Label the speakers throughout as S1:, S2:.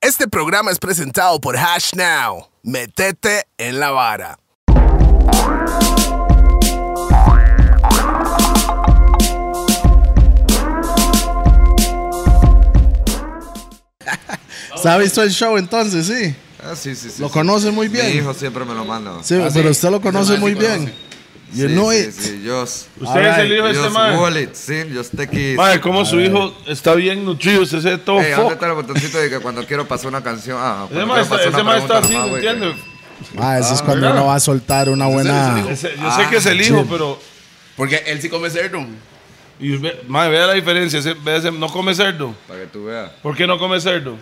S1: Este programa es presentado por Hash Now. Metete en la vara.
S2: ¿Se ha visto el show entonces? Sí.
S3: Ah, sí, sí, sí.
S2: Lo
S3: sí.
S2: conoce muy
S3: Mi
S2: bien.
S3: hijo Ah, siempre me lo manda.
S2: Sí, pero usted lo conoce muy bien. You
S3: Sí,
S2: know
S3: sí,
S2: it.
S3: sí, yo, yo
S4: Usted es el hijo de este man.
S3: wallet, sí, yo estoy aquí.
S4: Madre, cómo su hijo está bien nutrido, usted se todo
S3: Ey, Eh, ¿dónde
S4: fuck.
S3: está el botoncito de que cuando quiero pasar una canción? Ah,
S4: Ese
S3: cuando
S4: man
S3: quiero
S4: está,
S3: pasar una
S4: ese man está
S3: pregunta
S4: así,
S3: nomás,
S4: ¿me
S3: güey.
S4: entiendes?
S2: Ah, eso es cuando
S4: ¿verdad?
S2: uno va a soltar una buena.
S4: Ese- yo
S3: Ah,
S4: sé que es el hijo, pero...
S5: Porque él sí come cerdo.
S4: Y ve, madre, vea la diferencia. ese- vea ese- no come cerdo.
S3: Para que tú veas.
S4: ¿Por qué no come cerdo?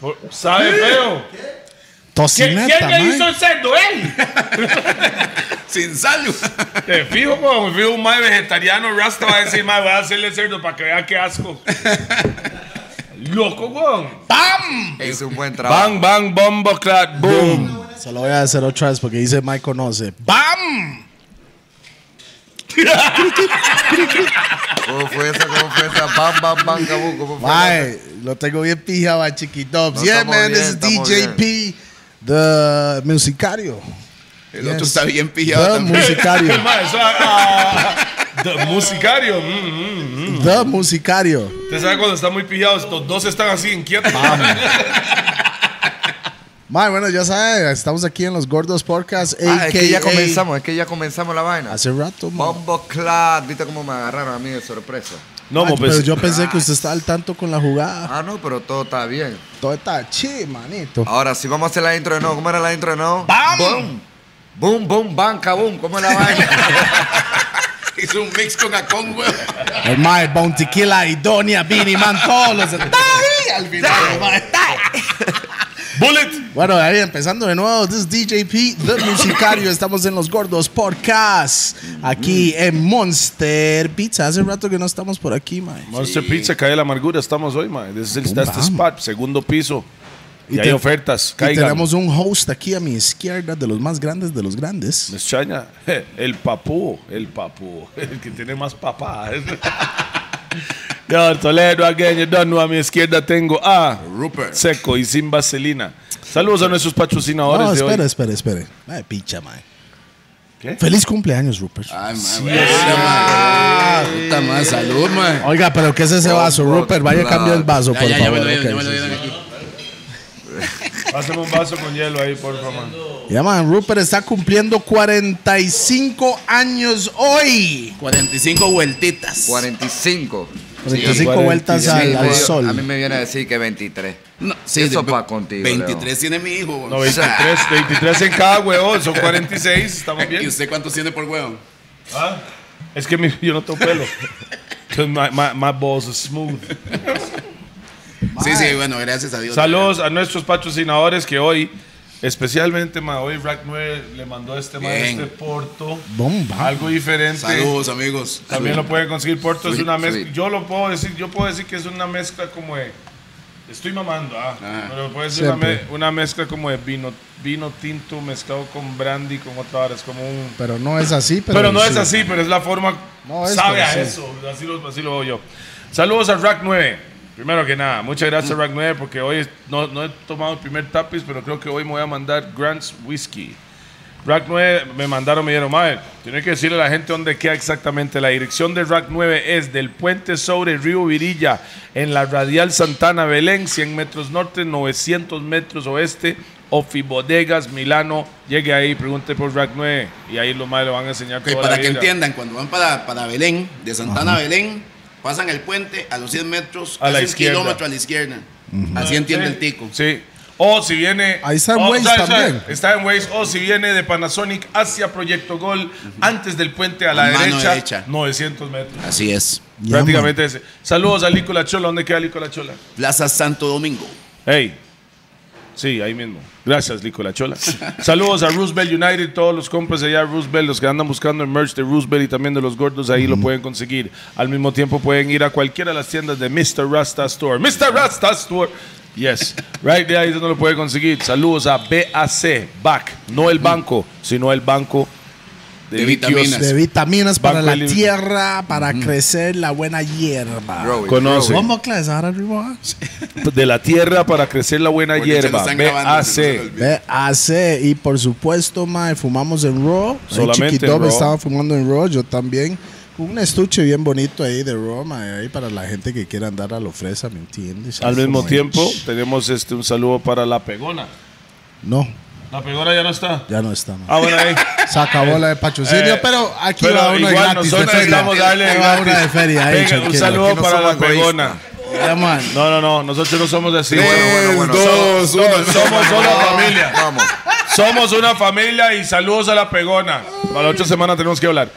S4: Por- ¿Sabe feo?
S2: Tocineta, man.
S4: el cerdo? ¡Él!
S5: Sin sal.
S4: Te fijo, como me fijo un mae vegetariano, Rasta va a decir, mae, voy a hacerle cerdo para que vea qué asco. Loco, weón.
S3: Hice un buen trabajo.
S4: Bang, bang, bombo, clat, boom.
S2: Se lo voy a hacer otra vez porque dice Mike conoce.
S5: ¡Bam!
S3: ¿Cómo fue esa? ¿Cómo fue esa? Bam, bam, bam, cabú. ¿Cómo fue esa?
S2: Bye. Lo tengo bien pija, va chiquito.
S3: No,
S2: yeah,
S3: estamos
S2: man, this
S3: bien,
S2: is
S3: estamos
S2: DJP, the musicario.
S5: El
S2: Yes.
S5: otro está bien pillado.
S2: The
S5: también.
S2: musicario.
S4: Mae, eso, ah, ah, de musicario. mm, mm, mm.
S2: the musicario.
S4: Usted sabe cuando están muy pillados, estos dos están así inquietos.
S2: Mae, bueno, ya saben, estamos aquí en los Gordos Podcast.
S3: Ah, es que ya
S2: AKA.
S3: comenzamos, es que ya comenzamos la vaina.
S2: Hace rato, mae.
S3: Bombo Clad, viste cómo me agarraron a mí de sorpresa.
S4: No, pues,
S2: Ay, pero yo pensé que usted estaba al tanto con la jugada.
S3: Ah, no, pero todo está bien.
S2: Todo está chi, manito.
S3: Ahora sí, vamos a hacer la intro de nuevo. ¿Cómo era la intro de nuevo?
S5: ¡Bam!
S3: ¡Bum! ¡Bum, bum, bam, cabum! ¿Cómo es la vaina?
S5: Hizo un mix con Acon, güey.
S2: El mae, Bounty Killer, Idonia, Bini, man, todos los. ¡Tá ahí! Al final, mae.
S4: Bullet.
S2: Bueno, ahí empezando de nuevo, this is DJP, The Musicario. Estamos en los Gordos Podcast, aquí en Monster Pizza. Hace rato que no estamos por aquí, mae.
S4: Monster Pizza, cae la amargura. Estamos hoy, man. This is el este
S2: Vamos.
S4: spot, segundo piso. Y,
S2: te-
S4: hay ofertas.
S2: Y
S4: Caigan.
S2: tenemos un host aquí a mi izquierda, de los más grandes de los grandes.
S4: Miss Chaña, el papú, el papú, el que tiene más papá. Yo, Toledo, again, you don't know, a mi izquierda tengo a
S5: Rupert.
S4: Seco y sin vaselina. Saludos a nuestros patrocinadores
S2: No,
S4: de
S2: espera,
S4: hoy.
S2: espera, espera. Mae, picha, mae.
S4: ¿Qué?
S2: Feliz cumpleaños, Rupert.
S5: Ay, man, güey. Ah, Puta madre, salud, man.
S2: Oiga, pero ¿qué es ese vaso, Rupert? Vaya,
S3: claro.
S2: cambia el vaso,
S5: Ya,
S2: por
S5: ya, ya me
S2: favor.
S5: lo dieron,
S2: Ok,
S5: ya me lo
S2: sí, sí.
S5: dieron aquí.
S4: Pásame un vaso con hielo ahí, por favor.
S2: Ya, man, Rupert está cumpliendo 45 años hoy.
S5: 45 vueltitas.
S3: 45.
S2: 45
S4: 40,
S2: vueltas
S4: ya,
S2: al,
S3: Sí,
S2: al
S3: yo-
S2: sol.
S3: A mí me viene a decir que 23.
S5: No,
S3: Eso
S5: de-
S3: pa' contigo,
S5: 23
S3: Leo.
S5: tiene mi hijo, güey.
S4: No, 23, 23 en cada huevón, son 46, estamos
S5: ¿Y
S4: bien.
S5: usted cuántos tiene por huevo?
S4: ¿Ah? Es que mi- yo no tengo pelo. Entonces, my, my- my balls are smooth.
S5: Sí, sí, bueno, gracias a Dios.
S4: Saludos a nuestros patrocinadores que hoy, especialmente, ma, hoy Rack 9 le mandó a este ma,
S5: Bien.
S4: este Porto.
S2: Bomba.
S4: Algo diferente.
S5: Saludos, amigos.
S4: También lo pueden conseguir. Porto es
S3: Sweet,
S4: una mezcla.
S3: sweet.
S4: Yo lo puedo decir, yo puedo decir que es una mezcla como de. Estoy mamando, ah.
S5: Ajá.
S4: Pero puede ser una,
S2: Siempre.
S4: me- una mezcla como de vino, vino tinto mezclado con brandy, con otra vara. Es como un.
S2: Pero no es así. Pero,
S4: Pero, no es
S2: sí.
S4: así, pero es la forma.
S2: No, es
S4: sabe a
S2: así.
S4: eso. Así lo, así lo veo yo. Saludos a Rack 9. Primero que nada, muchas gracias Rack 9 porque hoy no, no he tomado el primer tapiz, pero creo que hoy me voy a mandar Grant's Whiskey. Rack 9 me mandaron, me dijeron, madre, tiene que decirle a la gente dónde queda exactamente. La dirección de Rack 9 es del puente sobre el río Virilla, en la radial Santana Belén, 100 metros norte, 900 metros oeste, Ofi Bodegas, Milano. Llegue ahí, pregunte por Rack 9 y ahí los madres le van a enseñar
S5: Ok,
S4: toda
S5: para
S4: la
S5: que
S4: vida.
S5: entiendan, cuando van para, para Belén, de Santana a Belén, pasan el puente a los 100 metros,
S4: A la
S5: casi un
S4: izquierda.
S5: kilómetro a la izquierda. Así entiende el tico.
S4: Sí. O si viene.
S2: Ahí está en
S4: o,
S2: Waze
S4: sabe, sabe,
S2: también.
S4: está en Waze. O si viene de Panasonic hacia Proyecto Gol, antes del puente a la
S5: Mano
S4: derecha,
S5: derecha.
S4: 900 metros.
S5: Así es.
S2: Ya,
S4: Prácticamente ese. Saludos a Lico La Chola. ¿Dónde queda Lico La Chola?
S5: Plaza Santo Domingo.
S4: Hey. Sí, ahí mismo. Gracias, Lico La Chola. Saludos a Roosevelt United, todos los compras allá de Roosevelt, los que andan buscando el merch de Roosevelt y también de los gordos, ahí lo pueden conseguir. Al mismo tiempo pueden ir a cualquiera de las tiendas de Mr. Rasta Store. Mr. Rasta Store. Yes, right there, ahí es donde lo puede conseguir. Saludos a BAC, BAC, no el banco, sino el banco de,
S5: De
S4: líquidos.
S5: vitaminas.
S2: De vitaminas para
S4: Banco
S2: la
S4: de li-
S2: tierra, para crecer la buena hierba.
S3: Bro,
S4: Conoce.
S2: One more class, ahora arriba.
S4: de la tierra para crecer la buena
S5: Ahorita
S4: hierba.
S5: lo están grabando, se nos
S4: BAC.
S5: olvidó.
S2: Ve, hace, y por supuesto, mae, fumamos en Raw. Ahí
S4: Solamente en
S2: chiquito me
S4: Raw.
S2: estaba fumando en Raw, yo también. Un estuche bien bonito ahí de Raw, mae, ahí para la gente que quiera andar a lo fresa, ¿me entiendes?
S4: Al
S2: Eso,
S4: mismo
S2: mae.
S4: tiempo, tenemos este, un saludo para la pegona.
S2: No,
S4: La pegona ya no está.
S2: ya no está, mae.
S4: Ah, bueno, ahí.
S2: Se acabó la de patrocinio,
S4: Eh,
S2: pero aquí
S4: pero
S2: va uno de
S4: igual
S2: gratis de
S4: nosotros
S2: feria.
S4: estamos darle
S2: Ahí va
S4: gratis.
S2: una de feria, ahí,
S4: Venga, un
S2: tranquilo.
S4: saludo
S3: Aquí no
S4: para la
S3: somos egoístas.
S4: pegona.
S2: Yeah, man.
S4: No, no, no, nosotros no somos así.
S3: Sí, bueno, bueno, bueno.
S4: Somos, somos, somos una
S3: Vamos,
S4: familia.
S3: Vamos.
S4: Somos una familia y saludos a la pegona. Para la otra semana tenemos que hablar.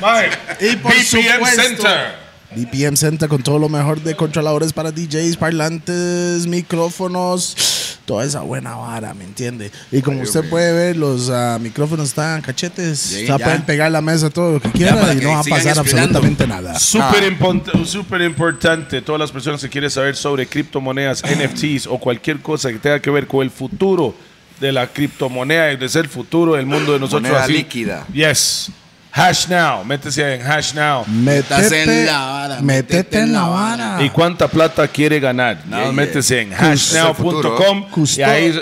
S4: Mae,
S2: Y por
S4: BPM
S2: supuesto-
S4: Center.
S2: BPM Center con todo lo mejor de controladores para DJs, parlantes, micrófonos, toda esa buena vara, ¿me entiende? Y como usted puede ver, los ah, micrófonos están cachetes, o sea,
S5: ya.
S2: pueden pegar la mesa todo lo que
S5: para
S2: quiera y
S5: que
S2: no va a
S5: sigan
S2: pasar
S5: esperando.
S2: absolutamente nada.
S4: Súper impont- súper importante. Todas las personas que quieren saber sobre criptomonedas,
S3: Ah.
S4: NFTs o cualquier cosa que tenga que ver con el futuro de la criptomoneda, es el futuro del mundo de nosotros.
S3: Moneda
S4: así.
S3: líquida.
S4: Yes. Hash now. Métese ahí en hash now.
S2: Métete
S5: en la vara,
S2: métete en la vara.
S4: ¿Y cuánta plata quiere ganar? Nada,
S3: yeah.
S4: métese en
S3: Cus-
S4: hashnow.com
S2: Custo-
S4: y ahí...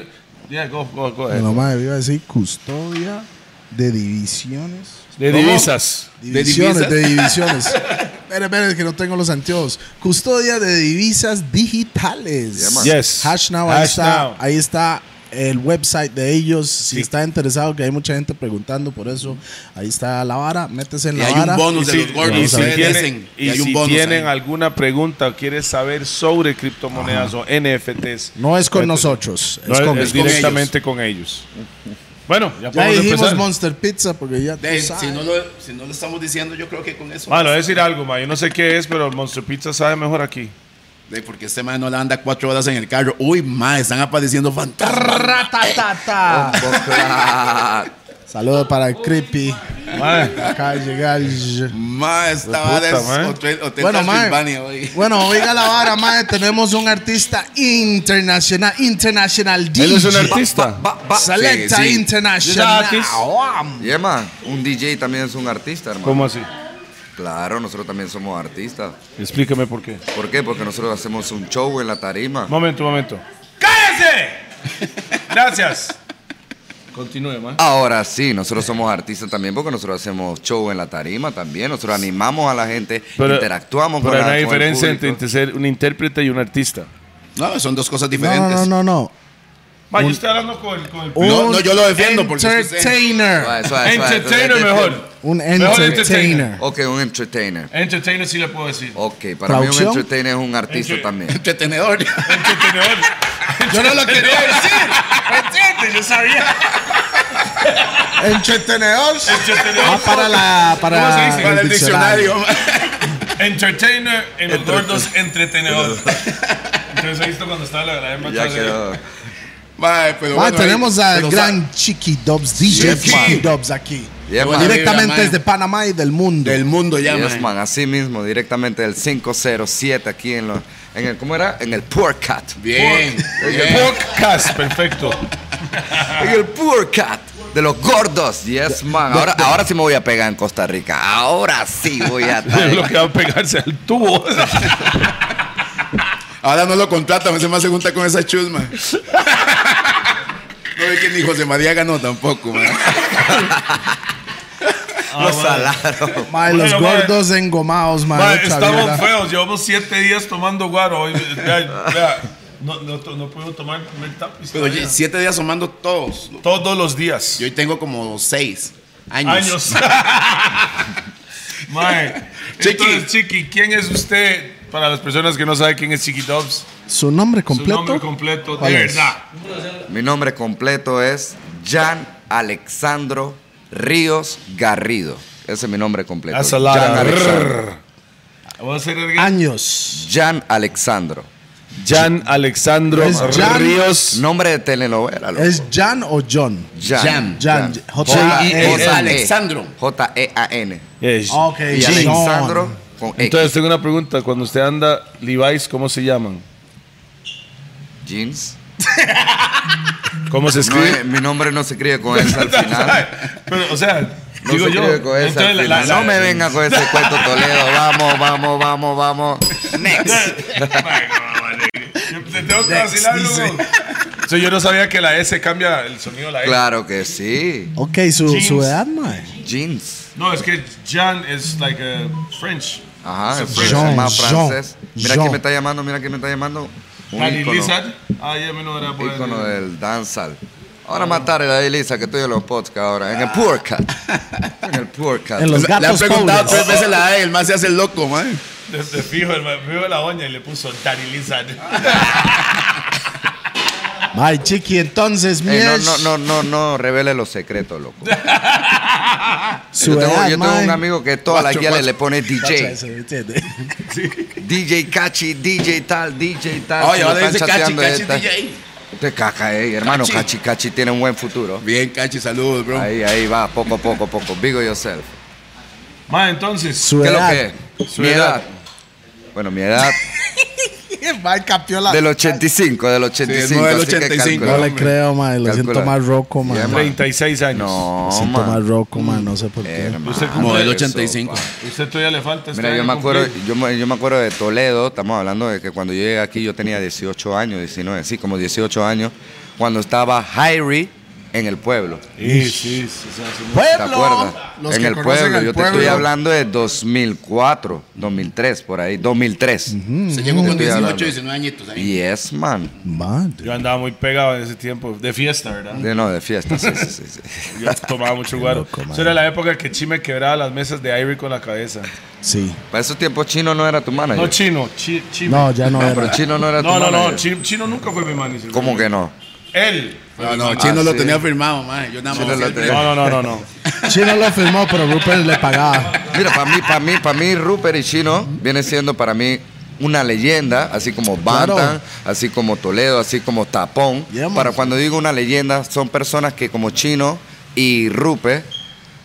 S4: Yeah, go, go, go ahead.
S2: Bueno, madre, iba a decir custodia de divisiones.
S4: De divisas.
S2: Divisiones,
S5: divisas?
S2: de divisiones. Espera, espera, es que no tengo los anteojos. Custodia de divisas digitales.
S3: Yeah, man.
S4: Yes.
S2: Hash now, ahí
S4: Hash
S2: está,
S4: now.
S2: ahí está el website de ellos. Si
S4: Sí.
S2: está interesado, que hay mucha gente preguntando por eso, ahí está la vara, métese en
S5: Y
S2: la
S5: hay
S2: vara.
S5: un bonus
S4: Y
S5: de los gordos.
S4: y si
S5: ustedes
S4: tienen,
S5: dicen,
S4: y
S5: hay
S4: si
S5: un bonus
S4: tienen
S5: ahí.
S4: alguna pregunta o quieres saber sobre criptomonedas o NFTs,
S2: No es con
S4: métese.
S2: nosotros, es
S4: No, es,
S2: con
S4: es
S2: ellos.
S4: directamente con ellos. Bueno, ya
S2: Ya
S4: podemos
S2: dijimos
S4: empezar.
S2: Monster Pizza porque ya tú
S5: De- si,
S2: sabes.
S5: no lo, si no lo estamos diciendo, yo creo que con eso.
S4: Mano, Ah, voy a decir algo, ma. Yo no sé qué es, pero el Monster Pizza sabe mejor aquí.
S5: De- porque este man no la anda cuatro horas en el carro. Uy, madre, están apareciendo fantasmas.
S2: Ratatata. Saludos para el Creepy.
S4: Ma,
S2: Acaba de llegar.
S5: Madre, esta
S4: Puta,
S5: vara es
S4: mae.
S5: hotel, hotel
S2: Bueno, mae,
S5: Transylvania hoy.
S2: bueno, oiga la vara, mae, tenemos un artista internacional, internacional DJ.
S4: Él es un artista. "Ah,
S2: Selecta
S3: Sí, sí.
S2: International.
S4: Gratis.
S2: Wow.
S3: Yeah, man. Un DJ también es un artista, hermano.
S4: ¿Cómo así?
S3: Claro, nosotros también somos artistas.
S4: Explícame por qué.
S3: ¿Por qué? Porque nosotros hacemos un show en la tarima.
S4: Momento, momento. ¡Cállese! Gracias. Continúe, ma.
S3: Ahora sí, nosotros somos artistas también porque nosotros hacemos show en la tarima también. Nosotros animamos a la gente, interactuamos
S4: pero
S3: con la
S4: no hay
S3: con el
S4: diferencia entre,
S3: público.
S4: entre ser un intérprete y un artista.
S5: No, son dos cosas
S2: No,
S5: diferentes.
S2: no, no, no.
S4: Ma, yo estoy hablando con, con el...
S5: No,
S2: Un
S5: no, yo lo defiendo porque es que usted-
S2: entertainer.
S3: Suave, suave, suave.
S4: Entertainer mejor.
S2: Un
S4: Mejor este
S2: entertainer.
S3: Ok, un entertainer.
S4: Entertainer sí le puedo decir.
S3: Ok, para mí un
S2: ¿Traducción?
S3: entertainer es un artista
S4: Enter-
S3: también.
S5: Entretenedor.
S4: Entretenedor.
S5: yo no lo quería decir.
S2: Entretenedor.
S4: Entretenedor.
S2: Ah, para la para,
S4: ¿Cómo se dice?
S5: Para el diccionario.
S4: Entertainer en los gordos entretenedor. Entonces ahí está cuando estaba la gran
S3: Ya
S4: machada.
S3: quedó.
S5: Mae, pero
S2: Ah,
S5: bueno,
S2: tenemos
S5: ahí-
S2: al
S5: pero
S2: gran Chiqui Dubs, DJ
S5: Yes, man.
S2: Chiqui Dubs aquí.
S3: Yeah, man.
S2: Directamente
S5: man.
S2: desde Panamá y del mundo.
S5: Del mundo ya,
S3: Yes,
S5: mae.
S3: man, así mismo, directamente del 507 aquí en, lo, en el, ¿cómo era? En el Poor Cat.
S5: Bien. bien.
S4: Podcast, perfecto.
S3: En el Poor Cat de los gordos. Yes, man. Ahora, ahora sí me voy a pegar en Costa Rica. Ahora sí voy a.
S4: Es lo que va a pegarse al tubo.
S5: Ahora no lo contratan, se me hace junta con esa chusma. No ve que ni José María ganó tampoco, mae.
S3: Los salaron.
S2: Mae, los
S4: Bueno, mae.
S2: gordos engomados, mae.
S4: Ma,
S2: otra viola.
S4: estamos feos, llevamos siete días tomando guaro. hoy. Vea, vea, No, no, to- no puedo tomar el primer tapiz.
S5: Pero oye, siete días sumando todos.
S4: Todos los días.
S5: Yo hoy tengo como seis años.
S4: Años. Mae.
S5: Chiqui.
S4: Entonces, Chiqui, ¿quién es usted? Para las personas que no saben quién es Chiqui Dobbs,
S2: Su nombre
S4: su
S2: completo.
S4: nombre completo, de
S2: ¿Cuál es?
S4: verdad.
S3: Mi nombre completo es Jan Alexandro Ríos Garrido. Ese es mi nombre completo.
S4: That's a lot
S3: Jan
S4: of-
S3: Alexandro.
S4: Voy a hacer el-
S2: Años.
S3: Jan Alexandro.
S4: Jan Alexandro
S2: Es Jan-
S4: Ríos.
S3: Nombre de telenovela. loco.
S2: ¿Es Jan o John?
S5: Jan.
S2: Jan. E
S3: J-I-N.
S5: J.E.N.. Alexandro.
S3: E J-E-A-N.
S4: Yes.
S2: Ah, Ok,
S3: Y
S2: John.
S3: Alexandro con X.
S4: Entonces tengo una pregunta. Cuando usted anda Levi's, ¿cómo se llaman?
S3: Jeans.
S4: ¿Cómo se
S3: No,
S4: escribe?
S3: eh, mi nombre no se escribe con esa al final.
S4: Pero, o sea,
S3: No
S4: digo
S3: se
S4: yo.
S3: escribe con esa
S4: entonces,
S3: al
S4: la- la-
S3: final. No me venga con ese cuento Toledo. Vamos, vamos, vamos, vamos. Next.
S4: Ay, no, vale. Yo Te tengo que
S2: Next,
S4: vacilar,
S2: dice.
S4: loco. So, yo no sabía que la S cambia el sonido de la E. S.
S3: Claro que sí.
S2: Ok, su,
S4: Jeans.
S2: su edad, mae.
S3: Jeans.
S4: No, es que Jean es like a French.
S3: Ajá,
S4: Jean,
S3: es más
S2: Jean,
S3: francés. Mira
S2: Jean.
S3: quién me está llamando, mira quién me está llamando. Un
S4: Dani
S3: ícono,
S4: Lizard. Ah, ya me lo era por
S3: ícono del danzal. Ahora más tarde, la Elisa, que estoy en los podcasts ahora. En el Puercat. En el Puercat.
S2: En los
S5: Le han
S2: gatos
S5: preguntado
S2: pobres.
S5: tres
S3: Oh.
S5: veces la A y el más se hace el loco, man.
S4: De, de fijo, el fijo de la doña y le puso Dani Lizard.
S2: Mae, chiqui, entonces,
S3: Ey,
S2: mierda.
S3: Eh, no, no, no, no, no revele los secretos, loco.
S2: Su
S3: Yo tengo,
S2: edad,
S3: yo tengo
S2: mae.
S3: un amigo que toda la
S5: Guacho,
S3: guía le,
S5: guacho.
S3: le pone
S2: Cacha
S3: DJ.
S2: ese, ¿entiende?
S3: DJ Cachi, DJ tal, DJ tal. Ah, se
S5: Oye,
S3: lo
S5: ahora
S3: están
S5: dice Cachi,
S3: chateando
S5: Cachi
S3: esta.
S5: DJ.
S3: Te caca, eh, hermano.
S5: Cachi.
S3: Cachi, Cachi tiene un buen futuro.
S5: Bien, Cachi, saludos, bro.
S3: Ahí, ahí va, poco, poco, poco. Vigo yourself.
S4: Ma, entonces.
S2: Su
S3: ¿Qué es lo
S2: edad.
S3: que es?
S4: Su
S3: Mi edad.
S4: edad.
S3: Bueno, mi edad
S2: Mae, campeó la.
S3: del 85, del 85.
S5: no, del
S3: así que
S5: 85.
S2: No
S3: calcula.
S2: le creo, mae. Lo siento
S3: Calcula.
S2: más roco, mae.
S3: Ya, mae.
S4: 36 años.
S3: No, Eh,
S2: Lo siento más
S3: man.
S2: roco, mae. No sé por qué.
S3: Hermano,
S4: Usted cumple-
S5: Como del
S3: eso,
S5: 85.
S3: pa.
S4: Usted todavía le falta. este
S3: Mira, yo
S4: año
S3: me, acuerdo,
S4: cumplir.
S3: yo, me, yo me acuerdo de Toledo, estamos hablando de que cuando yo llegué aquí yo tenía 18 años, 19, sí, como 18 años, cuando estaba Jairi en el pueblo.
S4: Sí, sí, sí, sí, sí.
S3: ¿Te acuerdas?
S2: Los
S3: en
S2: que
S3: el
S2: conocen
S3: pueblo,
S2: al
S3: yo te
S2: pueblo.
S3: estoy hablando de 2004, 2003, por ahí, 2003.
S5: Se llegó con
S3: Mm, Estoy
S5: 18,
S3: hablando.
S5: 19 añitos ahí.
S3: Yes, man.
S2: Madre.
S4: Yo andaba muy pegado en ese tiempo. De fiesta, ¿verdad?
S3: De, no, de fiesta, sí, sí, sí, sí.
S4: Yo tomaba mucho guaro.
S2: loco, man.
S4: Eso era la época que Chime quebraba las mesas de Ivory con la cabeza.
S2: Sí.
S3: Para esos tiempos chino no era tu manager.
S4: No, Chino. Chi- Chime.
S2: No, ya no
S3: No, pero
S2: era.
S3: chino no era tu
S4: No, no, no,
S3: manager.
S4: Chi- Chino nunca fue mi manager.
S3: ¿Cómo que no?
S4: Él.
S5: No, no, Chino
S3: Ah,
S5: lo
S3: sí.
S5: tenía firmado, man. Yo nada más.
S3: Chino
S5: hacía
S3: lo
S5: el
S3: tenía.
S4: No, no, no, no, no.
S2: Chino lo firmó, pero Rupert le pagaba.
S3: Mira, para mí, para mí, para mí, Rupert y Chino viene siendo para mí una leyenda, así como
S2: Claro.
S3: Bantam, así como Toledo, así como Tapón.
S2: Yeah, man.
S3: para cuando digo una leyenda, son personas que como Chino y Rupert,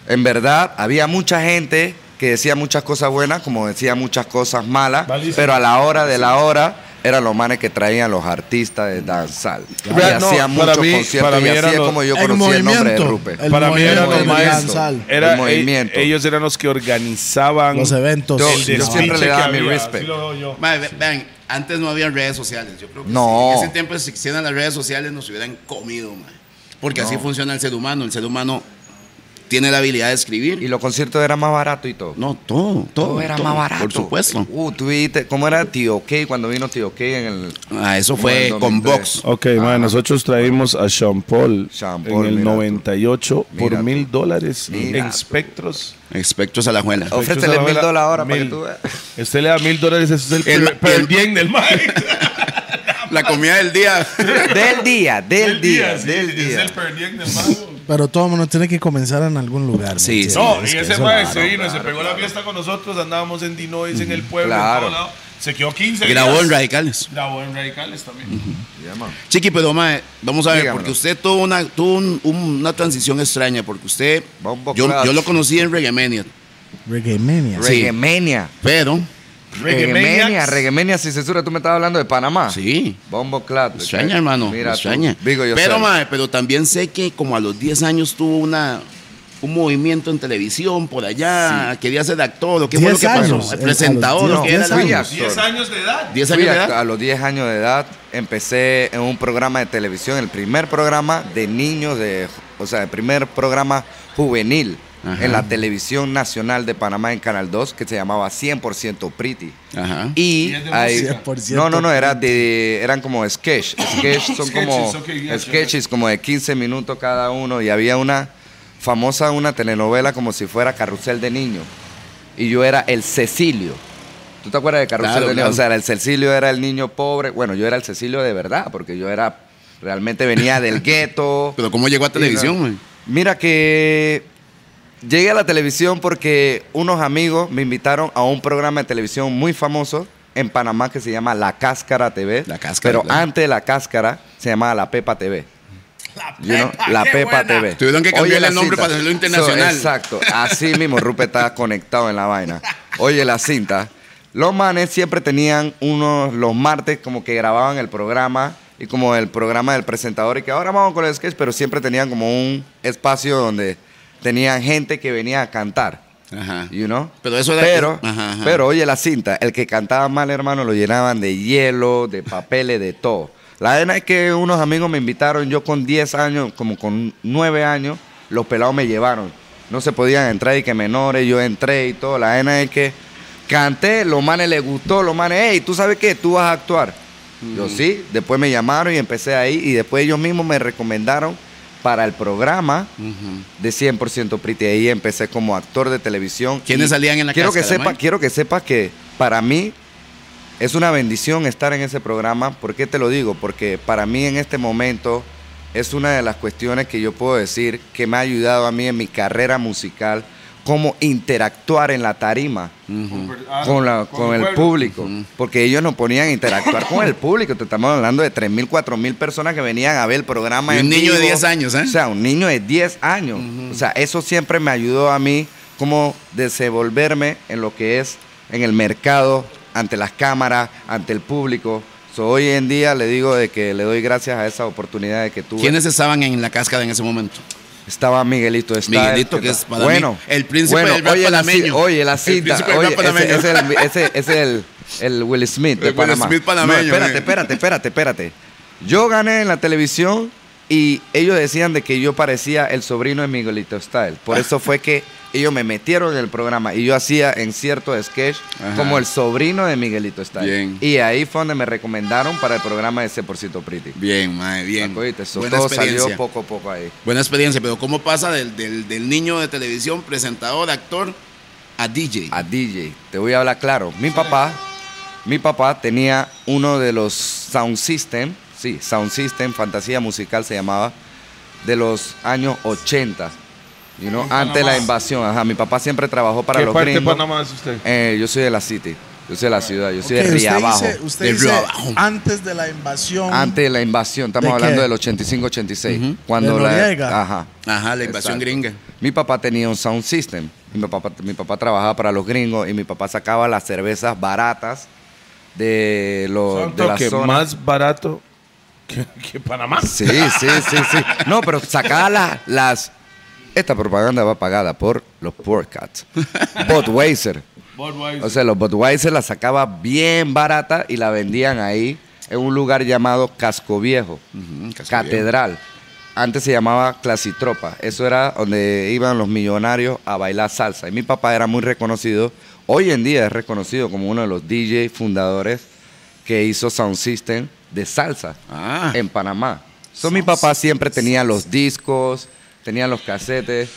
S3: en verdad había mucha gente que decía muchas cosas buenas, como decía muchas cosas malas,
S4: Malísimo.
S3: pero a la hora de la hora eran los manes que traían los artistas de danzal. Y
S4: Real, no,
S3: hacían
S4: para
S3: muchos
S4: mí-
S3: conciertos
S4: para mí
S3: y
S4: eran
S3: así es
S4: los-
S3: como yo
S2: el
S3: conocí el, nombre de
S2: movimiento,
S3: Rupert.
S2: el
S4: Para mí eran
S2: movimiento
S4: los
S2: del
S4: maestros.
S2: danzal.
S4: Era,
S3: El movimiento.
S4: Ellos eran los que organizaban
S2: Los eventos.
S3: Yo-
S2: Sí,
S4: el
S3: yo
S2: no.
S3: siempre
S4: despiche
S3: le
S4: que
S3: daba mi
S4: había.
S3: respect.
S4: Así lo veo yo.
S5: Mae, ve- vean, antes no había redes sociales. Yo creo que
S3: No.
S5: sí. en ese tiempo, si existieran las redes sociales, nos hubieran comido, mae. Porque así funciona el ser humano. El ser humano tiene la habilidad de escribir.
S3: Y los conciertos eran más baratos y todo.
S5: no, todo, todo.
S3: Todo era
S5: todo,
S3: más barato.
S5: Por supuesto.
S3: Uh, tú viste cómo era Tío K cuando vino Tío K en el.
S5: Ah, eso
S3: Como
S5: fue
S3: en
S5: con
S3: 2003.
S5: Vox.
S4: Ok, ma, nosotros traímos a Sean Paul,
S3: Ah. Sean
S4: en
S3: Paul,
S4: el
S3: mira tú.
S4: 98
S3: Mira
S4: por
S3: tú.
S4: mil dólares
S3: Mira
S4: en
S3: tú.
S4: espectros.
S5: Espectros a la juela.
S3: Oh. Ofrécele
S4: Espectros a la
S3: mil
S4: vela,
S3: dólares ahora para que
S4: mil.
S3: tú veas.
S4: Usted le da mil dólares, eso es el,
S5: El-
S4: per- per-
S5: el-
S4: bien del mae.
S5: La comida del día.
S3: Del día, del
S4: Del
S3: día,
S4: sí,
S3: del
S4: Es
S3: día.
S4: el per diem del mae.
S2: Pero todo el mundo tiene que comenzar en algún lugar. ¿me
S5: Sí,
S2: entiendes?
S4: No,
S2: Es
S4: y
S2: que
S4: ese
S2: eso
S4: mae
S2: es
S4: se
S2: raro.
S4: vino, se pegó la fiesta con nosotros, andábamos en Dinois, en el pueblo, en
S3: Claro.
S4: todo lado. Se quedó 15
S5: Grabó
S4: días.
S5: en Radicales.
S4: Grabó en Radicales también.
S3: Ya, man.
S5: Chiqui, pero mae, vamos a ver,
S3: Dígamelo.
S5: porque usted tuvo una, tuvo un- un- una transición extraña, porque usted,
S3: Bombo
S5: yo,
S3: Clutch.
S5: yo lo conocí en Reggae Mania,
S2: Reggae Mania.
S5: Re- Sí.
S3: Reggaemenia.
S5: pero,
S3: Reggaemenia,
S4: Maniacs.
S3: Reggaemenia sin censura. Tú me estabas hablando de Panamá.
S5: sí,
S3: Bombo Clat.
S5: extraña, hermano,
S3: Ah. Mira, tú.
S5: extraña.
S3: Vigo yo
S5: pero, mae, pero también sé que como a los 10 años tuvo una, un movimiento en televisión por allá, quería ser actor, o qué fue lo
S2: 10
S5: que
S2: años,
S5: pasó,
S2: el-
S5: El presentador,
S2: a los
S5: ¿o qué
S2: 10
S5: era la-
S2: años.
S4: 10 años de edad.
S5: 10
S3: Fui
S5: años de
S3: a-
S5: edad.
S3: a los 10 años de edad empecé en un programa de televisión, el primer programa de niños, de, o sea, el primer programa juvenil
S5: Ajá.
S3: en la televisión nacional de Panamá en Canal 2 que se llamaba 100% Pretty.
S5: Ajá.
S3: Y
S4: Y es de
S3: ahí-
S4: música.
S2: 100%
S3: no, no, no, era de, eran como sketch, sketch son como
S4: Sketches, ok, ya,
S3: sketches como de 15 minutos cada uno y había una famosa una telenovela como si fuera Carrusel de Niño y yo era el Cecilio. ¿Tú te acuerdas de Carrusel
S5: Claro,
S3: de Niño?
S5: claro.
S3: O sea, el Cecilio era el niño pobre, bueno, yo era el Cecilio de verdad porque yo era realmente venía del gueto.
S5: Pero cómo llegó a televisión, mae.
S3: Mira que llegué a la televisión porque unos amigos me invitaron a un programa de televisión muy famoso en Panamá que se llama La Cáscara TV.
S5: La Cáscara,
S3: Pero
S5: claro.
S3: antes de La Cáscara se llamaba La Pepa TV. You know, La Pepa, TV.
S5: Tuvieron que cambiarle
S3: la
S5: el nombre
S3: cinta.
S5: para hacerlo internacional.
S3: exacto. Así mismo, Rupert está conectado en la vaina. Oye, la cinta. Los manes siempre tenían unos, los martes como que grababan el programa y como el programa del presentador y que ahora vamos con el sketch, pero siempre tenían como un espacio donde tenían gente que venía a cantar.
S5: Ajá.
S3: You know?
S5: Pero eso era-
S3: Pero,
S5: Ajá, ajá.
S3: pero oye la cinta, el que cantaba mal, hermano, lo llenaban de hielo, de papeles, de todo. La verdad es que unos amigos me invitaron, yo con 10 años, como con 9 años, los pelados me llevaron. No se podían entrar y que menores, yo entré y todo. La verdad es que canté, los manes les gustó, los manes, hey, ¿tú sabes qué? Tú vas a actuar. Yo sí, después me llamaron y empecé ahí y después ellos mismos me recomendaron para el programa de 100% Pretty. Ahí empecé como actor de televisión.
S5: ¿Quiénes
S3: Y
S5: salían en la
S3: quiero que
S5: cáscara,
S3: sepa,
S5: Mike?
S3: Quiero que sepas que para mí es una bendición estar en ese programa. ¿Por qué te lo digo? Porque para mí en este momento es una de las cuestiones que yo puedo decir que me ha ayudado a mí en mi carrera musical, cómo interactuar en la tarima
S4: Ah,
S3: con, la- con el público. Porque ellos nos ponían a interactuar con el público. Te estamos hablando de 3.000, 4.000 personas que venían a ver el programa.
S5: Y un
S3: en
S5: niño de
S3: vivo.
S5: 10 años, ¿eh?
S3: O sea, un niño de 10 años. O sea, eso siempre me ayudó a mí como desenvolverme en lo que es en el mercado, ante las cámaras, ante el público. So, hoy en día le digo de que le doy gracias a esa oportunidad de que tuve.
S5: ¿Quiénes estaban en la cáscara en ese momento?
S3: Estaba Miguelito Style.
S5: Miguelito, que es para mí el príncipe del rap
S3: oye, la ci-
S5: panameño.
S3: Oye, la
S5: El
S3: cinta.
S5: príncipe del
S3: oye,
S5: rap panameño.
S3: ese, ese es el, ese- ese es el- el Will Smith de
S5: El Will
S3: Panamá.
S5: Smith panameño,
S3: No, espérate,
S5: eh.
S3: espérate, espérate, espérate. Yo gané en la televisión y ellos decían de que yo parecía el sobrino de Miguelito Style. Por eso fue que ellos me metieron en el programa y yo hacía en cierto sketch
S5: Ajá.
S3: como el sobrino de Miguelito Style.
S5: Bien.
S3: Y ahí fue donde me recomendaron para el programa de 100% Pretty.
S5: Bien, mae, bien.
S3: Acogiste, so,
S5: Buena
S3: todo
S5: experiencia.
S3: salió poco a poco ahí.
S5: Buena experiencia, pero ¿cómo pasa del, del- del niño de televisión, presentador, actor, a DJ?
S3: a DJ. Te voy a hablar claro. Mi papá, mi papá tenía uno de los sound system, sí, sound system, fantasía musical se llamaba, de los años 80. You know, antes de la invasión, ajá, mi papá siempre trabajó para
S4: ¿Qué
S3: los
S4: parte de
S3: gringos.
S4: Panamá es usted?
S3: Eh, yo soy de la city, yo soy de la ciudad, yo
S2: Ok,
S3: soy de
S2: usted
S3: Ría
S2: dice-
S3: Abajo.
S2: usted
S5: de Río
S2: dice
S5: Abajo.
S2: antes de la invasión.
S3: Antes de la invasión, estamos
S2: ¿De
S3: hablando
S2: qué?
S3: del 85-86.
S5: Ujú.
S3: Cuando
S2: De
S3: la.
S2: Noriega.
S3: Ajá.
S5: Ajá, la invasión
S3: Exacto.
S5: gringa.
S3: Mi papá tenía un sound system. Mi papá, mi papá trabajaba para los gringos y mi papá sacaba las cervezas baratas de, los de la
S4: que
S3: zona.
S4: más barato que, que Panamá.
S3: Sí, sí, sí, sí. No, pero sacaba las, las... Esta propaganda va pagada por los Porcats. Budweiser. O sea, los Budweiser la sacaba bien barata y la vendían ahí en un lugar llamado Casco Viejo,
S5: Casco
S3: Catedral. Antes se llamaba Clasitropa. Eso era donde iban los millonarios a bailar salsa. Y mi papá era muy reconocido. Hoy en día es reconocido como uno de los DJ fundadores que hizo Sound System de salsa
S5: Ah.
S3: en Panamá. So, mi papá siempre tenía los discos, tenía los casetes.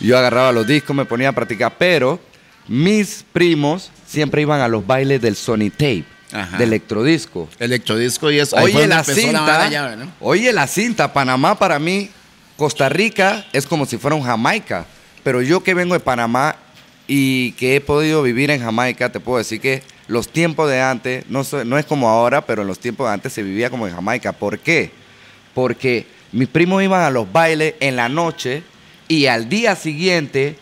S3: Yo agarraba los discos, me ponía a practicar, pero mis primos siempre iban a los bailes del Sony Tape,
S5: Ajá.
S3: de electrodisco.
S5: Electrodisco y eso. Ahí
S3: Oye
S5: fue donde
S3: la
S5: empezó
S3: cinta,
S5: vara ya, ¿verdad?
S3: oye la cinta, Panamá para mí, Costa Rica es como si fuera un Jamaica, pero yo que vengo de Panamá y que he podido vivir en Jamaica, te puedo decir que los tiempos de antes, no, so- no es como ahora, pero en los tiempos de antes se vivía como en Jamaica. ¿Por qué? Porque mis primos iban a los bailes en la noche y al día siguiente...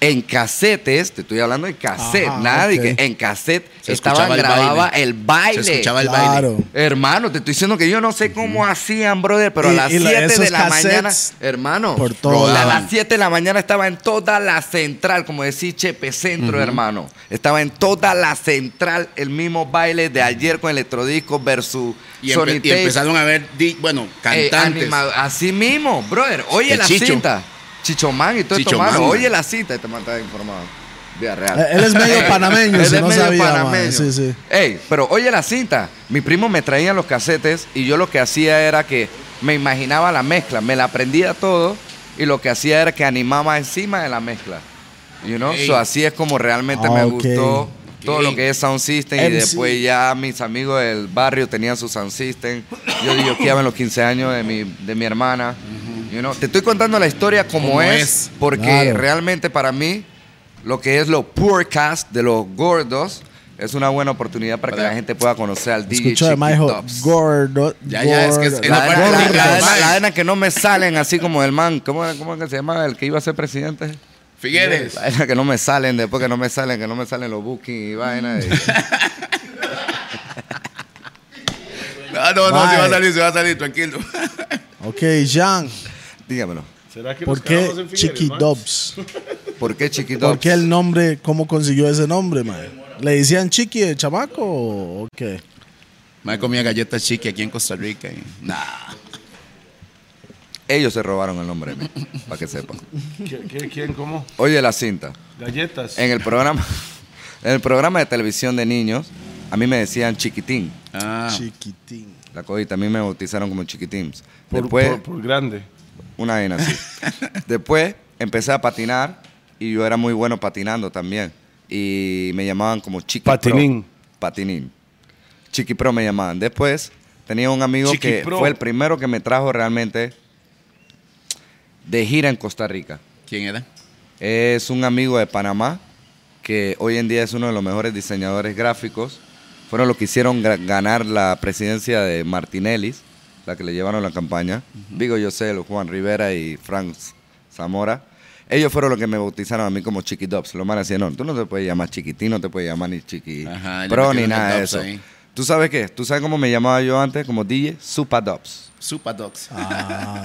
S3: En casetes, te estoy hablando de cassette,
S2: Ajá,
S3: nada de
S2: ok.
S3: que en cassette
S5: Ah, Se
S3: estaban
S5: escuchaba el
S3: grababa
S5: baile.
S3: el baile.
S5: Se escuchaba el
S2: Claro.
S5: baile.
S3: Hermano, te estoy diciendo que yo no sé cómo hacían, brother, pero
S2: Y-
S3: a las
S2: y la-
S3: 7 de
S2: esos
S3: la mañana,
S2: cassettes
S3: hermano,
S2: por todo
S3: a
S2: lado.
S3: las 7 de la mañana estaba en toda la central, como decir Chepe Centro, hermano. Estaba en toda la central el mismo baile de ayer con Electrodisco versus
S5: Y, empe-
S3: Sony
S5: y
S3: Tape.
S5: empezaron a ver, di- bueno,
S3: Eh,
S5: cantantes.
S3: animado. Así mismo, brother. Oye
S5: El
S3: la
S5: Chicho.
S3: cinta. Chichomán y todo esto,
S5: Chichomán.
S3: mano. Oye la cinta. Este man está informado. Vida real.
S2: Eh, él es medio panameño,
S3: Él
S2: si
S3: es
S2: no
S3: medio
S2: sabía, man.
S3: panameño.
S2: Sí, sí.
S3: Ey, pero oye la cinta. Mi primo me traía los casetes y yo lo que hacía era que me imaginaba la mezcla. Me la aprendía todo y lo que hacía era que animaba encima de la mezcla. You know?
S5: Ey.
S3: So, así es como realmente me
S2: Ah, ok.
S3: gustó todo
S5: Ey.
S3: lo que es Sound System y
S2: MC.
S3: después ya mis amigos del barrio tenían su Sound System. Yo digo que en los 15 años de mi, de mi hermana. You know, Te estoy contando la historia como
S5: Como
S3: es,
S5: es.
S3: porque
S2: Claro.
S3: realmente para mí lo que es los podcast de los gordos es una buena oportunidad para, que
S5: Para-
S3: la gente pueda conocer al DJ
S2: Escuchó de
S3: Chiqui
S2: Majo
S3: Tops.
S2: Gordo.
S5: Ya, ya, es que es-
S2: gordo.
S5: es
S3: La
S5: Gordo.
S3: la- la- la-
S5: Gordo.
S3: la- la- que no me salen así como el man, ¿cómo, era- cómo era que se llama? El que iba a ser presidente.
S5: Figueres.
S3: Vaina que no me salen, después que no me salen, que no me salen los bookings y vaina. de-
S5: Ah, no, no,
S2: Mae.
S5: se va a salir, se va a salir, tranquilo.
S2: Ok, Jean,
S3: Dígamelo.
S4: ¿Será que
S2: ¿por
S4: nos
S2: qué
S4: quedamos en Figueres,
S2: Chiqui
S4: man?
S2: Dubs?
S3: ¿Por qué chiquito?
S2: ¿Por qué el nombre? ¿Cómo consiguió ese nombre, man? ¿Le decían Chiqui el chamaco o qué?
S5: Me comía galletas chiqui aquí en Costa Rica. y- Nah.
S3: Ellos se robaron el nombre, para que sepan.
S4: ¿Qué- qué- ¿Quién? ¿Cómo?
S3: Oye, la cinta.
S4: Galletas.
S3: En el programa, en el programa de televisión de niños, a mí me decían chiquitín.
S5: Ah,
S2: Chiquitín.
S3: La cogita, a mí me bautizaron como chiquitín.
S4: Por-
S3: Después,
S4: por- por grande.
S3: una vaina así. Después empecé a patinar y yo era muy bueno patinando también. Y me llamaban como Chiqui
S4: Patinín.
S3: Pro. Patinín. Chiqui Pro me llamaban. Después tenía un amigo
S4: Chiqui
S3: que
S4: Pro.
S3: fue el primero que me trajo realmente de gira en Costa Rica.
S5: ¿quién era?
S3: Es un amigo de Panamá que hoy en día es uno de los mejores diseñadores gráficos. Fueron los que hicieron gra- ganar la presidencia de Martinelli, la que le llevaron la campaña. Digo, yo sé, los Juan Rivera y Frank S- Zamora. Ellos fueron los que me bautizaron a mí como Chiqui Dubs. Los manes decían, no, tú no te puedes llamar chiquitín, no te puedes llamar ni chiqui
S5: Ajá, le
S3: pro ni
S5: metieron el
S3: nada de
S5: Dubs
S3: eso.
S5: ahí.
S3: ¿Tú sabes qué? ¿Tú sabes cómo me llamaba yo antes? Como DJ Supa Dubs.
S5: Supa Dogs.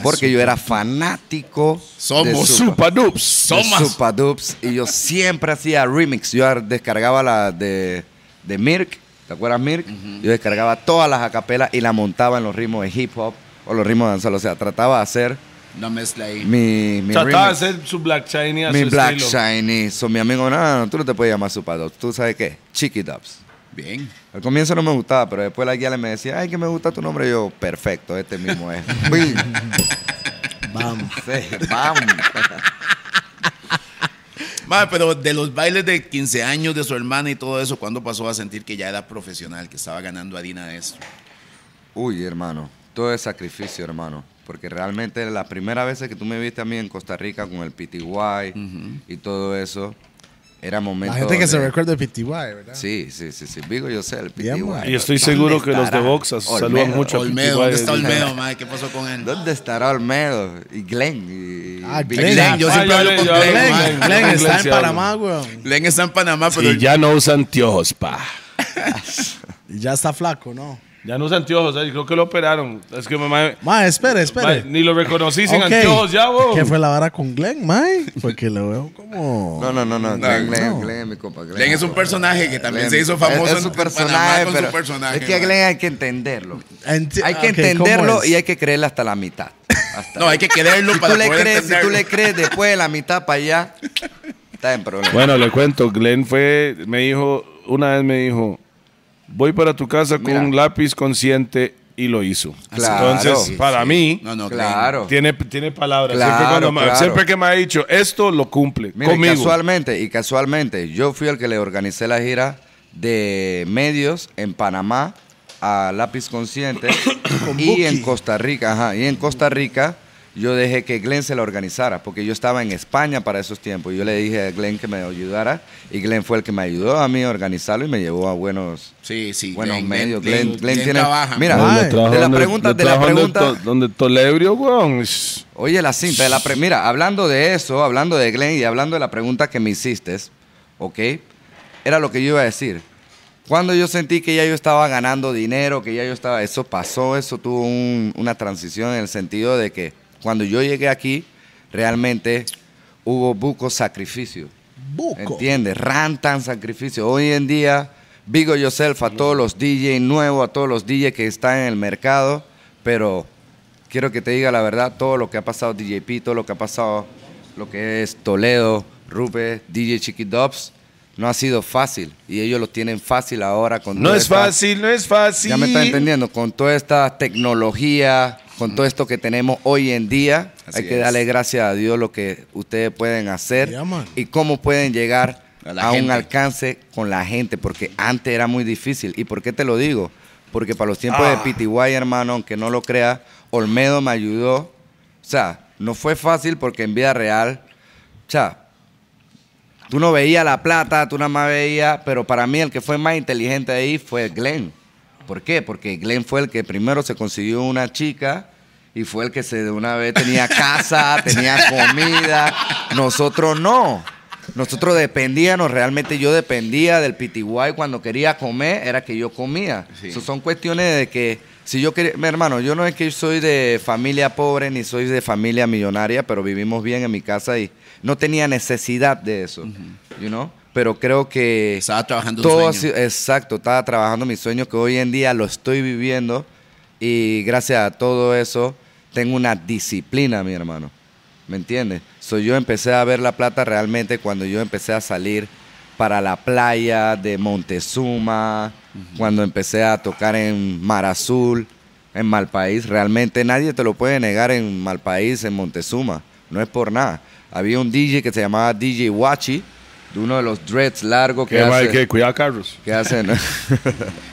S3: Porque yo era fanático
S5: Ah, Somos
S3: Ah, de Supa.
S5: Supa Dubs.
S3: De
S5: Somos.
S3: Supa Dubs. Y yo siempre hacía remix. Yo ar- descargaba la de, de Mirk. ¿Te acuerdas Mirk? Yo descargaba todas las acapelas y la montaba en los ritmos de hip hop o los ritmos de danzal. O sea, trataba de hacer
S5: No mezcla ahí.
S3: mi, mi
S4: Trataba de
S3: remix.
S4: hacer su Black Shiny a
S3: Mi
S4: su
S3: Black
S4: estilo.
S3: Shiny. So, mi amigo, no, no, no, tú no te puedes llamar Supa Dubs. ¿Tú sabes qué? Chiqui Dubs.
S5: Bien.
S3: Al comienzo no me gustaba, pero después la guía le me decía, ay, que me gusta tu nombre. Yo, perfecto, este mismo es. Bing.
S2: Vamos.
S3: Sí, vamos.
S5: Mae, pero de los bailes de 15 años de su hermana y todo eso, ¿cuándo pasó a sentir que ya era profesional, que estaba ganando harina de esto?
S3: Uy, hermano, todo es sacrificio, hermano. Porque realmente las primeras veces que tú me viste a mí en Costa Rica con el PTY y todo eso, era momento.
S2: La gente que
S3: de-
S2: se recuerda de PTY, ¿verdad?
S3: Sí, sí, sí, sí. Vigo, yo sé, el PTY.
S2: Bien, man.
S4: Y estoy seguro que los de Boxas
S3: Olmedo,
S4: saludan mucho a
S5: Olmedo,
S4: Pitiguay.
S5: ¿dónde está Olmedo, mae? ¿Qué pasó con él?
S3: ¿Dónde estará Olmedo? Y Glenn. Y
S2: Ah,
S3: Big
S2: Glenn.
S5: Glenn, yo
S4: Ah,
S5: siempre
S4: ya
S5: hablo
S4: le-
S5: con
S4: ya le- ya
S5: Glenn, mae.
S4: le-
S2: Glenn, Glenn
S4: Glenn
S2: está
S4: se
S2: en
S4: habla.
S2: Panamá, weón.
S5: Glenn está en Panamá, pero...
S6: Y ya no usa anteojos, pa.
S2: Y ya está flaco, ¿no?
S4: Ya no usa anteojos, ¿sabes? creo que lo operaron. Es que mamá...
S2: Mae, espere, espere.
S4: ma- Ni lo reconocí sin
S2: Ok.
S4: anteojos ya, vos.
S2: ¿Qué fue la vara con Glenn, Mae? Porque lo veo como.
S3: No, no, no, no. Glenn, Glenn,
S2: no.
S3: Glenn es mi compa. Glenn,
S5: Glenn es un personaje que también
S3: Glenn-
S5: se hizo famoso
S3: es- es
S5: en
S3: un
S5: Panamá
S3: personaje,
S5: con su
S3: pero
S5: personaje,
S3: Es que a
S5: man.
S3: Glenn hay que entenderlo.
S2: Enti-
S3: Hay que
S2: ok, ¿cómo
S3: entenderlo
S2: es?
S3: y hay que creerle hasta la mitad. Hasta
S5: No, hay que quererlo
S3: si
S5: para
S3: tú le
S5: poder
S3: crees, si tú
S5: entenderlo.
S3: le crees después de la mitad para allá, está en problema.
S4: Bueno, le cuento, Glenn fue, me dijo, una vez me dijo, voy para tu casa con
S3: Mira.
S4: un lápiz consciente y lo hizo.
S3: Claro.
S4: Entonces,
S3: Sí,
S4: para mí,
S5: No, no, Glenn.
S3: claro.
S4: tiene, tiene palabras.
S3: Claro,
S4: siempre, cuando me-
S3: claro.
S4: siempre que me ha dicho esto, lo cumple.
S3: Mira, y
S4: conmigo.
S3: casualmente, y casualmente, yo fui el que le organicé la gira de medios en Panamá a Lápiz Consciente y en Costa Rica, ajá, y en Costa Rica yo dejé que Glenn se la organizara porque yo estaba en España para esos tiempos. Yo le dije a Glenn que me ayudara y Glenn fue el que me ayudó a mí a organizarlo y me llevó a buenos
S5: Sí, sí.
S3: buenos
S5: Glenn,
S3: medios.
S5: Glenn-
S3: Glenn, Glenn
S5: Glenn
S3: tiene,
S5: trabaja,
S3: mira,
S2: man.
S4: Lo
S2: Ay.
S4: Ah, trajo
S3: de la
S4: donde-
S3: pregunta,
S4: lo
S3: de la
S4: trajo donde
S3: pregunta,
S4: to- Donde Tolebrio, weón. Shh.
S3: Oye, la cinta de la pre- mira, hablando de eso, hablando de Glenn y hablando de la pregunta que me hiciste, ¿ok? Era lo que yo iba a decir. Cuando yo sentí que ya yo estaba ganando dinero, que ya yo estaba, eso pasó, eso tuvo un- una transición en el sentido de que cuando yo llegué aquí, realmente hubo buco sacrificio.
S2: Buco.
S3: ¿Entiendes? Rantan sacrificio. Hoy en día, Vigo Yourself a todos los DJ nuevos, a todos los DJ que están en el mercado, pero quiero que te diga la verdad, todo lo que ha pasado DJ P, todo lo que ha pasado, lo que es Toledo, Rupe, DJ Chiqui Dubs, no ha sido fácil. Y ellos lo tienen fácil ahora con
S4: No
S3: toda
S4: es
S3: esta-
S4: fácil, no es fácil.
S3: ya me está entendiendo, con toda esta tecnología, con todo esto que tenemos hoy en día,
S5: Así
S3: hay que
S5: es.
S3: darle gracias a Dios lo que ustedes pueden hacer
S2: Ya, man.
S3: y cómo pueden llegar
S5: A
S3: a,
S5: la
S3: un
S5: gente.
S3: alcance con la gente, porque antes era muy difícil. ¿Y por qué te lo digo? Porque para los tiempos
S5: Ah.
S3: de PTY, hermano, aunque no lo creas, Olmedo me ayudó. O sea, no fue fácil porque en vida real, o sea, Tú no veías la plata, tú nada más veías, pero para mí el que fue más inteligente ahí fue Glenn. ¿Por qué? Porque Glenn fue el que primero se consiguió una chica y fue el que se de una vez tenía casa, tenía comida. Nosotros no. Nosotros dependíamos, realmente yo dependía del PTY cuando quería comer, era que yo comía.
S5: Sí.
S3: Eso son cuestiones de que Si yo quería, mi hermano, yo no es que soy de familia pobre ni soy de familia millonaria, pero vivimos bien en mi casa y no tenía necesidad de eso, you know? Pero creo que
S5: Estaba trabajando
S3: todo
S5: un
S3: ha
S5: sueño.
S3: sido- exacto, estaba trabajando mis sueños que hoy en día lo estoy viviendo y gracias a todo eso tengo una disciplina, mi hermano. ¿Me entiendes? So, yo empecé a ver la plata realmente cuando yo empecé a salir para la playa de Montezuma, cuando empecé a tocar en Mar Azul, en Malpaís. Realmente nadie te lo puede negar en Malpaís, en Montezuma. No es por nada. Había un DJ que se llamaba DJ Wachi, de uno de los dreads largos que
S4: ¿Qué,
S3: hace...
S4: mae, qué? Cuidado, Carlos.
S3: ¿Qué hacen?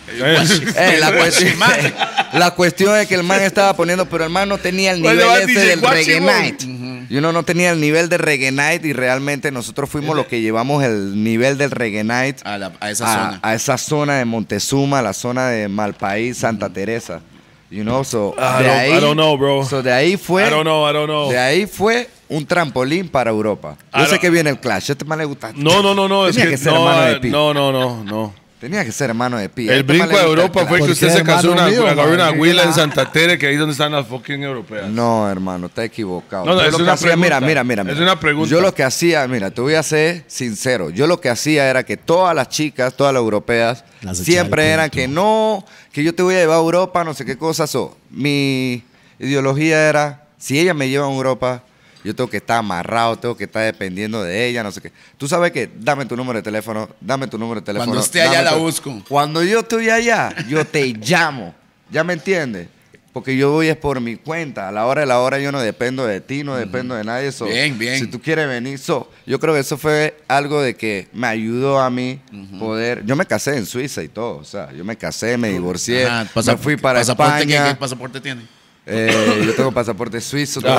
S3: Eh, la, cuestión, la cuestión es que el man estaba poniendo, pero el man no tenía el nivel
S4: Bueno, va,
S3: ese
S4: DJ
S3: del
S4: Guachi,
S3: reggae
S4: mon.
S3: night. Y uno no tenía el nivel de reggae night y realmente nosotros fuimos los que llevamos el nivel del reggae night
S5: A, la- a esa
S3: a,
S5: zona.
S3: a esa zona de Montezuma, la zona de Malpaís, Santa Teresa. You know, so
S4: I
S3: de
S4: don't-
S3: ahí,
S4: I don't know, bro.
S3: so de ahí fue,
S4: I don't know, I don't know.
S3: de ahí fue un trampolín para Europa.
S4: I
S3: Yo sé
S4: don't-
S3: que viene el Clash, este man le gusta.
S4: No, no, no, no. Es
S3: Tenía
S4: que,
S3: que ser
S4: no,
S3: hermano de
S4: eh,
S3: Pi.
S4: no, no, no, no.
S3: Tenía que ser hermano de Pi.
S4: El
S3: Este man le
S4: brinco de
S3: gusta el
S4: Europa fue
S3: Clash.
S4: que
S2: ¿Por
S4: usted
S2: qué,
S4: se casó
S2: hermano
S4: una,
S2: mío,
S4: agarró una
S2: man?
S4: huila en Santa Tere, que ahí es donde están las fucking europeas.
S3: No, hermano, está equivocado.
S4: No, no,
S3: Yo
S4: es
S3: lo que
S4: una
S3: hacía-
S4: pregunta.
S3: mira, mira, mira, mira.
S4: Es una pregunta.
S3: Yo lo que hacía, mira, te voy a ser sincero. Yo lo que hacía era que todas las chicas, todas las europeas,
S2: Las echaba
S3: siempre
S2: al
S3: eran
S2: punto.
S3: que no, que yo te voy a llevar a Europa, no sé qué cosas. o mi ideología era, si ella me lleva a Europa, yo tengo que estar amarrado, tengo que estar dependiendo de ella, no sé qué. Tú sabes que dame tu número de teléfono, dame tu número de teléfono.
S5: Cuando esté allá
S3: dame
S5: la
S3: tu-
S5: busco.
S3: Cuando yo estoy allá, yo te llamo. ¿Ya me entiendes? Porque yo voy es por mi cuenta. A la hora de la hora yo no dependo de ti, no dependo de nadie. So,
S5: Bien, bien.
S3: Si tú quieres venir, so, yo creo que eso fue algo de que me ayudó a mí poder... Yo me casé en Suiza y todo. O sea, yo me casé, me divorcié,
S5: Ajá,
S3: me fui para
S5: pasaporte, ¿qué- ¿qué,
S3: España.
S5: pasaporte tiene?
S3: Eh, yo tengo pasaporte suizo, tengo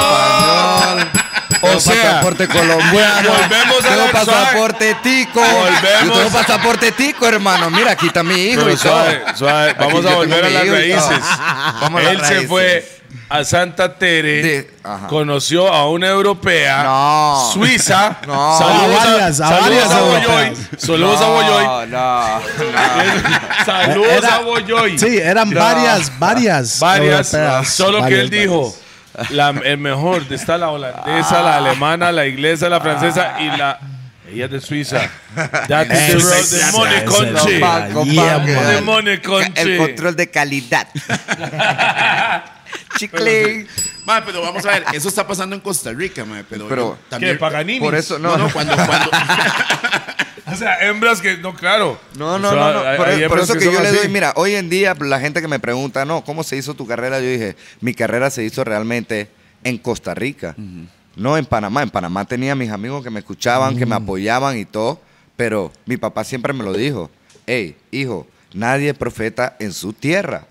S3: pasaporte español.
S4: Ah. O
S3: tengo
S4: sea,
S3: pasaporte colombiano.
S4: volvemos a
S3: tengo
S4: la-
S3: pasaporte tico. Yo
S4: Volvemos
S3: tengo
S4: a-
S3: pasaporte tico, hermano. Mira, aquí está mi hijo.
S4: No,
S3: y todo.
S4: suave, suave.
S3: Aquí
S4: Vamos
S3: yo
S4: a
S3: tengo
S4: volver a
S3: mi
S4: las
S3: hijo y todo.
S4: raíces.
S3: Vamos a las
S4: Él se
S3: raíces.
S4: fue a Santa Tere,
S3: De- ajá. Ah,
S4: conoció a una europea,
S3: No.
S4: suiza,
S3: No.
S4: saludos
S2: A
S4: a,
S2: varias, a
S4: saludos
S2: varias
S4: a Boyoy,
S2: europeas.
S4: saludos a Boyoy,
S3: No, no.
S4: saludos
S2: Era-
S4: a Boyoy.
S2: Sí, eran varias, varias.
S4: Varias,
S2: europeas.
S4: solo que
S2: Varias,
S4: él
S2: varias.
S4: dijo, la- el mejor está la holandesa,
S3: Ah.
S4: la alemana, la inglesa, la francesa y la... Ella es de Suiza. That is the road, the
S2: Esa,
S4: money
S2: esa,
S4: country.
S2: esa.
S3: Compa, compa,
S2: Yeah,
S3: que
S2: man.
S3: el-
S4: Demone, conche.
S3: El control de calidad. Chicle.
S5: Mae, pero vamos a ver, eso está pasando en Costa Rica, mae, pero,
S3: Pero-
S5: yo también...
S4: ¿Qué, Paganini?
S3: Por eso,
S5: No, no, cuando, cuando,
S4: O sea, hembras que... No, claro.
S3: No, no,
S4: O sea,
S3: no, no.
S4: hay-
S3: Por,
S4: hay
S3: por
S4: hembras
S3: eso que
S4: son
S3: yo le
S4: así.
S3: doy, mira, hoy en día la gente que me pregunta, no, ¿cómo se hizo tu carrera? Yo dije, mi carrera se hizo realmente en Costa Rica, no en Panamá. En Panamá tenía mis amigos que me escuchaban, que me
S4: Mm.
S3: apoyaban y todo, pero mi papá siempre me lo dijo, hey, hijo, nadie es profeta en su tierra.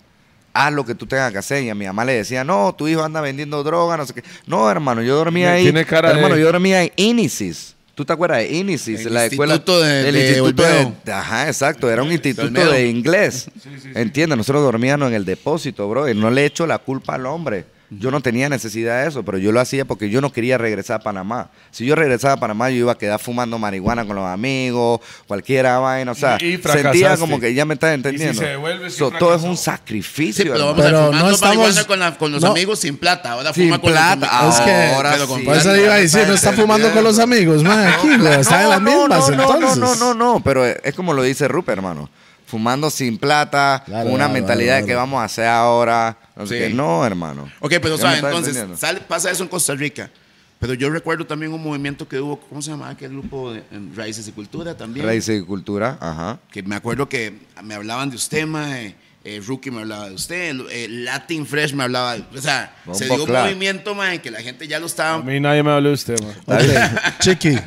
S3: Haz lo que tú tengas que hacer. Y a mi mamá le decía, no, tu hijo anda vendiendo droga, no sé qué. No, hermano, yo dormía
S4: Tiene-
S3: ahí.
S4: tiene cara de-
S3: hermano, yo dormía en Inisis. ¿Tú te acuerdas de Inisis?
S5: El
S3: la
S5: instituto
S3: escuela,
S5: de-
S3: el
S5: de
S3: instituto
S5: Olmedo.
S3: de, Ajá, exacto. Era un instituto
S5: Olmedo.
S3: de inglés. Entiende, nosotros dormíamos en el depósito, bro. y no le echo la culpa al hombre. Yo no tenía necesidad de eso, pero yo lo hacía porque yo no quería regresar a Panamá. Si yo regresaba a Panamá, yo iba a quedar fumando marihuana con los amigos, cualquiera vaina. O sea,
S4: Y- y
S3: sentía
S4: fracasaste.
S3: como que ya me estás entendiendo.
S4: se devuelve, sí
S3: So, todo es
S4: fracasó.
S3: un
S5: Sí,
S3: sacrificio.
S5: pero
S3: hermano.
S5: vamos
S2: Pero
S5: a
S2: no
S5: fumar no
S2: estamos-
S5: con, la- con los
S2: no.
S5: amigos sin plata. Ahora
S3: Sin
S5: fuma con los
S3: plata,
S5: amigos.
S2: Es que-
S3: ahora
S5: pero con
S3: sí.
S2: Por eso le iba a decir, no está fumando con los amigos, man. Aquí, güey, está en las mismas,
S3: no,
S2: entonces.
S3: No, no, no, no, pero es como lo dice Rupert, hermano. Fumando sin plata,
S2: Claro,
S3: una
S2: claro,
S3: mentalidad
S2: claro,
S3: de que
S2: claro.
S3: vamos a hacer ahora. No, sé
S5: Sí.
S3: qué. No, hermano.
S5: Ok, pero
S3: Ya me
S5: sabe,
S3: estás
S5: entonces
S3: entendiendo.
S5: sale- pasa eso en Costa Rica. Pero yo recuerdo también un movimiento que hubo, ¿cómo se llamaba aquel grupo de en Raíces y Cultura también?
S3: Raíces y cultura, ajá.
S5: Que me acuerdo que me hablaban de usted, mae, eh, Rookie me hablaba de usted, el- eh, Latin Fresh me hablaba de O sea,
S3: Bombo
S5: se dio un
S3: clap.
S5: movimiento, mae, que la gente ya lo
S4: A
S5: estaba...
S4: mí nadie me habló de usted, man.
S2: Ok, Chiqui,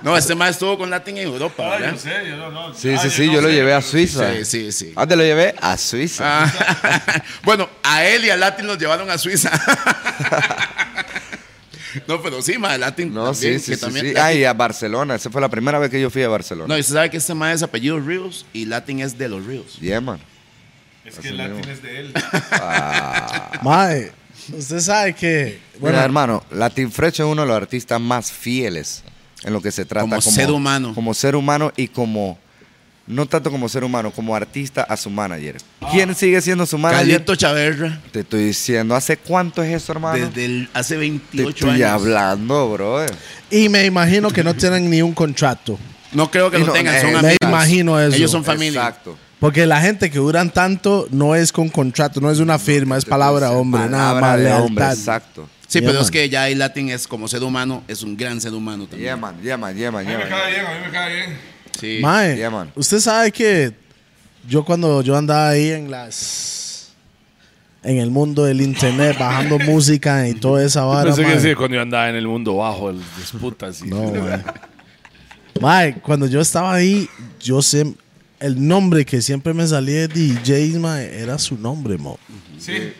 S5: No, este mae estuvo con Latin en Europa, ¿verdad?
S4: sé, yo no, no.
S3: Sí,
S5: Ah,
S3: sí, sí, yo lo llevé a Suiza.
S5: Sí, sí, sí.
S3: ¿A dónde lo llevé? A Suiza.
S5: Ah, bueno, a él y a Latin los llevaron a Suiza. no, pero sí, ma, Latin.
S3: No,
S5: también,
S3: sí, sí,
S5: que
S3: sí,
S5: también-
S3: sí.
S5: Latin-
S3: Ay, a Barcelona. Esa fue la primera vez que yo fui a Barcelona.
S5: No, y usted sabe que este ma es apellido Ríos y Latin es de los Ríos.
S3: Yeah, man.
S4: Es que el latín es de él.
S2: mae, usted sabe que.
S3: Bueno,
S2: Bueno,
S3: hermano, Latin Fresh es uno de los artistas más fieles en lo que se trata
S5: Como ser humano.
S3: Como ser humano y como no tanto como ser humano, como artista a su manager. ¿Quién sigue siendo su manager?
S5: Carlito Chaverra,
S3: Te estoy diciendo, ¿hace cuánto es eso, hermano?
S5: desde el- hace
S3: Te
S5: 28
S3: estoy
S5: años.
S3: hablando, bro.
S2: Y me imagino que no tienen ni un contrato.
S5: No creo que
S3: Y
S5: lo
S3: no,
S5: tengan, son
S3: eh,
S5: amigos.
S2: me imagino eso.
S5: Ellos son familia.
S3: Exacto.
S2: Porque la gente que duran tanto no es con contrato, no es una firma, es palabra hombre, nada
S3: Palabra
S2: más
S3: de
S2: lealtad.
S3: hombre, exacto.
S5: Sí,
S2: Yeah,
S5: pero es
S2: man.
S5: que ya el Latin es como ser humano, es un gran ser humano también.
S3: Yeah, man, yeah, man, yeah, man,
S4: A mí
S3: yeah,
S4: me
S3: man.
S4: cae bien, a mí me cae bien.
S5: Sí.
S2: Mae,
S3: Yeah, man.
S2: usted sabe que yo cuando yo andaba ahí en las en el mundo del internet bajando música y toda esa vara,
S4: Pensé que
S2: mae.
S4: sí, cuando yo andaba en el mundo bajo, el disputas y...
S2: No, mae. Mae, cuando yo estaba ahí, yo sé el nombre que siempre me salía de DJs, mae, era su nombre, mo.
S4: Sí.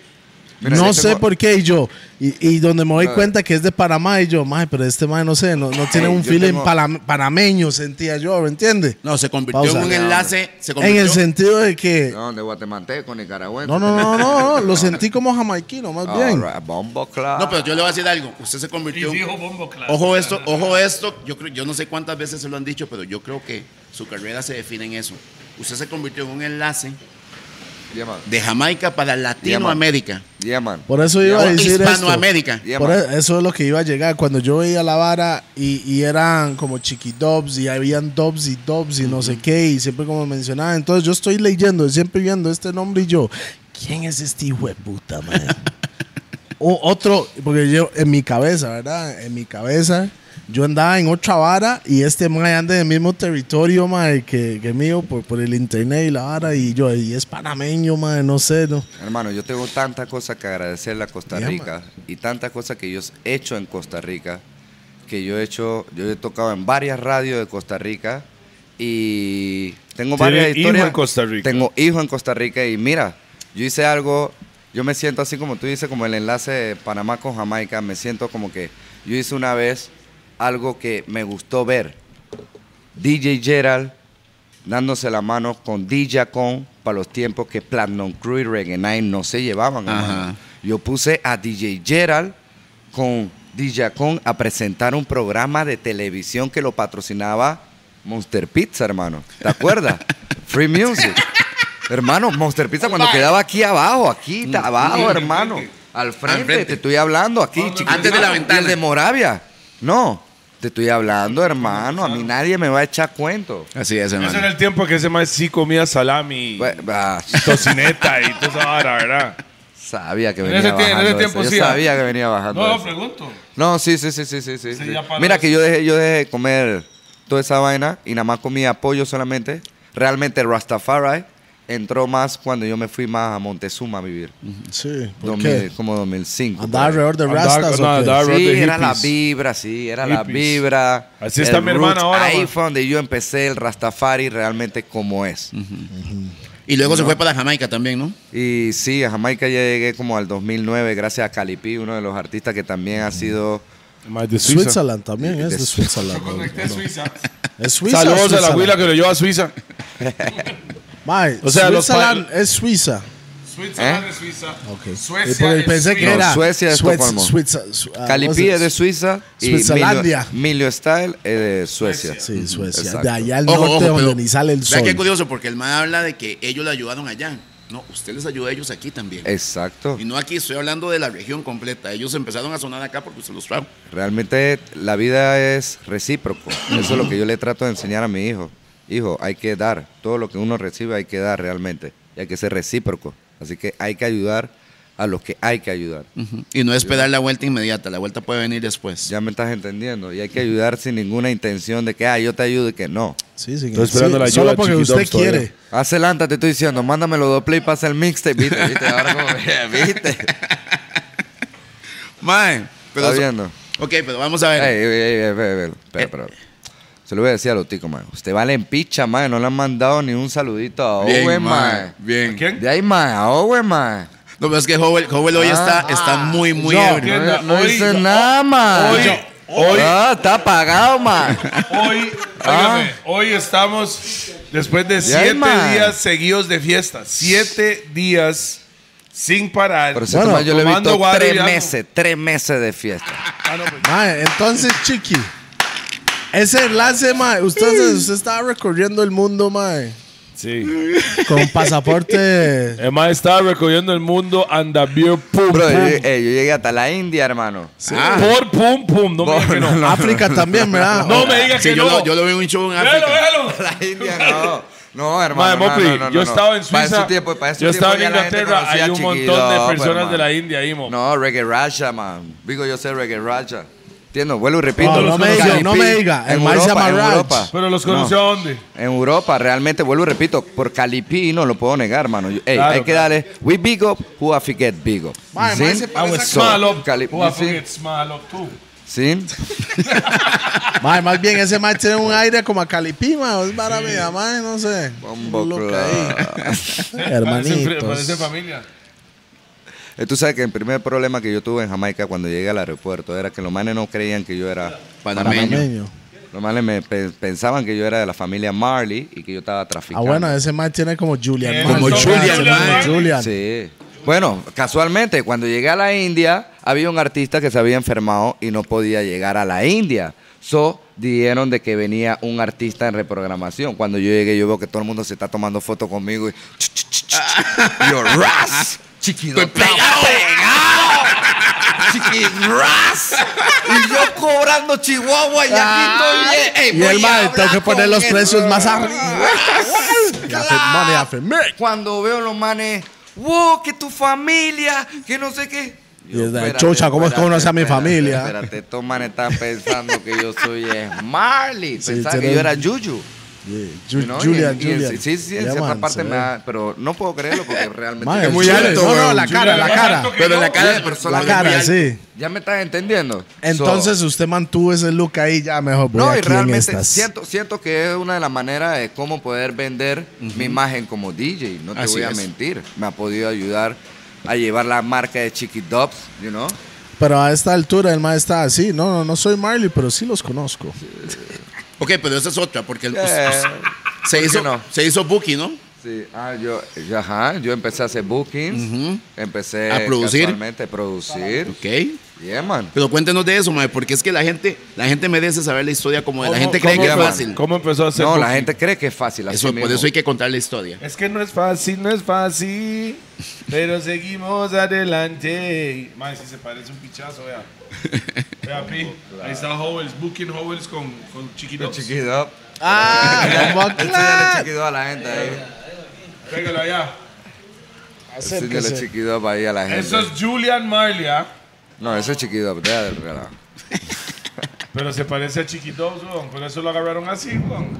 S3: Mira,
S2: no
S3: yo
S2: sé
S3: tengo-
S2: por qué y yo. Y, y donde me doy
S3: Brother.
S2: cuenta que es de Panamá y yo, mae, pero este mae no sé, no, no tiene
S3: Ey,
S2: un
S3: yo
S2: feeling
S3: tengo-
S2: pala- panameño, sentía yo, ¿me entiende?
S5: No, se convirtió
S2: Pausa.
S5: en un enlace. Se
S2: en
S5: convirtió
S2: el sentido de que.
S3: No, de guatemalteco, nicaragüense.
S2: No, no, no, no, no, lo sentí como jamaiquino,
S3: Ah,
S2: más bien.
S3: Alright, Bombo Club.
S5: No, pero yo le voy a decir algo. Usted se convirtió. en-
S4: bombo
S5: Ojo esto, ojo esto. Yo creo, yo no sé cuántas veces se lo han dicho, pero yo creo que su carrera se define en eso. Usted se convirtió en un enlace
S3: Yeah, man.
S5: de Jamaica para Latinoamérica,
S3: Yeah, man.
S2: Por eso iba
S3: Yeah,
S2: a
S3: man.
S2: decir
S5: Hispanoamérica.
S3: Yeah,
S2: Por
S3: man.
S2: e- eso es lo que iba a llegar. Cuando yo veía la vara y, y eran como chiquidobs y habían dobs y dobs y no sé qué, y siempre como mencionaba. Entonces yo estoy leyendo, siempre viendo este nombre y yo, ¿quién es este hijo de puta, man? O- otro, porque yo en mi cabeza, ¿verdad? En mi cabeza, yo andaba en otra vara y este man anda en el mismo territorio, man, que, que mío, por, por el internet y la vara, y yo, y es panameño, man, no sé, ¿no?
S3: Hermano, yo tengo tantas cosas que agradecerle a Costa
S2: Yeah,
S3: Rica y tantas cosas que yo he hecho en Costa Rica, que yo he hecho, yo he tocado en varias radios de Costa Rica y tengo
S4: Tiene
S3: varias
S4: hijo
S3: historias.
S4: en Costa Rica.
S3: Tengo hijo en Costa Rica y mira, yo hice algo, yo me siento así como tú dices, como el enlace de Panamá con Jamaica, me siento como que yo hice una vez algo que me gustó ver. DJ Gerald dándose la mano con DJ Con para los tiempos que Platinum Crew y Reggae Night no se llevaban.
S5: Ajá.
S3: hermano. Yo puse a DJ Gerald con DJ Con a presentar un programa de televisión que lo patrocinaba Monster Pizza, hermano. ¿Te acuerdas? Free Music. Hermano, Monster Pizza cuando quedaba aquí abajo, aquí ta- abajo, hermano. Al frente,
S5: Mm, frente.
S3: te estoy hablando aquí, chiquitito.
S5: Antes de la
S3: Y el
S5: ventana.
S3: de Moravia. No, te estoy hablando, hermano. A mí nadie me va a echar cuento.
S5: Así es,
S4: Ese era el tiempo que ese más sí comía salami, y
S3: Pues, ah,
S4: tocineta y toda esa vara, ¿verdad?
S3: Sabía que
S4: En
S3: venía
S4: ese tie- en
S3: bajando.
S4: ese
S3: eso.
S4: tiempo
S3: Yo
S4: sí, ah.
S3: sabía que venía bajando.
S4: No, no,
S3: eso.
S4: pregunto.
S3: No, sí, sí, sí, sí, sí, sí.
S4: Sí,
S3: sí.
S4: ya paró
S3: Mira
S4: eso.
S3: que yo dejé, yo dejé de comer toda esa vaina y nada más comía pollo solamente. Realmente Rastafari entró más cuando yo me fui más a Montezuma a vivir.
S2: Sí, ¿por
S3: 2000,
S2: qué?
S3: como 2005.
S2: Andaba
S3: por ahí.
S2: alrededor de
S4: Andaba-
S2: Rastas.
S4: no,
S2: ¿o qué?
S4: andaba alrededor
S3: Sí,
S4: de
S3: era la
S4: hippies.
S3: vibra, sí, era la
S4: Hippies.
S3: vibra.
S4: Así está
S3: el
S4: mi hermana
S3: roots.
S4: ahora,
S3: Ahí
S4: man.
S3: fue donde yo empecé el Rastafari realmente como es.
S4: Mm.
S5: Y luego se fue para Jamaica también, ¿no?
S3: Y sí, a Jamaica ya llegué como al 2009 gracias a Calipí, uno de los artistas que también
S4: Mm.
S3: ha sido...
S4: Más de
S2: Switzerland también, es de Switzerland.
S4: Conecté
S2: ¿no?
S4: Suiza.
S2: Es Suiza.
S4: Saludos a la
S2: Switzerland?
S4: abuela que lo llevó a Suiza.
S2: Mae,
S4: O sea, los
S2: Switzerland es Suiza.
S4: Switzerland
S3: ¿Eh?
S4: es Suiza.
S2: Ok.
S4: Suecia
S2: Y porque
S4: es
S2: pensé que
S4: Suiza.
S2: era
S3: No, Suecia es Estocolmo.
S2: Suiza, Su- ah,
S3: Calipí
S2: ¿cómo
S3: es
S2: se-
S3: de Suiza y
S2: Suizalandia.
S3: Milio, Milio Style es de Suecia.
S2: Sí, Suecia.
S3: Exacto.
S2: De allá al
S5: Ojo,
S2: norte
S5: ojo,
S2: donde
S5: pero
S2: ni sale el
S5: Vea
S2: sol.
S5: qué curioso, porque el man habla de que ellos le ayudaron allá. No, usted les ayudó a ellos aquí también.
S3: Exacto.
S5: Y no aquí, estoy hablando de la región completa. Ellos empezaron a sonar acá porque se los trajo.
S3: Realmente la vida es recíproco. Eso es lo que yo le trato de enseñar a mi hijo. Hijo, hay que dar. Todo lo que uno recibe hay que dar realmente. Y hay que ser recíproco. Así que hay que ayudar a los que hay que ayudar.
S5: Y no esperar la vuelta inmediata, la vuelta puede venir después.
S3: Ya me estás entendiendo. Y hay que ayudar sin ninguna intención de que, ah, yo te ayudo y que no.
S2: Sí, sí,
S4: Estoy
S2: sí,
S4: esperando la ayuda
S2: Solo
S4: de
S2: porque
S4: Chiqui
S2: usted
S4: Dobbs todavía.
S2: quiere.
S3: Hace el anta, te estoy diciendo, mándame los dos play para hacer el mixtape, ¿viste? ¿Viste? Ahora como, ¿viste?
S5: Mae,
S3: ¿Estás viendo?
S5: Ok, pero vamos a ver.
S3: Ey, ey, ey, ey, ey, ey, espera, espera. Se lo voy a decir a los ticos, man. Usted vale en picha, man. No le han mandado ni un saludito a
S5: Bien,
S3: Owen,
S5: mae,
S3: man.
S5: bien.
S4: ¿Quién?
S3: De ahí, man. A Owen, man.
S5: No, pero es que Joel, Joel hoy está,
S3: Ah.
S5: está muy, muy
S4: no,
S5: ebrio.
S4: ¿quién?
S3: No, no
S4: Hoy-
S3: hice nada, man.
S4: hoy- hoy-
S3: Ah, está apagado, man.
S4: Hoy,
S3: Ah.
S4: óigame, hoy estamos después
S3: Ya,
S4: de siete
S3: man.
S4: días seguidos de fiesta. Siete días sin parar.
S3: Por cierto,
S2: Bueno,
S3: man, yo le he
S4: tomando
S3: visto
S4: guaro y
S3: tres
S4: algo.
S3: meses, tres meses de fiesta.
S4: Ah, no, pues,
S2: Mae, entonces, Chiqui, Ese enlace, mae, usted, usted estaba recorriendo el mundo, mae.
S4: Sí.
S2: Con pasaporte.
S4: El mae estaba recogiendo el mundo anda bien pum
S3: Bro, yo,
S4: pum.
S3: eh, ah. yo llegué hasta la India, hermano.
S4: Por pum pum. No me diga que no. No,
S2: África también, ¿verdad?
S4: me diga
S5: Sí,
S4: que
S5: yo,
S4: no. eh.
S5: lo, yo lo vi en un show en
S4: Véalo,
S5: África.
S4: véalo.
S3: La India, no. No, hermano.
S4: Mae,
S3: no,
S4: Mopri,
S3: no, no, no,
S4: yo
S3: no.
S4: estaba en
S3: Para
S4: Suiza.
S3: ese tiempo- para ese
S4: yo
S3: tiempo
S4: estaba
S3: ya
S4: en
S3: la gente
S4: Inglaterra.
S3: conocía
S4: Hay
S3: a
S4: un montón
S3: Chiquilop,
S4: de personas
S3: hermano.
S4: de la India ahí, mo.
S3: No, Reggae Racha, man. Digo, yo sé Reggae Racha. Entiendo, vuelvo y repito.
S2: No,
S4: no
S3: Los
S4: me diga,
S3: Calipí,
S2: no me diga. El
S3: En
S2: man se
S3: Europa,
S2: llama
S3: en
S2: Raj.
S3: Europa.
S4: Pero los conoció
S3: No.
S4: a dónde?
S3: En Europa, realmente, vuelvo y repito, por Calipí no lo puedo negar, mano. Yo- ey,
S4: Claro,
S3: hay que
S4: claro.
S3: darle, we big up, who I forget big up.
S2: Mae, mae, se parece
S3: I was so-
S4: Smile up.
S3: Cali-
S4: Who I
S3: ¿sí?
S4: forget smile up too.
S3: ¿Sí?
S2: Mae, más bien ese mae tiene un aire como a Calipí, mae. Es para mí, mae, no sé.
S3: Bombo
S2: Un look ahí.
S3: club.
S4: Parece, parece
S2: Hermanitos.
S4: familia.
S3: Eh, Tú sabes que el primer problema que yo tuve en Jamaica cuando llegué al aeropuerto era que los manes no creían que yo era
S5: Panameño.
S2: Panameño. Ah,
S3: Los manes me pe- pensaban que yo era de la familia Marley y que yo estaba
S2: Ah,
S3: traficando.
S2: bueno, ese mae tiene como Julian.
S4: Eh,
S2: mae.
S5: como
S2: Mae,
S5: Julian,
S2: mae,
S4: mae.
S2: Julian.
S3: Sí. Bueno, casualmente, cuando llegué a la India, había un artista que se había enfermado y no podía llegar a la India. So, dijeron de que venía un artista en reprogramación. Cuando yo llegué, yo veo que todo el mundo se está tomando foto conmigo y... ch, ch, ch, ch, Yo, Ras, chiquito, está pegado. Chiquirras. Y yo cobrando Chihuahua y aquí estoy. eh, eh,
S2: Y
S3: voy
S2: el
S3: a
S2: mae, tengo
S3: hablar
S2: que poner
S3: con
S2: los
S3: él.
S2: precios más arriba. Money after me.
S3: Cuando veo los manes, wow, que tu familia, que no sé qué.
S2: Y es de, "Chucha, ¿cómo es que conoce a mi familia?"
S3: Espérate, estos manes están pensando que yo soy eh, Marley.
S2: Sí,
S3: Pensaban que
S2: tienen-
S3: yo era Yuyu.
S2: Yeah,
S3: you
S2: Ju-
S3: know, y
S2: Julian,
S3: en- y en-
S2: Julian.
S3: Sí, sí, en
S2: Yeah,
S3: cierta
S2: man,
S3: parte
S2: se
S3: me
S2: ve.
S3: da, pero no puedo creerlo porque realmente.
S2: Mae,
S3: es
S2: el
S3: muy
S2: Julian-
S3: alto.
S2: No, no,
S5: weón,
S2: la cara,
S4: Julian.
S2: la cara.
S5: Pero la
S4: No,
S5: cara
S3: la
S5: de
S3: persona
S2: La
S3: Solamente
S2: cara,
S3: Julian.
S2: sí.
S3: Ya me estás entendiendo. So-
S2: Entonces usted mantuvo ese look ahí ya mejor. voy
S3: No, y
S2: aquí en
S3: realmente
S2: estas.
S3: siento, siento que es una de las maneras de cómo poder vender mi imagen como DJ. No te
S5: Así
S3: voy a
S5: es.
S3: mentir. Me ha podido ayudar a llevar la marca de Chiqui Dubs, you know?
S2: Pero a esta altura el maestro está así. No, no, no soy Marley, pero sí los conozco.
S5: Ok, pero esa es otra, porque el-
S3: Eh,
S5: se,
S3: qué
S5: hizo,
S3: no?
S5: se hizo Buki, ¿no?
S3: sí, ah, yo, yo- ajá, yo empecé a hacer bookings, empecé
S5: A producir.
S3: casualmente a producir.
S5: Ok.
S3: Yeah, man.
S5: Pero cuéntenos de eso, mae, porque es que la gente, la gente merece saber la historia como de la
S4: ¿Cómo-
S5: gente cree
S4: cómo
S5: que es
S3: llaman?
S5: fácil.
S4: ¿Cómo empezó a hacer?
S3: No, la
S4: booking?
S3: gente cree que es fácil. así
S5: Eso, por
S3: mismo.
S5: eso hay que contar la historia.
S4: Es que no es fácil, no es fácil. Pero seguimos adelante. Mae, si se parece un pichazo, vea. Vea, Pi. Ahí está Howells, Booking Howells con, con
S3: Los
S4: chiquitos.
S3: Chiqui Dubs.
S2: Ah, como
S3: Enséñale Chiqui Dubs a la gente
S5: Eh,
S3: ahí.
S4: Pégalo allá.
S3: Enséñale
S2: Acérquese.
S3: Chiqui Dubs ahí a la gente.
S4: Eso es Julian Marley, ¿ah?
S3: No, eso es Chiqui Dubs, deja del relajo.
S4: Pero se parece a Chiquitos, weón. Por eso lo agarraron así, weón.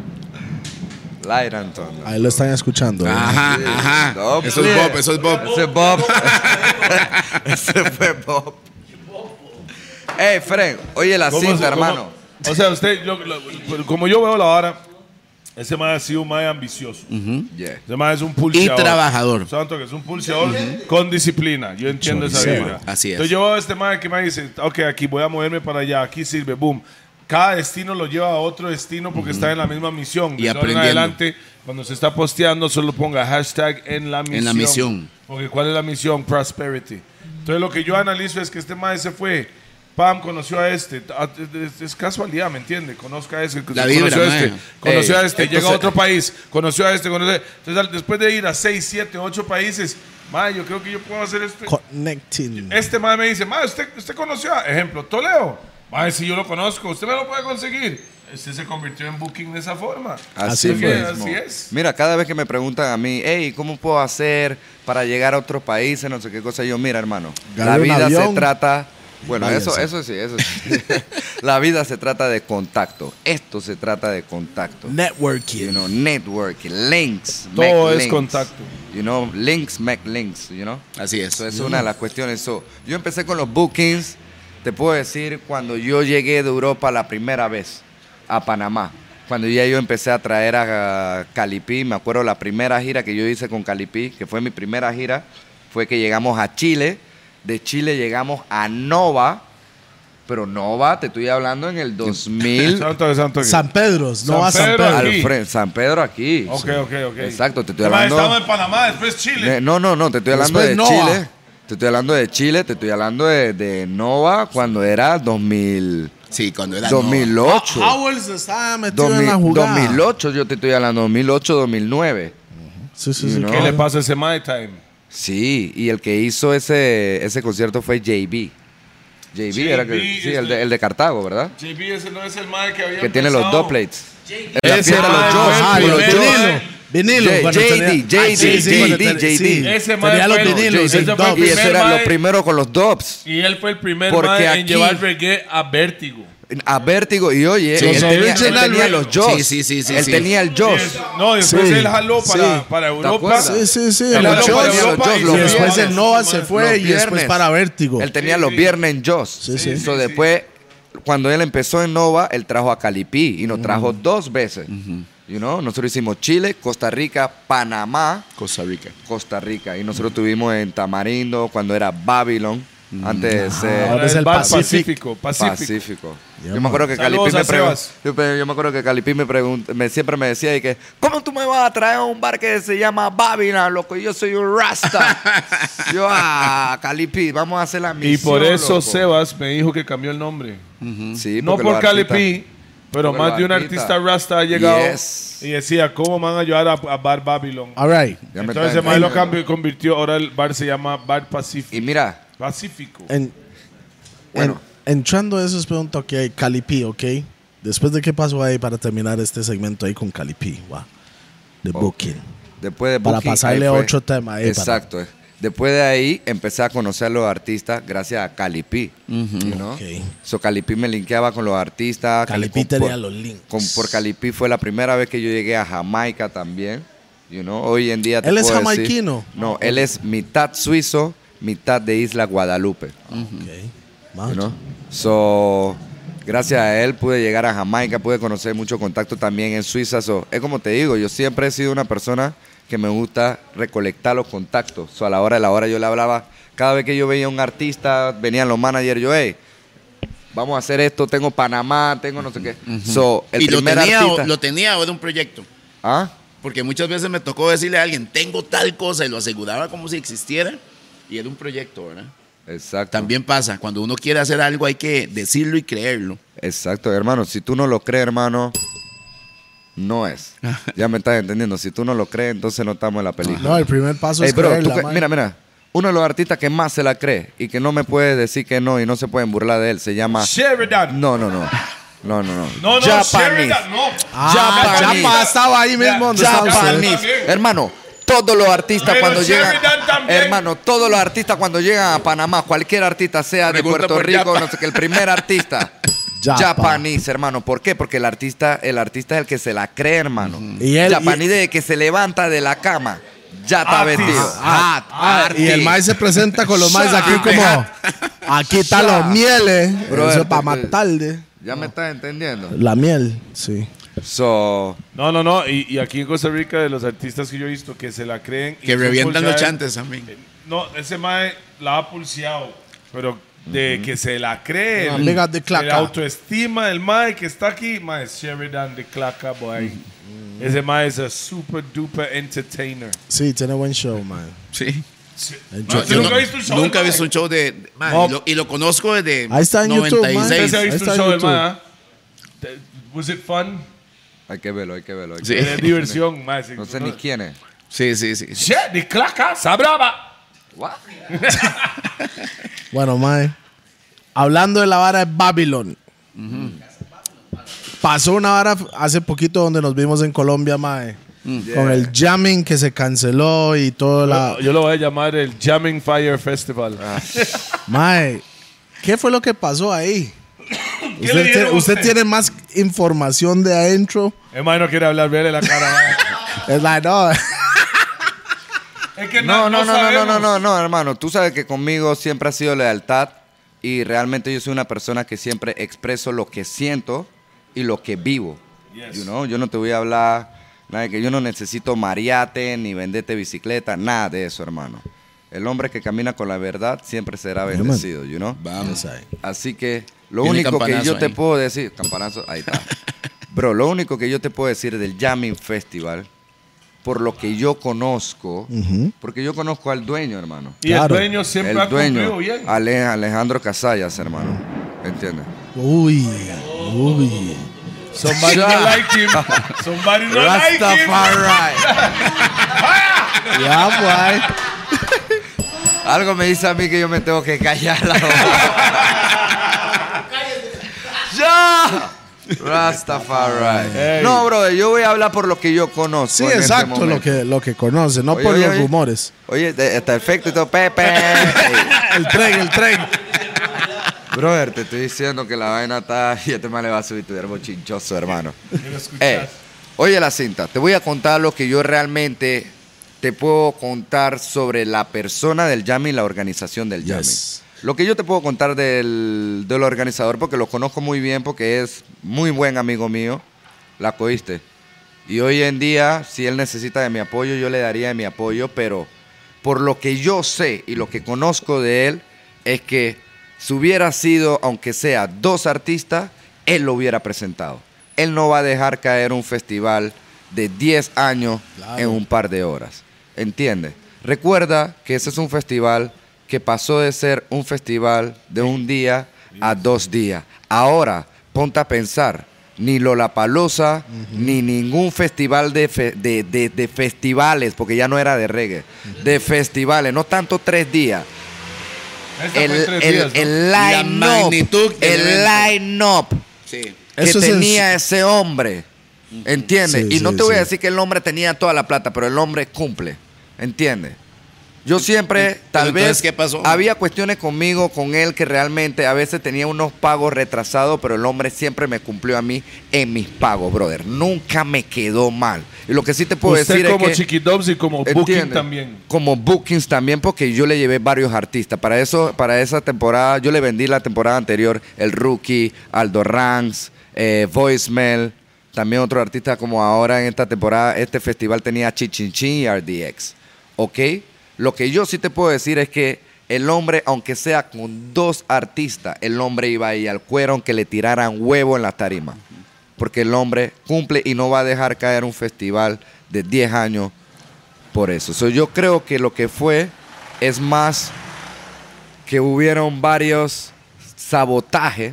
S3: Light, Anton.
S2: Ahí lo están escuchando. ¿eh?
S5: Ajá, Ah, ajá.
S3: No,
S5: eso es
S3: pues.
S5: Bob, eso es Bob.
S3: Ese es Bob. Ese fue Bob. Ey, Fren, oye la
S4: ¿Cómo se-
S3: cinta, hermano.
S4: cómo- o sea, usted, yo- lo- como yo veo la hora, ese man ha sido un man ambicioso.
S3: Yeah.
S4: Ese man es un pulseador.
S5: Y trabajador.
S4: Santo que es un pulseador con disciplina. Yo entiendo esa
S2: Choricero.
S4: vibra.
S5: Así es.
S4: Entonces yo veo a este man que me dice, ok, aquí voy a moverme para allá, aquí sirve, boom. Cada destino lo lleva a otro destino porque está en la misma misión.
S5: Y
S4: De ahora en
S5: aprendiendo.
S4: adelante, cuando se está posteando, solo ponga hashtag en la misión.
S5: En la misión.
S4: Porque ¿cuál es la misión? Prosperity. Entonces lo que yo analizo es que este man se fue. Pam conoció a este. Ah, Es, es casualidad, ¿me entiende? Conozca a este.
S5: La
S4: conoció
S5: vibra,
S4: a este.
S5: mae.
S4: Conoció a
S3: Ey,
S4: este. Llega a
S3: entonces-
S4: otro país, conoció a este, conoció a Entonces, al- después de ir a 6, 7, 8 países, ma, yo creo que yo puedo hacer esto.
S2: Connecting.
S4: Este madre me dice, ma, usted, usted conoció a, ejemplo, Toledo. Ma, si yo lo conozco, usted me lo puede conseguir. Usted se convirtió en booking de esa forma.
S2: Así
S4: que
S2: fue.
S4: Así es.
S3: Mira, cada vez que me preguntan a mí, hey, ¿cómo puedo hacer para llegar a otros países? No sé qué cosa. Yo, mira, hermano,
S2: Gana
S3: la
S2: un
S3: vida se
S2: avión.
S3: trata. Bueno, eso,
S2: Váyanse.
S3: eso sí, eso sí. la vida se trata de contacto. Esto se trata de contacto. You
S2: Networking.
S3: know, network, links.
S4: Todo
S3: make
S4: es
S3: links.
S4: contacto.
S3: You know, links make links, you know.
S5: Así es.
S3: Eso es una de las cuestiones. So, yo empecé con los bookings, te puedo decir, cuando yo llegué de Europa la primera vez a Panamá. Cuando ya yo empecé a traer a Calipí, me acuerdo la primera gira que yo hice con Calipí, que fue mi primera gira, fue que llegamos a Chile. De Chile llegamos a Nova, pero Nova, te estoy hablando en el 2000.
S4: Santo, santo.
S2: San Pedro, no
S4: San
S2: a San
S4: Pedro.
S2: Pedro.
S3: al
S4: aquí.
S3: fren- San Pedro aquí.
S4: Ok,
S3: Sí.
S4: ok, ok.
S3: Exacto, te estoy
S4: Ma,
S3: hablando.
S4: Estamos en Panamá, después Chile.
S3: Ne- No, no, no, te estoy hablando
S2: Después
S3: de
S2: Nova.
S3: Chile. Te estoy hablando de Chile, te estoy hablando de, de Nova cuando era 2000.
S5: Sí, cuando era. no.
S3: 2008.
S4: Ah,
S2: Howells estaba metido en la
S3: 2000-
S2: jugada.
S3: 2008, yo te estoy hablando, 2008, 2009.
S2: Sí, sí, sí.
S3: No.
S4: ¿Qué le pasa a ese My Time?
S3: Sí, y el que hizo ese, ese concierto fue JB. JB, era que,
S4: JB
S3: sí,
S4: es
S3: el de,
S4: el-
S3: el de Cartago, ¿verdad?
S4: JB, ese no es este- el Mae que había
S3: Que tiene los
S4: empezado.
S3: dos plates. En la
S4: Ese
S3: fiesta de
S4: mae
S3: los
S4: fue
S3: Jaws,
S4: el
S3: ah,
S2: Ajá,
S3: los
S2: los
S4: primero,
S3: Jaws.
S2: vinilos.
S4: eh.
S2: Vinilos.
S3: J-
S2: cuando
S3: JD,
S2: tenía-
S3: JD,
S2: Ah, sí, sí, cuando
S3: JD,
S2: tenía-
S3: JD.
S2: sí.
S4: Ese mae
S2: Tenía los
S4: fue el-
S2: vinilos.
S4: ese
S2: el
S4: fue el
S2: dub.
S3: Y
S4: primer
S3: eso era
S4: mae.
S3: lo primero con los Dobbs.
S4: Y él fue el primer
S3: Porque
S4: Mae en
S3: aquí-
S4: llevar reggae a Vértigo.
S3: A Vértigo y oye,
S5: Sí,
S3: él,
S5: los
S3: tenía, él
S5: original,
S3: tenía
S5: güey.
S3: los Jaws.
S5: Sí, sí, sí, sí,
S3: él
S5: sí.
S3: tenía el Jaws.
S4: No, después
S2: Sí.
S4: él jaló para,
S2: Sí.
S4: para Europa.
S3: acuerdas?
S2: Sí, sí, sí.
S4: Él
S2: los
S4: jaló
S2: shows.
S4: para
S3: Los
S4: Europa
S3: Jaws,
S4: y
S2: Y
S3: los
S4: se
S2: después
S4: vio a
S2: el
S4: su
S2: Nova
S4: madre.
S2: se fue
S3: Los
S2: y después
S3: viernes.
S2: para Vértigo.
S3: Él tenía los
S4: sí.
S3: viernes en Jaws.
S2: sí.
S3: So, después, cuando él empezó en Nova, él trajo a Calipí y nos trajo
S5: Mm.
S3: dos veces. You know, Nosotros hicimos Chile, Costa Rica, Panamá,
S5: Costa Rica.
S3: Costa Rica. Y nosotros tuvimos en Tamarindo cuando era Babylon,
S5: Mm.
S3: antes de ser
S2: Ahora es el
S4: Bar
S2: Pacífico.
S4: Pacífico.
S3: Ah, Pacífico.
S4: Pacífico.
S3: Yo me acuerdo que
S4: Saludos
S3: Calipí
S4: a
S3: me preguntó.
S4: Sebas.
S3: Yo, pe- yo me acuerdo que Calipí me preguntó, me, siempre me decía y que, ¿cómo tú me vas a traer a un bar que se llama Babylon, loco? Yo soy un rasta. yo, ah, Calipí, vamos a hacer la
S4: Y
S3: misión.
S4: por eso
S3: loco".
S4: Sebas me dijo que cambió el nombre.
S3: Sí,
S4: no
S3: porque los
S4: por
S3: artistas-
S4: Calipí, pero
S3: Porque
S4: más de un
S3: los
S4: artista
S3: artistas.
S4: rasta ha llegado
S3: Yes.
S4: y decía, ¿cómo van a ayudar a, a Bar Babylon?
S2: All right.
S3: Ya me
S4: Entonces
S3: está
S4: el mae lo
S3: entendiendo.
S4: cambió y convirtió, ahora el bar se llama Bar Pacífico.
S3: Y mira,
S4: Pacífico.
S2: En-
S3: Bueno.
S2: en- entrando a esos preguntas que hay, Calipí, ¿ok? Después de qué pasó ahí para terminar este segmento ahí con Calipí, va. The Booking.
S3: después de
S2: Para
S3: Booking,
S2: pasarle
S3: ahí fue-
S2: otro tema ahí para-
S3: Exacto. eh. Después de ahí empecé a conocer a los artistas gracias a Calipí. you know?
S2: Ok.
S3: So, Calipí me linkeaba con los artistas.
S2: Calipí
S3: con-
S2: tenía
S3: por-
S2: los links.
S3: con- por Calipí fue la primera vez que yo llegué a Jamaica también. you know? Hoy en día te
S2: ¿Él es
S3: puedo decir-
S2: jamaiquino?
S3: no, él es mitad suizo, mitad de Isla Guadalupe.
S2: Ok.
S3: you
S2: Macho.
S3: know? So, gracias a él pude llegar a Jamaica, pude conocer mucho contacto también en Suiza. So, es como te digo, yo siempre he sido una persona que me gusta recolectar los contactos. So, a la hora de la hora yo le hablaba, cada vez que yo veía a un artista, venían los managers, yo, hey, vamos a hacer esto, tengo Panamá, tengo no sé qué. So, el
S5: Mm. y lo
S3: primer
S5: tenía, o,
S3: artista...
S5: lo tenía o era un proyecto.
S3: ¿Ah?
S5: Porque muchas veces me tocó decirle a alguien, tengo tal cosa, y lo aseguraba como si existiera, y era un proyecto, ¿verdad?
S3: Exacto.
S5: También pasa, cuando uno quiere hacer algo hay que decirlo y creerlo.
S3: Exacto, hermano. Si tú no lo crees, hermano, no es. Ya me estás entendiendo. Si tú no lo crees, entonces no estamos en la película.
S2: No, el primer paso
S3: Ey,
S2: es
S3: bro,
S2: creerla,
S3: tú que-
S2: man.
S3: mira, mira. Uno de los artistas que más se la cree y que no me puede decir que no y no se pueden burlar de él se llama.
S4: Sheridan.
S3: No, no, no. No, no, no.
S4: No, no,
S3: Japanese.
S4: Sheridan, no.
S2: Ah,
S3: Japanese.
S2: Chapa estaba ahí mismo donde estaba usted.
S3: Japanese.
S4: también.
S3: Hermano, todos los artistas
S4: Pero
S3: cuando llegan.
S4: Sheridan también.
S3: Hermano, todos los artistas cuando llegan a Panamá, cualquier artista sea de
S5: Pregunta
S3: Puerto
S5: por
S3: Rico,
S5: Yapa.
S3: no sé qué, el primer artista.
S2: Yapa.
S3: Japanese, hermano. ¿Por qué? Porque el artista, el artista es el que se la cree, hermano.
S2: Y él-
S3: Japanese desde que se levanta de la cama. Ya está
S4: Artist.
S3: vestido.
S2: Ah,
S3: Artist.
S2: Y el maíz se presenta con los maíz aquí como. Aquí están
S3: Ya.
S2: los mieles.
S3: Brother,
S2: Eso es para
S3: porque-
S2: matarle.
S3: Ya me estás entendiendo.
S2: La miel, sí.
S3: So,
S4: No, no, no. Y, y aquí en Costa Rica, de los artistas que yo he visto que se la creen. y
S5: Que
S4: son
S5: revientan los
S4: pulsadas-
S5: chantes también.
S4: No, ese mae la ha pulseado. Pero de que se la cree.
S2: Una
S4: el-
S2: amiga de
S4: La
S2: Claca.
S4: autoestima del mae que está aquí. Mae Sheridan de Claca, boy. Ese mae es a super duper entertainer.
S2: Sí, tiene buen show, man.
S5: Sí.
S2: El
S4: No,
S2: show-
S4: yo nunca he visto un show
S5: Nunca he
S4: del
S5: visto
S4: mae.
S5: un show de... de- man,
S4: No.
S5: y, lo, y lo conozco desde
S2: Ahí está en YouTube, man.
S5: 96.
S4: Usted se ha
S2: Ahí
S4: visto
S2: está
S4: un
S2: en
S4: show del
S2: YouTube.
S4: mae. ah? Te- Was it fun?
S3: hay que verlo, hay que verlo. hay que
S5: Sí.
S3: verlo.
S4: Es diversión, mae.
S3: No sé ni quién es.
S5: Sí, sí, sí.
S4: Che, de Claca, sabraba.
S3: What?
S2: Bueno, man. Hablando de la vara de Babylon. Pasó una vara hace poquito donde nos vimos en Colombia, mae.
S3: Mm.
S2: Con el jamming que se canceló y toda
S3: Oh,
S2: la.
S4: Yo lo voy a llamar el Jamming Fire Festival.
S2: Mae, ¿qué fue lo que pasó ahí?
S4: ¿Qué le
S2: Usted,
S4: dieron
S2: te-
S4: a
S2: usted
S4: usted?
S2: tiene más información de adentro.
S4: El mae no quiere hablar, verle la cara. mae.
S2: Es la no.
S4: Es que
S3: No, no, no, no, no, no,
S4: sabemos.
S3: no, no, hermano. Tú sabes que conmigo siempre ha sido lealtad y realmente yo soy una persona que siempre expreso lo que siento y lo que vivo.
S4: Yes.
S3: You know, Yo no te voy a hablar nada de que yo no necesito mariate ni venderte bicicleta, nada de eso, hermano. El hombre que camina con la verdad siempre será
S2: man.
S3: bendecido, you know?
S5: Vamos.
S3: Así que lo
S5: Viene
S3: único que
S5: campanazo
S3: yo te
S5: ahí.
S3: puedo decir, campanazo, ahí está. Bro, lo único que yo te puedo decir del Jamming Festival, por lo que yo conozco, porque yo conozco al dueño, hermano.
S4: Y
S2: Claro.
S4: el dueño siempre
S3: el
S4: ha
S3: dueño, Ah,
S4: cumplido bien.
S3: Ale- Alejandro Casallas, hermano. ¿Entiendes?
S2: Uy, uy.
S4: Somebody not like him. Somebody not like him.
S3: Rastafari.
S2: Ya, boy.
S3: Algo me dice a mí que yo me tengo que callar la boca. ¡Ya! Rastafari. No, brother, yo voy a hablar por lo que yo conozco.
S2: Sí,
S3: en este
S2: exacto, lo
S3: momento.
S2: que, lo que conoce, no
S3: Oye,
S2: por
S3: oye,
S2: los
S3: oye.
S2: rumores.
S3: Oye, de- está efecto y todo. Pepe.
S2: El tren, el tren.
S3: Brother, te estoy diciendo que la vaina está. Y este man le va a subir tu verbo chinchoso, hermano. Eh, oye, la cinta, te voy a contar lo que yo realmente te puedo contar sobre la persona del Yami y la organización del Yami.
S2: Yes.
S3: Lo que yo te puedo contar del, del organizador, porque lo conozco muy bien, porque es muy buen amigo mío, la coíste. Y hoy en día, si él necesita de mi apoyo, yo le daría de mi apoyo, pero por lo que yo sé y lo que conozco de él, es que si hubiera sido, aunque sea dos artistas, él lo hubiera presentado. Él no va a dejar caer un festival de 10 años en un par de horas. ¿Entiendes? Recuerda que ese es un festival que pasó de ser un festival de un día a dos días. Ahora, ponte a pensar, ni Lollapalooza, ni ningún festival de, fe- de, de- de festivales, porque ya no era de reggae, de festivales, no tanto tres días.
S4: Esta
S3: El,
S4: fue en tres
S3: el-
S4: días, ¿no?
S3: el
S5: La magnitud
S3: line-up,
S5: del
S3: el
S5: evento.
S3: line-up
S5: Sí.
S3: que
S2: Eso es en-
S3: tenía ese hombre, ¿entiendes?
S2: Sí,
S3: y no
S2: sí,
S3: te voy a
S2: sí.
S3: decir que el hombre tenía toda la plata, pero el hombre cumple, ¿entiendes? Yo siempre, tal
S5: entonces,
S3: vez,
S5: ¿qué pasó?
S3: había cuestiones conmigo, con él, que realmente a veces tenía unos pagos retrasados, pero el hombre siempre me cumplió a mí en mis pagos, brother. Nunca me quedó mal. Y lo que sí te puedo
S4: Usted
S3: decir
S4: como
S3: es que...
S4: Chiqui Dubs y como Booking
S3: ¿Entiendes?
S4: también.
S3: Como bookings también, porque yo le llevé varios artistas. Para eso, para esa temporada, yo le vendí la temporada anterior el Rookie, Aldo Ranks, eh, Voicemail, también otro artista como ahora en esta temporada. Este festival tenía Chichinchin y RDX. ¿Ok? Lo que yo sí te puedo decir es que el hombre, aunque sea con dos artistas, el hombre iba ahí al cuero, aunque le tiraran huevo en la tarima. Porque el hombre cumple y no va a dejar caer un festival de 10 años por eso. So, yo creo que lo que fue es más que hubieron varios sabotajes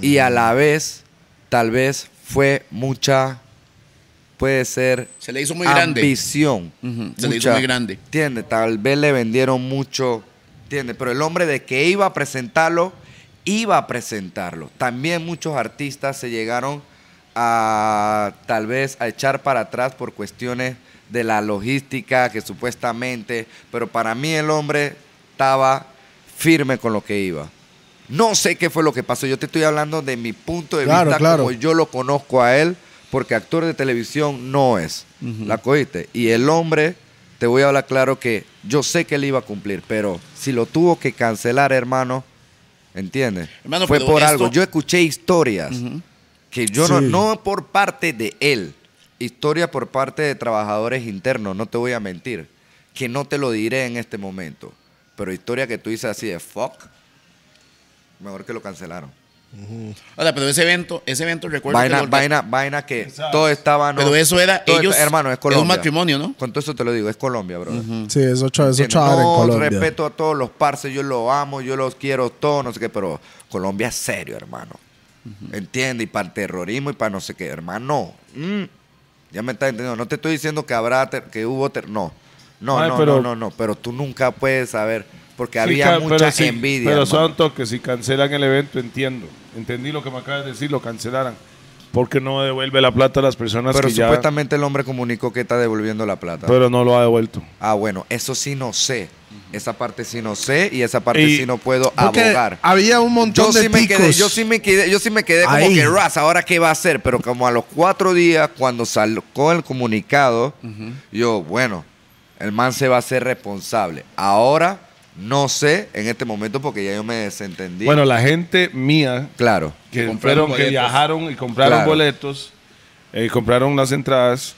S3: y
S5: Mm.
S3: a la vez, tal vez fue mucha, puede ser
S5: Se le hizo muy grande.
S3: ambición.
S5: Ujú, se le hizo muy grande.
S3: Entiende, tal vez le vendieron mucho, entiende, pero el hombre de que iba a presentarlo, iba a presentarlo. También muchos artistas se llegaron a tal vez a echar para atrás por cuestiones de la logística que supuestamente, pero para mí el hombre estaba firme con lo que iba. No sé qué fue lo que pasó. Yo te estoy hablando de mi punto de
S2: Claro,
S3: vista
S2: claro.
S3: como yo lo conozco a él, porque actor de televisión no es. ¿La cogiste? Y el hombre, te voy a hablar claro que yo sé que él iba a cumplir, pero si lo tuvo que cancelar, hermano, ¿entiendes?
S5: Hermano,
S3: fue
S5: pero
S3: por
S5: esto-
S3: algo. Yo escuché historias que yo no,
S2: Sí.
S3: no por parte de él, historia por parte de trabajadores internos, no te voy a mentir, que no te lo diré en este momento, pero historia que tú dices así de fuck, mejor que lo cancelaron.
S5: Ahora, pero ese evento, ese evento recuerdo
S3: Vaina,
S5: que lo-
S3: vaina, vaina que todo estaba. no-
S5: Pero eso era
S3: todo
S5: ellos-
S3: esta- hermano, es
S5: era un
S3: Colombia.
S5: matrimonio, ¿no?
S3: Con todo eso te lo digo, es Colombia, brother.
S2: Sí, es ocho, es
S3: Tiene-
S2: ocho ahora en
S3: Mm. no,
S2: Colombia.
S3: respeto a todos los parces, yo los amo, yo los quiero todos, no sé qué, pero Colombia es serio, hermano. ¿Entiendes? Y para el terrorismo y para no sé qué, hermano. mm, Ya me estás entendiendo. No te estoy diciendo que habrá, ter- que hubo, ter- no. No,
S4: Ay,
S3: no,
S4: pero-
S3: no, no, no, pero tú nunca puedes saber, porque
S4: Sí,
S3: había
S4: ca-
S3: mucha
S4: pero sí,
S3: envidia.
S4: Pero
S3: hermano.
S4: son toques, si cancelan el evento, entiendo. Entendí lo que me acabas de decir, lo cancelaran. Porque no devuelve la plata a las personas
S3: Pero
S4: que ya-
S3: supuestamente el hombre comunicó que está devolviendo la plata.
S4: Pero no lo ha devuelto.
S3: Ah, bueno, eso sí no sé. Esa parte sí no sé y esa parte
S4: Y-
S3: sí no puedo
S2: Porque
S3: abogar.
S2: había un montón
S3: Yo
S2: de
S3: sí, me
S2: ticos.
S3: quedé, yo sí me quedé, yo sí me quedé como
S2: Ahí.
S3: que Raz, ahora qué va a hacer, pero como a los cuatro días cuando salió el comunicado, yo, bueno, el man se va a hacer responsable. Ahora no sé en este momento porque ya yo me desentendí.
S4: Bueno, la gente mía
S3: claro.
S4: que
S5: compraron
S4: fueron, que
S5: boletos.
S4: viajaron y compraron
S3: Claro.
S4: boletos, eh, compraron las entradas,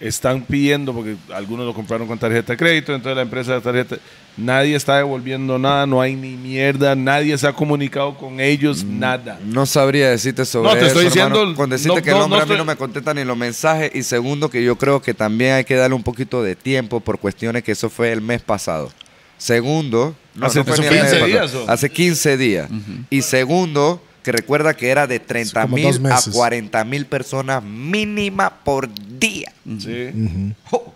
S4: están pidiendo, porque algunos lo compraron con tarjeta de crédito, entonces la empresa de tarjeta, nadie está devolviendo nada, no hay ni mierda, nadie se ha comunicado con ellos,
S3: Mm.
S4: nada.
S3: No sabría decirte sobre
S4: No, te estoy
S3: eso, hermano,
S4: diciendo-
S3: con decirte
S4: no,
S3: que
S4: no,
S3: el hombre
S4: no
S3: a mí no
S4: estoy-
S3: me contesta ni los mensajes. Y segundo, que yo creo que también hay que darle un poquito de tiempo por cuestiones que eso fue el mes pasado. Segundo, no,
S4: Hace-
S3: no fue
S4: ¿eso
S3: ni
S4: fue
S3: el mes
S4: 15
S3: pasado,
S4: días, o?
S3: Hace 15 días. Y segundo, que recuerda que era de 30
S2: como dos
S3: mil a
S2: meses.
S3: 40 mil personas mínima por día.
S4: Sí.
S3: Mm.
S4: Oh.
S3: ¡Jo!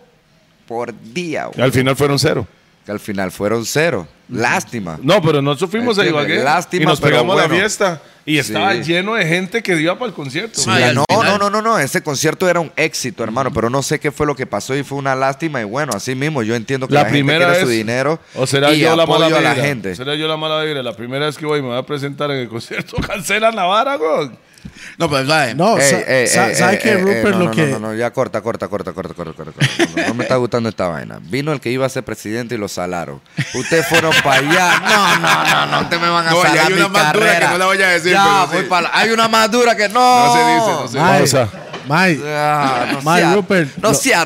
S3: Por día.
S6: Y
S3: güey.
S6: al final fueron cero.
S3: Que al final fueron cero. Lástima.
S4: No, pero nosotros fuimos a
S3: Entiendo,
S4: Ibagué
S3: lástima,
S4: y nos
S3: pero
S4: pegamos la
S3: bueno.
S4: fiesta. Y estaba
S3: Sí.
S4: lleno de gente que iba para el concierto.
S5: Sí. Ay, al
S3: no,
S5: final.
S3: no, no, no, no. Ese concierto era un éxito, hermano. Pero no sé qué fue lo que pasó y fue una lástima. Y bueno, así mismo, yo entiendo que la,
S4: La,
S3: gente
S4: primera
S3: quiere
S4: vez.
S3: su dinero.
S4: O será
S3: y
S4: yo la
S3: apoyo
S4: mala
S3: a
S4: vibra.
S3: la gente.
S4: Será yo la mala vibra. La primera vez que voy me voy a presentar en el concierto. Cancelan la vara, güey.
S5: No, pues, eh. pero ¿sabe?
S2: No,
S3: Ey,
S2: Oh, sa-
S3: ey,
S2: sa-
S3: ey,
S2: ¿sabe
S3: ey,
S2: qué,
S3: ey,
S2: Rupert?
S3: eh, no,
S2: lo
S3: no,
S2: que.
S3: No, no, no, ya corta, corta, corta, corta, corta, corta, corta. No, no me está gustando esta vaina. Vino el que iba a ser presidente y lo salaron. Ustedes fueron para allá. No, no, no, no, ustedes me van a
S7: No, y hay
S3: salar mi
S7: una más dura
S3: carrera.
S7: que no la voy a decir,
S3: Ya,
S7: pero
S3: voy
S7: sí.
S3: para la- Hay una más dura que no.
S7: No se dice, no se
S2: Mae,
S6: Pausa.
S2: mae,
S3: Ah, no
S2: Mae,
S3: sea,
S2: Rupert,
S3: no
S2: lo-
S3: sea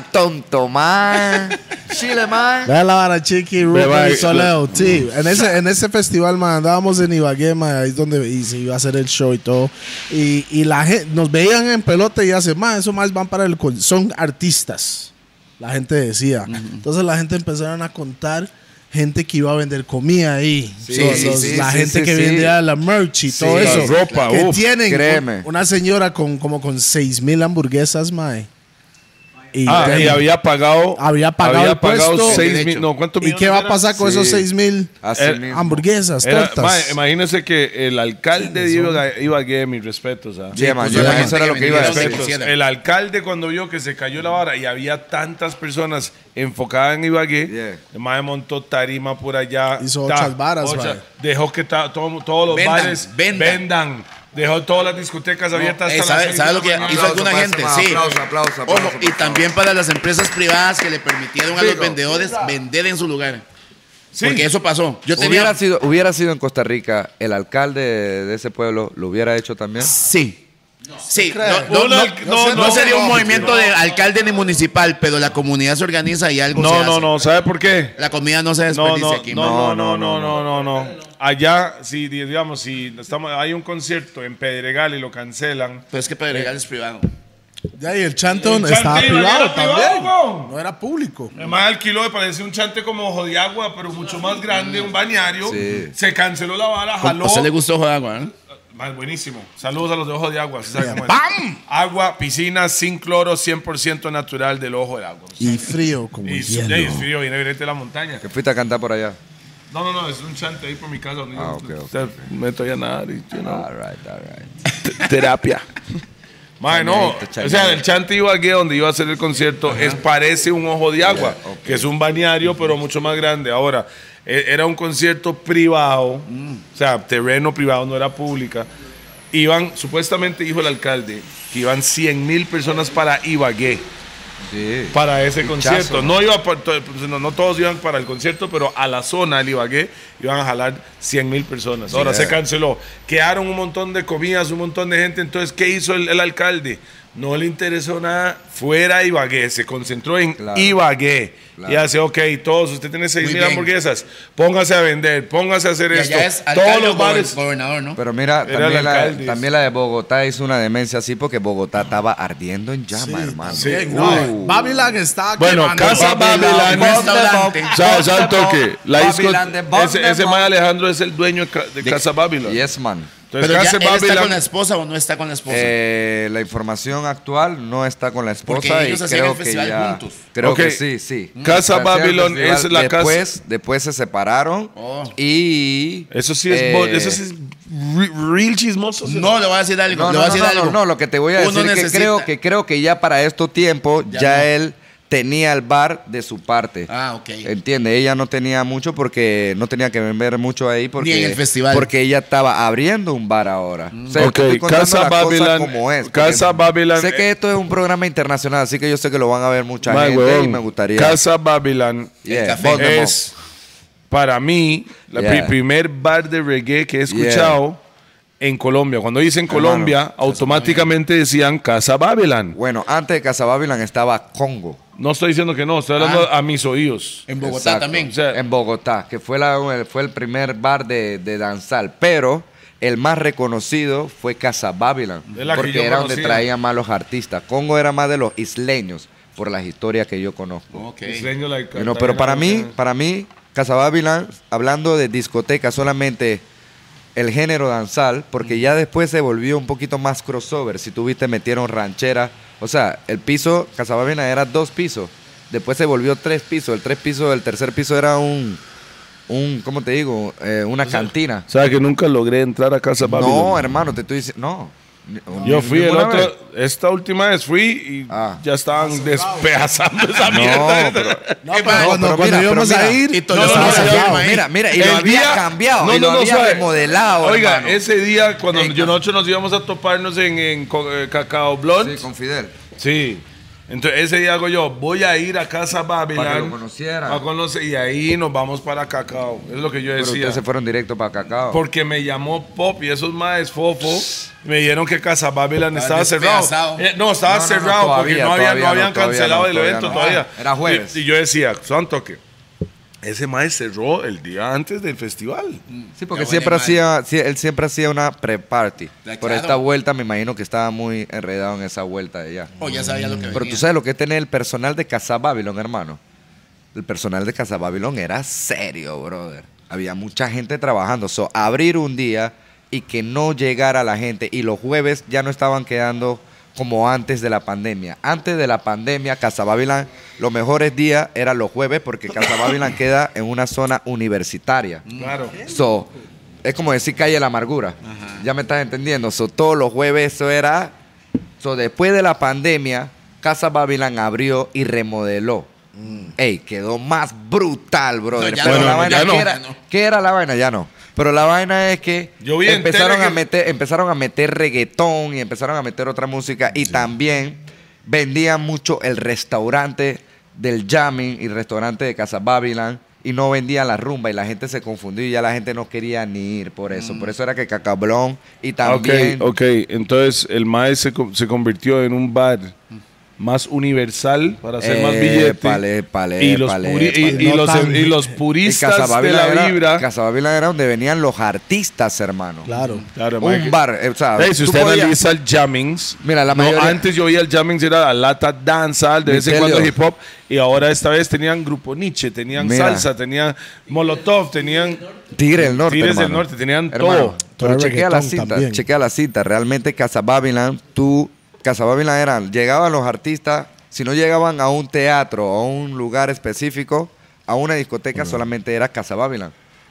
S3: tonto, man. Chile, man.
S2: Vea la vara chiqui, Rupert
S6: mae,
S2: y Soleo. Sí, en ese, en ese festival, man, andábamos en Ibagué, man, ahí es donde y se iba a hacer el show y todo. Y, y la gente, nos veían en pelota y hacen, man, eso más van para el. con- Son artistas, la gente decía. Entonces la gente empezaron a contar gente que iba a vender comida ahí.
S3: Sí,
S2: So,
S3: sí,
S2: los-
S3: sí,
S2: la
S3: sí,
S2: gente
S3: sí,
S2: que
S3: sí.
S2: vendía la merch y todo
S3: la
S2: eso.
S6: ropa,
S2: que
S6: uf,
S2: tienen
S3: créeme.
S2: un- una señora con como con seis mil hamburguesas, mae. Y,
S6: Ah, y había pagado.
S2: Había pagado el puesto.
S6: seis mil.
S5: Derecho.
S6: No, ¿cuánto
S2: ¿Y qué va a pasar con
S3: Sí. Ah,
S2: esos 6 mil
S3: Así
S4: Eh,
S3: mismo.
S2: hamburguesas,
S4: Era-
S2: tortas?
S4: mae, imagínese que el alcalde de Ibagué, Ibagué, mis respetos. ah.
S3: Sí, man,
S5: puso
S3: yo
S5: la
S3: man,
S5: gente
S3: eso era
S5: que
S3: lo que iba a
S5: vendía
S3: decir.
S5: los
S4: Respetos.
S5: hicieron.
S4: El alcalde cuando vio que se cayó la vara y había tantas personas enfocadas en Ibagué,
S3: Yeah.
S4: el mae montó tarima por allá.
S2: Hizo
S4: ta,
S2: otras varas, mae.
S4: Dejó que ta- todo- todos los
S5: Vendan,
S4: bares
S5: vendan.
S4: vendan. Dejó todas las discotecas abiertas.
S5: eh,
S4: hasta
S5: ¿sabe-
S4: las seis
S5: sabe
S4: de
S5: lo
S4: la
S5: que
S4: mañana.
S5: hizo alguna
S3: para
S5: gente?
S3: ese man,
S5: Sí.
S3: aplauso, aplauso, aplauso,
S5: Ojo,
S3: por
S5: y
S3: favor.
S5: también para las empresas privadas que le permitieron a los
S3: Digo.
S5: vendedores vender en su lugar.
S4: Sí.
S5: Porque eso pasó. Yo tenía.
S3: Hubiera sido, hubiera sido en Costa Rica, el alcalde de ese pueblo lo hubiera hecho también.
S5: Sí. Sí,
S4: No,
S5: no, no, no,
S4: no,
S5: no,
S4: no,
S5: no sería un
S4: no,
S5: movimiento de alcalde ni municipal, pero la comunidad se organiza y algo se
S4: No,
S5: hace.
S4: no, no. ¿Sabe por qué?
S5: La comida no se
S4: No,
S5: desperdicia
S4: no,
S5: aquí. man.
S4: no, no, no,
S3: No,
S4: no, no, no, no. Allá, si digamos, si estamos, hay un concierto en Pedregal y lo cancelan,
S5: Pero es que Pedregal es privado.
S2: Ya, y el Chanton
S4: El
S2: estaba
S4: Chanton
S2: privado
S4: era privado,
S2: también.
S4: weón.
S2: No era público.
S4: Además, el kilo me parece un chante como ojo de agua, pero mucho más grande, un bañario.
S3: Sí.
S4: Se canceló la vara, jaló.
S5: ¿A usted le gustó ojo de agua? ¿eh?
S4: Más buenísimo. Saludos a los de ojo de agua. ¿sí sabe cómo es? Agua, piscina, sin cloro, 100% natural del ojo de agua.
S2: Y frío, como
S4: Y su-
S2: hielo.
S4: y es frío, viene directo de la montaña.
S3: Que fuiste a cantar por allá.
S4: No, no, no, es un chante ahí por mi casa. donde
S3: Ah,
S4: yo-
S3: ok, ok,
S4: te- Meto ahí a nadar y, you know.
S3: All right, all right.
S6: Terapia.
S4: Mae, no. O sea, el chante iba aquí donde iba a hacer el concierto. Es, parece un ojo de agua, que es un balneario, pero mucho más grande. Ahora, e- era un concierto privado, o sea, terreno privado, no era pública. Iban, supuestamente dijo el alcalde, que iban 100 mil personas para Ibagué,
S3: Sí.
S4: para ese concierto.
S3: ¿no?
S4: No, iba pa- to- pues, no, no todos iban para el concierto, pero a la zona del Ibagué iban a jalar 100 mil personas. Ahora
S5: eh.
S4: se canceló. Quedaron un montón de comidas, un montón de gente. Entonces, ¿qué hizo el, el alcalde? No le interesó nada fuera de Ibagué. Se concentró en
S3: Claro.
S4: Ibagué.
S3: Claro.
S4: Y hace, ok, todos, usted tiene 6
S5: Muy
S4: mil
S5: bien.
S4: hamburguesas. Póngase a vender, póngase a hacer
S5: Y
S4: esto.
S5: allá es
S4: todos
S5: alcalde
S4: los
S5: o
S4: bares.
S5: gobernador, ¿no?
S3: Pero mira,
S4: Era
S3: también
S4: el
S3: la,
S4: alcalde.
S3: también la de Bogotá hizo una demencia así porque Bogotá estaba ardiendo en llama, hermano.
S2: Sí,
S4: eh,
S2: no. Babylon estaba
S6: Bueno,
S2: quemando.
S6: Casa Babylon.
S5: Restaurante.
S6: ¿Sabes al toque? La disco.
S4: Ese, ese mae Alejandro es el dueño de Ca- de Casa Babylon.
S3: Yes, man.
S4: Entonces,
S5: Pero ya,
S4: Casa
S5: ¿él está
S4: Babylon-
S5: con la esposa o no está con la esposa?
S3: Eh, la información actual no está con la esposa
S5: Porque
S3: y
S5: ellos hacían
S3: creo
S5: el
S3: que
S5: festival
S3: ya-
S5: juntos.
S3: Creo
S4: Ok.
S3: que sí, sí. Hacían
S4: Casa
S3: el
S4: Babylon
S3: festival,
S4: es la casa-
S3: después, Después se separaron
S5: Oh.
S3: y...
S4: Eso sí es, bo-
S3: eh,
S4: eso sí es re- real chismoso. ¿sí?
S5: no, le voy a decir algo.
S3: No,
S5: le
S3: no,
S5: voy a
S3: no,
S5: decir
S3: no,
S5: algo.
S3: no, no, lo que te voy a
S5: Uno
S3: decir es que
S5: necesita-
S3: creo, que creo que ya para esto tiempo ya,
S5: Ya no.
S3: él tenía el bar de su parte.
S5: Ah, ok.
S3: Entiende, ella no tenía mucho porque no tenía que vender mucho ahí porque
S5: Ni en el festival. Mm.
S3: porque ella estaba abriendo un bar ahora. O sea, yo
S6: Ok,
S3: te estoy contando
S6: Casa
S3: la cosa
S6: Babylon-
S3: como es, porque
S6: Casa Babylon-
S3: Sé que esto es un programa internacional, así que yo sé que lo van a ver mucha
S6: Mae,
S3: gente
S6: huevón.
S3: y me gustaría.
S4: Casa Babylon
S3: Yeah,
S5: café.
S3: bottom up.
S4: es para mí el
S3: Yeah.
S4: primer bar de reggae que he escuchado en Colombia. Cuando dicen Colombia, automáticamente decían Casa Babylon.
S3: Bueno, antes de Casa Babylon estaba Congo.
S4: No estoy diciendo que no, estoy hablando
S3: Ah.
S4: a mis oídos.
S5: En Bogotá
S3: Exacto.
S5: también.
S4: O sea,
S3: en Bogotá, que fue, la, fue el primer bar de, de danzal, pero el más reconocido fue Casa Babylon,
S4: Es la que yo
S3: porque era donde
S4: conocía.
S3: traían más los artistas. Congo era más de los isleños, por las historias que yo conozco.
S5: Ok.
S4: Isleño, like,
S3: You know, pero para mí,
S4: Cartagena,
S3: para mí, Casa Babylon, hablando de discoteca solamente el género danzal, porque ya después se volvió un poquito más crossover. Si tuviste, metieron ranchera. O sea, el piso, Casababina era dos pisos. Después se volvió tres pisos. El tres piso, el tercer piso era un, un ¿cómo te digo? Eh, una cantina.
S4: O sea, que nunca logré entrar a casa
S3: No,
S4: Babylon.
S3: hermano, te estoy diciendo, no.
S4: Yo fui el
S8: Ninguna
S4: otro,
S8: vez.
S4: esta última vez fui y
S3: Ah.
S4: ya estaban despedazando esa
S3: No,
S4: mierda.
S3: pero-
S2: No, pero cuando,
S3: pero
S2: cuando
S3: mira,
S2: íbamos
S3: pero
S2: a
S3: mira.
S2: ir,
S5: Y todo
S2: ya
S5: lo
S2: estaba
S5: demás
S2: cerrado.
S5: llama ahí.
S3: Mira, mira, y lo
S4: El
S3: había
S4: día-
S3: cambiado,
S4: No,
S3: y
S4: no,
S3: lo
S4: no,
S3: había
S4: suave.
S3: remodelado,
S4: Oiga,
S3: hermano.
S4: ese día cuando
S3: Ey,
S4: yo-
S3: no.
S4: nosotros nos íbamos a toparnos en, en co- eh, Cacao Blond,
S3: Sí, con Fidel.
S4: Sí. Entonces ese día hago yo, voy a ir a casa Babylon.
S3: Para que lo conocieran.
S4: A conocer, y ahí nos vamos para Cacao. Es lo que yo
S3: Pero
S4: decía.
S3: ustedes se fueron directo para Cacao.
S4: Porque me llamó Pop y esos maes fofo me dijeron que Casa Babylon estaba, cerrado.
S5: despedazado.
S4: Eh, no, estaba
S3: No, no, no,
S4: cerrado porque
S3: todavía,
S4: no, había- no
S3: todavía
S4: habían
S3: no, todavía
S4: cancelado
S3: no,
S4: el
S3: todavía
S4: evento
S3: no. Ah,
S4: todavía.
S3: Era jueves.
S4: Y, y yo decía, santo que ese mae cerró el día antes del festival.
S3: Sí, porque
S5: Ya
S3: siempre
S5: huele
S3: hacía, sí, él siempre hacía una pre-party.
S5: Ya,
S3: Por
S5: claro.
S3: esta vuelta me imagino que estaba muy enredado en esa vuelta de allá.
S5: Oh, ya sabía lo que
S3: Pero tú sabes lo que es tener el personal de Casa Babylon, hermano. El personal de Casa Babylon era serio, brother. Había mucha gente trabajando. So, abrir un día y que no llegara la gente. Y los jueves ya no estaban quedando como antes de la pandemia. Antes de la pandemia, Casa Babylon, los mejores días eran los jueves porque Casa Babylon queda en una zona universitaria.
S4: Claro.
S3: So, es como decir calle la amargura. Ya me estás entendiendo. So, todos los jueves eso era. So, después de la pandemia, Casa Babylon abrió y remodeló. Ey, quedó más brutal, brother.
S5: Mm. No, ya
S3: Pero
S5: no,
S3: la
S5: no,
S3: vaina,
S5: ya no.
S3: ¿qué, era,
S5: Ya no.
S3: qué era la vaina? Ya no. Pero la vaina es que
S4: Yo vi en
S3: empezaron,
S4: tele
S3: a
S4: que-
S3: meter, empezaron a meter reggaetón y empezaron a meter otra música. Y también vendían mucho el restaurante del jamming y restaurante de Casa Babylon. Y no vendían la rumba y la gente se confundió y ya la gente no quería ni ir por eso. Por eso era que Cacablón y también...
S4: Mm. Ok, ok. Entonces el mae se, co- se convirtió en un bar más universal para hacer más billetes.
S3: Épale, épale,
S4: y, los
S3: épale,
S4: puri- y-
S3: épale.
S4: y
S2: No
S4: los- em,
S2: tan-
S4: y los puristas de la
S3: era,
S4: vibra.
S3: Casa Babylon era donde venían los artistas, hermano.
S2: Claro.
S4: Claro, mae, que-
S3: Un bar, eh, o sea,
S4: Hey, si
S3: tú
S4: usted
S3: podías-
S4: analiza el jammings,
S3: Mira, la
S4: no,
S3: mayoría-
S4: antes yo oía el jammings era la lata danza, de vez en
S3: Mitelio.
S4: cuando hip hop, y ahora esta vez tenían grupo Nietzsche, tenían
S3: Mira.
S4: salsa, tenían molotov, tenían
S3: Tigres del Norte.
S4: Tigres del
S3: hermano.
S4: Norte, tenían
S3: Hermano,
S4: todo.
S2: Todo
S3: Pero
S2: el
S3: chequea la
S2: reggaetón
S3: cita,
S2: también.
S3: chequea la cita. Realmente Casa Babylon, tú, Casa Babylon eran, llegaban los artistas, si no llegaban a un teatro, a un lugar específico, a una discoteca, solamente era Casa Babylon.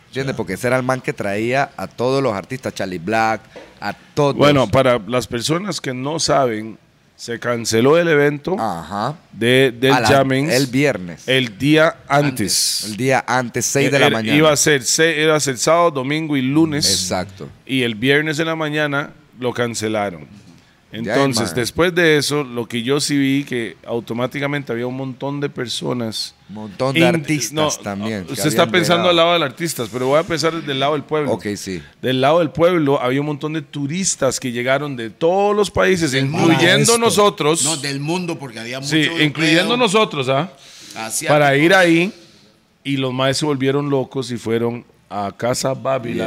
S3: ¿Entiendes? Porque ese era el man que traía a todos los artistas, Charlie Black, a todos.
S4: Bueno, para las personas que no saben, se canceló el evento
S3: Ah. Ajá.
S4: de, del
S3: A la-
S4: jammings
S3: El viernes. El,
S4: el día antes.
S3: día antes, 6 de la
S4: Era-
S3: mañana.
S4: Iba a ser, se- era a ser sábado, domingo y lunes.
S3: Exacto.
S4: y el viernes en la mañana lo cancelaron. Entonces,
S3: man.
S4: después de eso, lo que yo sí vi que automáticamente había un montón de personas.
S3: Un montón de
S4: In-
S3: artistas
S4: no,
S3: también. que
S4: Usted está
S3: habían llegado.
S4: pensando al lado del artista, pero voy a pensar del lado del pueblo.
S3: Ok, sí.
S4: Del lado del pueblo había un montón de turistas que llegaron de todos los países,
S5: mundo.
S4: incluyendo
S2: Esto.
S4: nosotros.
S5: No, del mundo, porque había mucho.
S4: sí, incluyendo nosotros, ¿ah? para ir ahí y los maes se volvieron locos y fueron a casa Babylon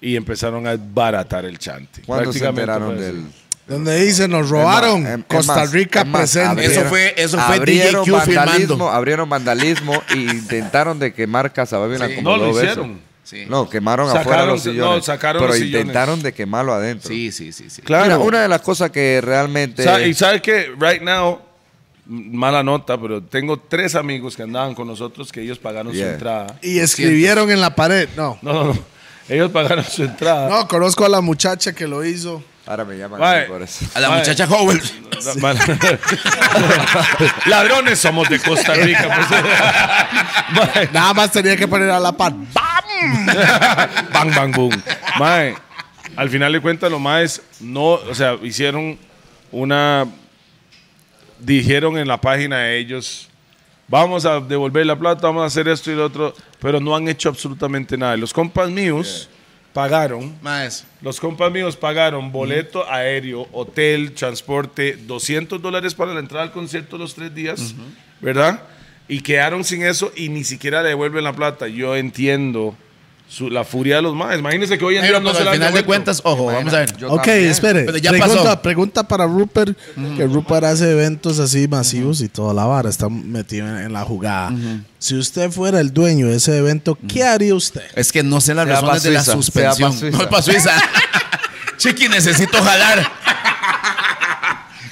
S3: Yeah.
S4: y empezaron a baratar el chante.
S3: ¿Cuándo se
S4: Prácticamente pues.
S3: enteraron
S4: fue así.
S3: del...?
S2: Donde dice, nos robaron.
S3: Es más, es-
S2: Costa
S3: es más,
S2: Rica
S3: es más,
S2: presente.
S5: Eso fue- eso fue
S3: abrieron
S5: DJ Q
S3: vandalismo,
S5: firmando.
S3: abrieron vandalismo y intentaron de quemar Casa Babylon
S5: Sí.
S3: como
S4: No lo
S3: dos veces.
S4: hicieron.
S3: No, quemaron afuera
S4: Sacaron-
S3: los sillones.
S4: no, sacaron
S3: pero
S4: los sillones.
S3: intentaron de quemarlo adentro.
S5: Sí, sí, sí. sí.
S4: Claro.
S3: Mira, una de las cosas que realmente
S4: Sa- y sabes que right now m- mala nota, pero tengo tres amigos que andaban con nosotros que ellos pagaron su
S3: Yeah.
S4: entrada.
S2: Y escribieron en la pared. No.
S4: No, no, no. Ellos pagaron su entrada.
S2: No, conozco a la muchacha que lo hizo.
S3: ahora me llaman
S4: Vale.
S3: así por eso.
S5: A la
S4: Ay.
S5: muchacha joven.
S4: La- mala- Ladrones somos de Costa Rica. pues. Mae.
S2: Nada más tenía que poner a la par.
S4: bang, bang, boom. Mae, al final de cuentas, los maes no, o sea, hicieron una. Dijeron en la página de ellos: Vamos a devolver la plata, vamos a hacer esto y lo otro, pero no han hecho absolutamente nada. Los compas míos pagaron.
S5: Más.
S4: Los compas míos pagaron boleto aéreo, hotel, transporte, 200 dólares para la entrada al concierto los tres días, ¿verdad? Y quedaron sin eso y ni siquiera le devuelven la plata. Yo entiendo su- la furia de los maes. Imagínense que hoy en día
S5: Pero,
S4: no
S5: pero
S4: se
S5: al
S4: la han
S5: final de
S4: devuelto.
S5: cuentas, ojo, vamos a ver.
S3: Yo
S2: Ok,
S3: también.
S2: espere.
S5: Pero ya
S2: pregunta,
S5: pasó.
S2: pregunta para Rupert, que Rupert hace eventos así masivos y toda la vara está metido en, en la jugada. Si usted fuera el dueño de ese evento, ¿qué haría usted?
S5: Es que no sé las
S3: Se va
S5: razones
S3: pa'
S5: de la
S3: Suiza,
S5: suspensión.
S3: se va pa' Suiza.
S5: No es para Suiza. Chiqui, necesito jalar.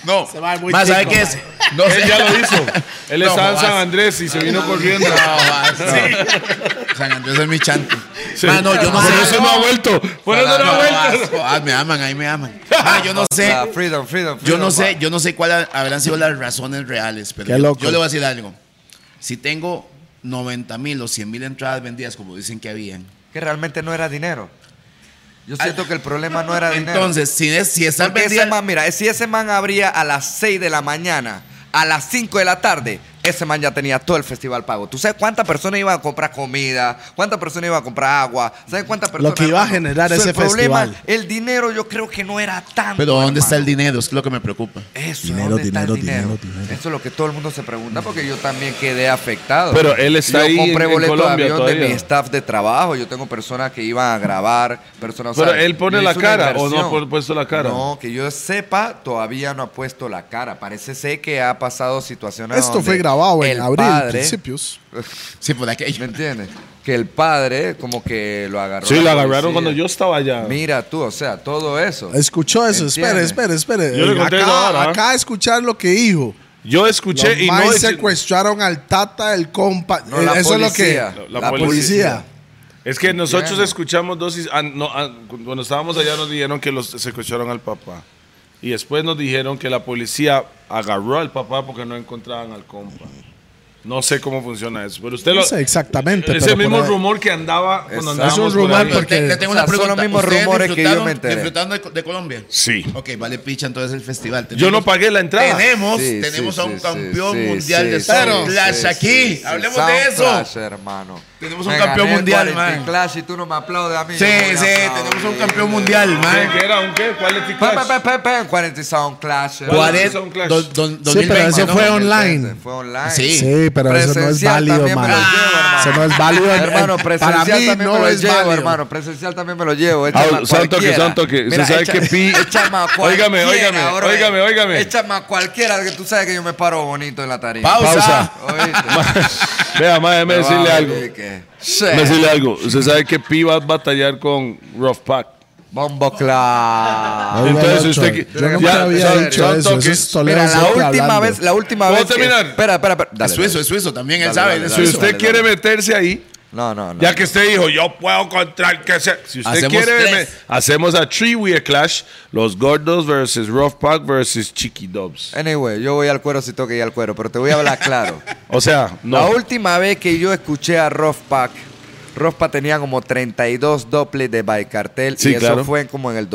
S5: No. Más, ¿sabe qué es? No
S4: Él
S5: sé.
S4: ya lo hizo. Él
S5: No,
S4: estaba en
S5: jodas.
S4: San Andrés y se vino corriendo.
S5: No, vas, no. San Andrés es mi chante. Ah, no, yo no sé.
S4: Por eso no ha vuelto. Por eso no ha vuelto.
S5: vas. Ah, me aman, ahí me aman. Ah, yo no sé.
S3: Ah, freedom, freedom,
S5: Yo
S3: freedom,
S5: no sé,
S3: pa.
S5: yo no sé cuáles habrán sido las razones reales, pero
S2: Qué
S5: yo,
S2: loco.
S5: yo le voy a decir algo. Si tengo 90 mil o 100 mil entradas vendidas, como dicen que habían,
S3: Que realmente no era dinero. Yo siento que el problema no
S2: Ah,
S3: era dinero.
S5: entonces, si, es, si están
S3: Porque ese
S5: vendidas,
S3: man, mira, si ese man abría a las 6 de la mañana, a las 5 de la tarde, ese man ya tenía todo el festival pago. ¿Tú sabes cuántas personas iban a comprar comida? ¿Cuántas personas iban a comprar agua? ¿Sabes cuántas personas?
S2: que iba a
S3: hermano?
S2: generar
S3: So,
S2: ese
S3: el problema,
S2: festival.
S3: El dinero yo creo que no era tanto.
S5: pero ¿dónde está el
S3: hermano.
S5: dinero? Es lo que me preocupa.
S3: Eso,
S2: Dinero,
S3: ¿dónde está el
S2: dinero,
S3: dinero?
S2: dinero, dinero.
S3: Eso es lo que todo el mundo se pregunta porque yo también quedé afectado.
S4: Pero él está
S3: yo
S4: ahí
S3: compré
S4: en- en
S3: boletos
S4: Colombia
S3: de avión de
S4: todavía.
S3: mi staff de trabajo. Yo tengo personas que iban a grabar, personas. o
S4: Pero
S3: sea,
S4: él pone
S3: yo
S4: la
S3: hice una
S4: cara, ¿o no ha
S3: inversión.
S4: pu- puesto la cara?
S3: No, que yo sepa, todavía no ha puesto la cara. Parece ser que ha pasado situaciones.
S2: Esto
S3: donde
S2: fue grabado en
S3: el
S2: abril,
S3: padre-
S2: principios.
S5: Sí, pues, por
S3: ¿Me
S5: aquello.
S3: entiendes? Que el padre como que lo agarró.
S4: Sí,
S3: la
S4: la agarraron
S3: policía.
S4: cuando yo estaba allá.
S3: Mira tú, o sea, todo eso.
S2: Escuchó eso, espere, espere,
S3: Entiende.
S2: espere.
S4: Yo le
S2: Eh,
S4: conté esa
S2: acá,
S4: vara.
S2: acá escuchar lo que dijo.
S4: Yo
S2: Los
S4: escuché y
S2: maes
S4: no es,
S2: secuestraron al tata, el compa.
S3: No,
S2: Eh,
S3: la
S2: eso
S3: policía.
S2: es lo que.
S4: La-
S2: La,
S4: la
S2: policía.
S4: es que nosotros
S3: Entiendo.
S4: escuchamos dosis. ah, no, ah, cu- cuando estábamos allá nos dijeron que los secuestraron al papá. Y después nos dijeron que la policía agarró al papá porque no encontraban al compa. No sé cómo funciona eso. Pero usted lo.
S2: No sé exactamente.
S4: Es
S2: pero
S4: el
S2: por
S4: mismo
S2: ahí-
S4: rumor que andaba cuando
S3: Exacto.
S4: andábamos.
S2: Es un
S4: por
S2: rumor
S4: ahí.
S2: porque-
S5: Le tengo
S3: O sea,
S5: una
S3: son
S5: pregunta.
S3: los mismos
S5: ¿Ustedes
S3: rumores que yo
S5: disfrutaron-
S3: me enteré.
S5: ¿Disfrutaron de, de Colombia?
S4: Sí.
S5: Ok, vale picha entonces el festival.
S4: Yo no pagué la entrada.
S5: Tenemos,
S3: Sí,
S5: tenemos
S3: sí,
S5: a un
S3: sí,
S5: campeón
S3: sí,
S5: mundial
S3: sí,
S5: de
S3: sí,
S5: Sound
S3: sí,
S5: Clash
S3: sí,
S5: aquí.
S3: sí, sí,
S5: Hablemos
S3: Sound
S5: de eso.
S3: Clash, hermano.
S5: Tenemos un campeón mundial, man.
S3: Clash y tú no me aplaudes a mí.
S5: Sí,
S3: yo voy a
S5: sí,
S3: aplaudir.
S5: tenemos un campeón mundial, man.
S4: ¿Qué era? ¿Un qué? ¿Cuál es
S3: Pa, pa, pa, pa, pa, 40 Sound Clash. hermano.
S4: ¿Cuál es?
S5: Cuaren-
S4: Sound Clash.
S5: dos- don-
S2: Sí, pero
S5: 2020,
S2: eso
S5: ¿no?
S2: fue
S3: 2020,
S2: online.
S3: Fue online.
S5: Sí.
S2: Sí, pero eso no es
S3: Presencial
S2: válido,
S3: también me
S2: man.
S3: lo llevo, hermano.
S2: Eso no es válido. en-
S3: Hermano,
S2: en- para
S3: presencial
S2: mí
S3: también me
S2: no
S3: lo
S2: es
S3: llevo,
S2: válido.
S3: hermano. Presencial también me lo llevo.
S4: Ah, santo que, santo que. Usted sabe que pi- Óigame, óigame, óigame, óigame.
S3: Échame a cualquiera que tú sabes que yo me paro bonito en la tarima.
S5: Pausa.
S3: Oíste.
S4: Vea, más déjeme
S3: Me va
S4: decirle
S3: a
S4: algo.
S3: decir que-
S4: Déjeme
S3: Sí.
S4: decirle algo. Usted sabe que Pi va a batallar con Rough Pack.
S3: Bombo Clash.
S2: Oiga,
S4: Entonces,
S2: Loncho,
S4: usted que-
S2: Ah, Yo
S3: ya,
S2: nunca había
S3: son-
S2: dicho
S4: son
S2: eso. Eso
S4: toques.
S2: es Toledo
S3: Mira, la
S2: siempre
S3: última
S2: hablando.
S3: vez, la última
S4: ¿Puedo
S3: vez. que-
S4: terminar?
S3: Espera, espera, espera. Dale,
S5: Es suizo,
S3: dale.
S5: es suizo también, él
S3: Dale,
S5: sabe.
S3: dale,
S5: él es
S4: Si
S3: dale.
S5: suizo.
S4: usted quiere meterse ahí,
S3: No, no, no.
S4: ya que usted dijo, yo puedo contra el que sea. Si usted
S5: Hacemos
S4: quiere,
S5: tres.
S4: me- hacemos a Three-Way Clash: Los Gordos versus Rough Pack versus Chiqui Dubs.
S3: Anyway, yo voy al cuero si toca ir al cuero, pero te voy a hablar claro.
S4: O sea,
S3: La
S4: no.
S3: última vez que yo escuché a Rough Pack, Rough Pack tenía como 32 dobles de Baicartel y
S4: Sí,
S3: eso
S4: claro.
S3: fue como en el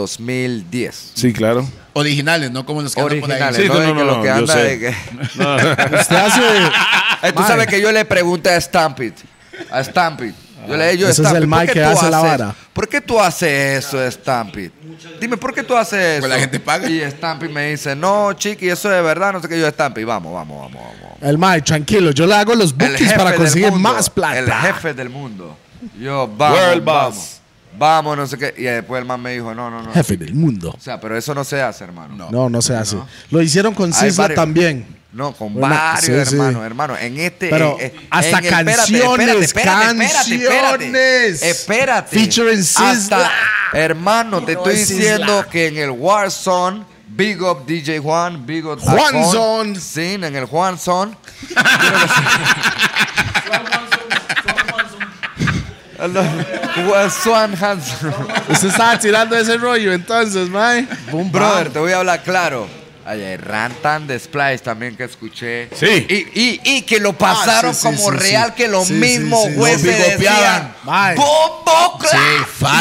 S3: 2010.
S4: Sí, claro.
S5: Originales, no como los que andan por ahí.
S3: Originales,
S4: Sí,
S3: ¿no?
S4: no,
S3: De
S4: no,
S3: que
S4: no,
S3: lo que
S4: yo
S3: anda
S4: sé.
S3: de que-
S2: Usted hace.
S3: Eh, Tú sabes que yo le pregunté a Stampede. A Stampede. Yo le dije, yo,
S2: Ah, Ese es el
S3: Stampede, ¿por
S2: Mike
S3: qué
S2: que
S3: tú
S2: hace la
S3: haces-
S2: vara.
S3: ¿Por qué tú haces eso, Stampede? Dime, ¿por qué tú haces eso?
S5: Pues la gente paga.
S3: Y Stampede me dice, no, chiqui, eso es verdad, no sé qué. Yo, Stampede, vamos, vamos, vamos, vamos.
S2: El Mike, tranquilo, yo le hago los
S3: El
S2: bookies
S3: jefe
S2: para
S3: del
S2: conseguir
S3: mundo,
S2: más plata.
S3: El jefe del mundo. Yo, vamos,
S4: World
S3: vamos.
S4: boss.
S3: Vamos, no sé qué. Y después el man me dijo, no, no, no.
S2: Jefe del mundo.
S3: O sea, pero eso no se hace, hermano. No.
S2: No, no se hace. Lo hicieron con
S3: Hay
S2: Sisla
S3: varios.
S2: también.
S3: con
S2: Una-
S3: varios
S2: sí, sí.
S3: hermanos, hermano. En este.
S2: Pero
S3: en- en-
S2: hasta
S3: en- espérate,
S2: canciones, canciones.
S3: Espérate, espérate.
S2: Featuring Sizzla.
S3: Hasta- Hermano, te
S2: no
S3: estoy
S2: es Sizzla.
S3: diciendo que en el Warzone, Big Up DJ Juan, Big Up Tacón,
S2: Juanzone.
S3: Sí, en el Juanzone. Juan Hanson.
S2: Usted estaba tirando ese rollo entonces, Mike. Boom,
S3: Brother, te voy a hablar claro. Ayer Rantan de Splice también que escuché.
S4: Sí.
S3: Y, y, y que lo pasaron
S2: Ah, sí, sí,
S3: como
S2: sí, sí.
S3: real que los
S2: Sí,
S3: mismos
S2: sí, sí.
S3: jueces
S2: Los
S3: decían.
S2: bigopeaban. Mae.
S3: ¡Bombo Clash".
S5: Sí,
S3: Y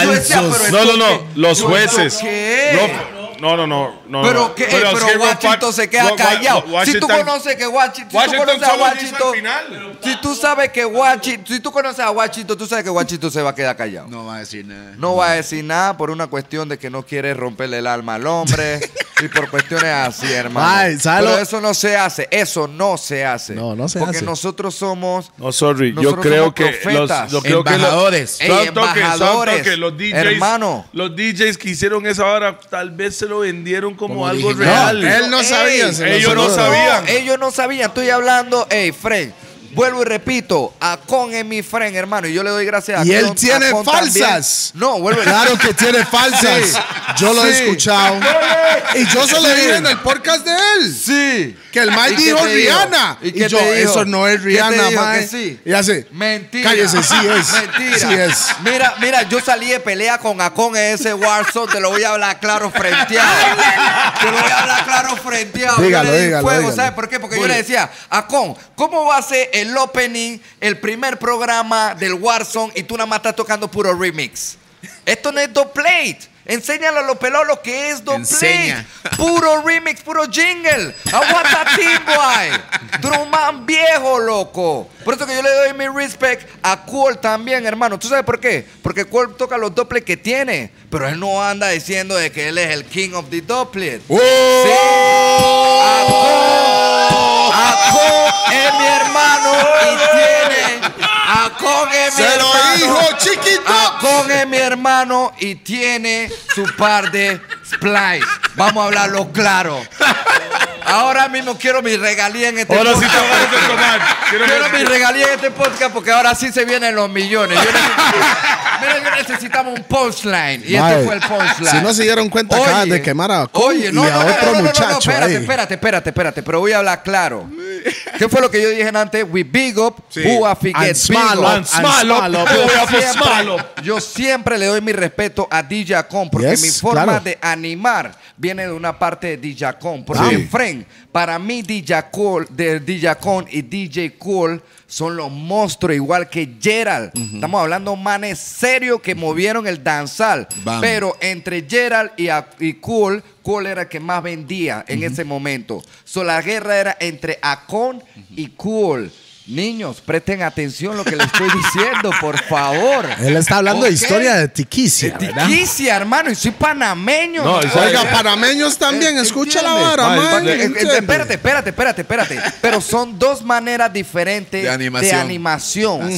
S3: yo decía,
S5: falsos.
S3: "Pero esto
S4: No, no, no.
S3: qué-
S4: Los
S3: yo,
S4: jueces.
S3: ¿esto qué?
S4: Rough- No, no, no. no
S3: Pero,
S4: no.
S3: que,
S4: es
S3: pero
S4: que Rough Pack-
S3: Washington se queda
S4: Wa- Wa-
S3: callado. si tú
S4: Washington-
S3: conoces que Washington, si tú
S4: Washington
S3: conoces a
S4: solo lo hizo al
S3: Washington,
S4: final.
S3: si tú sabes que Washington, si tú conoces a Washington, tú sabes que Washington se va a quedar callado.
S5: No va a decir nada.
S3: No va a decir nada por una cuestión de que no quiere romperle el alma al hombre. Y por cuestiones así, hermano.
S2: Mae, ¿sabe
S3: Pero
S2: lo-
S3: eso no se hace. Eso no se hace.
S2: No, no se
S3: Porque
S2: hace.
S3: nosotros somos.
S6: No, sorry.
S3: Nosotros
S6: yo creo
S3: somos
S6: que
S3: profetas.
S6: los, yo creo que los-
S5: Embajadores.
S3: Ey,
S6: Soft toque, soft
S3: embajadores,
S6: toque, los DJs,
S3: hermano.
S6: Los DJs que hicieron esa hora tal vez se lo vendieron como,
S2: Como
S6: algo
S2: dije,
S6: real.
S2: no,
S7: él no
S3: Ey,
S7: sabía. se lo
S6: ellos no
S7: saludo.
S6: sabían.
S3: No, ellos no sabían. Estoy hablando, hey, friend. Vuelvo y repito, Acon es mi friend, hermano, y yo le doy gracias a
S7: Y él
S3: Acon,
S7: tiene
S3: Acon
S7: falsas.
S3: también. No, vuelvo y
S7: Claro que tiene falsas. Yo lo he
S3: Sí.
S7: escuchado. Y yo se lo
S3: Sí.
S7: dije en el podcast de él.
S3: Sí.
S7: Que el Mike
S3: ¿Y qué
S7: dijo
S3: te dijo?
S7: Rihanna.
S3: ¿Y
S7: Y,
S3: qué
S7: yo,
S3: te dijo?
S7: eso no es
S3: ¿Qué te
S7: Rihanna,
S3: dijo que
S7: Mike.
S3: sí?
S7: Y hace,
S3: Mentira.
S7: Cállese, sí es.
S3: Mentira.
S7: Sí es.
S3: Mira, mira, yo salí de pelea con Acon en ese Warzone. Te lo voy a hablar claro frenteado. Te lo voy a hablar claro frenteado.
S7: Dígalo,
S3: yo le di
S7: dígalo,
S3: fuego,
S7: dígalo.
S3: ¿sabes por qué? Porque yo le decía, Acon, ¿cómo va a ser el opening, el primer programa del Warzone y tú nada más estás tocando puro remix? Esto no es doplate. Enséñale a los pelados lo que es doplate.
S5: Enseña.
S3: Puro remix, puro jingle. Aguanta Team Boy. Drummond viejo, loco. Por eso que yo le doy mi respect a Cool también, hermano. ¿Tú sabes por qué? Porque Cool toca los doppler que tiene. Pero él no anda diciendo de que él es el king of the doppler. Sí. A Cool- a Cool es mi hermano y tiene... A Cool es mi
S7: Se lo
S3: hermano.
S7: dijo, chiquito.
S3: Acon es mi hermano y tiene su par de splice. Vamos a hablarlo claro. Ahora mismo quiero mi regalía en este
S6: Ahora sí
S3: podcast.
S6: te vas a tomar. Quiero
S3: Quiero
S6: que-
S3: mi regalía en este podcast porque ahora sí se vienen los millones. Yo necesito- mira, yo necesitamos un punchline. Y
S2: Mae,
S3: este fue el punchline.
S2: si no se dieron cuenta, acaban de quemar a Acon
S3: oye, no,
S2: y a
S3: no, no, no,
S2: otro
S3: no, no, no,
S2: muchacho
S3: espérate,
S2: ahí.
S3: espérate, espérate, espérate. Pero voy a hablar claro. ¿Qué fue lo que yo dije antes? We big up, who I forget
S2: And smile
S3: big
S2: up,
S3: up.
S2: and smile up.
S3: Yo
S6: Voy a por
S3: siempre-
S6: smile up.
S3: Yo siempre le doy mi respeto a Dijacon porque
S2: Yes,
S3: mi forma
S2: claro.
S3: de animar viene de una parte de Dijacon. Porque,
S2: Sí.
S3: friend, para mí Dijacon, de Dijacon y DJ Cool son los monstruos, igual que Gerald. Estamos hablando manes serios que movieron el danzal.
S7: Bam.
S3: Pero entre Gerald y, a- y Cool, Cool era el que más vendía en ese momento. So, la guerra era entre Acon y Cool. Niños, presten atención lo que les estoy diciendo, por favor.
S2: Él está hablando de
S3: Ok.
S2: historia de Tiquicia, ¿verdad?
S3: Tiquicia, hermano, y soy panameño.
S6: No,
S3: hermano.
S6: ¿sabe
S7: Oiga,
S6: qué?
S7: panameños también, escucha la
S3: ¿Entiendes?
S7: vara,
S6: Mae,
S7: man.
S6: eh, eh,
S3: Eh, eh,
S7: ¿entiende?
S3: espérate, espérate, espérate, espérate. Pero son dos maneras diferentes
S7: De
S3: de
S7: animación.
S3: animación.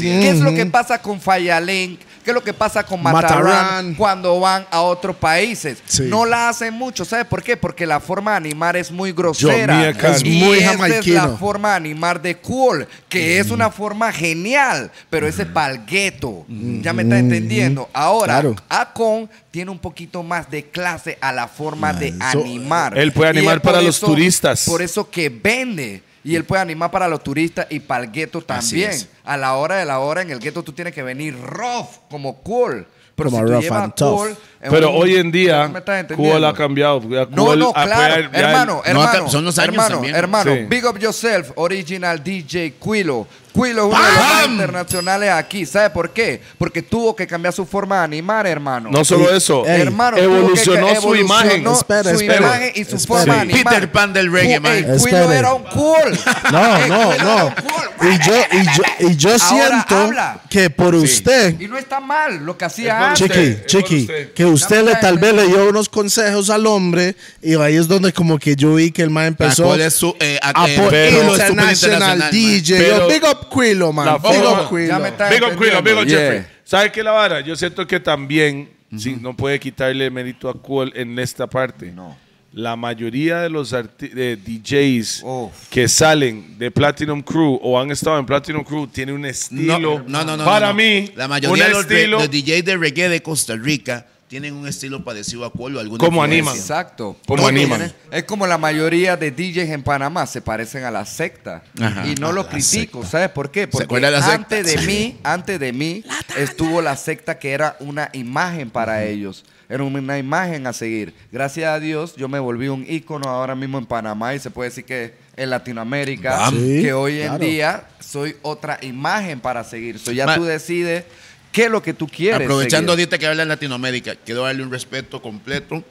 S3: ¿Qué es lo que pasa con Fayalink? ¿Qué es lo que pasa con Matarán,
S2: Matarrán.
S3: cuando van a otros países?
S2: Sí.
S3: No la hacen mucho, ¿sabes por qué? Porque la forma de animar es muy grosera.
S6: mía, Carlos.
S2: Es muy
S3: esa es
S2: jamaiquino.
S3: la forma de animar de Cool, que es una forma genial, pero ese pal gueto. Ya me está entendiendo. Ahora,
S2: Claro.
S3: Akon tiene un poquito más de clase a la forma de
S2: eso-
S3: animar.
S6: Él puede
S3: Y
S6: animar
S3: por
S6: para los turistas.
S3: Por eso que vende. Y él puede animar para los turistas y para el gueto también.
S7: es.
S3: A la hora de la hora en el gueto tú tienes que venir rough, como cool. Pero
S2: Como
S3: si tú
S2: rough
S3: llevas
S2: and tough.
S3: cool, es
S6: Pero
S3: un-
S6: hoy en día,
S3: ¿Me estás entendiendo?
S6: Cuba ha cambiado. Ya
S3: No,
S6: Cuba
S3: no,
S6: apoya-
S3: claro.
S6: ya-
S3: hermano, hermano.
S5: No, son los años
S3: hermano,
S5: también.
S3: hermano.
S6: Sí.
S3: Big up yourself, original DJ Quilo. Quilo es uno de los más internacionales aquí. ¿Sabe por qué? Porque tuvo que cambiar su forma de animar, hermano.
S6: No solo eso,
S2: Ey,
S3: hermano,
S6: evolucionó
S3: tuvo que-
S6: su imagen.
S3: evolucionó
S2: Espera,
S3: su
S2: espera.
S3: imagen y su
S2: Espera.
S3: forma de
S6: Sí.
S3: animar.
S5: Peter Pan del reggae,
S3: Ey,
S5: man.
S3: Quilo
S2: Espere.
S3: era un cool.
S2: No,
S3: Ey,
S2: no,
S3: Quilo era un
S2: no.
S3: cool.
S2: Y yo, y yo, y yo
S3: Ahora
S2: siento
S3: habla.
S2: que por usted,
S3: Y no está mal lo que
S6: Es
S3: hacía
S6: por
S3: antes.
S6: usted,
S2: Chiqui,
S6: es
S2: Chiqui,
S6: por usted.
S2: que usted le,
S3: Dame
S2: tal
S3: la-
S2: vez le dio unos consejos al hombre y ahí es donde como que yo vi que el man empezó
S5: ¿Cuál es su eh,
S2: a
S5: eh,
S2: por
S5: pero-
S2: Hilo
S5: Super
S2: International
S5: Internacional,
S2: DJ.
S6: man.
S2: Yo,
S6: Pero-
S2: big up Quilo, man.
S6: La
S2: Big
S6: forma-
S2: up Quilo.
S3: Ya me está
S6: Big up Quillo, big up
S3: entendiendo.
S6: Jeffrey. ¿Sabe qué la vara? Yo siento que también, sí, no puede quitarle mérito a Cool en esta parte.
S3: No.
S6: La mayoría de los arti- de DJs
S3: Uf.
S6: que salen de Platinum Crew o han estado en Platinum Crew tienen un
S5: No,
S6: estilo.
S5: no, no, no, no,
S6: Para
S5: no.
S6: mí,
S5: la mayoría
S6: un
S5: de los, re-
S6: estilo.
S5: los DJs de reggae de Costa Rica tienen un estilo parecido a Cuolo. alguna
S6: ¿Cómo
S5: influencia.
S6: animan?
S3: Exacto.
S6: ¿Cómo
S3: Porque
S6: animan?
S3: tienen- Es como la mayoría de DJs en Panamá se parecen a la secta.
S5: Ajá,
S3: y no
S5: a
S3: lo
S5: la
S3: critico, ¿sabes por qué? Porque
S5: acuerda de la secta?
S3: antes de mí, antes de mí, estuvo la secta que era una imagen para ellos. Era una imagen a seguir. Gracias a Dios, yo me volví un ícono ahora mismo en Panamá y se puede decir que en Latinoamérica,
S2: Bam. Sí,
S3: que hoy en
S2: claro.
S3: día soy otra imagen para seguir. So, ya
S5: Ma-
S3: tú decides qué es lo que tú quieres.
S5: Aprovechando
S3: seguir.
S5: ahorita que habla en Latinoamérica, quiero darle un respeto completo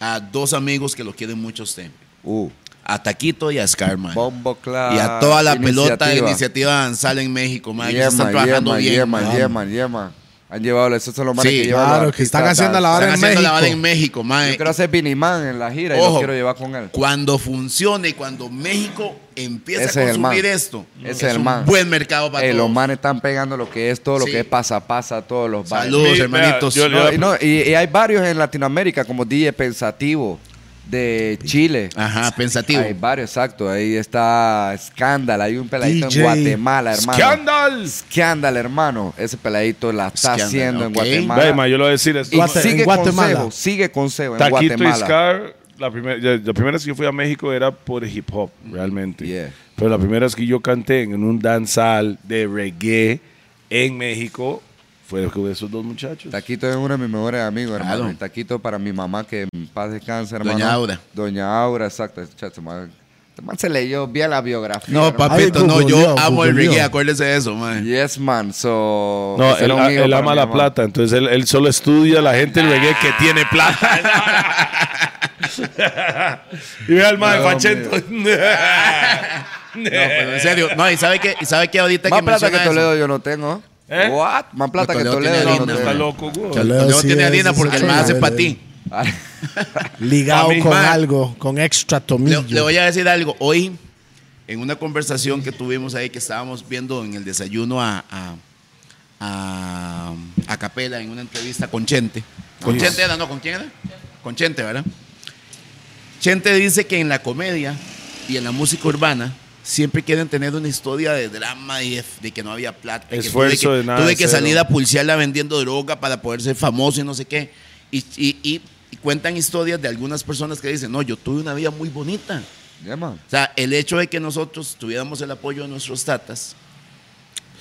S5: a dos amigos que lo quieren mucho a usted.
S3: Uh,
S5: A Taquito y a Scarman.
S3: bombo clap,
S5: Y a toda la pelota de
S3: iniciativa.
S5: iniciativa danzal en México, man. Ellos
S3: Yema,
S5: están trabajando
S3: yema,
S5: bien.
S3: yema,
S5: man.
S3: yema, yema. Han llevado, eso son los manes
S5: Sí,
S3: que llevan los
S2: claro, que están
S3: artistas
S2: haciendo la
S3: a-
S2: vara
S5: Están
S2: en
S5: haciendo la vara
S2: México.
S5: en México, mae.
S3: Yo quiero hacer Binimán en la gira y
S5: Ojo.
S3: lo quiero llevar con él.
S5: Cuando funcione, cuando México empiece
S3: Ese
S5: a
S3: es el man.
S5: consumir esto,
S3: Ese es el
S5: un
S3: man.
S5: buen mercado para
S3: Eh, los
S5: todos.
S3: manes están pegando lo que es todo, lo
S5: Sí.
S3: que es pasapasa, todos los bares.
S5: Saludos,
S9: Sí,
S5: hermanitos.
S9: vea, yo le-
S3: No, y, no, y- y hay varios en Latinoamérica, como DJ Pensativo de Chile.
S5: Ajá, pensativo.
S3: Hay varios, exacto. Ahí está Scandal, hay un peladito
S2: DJ.
S3: en Guatemala, hermano.
S9: ¡Scandal!
S3: Scandal, hermano. Ese peladito la está
S5: Scandal,
S3: haciendo en
S5: ok.
S3: Guatemala.
S4: Ve, ma, yo lo voy a decir esto.
S3: Y
S2: Guate-
S3: sigue
S2: en Guatemala.
S3: consejo, sigue consejo en
S4: Taquito y
S3: Guatemala.
S4: Scar, la, primer- ya- la primera vez que yo fui a México era por hip hop, realmente.
S3: Yeah.
S4: Pero la primera vez que yo canté en un danzal de reggae en México fue con esos dos muchachos.
S3: Taquito es uno de mis mejores amigos, hermano.
S5: Claro.
S3: Y Taquito para mi mamá, que en paz descanse, hermano.
S5: Doña Aura.
S3: Doña Aura, exacto. Chacho, man. Este man se leyó, vi la biografía.
S5: No,
S3: hermano.
S5: papito,
S2: Ay,
S5: no, yo
S2: googleó,
S5: amo el
S2: googleó.
S5: reggae, acuérdese de eso, man.
S3: Yes, man. So,
S4: no,
S3: ese
S4: él,
S3: era un hijo
S4: él
S3: para
S4: ama
S3: mi
S4: la
S3: mamá.
S4: plata, entonces él, él solo estudia a la gente el reggae que tiene plata. y ve al mae,
S3: No,
S4: Fachento.
S5: No, pero en serio. No, y sabe que, y sabe que ahorita
S3: Más
S5: que
S3: plata que
S5: menciona Pues
S3: Toledo yo no tengo.
S4: ¿Eh?
S3: What? Más plata que
S5: Toledo
S3: Toledo
S5: tiene
S3: yo no
S5: harina,
S3: tengo.
S5: Está
S4: Está loco, güey.
S5: eso, Toledo
S2: Sí,
S5: tiene
S2: es,
S5: harina
S2: es
S5: porque el
S2: una
S5: más hace
S2: chévere.
S5: para ti.
S2: Ligado
S4: A mí,
S2: con
S5: ma.
S2: algo, con extra
S5: Le,
S2: tomillo.
S5: le voy a decir algo. Hoy, en una conversación que tuvimos ahí, que estábamos viendo en el desayuno a, a, a, a Capela, en una entrevista con Chente. ¿Con Chente era? No, ¿con quién era? Con Chente, ¿verdad? Chente dice que en la comedia y en la música urbana siempre quieren tener una historia de drama y de, de que no había plata. y que
S4: Esfuerzo
S5: tuve que,
S4: de nada,
S5: Tuve que
S4: cero.
S5: salir a pulsearla vendiendo droga para poder ser famoso y no sé qué. Y, y- y- y cuentan historias de algunas personas que dicen, no, yo tuve una vida muy bonita.
S3: Yeah, man.
S5: O sea, el hecho de que nosotros tuviéramos el apoyo de nuestros tatas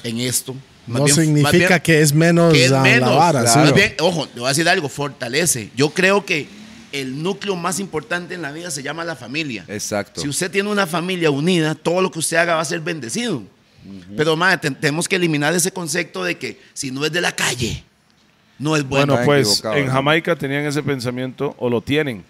S5: en esto. más
S2: no
S5: bien- más
S2: significa
S5: bien-
S2: que es menos
S5: que es
S2: a
S5: menos.
S2: la vara,
S5: Más
S2: sí.
S5: bien, ojo, le voy a decir algo, fortalece. Yo creo que el núcleo más importante en la vida se llama la familia.
S3: Exacto.
S5: Si usted tiene una familia unida, todo lo que usted haga va a ser bendecido. Pero, madre, te- tenemos que eliminar ese concepto de que si no es de la calle, no es bueno.
S4: Bueno,
S3: Está
S4: pues
S3: equivocado,
S4: en
S3: ¿no?
S4: Jamaica tenían ese pensamiento o lo tienen.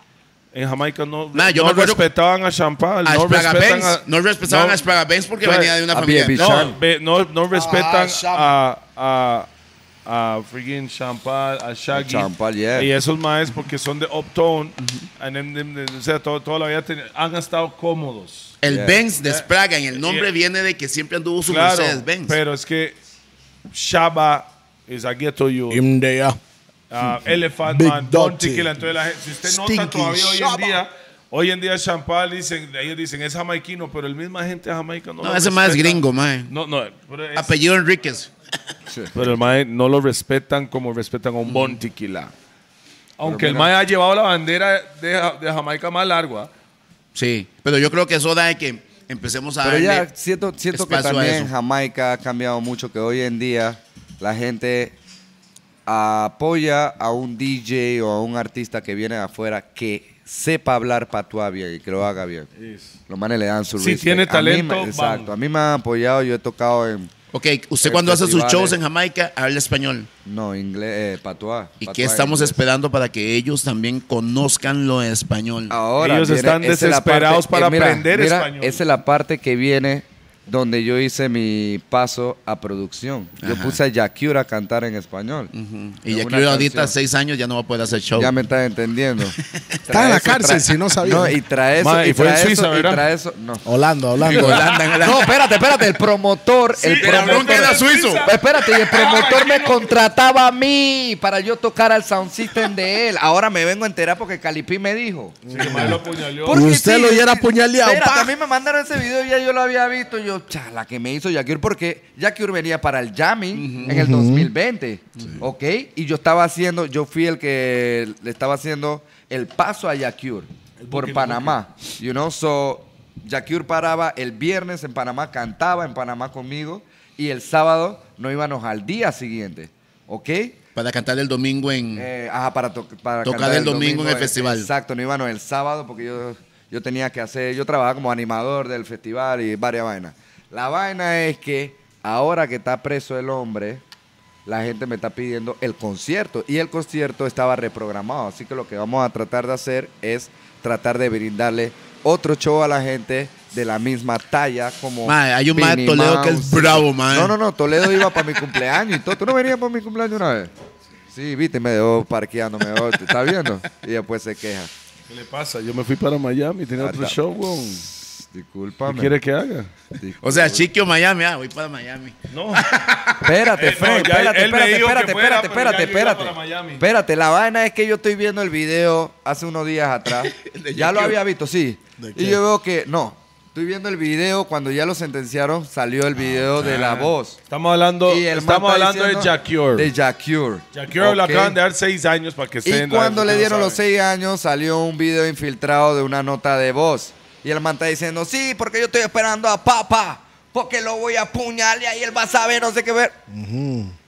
S4: En Jamaica no,
S5: Ma, yo
S4: no
S5: me acuerdo-
S4: respetaban a Champal,
S5: A
S4: no
S5: Spraga
S4: respetan
S5: Benz,
S4: a-
S5: no respetaban
S4: no,
S5: a Spraga Benz porque
S4: Claro.
S5: venía de una
S3: A
S5: familia.
S3: B&B.
S5: No,
S4: no, ve- no, no
S5: Ah,
S4: respetan
S2: Champ.
S4: a, a, a freaking Champal, a Shaggy.
S3: Champal, yeah.
S4: Y esos maes porque son de uptown. and then- then- then- o sea, todo, toda la vida ten- han estado cómodos.
S5: el
S3: Yeah.
S5: Benz de Spraga, en el nombre
S4: Yeah.
S5: viene de que siempre anduvo su
S4: Claro,
S5: Mercedes Benz.
S4: pero es que Shaba is a ghetto youth.
S2: India.
S4: Ah, Elephant
S2: Big
S4: Man, Don
S2: Dotty.
S4: Tequila. Entonces, la gente- si usted nota
S2: Stinking
S4: todavía hoy en
S2: Shabba.
S4: día, hoy en día Champal dicen, ellos dicen es jamaiquino, pero el misma gente de Jamaica no,
S5: no,
S4: lo
S5: ese más es
S4: respeta.
S5: gringo, mae.
S4: No, no, pero, es-
S5: Apellido Enríquez.
S4: pero el mae no lo respetan como respetan a un Bon Tequila. Aunque
S3: Pero
S4: el
S3: mira-
S4: mae ha llevado la bandera de, de Jamaica más larga.
S5: Sí, pero yo creo que eso da de que empecemos a
S3: Pero ya
S5: darle-
S3: siento, siento que
S5: e- espacio a
S3: también
S5: eso.
S3: Jamaica ha cambiado mucho, que hoy en día la gente apoya a un DJ o a un artista que viene de afuera que sepa hablar patuá bien y que lo haga bien. Los manes le dan su
S4: Si
S3: respect.
S4: tiene
S3: A mí
S4: talento,
S3: me-
S4: vamos.
S3: exacto. A mí me han apoyado, yo he tocado en...
S5: Ok, usted cuando hace sus
S3: Festivales.
S5: shows en Jamaica habla español.
S3: No, inglés, eh, patuá.
S5: ¿Y
S3: patuá
S5: qué
S3: en
S5: estamos
S3: inglés.
S5: esperando para que ellos también conozcan lo español?
S3: Ahora
S4: Ellos están
S3: esa es la eh,
S4: desesperados para
S3: mira,
S4: aprender
S3: mira,
S4: español.
S3: Esa es la parte que viene donde yo hice mi paso a producción. Yo
S5: Ajá.
S3: puse a Yakira a cantar en español.
S5: y
S3: Es
S5: ya
S3: una
S5: que yo ahorita
S3: canción.
S5: seis años ya no va a poder hacer show.
S3: Ya me estás entendiendo.
S2: Está en la cárcel, si no sabía.
S3: No, y trae eso.
S4: Ma,
S3: y
S4: y fue en
S3: trae eso,
S4: Suiza,
S3: y
S4: ¿verdad?
S3: trae eso. No.
S2: Holanda, Holanda.
S3: No, espérate, espérate. El promotor. el
S4: pero
S3: promotor
S4: nunca era suizo.
S3: Espérate, y el promotor me contrataba a mí para yo tocar al sound system de él. Ahora me vengo a enterar porque Calipí me dijo.
S4: El mae lo apuñaleó.
S2: ¿Por Usted lo hubiera apuñaleado,
S3: Espérate,
S2: pa.
S3: a mí me mandaron ese video y ya yo lo había visto. Yo, cha, la que me hizo Yakir, porque Yakir venía para el jamming en el 2020. ¿Ok? Y yo estaba haciendo, yo fui el que le estaba haciendo el paso a Yakir por Panamá. You know, so Yakir paraba el viernes en Panamá, cantaba en Panamá conmigo y el sábado no íbamos al día siguiente. ¿Ok?
S5: Para cantar el domingo en...
S3: Eh, ajá, para, to- para
S5: Tocar
S3: cantar
S5: el domingo en el festival.
S3: Exacto, no íbamos el sábado porque yo, yo tenía que hacer, yo trabajaba como animador del festival y varias vainas. La vaina es que ahora que está preso el hombre, la gente me está pidiendo el concierto y el concierto estaba reprogramado, así que lo que vamos a tratar de hacer es tratar de brindarle otro show a la gente de la misma talla como
S5: Mae, hay un mae
S3: Minnie
S5: Toledo que es
S3: Mouse.
S5: bravo, mae.
S3: No, no, no, Toledo iba para mi cumpleaños y todo. ¿Tú no venías para mi cumpleaños una vez? Sí, viste, me dejó parqueando, me dejó, ¿te ¿estás viendo? Y después se queja.
S6: ¿Qué le pasa? Yo me fui para Miami, tenía otro
S3: Anda.
S6: show, weón.
S3: Discúlpame.
S6: ¿Quiere que haga?
S5: O
S3: eh,
S5: sea, Chiquio Miami, ah, voy para Miami.
S4: No.
S3: Espérate,
S4: Eh, no,
S3: Fred,
S4: ya
S3: espérate,
S4: él me
S3: espérate,
S4: dijo que
S3: espérate,
S4: fuera,
S3: espérate,
S4: pero ya
S3: espérate,
S4: yo iba
S3: espérate.
S4: para Miami.
S3: Espérate, la vaina es que yo estoy viendo el video hace unos días atrás. ya lo había visto, sí. Y yo veo que, no, estoy viendo el video cuando ya lo sentenciaron, salió
S4: Ah,
S3: el video de la voz.
S6: Estamos hablando,
S3: Y el man
S6: estamos
S3: está
S6: hablando de
S3: diciendo-
S6: Jacure.
S3: De Jacure.
S6: Jacure le
S3: Ok.
S6: acaban de dar seis años para que esté
S3: Y
S6: en la-
S3: cuando le
S6: no
S3: dieron
S6: saben.
S3: los seis años, salió un video infiltrado de una nota de voz. Y el man está diciendo, sí, porque yo estoy esperando a papá, porque lo voy a apuñalar y ahí él va a saber, no sé qué ver.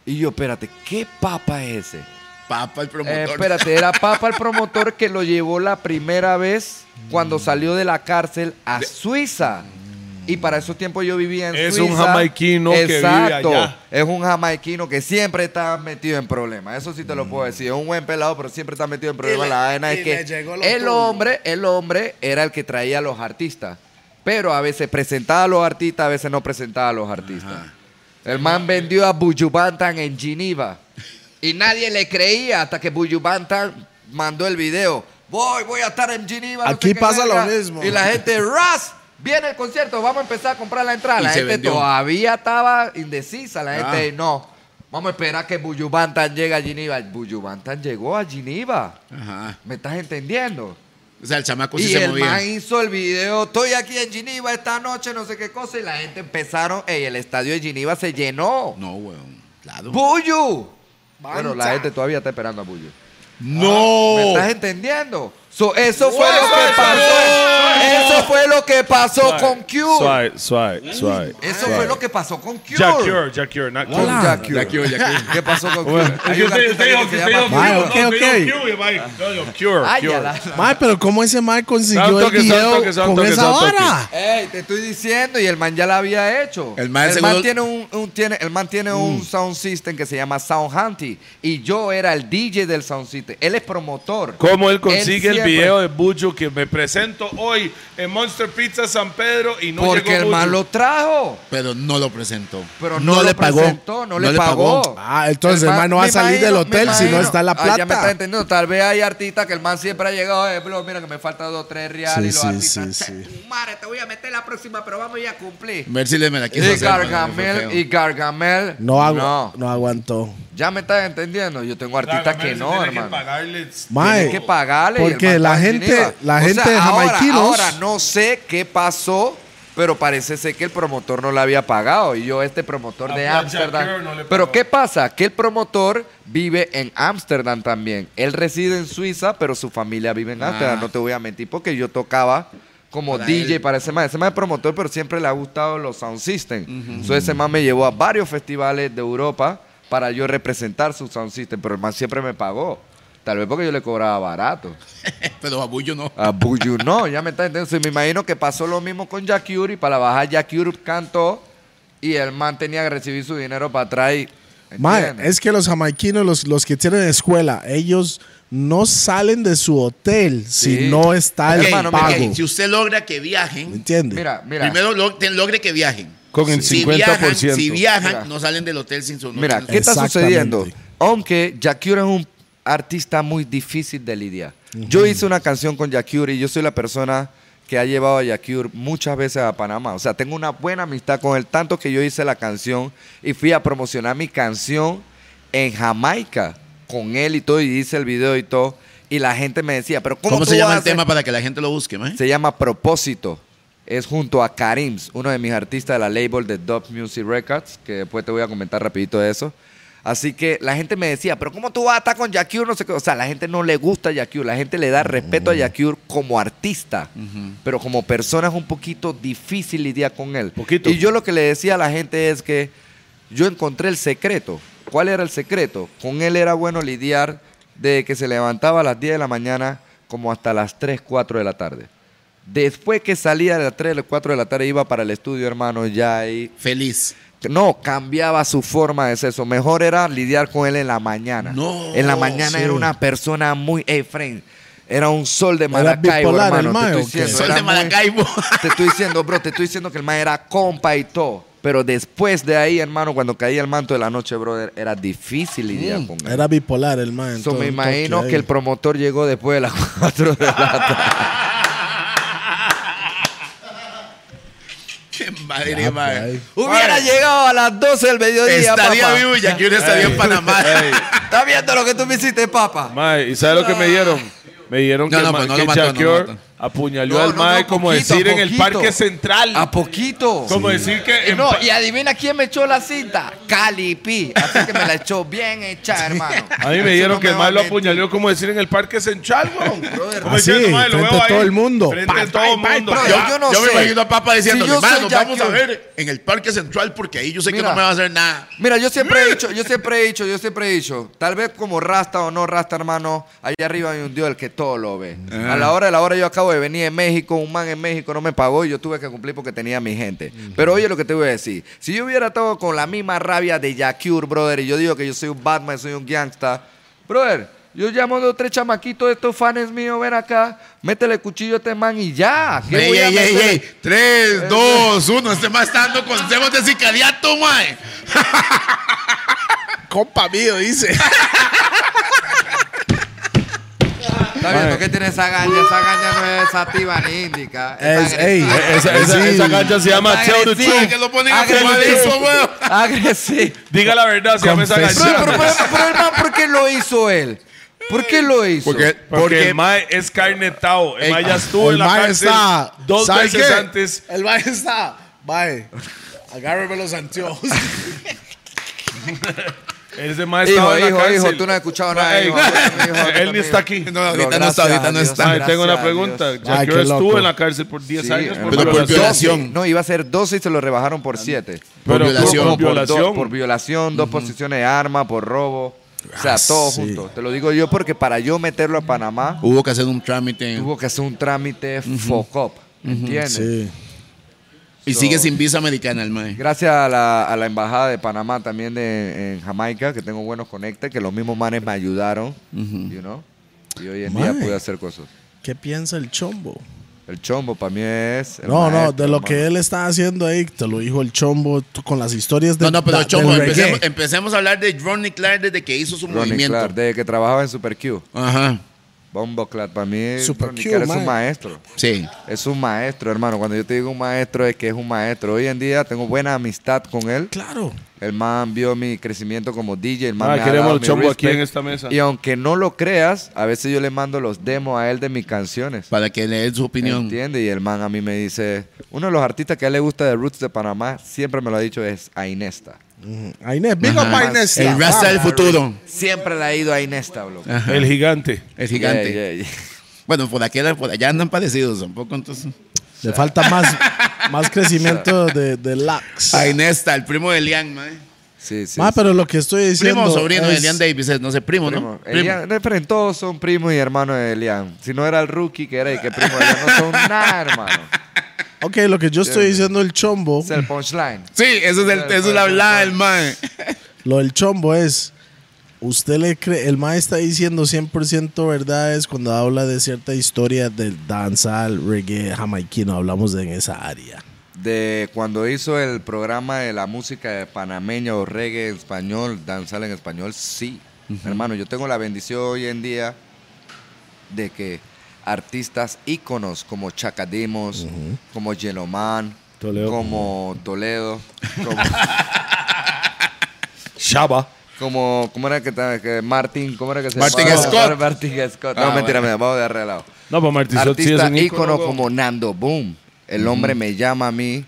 S3: Y yo, espérate, ¿qué papa es ese?
S5: Papa, el promotor.
S3: Eh, espérate, era papa el promotor que lo llevó la primera vez
S6: Mm.
S3: cuando salió de la cárcel a Suiza. Y para esos tiempos yo vivía en
S6: Es
S3: Suiza.
S6: un jamaiquino que vive
S3: Exacto.
S6: allá.
S3: Es un jamaiquino que siempre está metido en problemas. Eso sí te lo puedo decir. Es un buen pelado, pero siempre está metido en problemas.
S2: le-
S3: la vaina
S2: y
S3: es
S2: le
S3: que
S2: llegó lo
S3: el
S2: tuyo.
S3: hombre, el hombre era el que traía a los artistas. Pero a veces presentaba a los artistas, a veces no presentaba a los artistas. El man vendió a Bujubantan en Geneva. Y nadie le creía hasta que Bujubantan mandó el video. Voy, voy a estar en Geneva. no sé
S2: Aquí
S3: qué
S2: pasa lo
S3: verga.
S2: mismo.
S3: Y la gente, ¡Ras! Viene el concierto, vamos a empezar a comprar la entrada.
S5: Y
S3: la
S5: se
S3: gente
S5: vendió.
S3: todavía estaba indecisa. La
S5: Ah.
S3: gente, no. Vamos a esperar que Bujubantan llegue a Geneva. Bujubantan llegó a Geneva.
S5: Ajá.
S3: ¿Me estás entendiendo?
S5: O sea, el chamaco Pues sí
S3: pues, Y
S5: se
S3: el
S5: movía.
S3: man hizo el video, estoy aquí en Geneva esta noche, no sé qué cosa, y la gente empezaron, ey, el estadio de Geneva se llenó.
S5: No, weón. Claro.
S3: ¡Buyu! Bueno, la gente todavía está esperando a Buyu. Ah, ¿Me
S5: ¡No!
S3: estás entendiendo? So, eso fue lo que pasó. Eso fue lo que pasó con Cure.
S6: Suave, suave, suave.
S5: Eh,
S3: Eso fue lo que pasó con Cure.
S6: Jacure, Jacure, not
S3: Con
S6: Cure.
S3: Jack Cure.
S5: Ya que- ya que-
S3: ¿Qué pasó con Cure? Hay un
S4: Usted-
S3: artista
S4: usted
S3: que
S4: dijo-
S3: se
S4: usted
S3: llama
S4: dijo
S2: Mae,
S4: Cure,
S2: ok,
S4: no, usted
S2: ok.
S4: dijo Cure, Mike. No, yo, Cure,
S3: Ay,
S4: Cure.
S3: ya la-
S2: Mae, pero ¿cómo ese Mae
S6: Son
S2: consiguió
S6: toques,
S2: el
S6: son
S2: video
S6: toques, son
S2: con
S6: toques,
S2: esa
S6: son toques.
S2: vara?
S3: Ey, te estoy diciendo, y el man ya la había hecho.
S5: El man seguro-
S3: tiene un, un- tiene, el man tiene un sound system que se llama Sound Hunty. Y yo era el DJ del sound system. Él es promotor.
S6: ¿Cómo él consigue el
S3: siempre-
S6: video de Bujo que me presento hoy en Monster Pizza San Pedro y no
S3: Porque
S6: llegó
S3: el man lo trajo.
S5: Pero no lo presentó.
S3: Pero no, le pagó. no, le pagó.
S2: Ah, entonces el man no va a
S3: me
S2: salir del
S3: me
S2: hotel si no
S3: imagino.
S2: está la
S3: Ah, ya me
S2: plata.
S3: está entendiendo. Tal vez hay artistas que el man siempre ha llegado. Eh, bro, mira que me faltan dos, tres reales.
S2: Sí,
S3: y los
S2: sí,
S3: artistas,
S2: sí,
S3: "Che,
S2: sí.
S3: tu madre, te voy a meter la próxima, pero vamos a ir a cumplir.
S5: Mercedes me la quiso
S3: Y
S5: hacer, mae, fue
S3: Gargamel,
S5: feo.
S3: y Gargamel.
S2: No, agu- no aguantó.
S3: Ya me estás entendiendo. Yo tengo artistas
S4: Claro,
S3: que
S4: se
S3: no,
S4: tiene
S3: hermano.
S4: Que pagarle.
S2: Mae,
S3: Tienen que pagarle. y el
S2: Porque
S3: man
S2: la
S3: está en
S2: gente,
S3: Geneva.
S2: la
S3: O sea,
S2: gente
S3: ahora-
S2: jamaiquinos.
S3: Ahora, no sé qué pasó, pero parece ser que el promotor no le había pagado. Y yo, este promotor
S4: A
S3: de
S4: Black
S3: Ámsterdam.
S4: Jack no le pagó.
S3: pero ¿qué pasa? Que el promotor vive en Ámsterdam también. Él reside en Suiza, pero su familia vive en Ámsterdam. No te voy a mentir, porque yo tocaba. Como DJ para ese man. Ese man es promotor, pero siempre le ha gustado los sound system. So, ese man me llevó a varios festivales de Europa para yo representar su sound system, pero el man siempre me pagó. Tal vez porque yo le cobraba barato.
S5: Eh, Pero Babullo no.
S3: A Buyu no, ya me está entendiendo. Sí, me imagino que pasó lo mismo con Jack Yuri. Para bajar Jack Yuri cantó y el man tenía que recibir su dinero para atrás. y-
S2: Mae,
S3: ¿entiendes?
S2: es que los jamaiquinos, los, los que tienen escuela, ellos no salen de su hotel si
S3: Sí.
S2: no está el
S3: Ok, hermano, mira,
S2: pago.
S5: Ok, Si usted logra que
S2: ¿Me
S5: viajen,
S2: entiende?
S3: Mira, mira.
S5: primero log- te- logre que viajen.
S6: Con el
S5: Si
S6: 50%.
S5: viajan, si viajan,
S3: Mira.
S5: no salen del hotel sin su no
S3: Mira, eh,
S5: sin-
S3: ¿qué está
S2: Exactamente.
S3: sucediendo? Aunque Yakura es un artista muy difícil de lidiar. Yo hice una canción con Yakura y yo soy la persona que ha llevado a Yakura muchas veces a Panamá. O sea, tengo una buena amistad con él, tanto que yo hice la canción y fui a promocionar mi canción en Jamaica con él y todo, y hice el video y todo. Y la gente me decía, pero ¿cómo,
S5: ¿Cómo,
S3: tú
S5: se llama el
S3: haces?
S5: tema para que la gente lo busque, mae?
S3: Se llama Propósito. Es junto a Karims, uno de mis artistas de la label de Dub Music Records, que después te voy a comentar rapidito de eso. Así que la gente me decía, pero ¿cómo tú vas a estar con Yakure? No sé qué. O sea, la gente no le gusta Yakure, la gente le da respeto a Yakure como artista, pero como persona es un poquito difícil lidiar con él.
S6: Poquito.
S3: Y yo lo que le decía a la gente es que yo encontré el secreto. ¿Cuál era el secreto? Con él era bueno lidiar de que se levantaba a las 10 de la mañana como hasta las 3, 4 de la tarde. Después que salía de las 3, 4 de la tarde, iba para el estudio, hermano, ya ahí.
S5: Feliz.
S3: No, cambiaba su forma de ser. Eso. Mejor era lidiar con él en la mañana.
S5: No,
S3: en la mañana
S2: sí.
S3: era una persona muy, hey, friend, Era un sol de Maracaibo,
S2: bipolar el
S3: hermano.
S2: mae,
S3: te
S2: ¿o qué?
S3: estoy diciendo,
S5: Sol
S3: era
S5: de
S3: muy-
S5: Maracaibo.
S3: te estoy diciendo, bro, te estoy diciendo que el man era compa y todo. Pero después de ahí, hermano, cuando caía el manto de la noche, brother, era difícil lidiar con él.
S2: Era bipolar el man. en
S3: So,
S2: todo
S3: me
S2: un toque
S3: imagino
S2: ahí.
S3: que el promotor llegó después de las 4 de la tarde.
S5: Qué madre,
S2: Ya,
S5: madre.
S2: pues, ahí.
S3: Hubiera
S5: Madre,
S3: llegado a las 12 del mediodía,
S5: Estaría
S3: papá.
S5: vivo y aquí uno estaría en Panamá.
S3: ¿Estás viendo lo que tú me hiciste, papá?
S6: Mae, ¿y sabes lo que me dieron? Me dieron
S5: No,
S6: que,
S5: no,
S6: ma-
S5: pues, no
S6: que
S5: lo mató, no lo
S6: Shakur
S5: mató.
S6: apuñaló
S3: No,
S6: al
S3: no, no,
S6: mae, como
S3: poquito,
S6: decir, en el
S3: poquito.
S6: Parque Central.
S3: A poquito.
S6: como decir que...
S3: Eh,
S6: en
S3: no,
S6: pa-
S3: y adivina quién me echó la cinta. Cali P. Así que me la echó bien hecha, hermano.
S6: a mí me dieron que el mae lo apuñaló, como decir, en el Parque Central, weón. Como
S2: Así,
S6: diciendo, mae, lo
S2: frente
S6: veo
S2: a todo
S6: ahí,
S2: el mundo.
S6: Frente
S2: Pa,
S6: a todo el mundo.
S3: pa,
S6: Yo-
S3: pa. yo no
S5: yo me
S3: sé.
S5: imagino a papá diciendo,
S3: Si yo soy
S5: hermano, vamos a
S3: Jack Hill".
S5: ver en el Parque Central porque ahí yo sé que
S3: Mira.
S5: no me va a hacer nada.
S3: Mira, yo siempre he dicho, yo siempre he dicho, yo siempre he dicho, tal vez como rasta o no rasta, hermano, allá arriba hay un Dios el que todo lo ve.
S5: Ah.
S3: A la hora de la hora yo acabo de venir de México, un man en México no me pagó y yo tuve que cumplir porque tenía mi gente.
S5: Mm.
S3: Pero oye lo que te voy a decir, si yo hubiera estado con la misma rabia de Yakure, brother, y yo digo que yo soy un Batman, soy un gangsta, brother, yo llamo a dos tres chamaquitos de estos fans míos, ven acá, métele cuchillo a este man y ya. ¿Qué
S5: Ey,
S3: voy a
S5: ey, ey,
S3: meterle?
S5: ey. Tres, dos, uno. Este más está dando consejos de sicariato, mae.
S2: Compa mío, dice.
S3: ¿Está bien? ¿Por qué tiene esa gaña? Esa gaña no es sativa ni índica.
S2: Es, ey,
S3: agresiva.
S6: E- Esa, esa,
S2: Sí.
S6: esa cancha se llama Tell the
S3: agresivo.
S6: Truth.
S5: Que lo ponen a
S3: Agresivo.
S5: fumar eso, weón.
S3: Agresivo.
S6: Diga la verdad, se llama esa
S2: Confesión.
S3: Pero,
S6: cancha.
S3: pero, pero, pero, hermano, ¿por qué lo hizo él? ¿Por qué lo hizo?
S5: Porque,
S6: Porque,
S5: porque
S6: el mae es carnetado. El mae
S4: ah,
S6: ya estuvo
S2: El
S6: en la
S2: man
S6: cárcel
S2: está.
S6: dos
S2: ¿sabe
S6: veces
S2: qué?
S6: antes.
S2: El man está. Bye. Agárreme los anteojos.
S6: Ese mae
S3: Hijo,
S6: estaba en la
S3: hijo,
S6: cárcel.
S3: hijo, tú no has escuchado nada.
S6: Mae,
S3: hijo. Hijo,
S6: Él ni
S3: hijo.
S6: está aquí.
S5: No, ahorita no
S3: gracias
S5: está, ahorita
S3: a
S5: no
S3: Dios,
S5: está.
S6: Mae, tengo una
S3: gracias a
S6: pregunta.
S3: Dios.
S6: Jack
S2: Ay, qué
S6: Hill
S2: loco.
S6: estuvo en la cárcel por 10
S3: Sí,
S6: años por
S3: hermano.
S5: Pero por
S6: violación.
S5: violación.
S3: No, iba a ser 12 y se lo rebajaron por 7.
S6: Pero
S5: Por
S3: Por, violación.
S5: violación.
S6: estuvo por violación.
S3: por violación, dos posiciones de arma, por robo. O sea,
S2: Ah,
S3: todo
S2: sí.
S3: junto. Te lo digo yo porque para yo meterlo a Panamá
S5: Hubo que hacer un trámite.
S3: tuvo que hacer un trámite FOCOP. ¿Entiendes?
S2: Sí.
S5: Y sigue sin visa americana el mae.
S3: Gracias a la, a la embajada de Panamá también de, en Jamaica, que tengo buenos conectes, que los mismos manes me ayudaron, you know, y hoy en
S2: Mae.
S3: día pude hacer cosas.
S2: ¿Qué piensa el chombo?
S3: El chombo para mí es... el
S2: No, no,
S3: maestro,
S2: de lo
S3: mano.
S2: que él está haciendo ahí, te lo dijo el chombo tú, con las historias de.
S5: No, no, pero
S2: da-
S5: Chomo,
S2: del
S5: empecemos, em-
S2: reggae.
S5: empecemos a hablar de Ronnie Clark desde que hizo su
S3: Ronnie
S5: movimiento.
S3: Clark, desde que trabajaba en Super Q,
S5: Ajá,
S3: Bombo Clark, para mí
S2: Super
S3: Ronnie
S2: Q,
S3: Clark es
S2: mae.
S3: un maestro.
S5: sí.
S3: Es un maestro, hermano. Cuando yo te digo un maestro, es que es un maestro. Hoy en día tengo buena amistad con él.
S2: Claro.
S3: El man vio mi crecimiento como DJ. El man
S6: Ah,
S3: me ha
S6: queremos
S3: dado
S6: el
S3: mi
S6: chombo aquí
S3: respect.
S6: en esta mesa.
S3: Y aunque no lo creas, a veces yo le mando los demos a él de mis canciones.
S5: Para que le dé su opinión.
S3: ¿Entiendes? Y el man a mí me dice, uno de los artistas que a él le gusta de Roots de Panamá, siempre me lo ha dicho, es a Inesta.
S2: Ainés, big up
S5: Ajá.
S2: Ainés.
S5: El Rasta del futuro.
S3: Siempre le ha ido a Inesta, loco.
S6: El gigante.
S5: El Ah, gigante.
S3: Yeah, yeah, yeah.
S5: Bueno, por aquí, por allá andan parecidos tampoco, entonces.
S2: Le falta más, más crecimiento de, de Lax.
S5: A Inesta, el primo de Elian, mae.
S3: Sí, sí.
S2: Ma,
S3: sí.
S2: pero lo que estoy diciendo.
S5: Primo o sobrino de
S2: es-
S5: Elian Davis, es, no sé, primo,
S3: Primo.
S5: ¿no?
S3: Elian- no, pero en todos son primos y hermanos de Elian. Si no era el rookie que era y que primo de Elian, no son nada, hermano.
S2: Ok, lo que yo estoy diciendo el chombo,
S3: Es el punchline.
S5: Sí, eso es, el, eso es la hablada del mae.
S2: lo del chombo es. Usted le cree, el maestro está diciendo 100% verdades cuando habla de cierta historia del danzal, reggae, jamaiquino, hablamos de en esa área.
S3: De cuando hizo el programa de la música panameña o reggae en español, danzar en español, sí. Hermano, yo tengo la bendición hoy en día de que artistas íconos como Chacadimos, como Yeloman,
S2: Toledo.
S3: como Toledo, como,
S6: Shaba.
S3: como- ¿cómo era que, ta- que Martin, cómo era que se
S5: Martin
S3: llamaba?
S5: Scott.
S3: Martin Scott. No,
S5: Ah,
S3: mentira,
S5: bueno.
S3: me vamos de arreglado.
S6: No, pues Martín Sot sí es
S3: artista
S6: un ícono.
S3: ícono
S6: weón.
S3: como Nando Boom. El hombre me llama a mí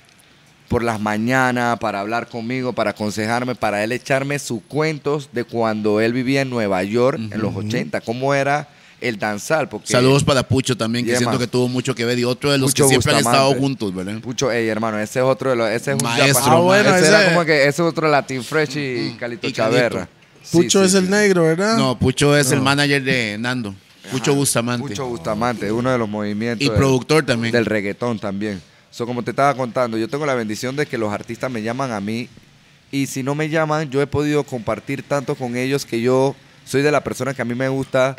S3: por las mañanas para hablar conmigo, para aconsejarme, para él echarme sus cuentos de cuando él vivía en Nueva York en los 80, cómo era el danzar. Porque
S5: Saludos para Pucho también, que
S3: Yeah,
S5: siento
S3: man.
S5: que tuvo mucho que ver y otro de los
S3: Pucho
S5: que siempre han estado
S3: Bustamante.
S5: juntos, ¿verdad?
S3: Pucho, ey, hermano, ese es otro de los. Ese es un
S5: Maestro,
S3: yapa.
S5: Ah, Mm,
S2: bueno,
S3: ese era
S2: ese-
S3: como que ese es otro Latin Fresh y Calito
S5: Y Calito.
S3: Chaverra. Sí,
S2: Pucho
S3: sí,
S2: es
S3: sí,
S2: el
S3: sí.
S2: negro, ¿verdad?
S5: No, Pucho es el manager de Nando. Pucho Bustamante.
S3: Pucho Bustamante, uno de los movimientos.
S5: Y
S3: del-
S5: productor también.
S3: Del reggaetón también. So, como te estaba contando, yo tengo la bendición de que los artistas me llaman a mí y si no me llaman, yo he podido compartir tanto con ellos que yo soy de la persona que a mí me gusta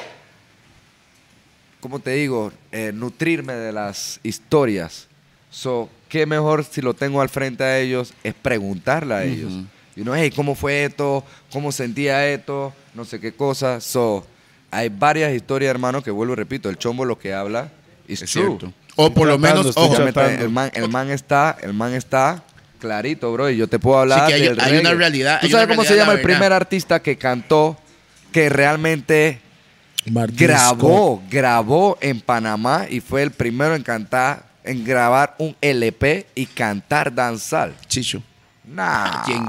S3: ¿cómo te digo? Eh, nutrirme de las historias. So, qué mejor si lo tengo al frente a ellos es preguntarle a ellos. Y uno, hey, ¿cómo fue esto? ¿Cómo sentía esto? No sé qué cosa. So, hay varias historias, hermano, que vuelvo y repito, el chombo lo que habla is
S5: Es
S3: true.
S5: cierto. O por lo
S6: tratando,
S5: menos,
S6: estoy
S5: ojo,
S6: tratando.
S3: Obviamente, el man, el man está, el man está clarito, bro. Y yo te puedo hablar
S5: Sí, que hay-
S3: del
S5: hay una
S3: reggae.
S5: realidad,
S3: ¿Tú
S5: hay
S3: sabes
S5: una
S3: cómo se
S5: realidad,
S3: llama el
S5: la verdad.
S3: primer artista que cantó que realmente
S2: Martín Scott.
S3: grabó, grabó en Panamá y fue el primero en cantar, en grabar un LP y cantar danzal?
S5: Chicho.
S3: Nah.
S5: ¿Quién?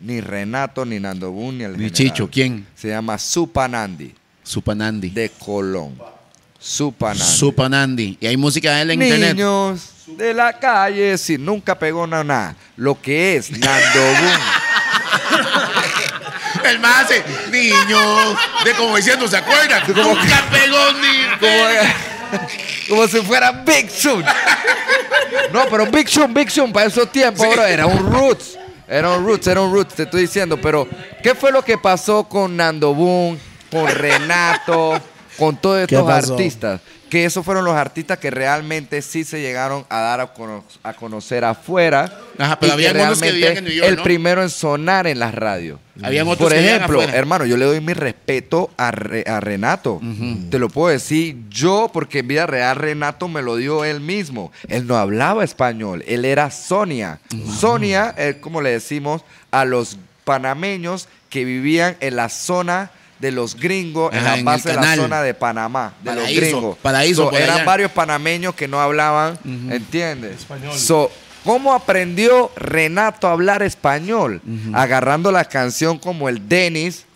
S3: Ni Renato, ni Nando Boom, ni el
S5: Ni
S3: general.
S5: Chicho, ¿quién?
S3: Se llama Supanandi
S5: Supanandi.
S3: de Colón. Supanandi.
S5: Supanandi. Y hay música de él en internet.
S3: Niños de la calle, si nunca pegó na- nada, lo que es Nando Boom.
S5: El más hace, niños, de como diciendo, ¿se acuerdan? Nunca pegó ni...
S3: Como, como si fuera Big Sun. No, pero Big Sun, Big Sun, para esos tiempos, bro, era un Roots. Era un Roots, era un Roots, te estoy diciendo. Pero, ¿qué fue lo que pasó con Nando Boom, con Renato, con todos
S2: ¿Qué
S3: estos
S2: pasó?
S3: artistas? Que esos fueron los artistas que realmente sí se llegaron a dar a, cono- a conocer afuera.
S5: Ajá, pero
S3: y
S5: habían unos
S3: realmente
S5: que vivían en New York,
S3: El
S5: ¿no?
S3: primero en sonar en las radios.
S5: Habían otros
S3: Por
S5: que vivían
S3: ejemplo,
S5: afuera.
S3: hermano, yo le doy mi respeto a, Re- a Renato. Te lo puedo decir yo, porque en vida real Renato me lo dio él mismo. Él no hablaba español, él era Sonia. Sonia es como le decimos a los panameños que vivían en la zona de los gringos, en
S5: Ajá,
S3: la
S5: en el
S3: base de la
S5: canal.
S3: zona de Panamá, de
S5: Paraíso,
S3: los gringos.
S5: paraíso por
S3: eran
S5: allá.
S3: varios panameños que no hablaban, ¿entiendes? So, ¿Cómo aprendió Renato a hablar español? Agarrando la canción como el Denis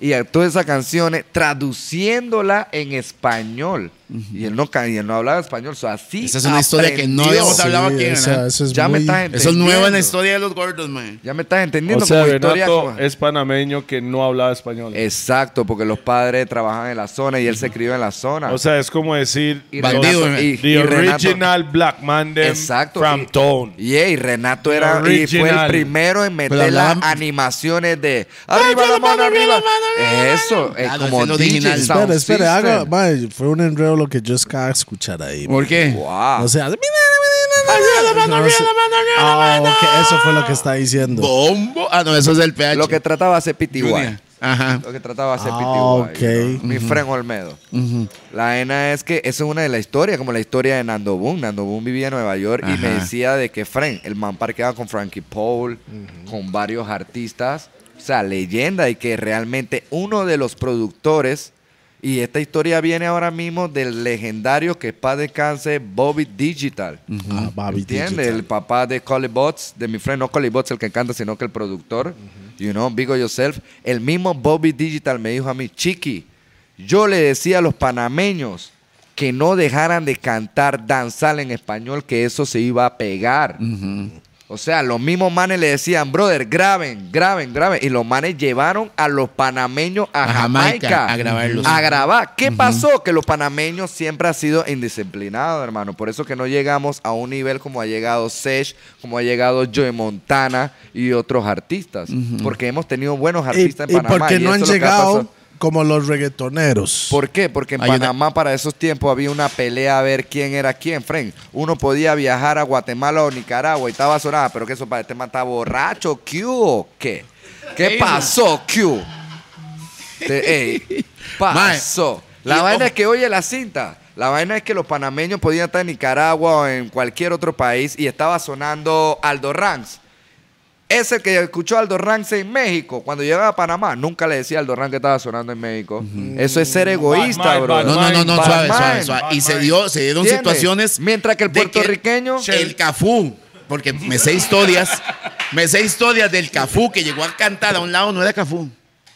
S3: y a- todas esas canciones, traduciéndola en español. y, él no, ca- y él no hablaba español. So, así
S5: Esa es una historia que no habíamos
S3: aprendió.
S5: hablado aquí,
S2: Sí, esa-
S5: ¿verdad?
S2: esa es
S3: Ya me
S2: muy-
S3: estás
S5: Eso es nuevo en
S3: entendiendo.
S5: la historia de los gordos, man.
S3: Ya me estás
S6: O
S3: entendiendo
S6: sea,
S3: como historia.
S6: Renato
S3: como-
S6: es panameño que no hablaba español.
S3: Exacto, porque los padres trabajaban en la zona y él se crió en la zona.
S6: O sea, es como decir
S3: y
S5: bandido, eh.
S3: Renato-
S5: man.
S3: y-
S6: the
S3: y Renato-
S6: original black man them
S3: Exacto.
S6: from
S3: y,
S6: town.
S3: Yeah, y Renato era y fue el
S6: Original.
S3: primero en meter
S5: Pero
S3: las
S5: hablaban-
S3: animaciones de arriba la mano arriba. Eso, es
S5: Claro,
S3: como
S5: es el
S3: DJ
S5: original.
S3: Sound
S2: Espera, espera,
S3: System.
S2: haga. mae, fue un enredo lo que yo acabo de escuchar ahí.
S5: ¿Por qué?
S3: Wow.
S2: O sea, hace- Entonces- Ah, ok, eso fue lo que está diciendo.
S5: Bombo. Ah, no, eso es el PH.
S3: lo que trataba hacer Pty.
S5: Junior. Ajá.
S3: Lo que trataba hacer
S2: Ah,
S3: Pty.
S2: ok.
S3: Mi fren Olmedo. La ena es que eso es una de las historias, como la historia de Nando Boom. Nando Boom vivía en Nueva York y me
S5: Ajá.
S3: decía de que Fren, el man parqueaba con Frankie Paul, con varios artistas, o sea, leyenda y que realmente uno de los productores, y esta historia viene ahora mismo del legendario que paz descanse Bobby Digital.
S2: Ah, Bobby
S3: ¿Entiendes?
S2: Digital.
S3: El papá de Collie Bots, de mi friend, no Collie Bots el que canta, sino que el productor. You know, Bigo Yourself. El mismo Bobby Digital me dijo a mí, Chiqui, yo le decía a los panameños que no dejaran de cantar danzal en español, que eso se iba a pegar. O sea, los mismos manes le decían, brother, graben, graben, graben. Y los manes llevaron a los panameños a,
S5: A Jamaica,
S3: Jamaica,
S5: a grabarlos.
S3: A grabar. ¿Qué pasó? Que los panameños siempre han sido indisciplinados, hermano. Por eso que no llegamos a un nivel como ha llegado Sesh, como ha llegado Joe Montana y otros artistas. Porque hemos tenido buenos
S2: Y,
S3: artistas
S2: y
S3: en Panamá.
S2: porque
S3: y
S2: no
S3: eso
S2: han
S3: es lo que ha
S2: llegado
S3: pasado.
S2: como los reggaetoneros.
S3: ¿Por qué? Porque en
S5: Hay una-
S3: Panamá para esos tiempos había una pelea a ver quién era quién, friend. Uno podía viajar a Guatemala o Nicaragua y estaba sonada, pero que eso para este man está borracho, ¿qué hubo? ¿Qué? ¿Qué pasó, Q? Te- ey, pasó.
S5: Y,
S3: La
S5: ojo.
S3: vaina es que oye la cinta. La vaina es que los panameños podían estar en Nicaragua o en cualquier otro país y estaba sonando Aldo Ranks. Ese que escuchó Aldo Ranks en México, cuando llegaba a Panamá, nunca le decía a Aldo Ranks que estaba sonando en México. Eso es ser egoísta,
S6: Bad
S3: bro.
S6: mind,
S5: No, no, no, no,
S3: Bad
S5: suave, suave,
S3: mind.
S5: suave. Y se
S6: Batman.
S5: dio, se dieron
S3: ¿Entiendes?
S5: situaciones.
S3: Mientras que el
S5: de
S3: puertorriqueño-
S5: el Cafú, porque me sé historias, me sé historias del Cafú que llegó a cantar a un lado, no era Cafú.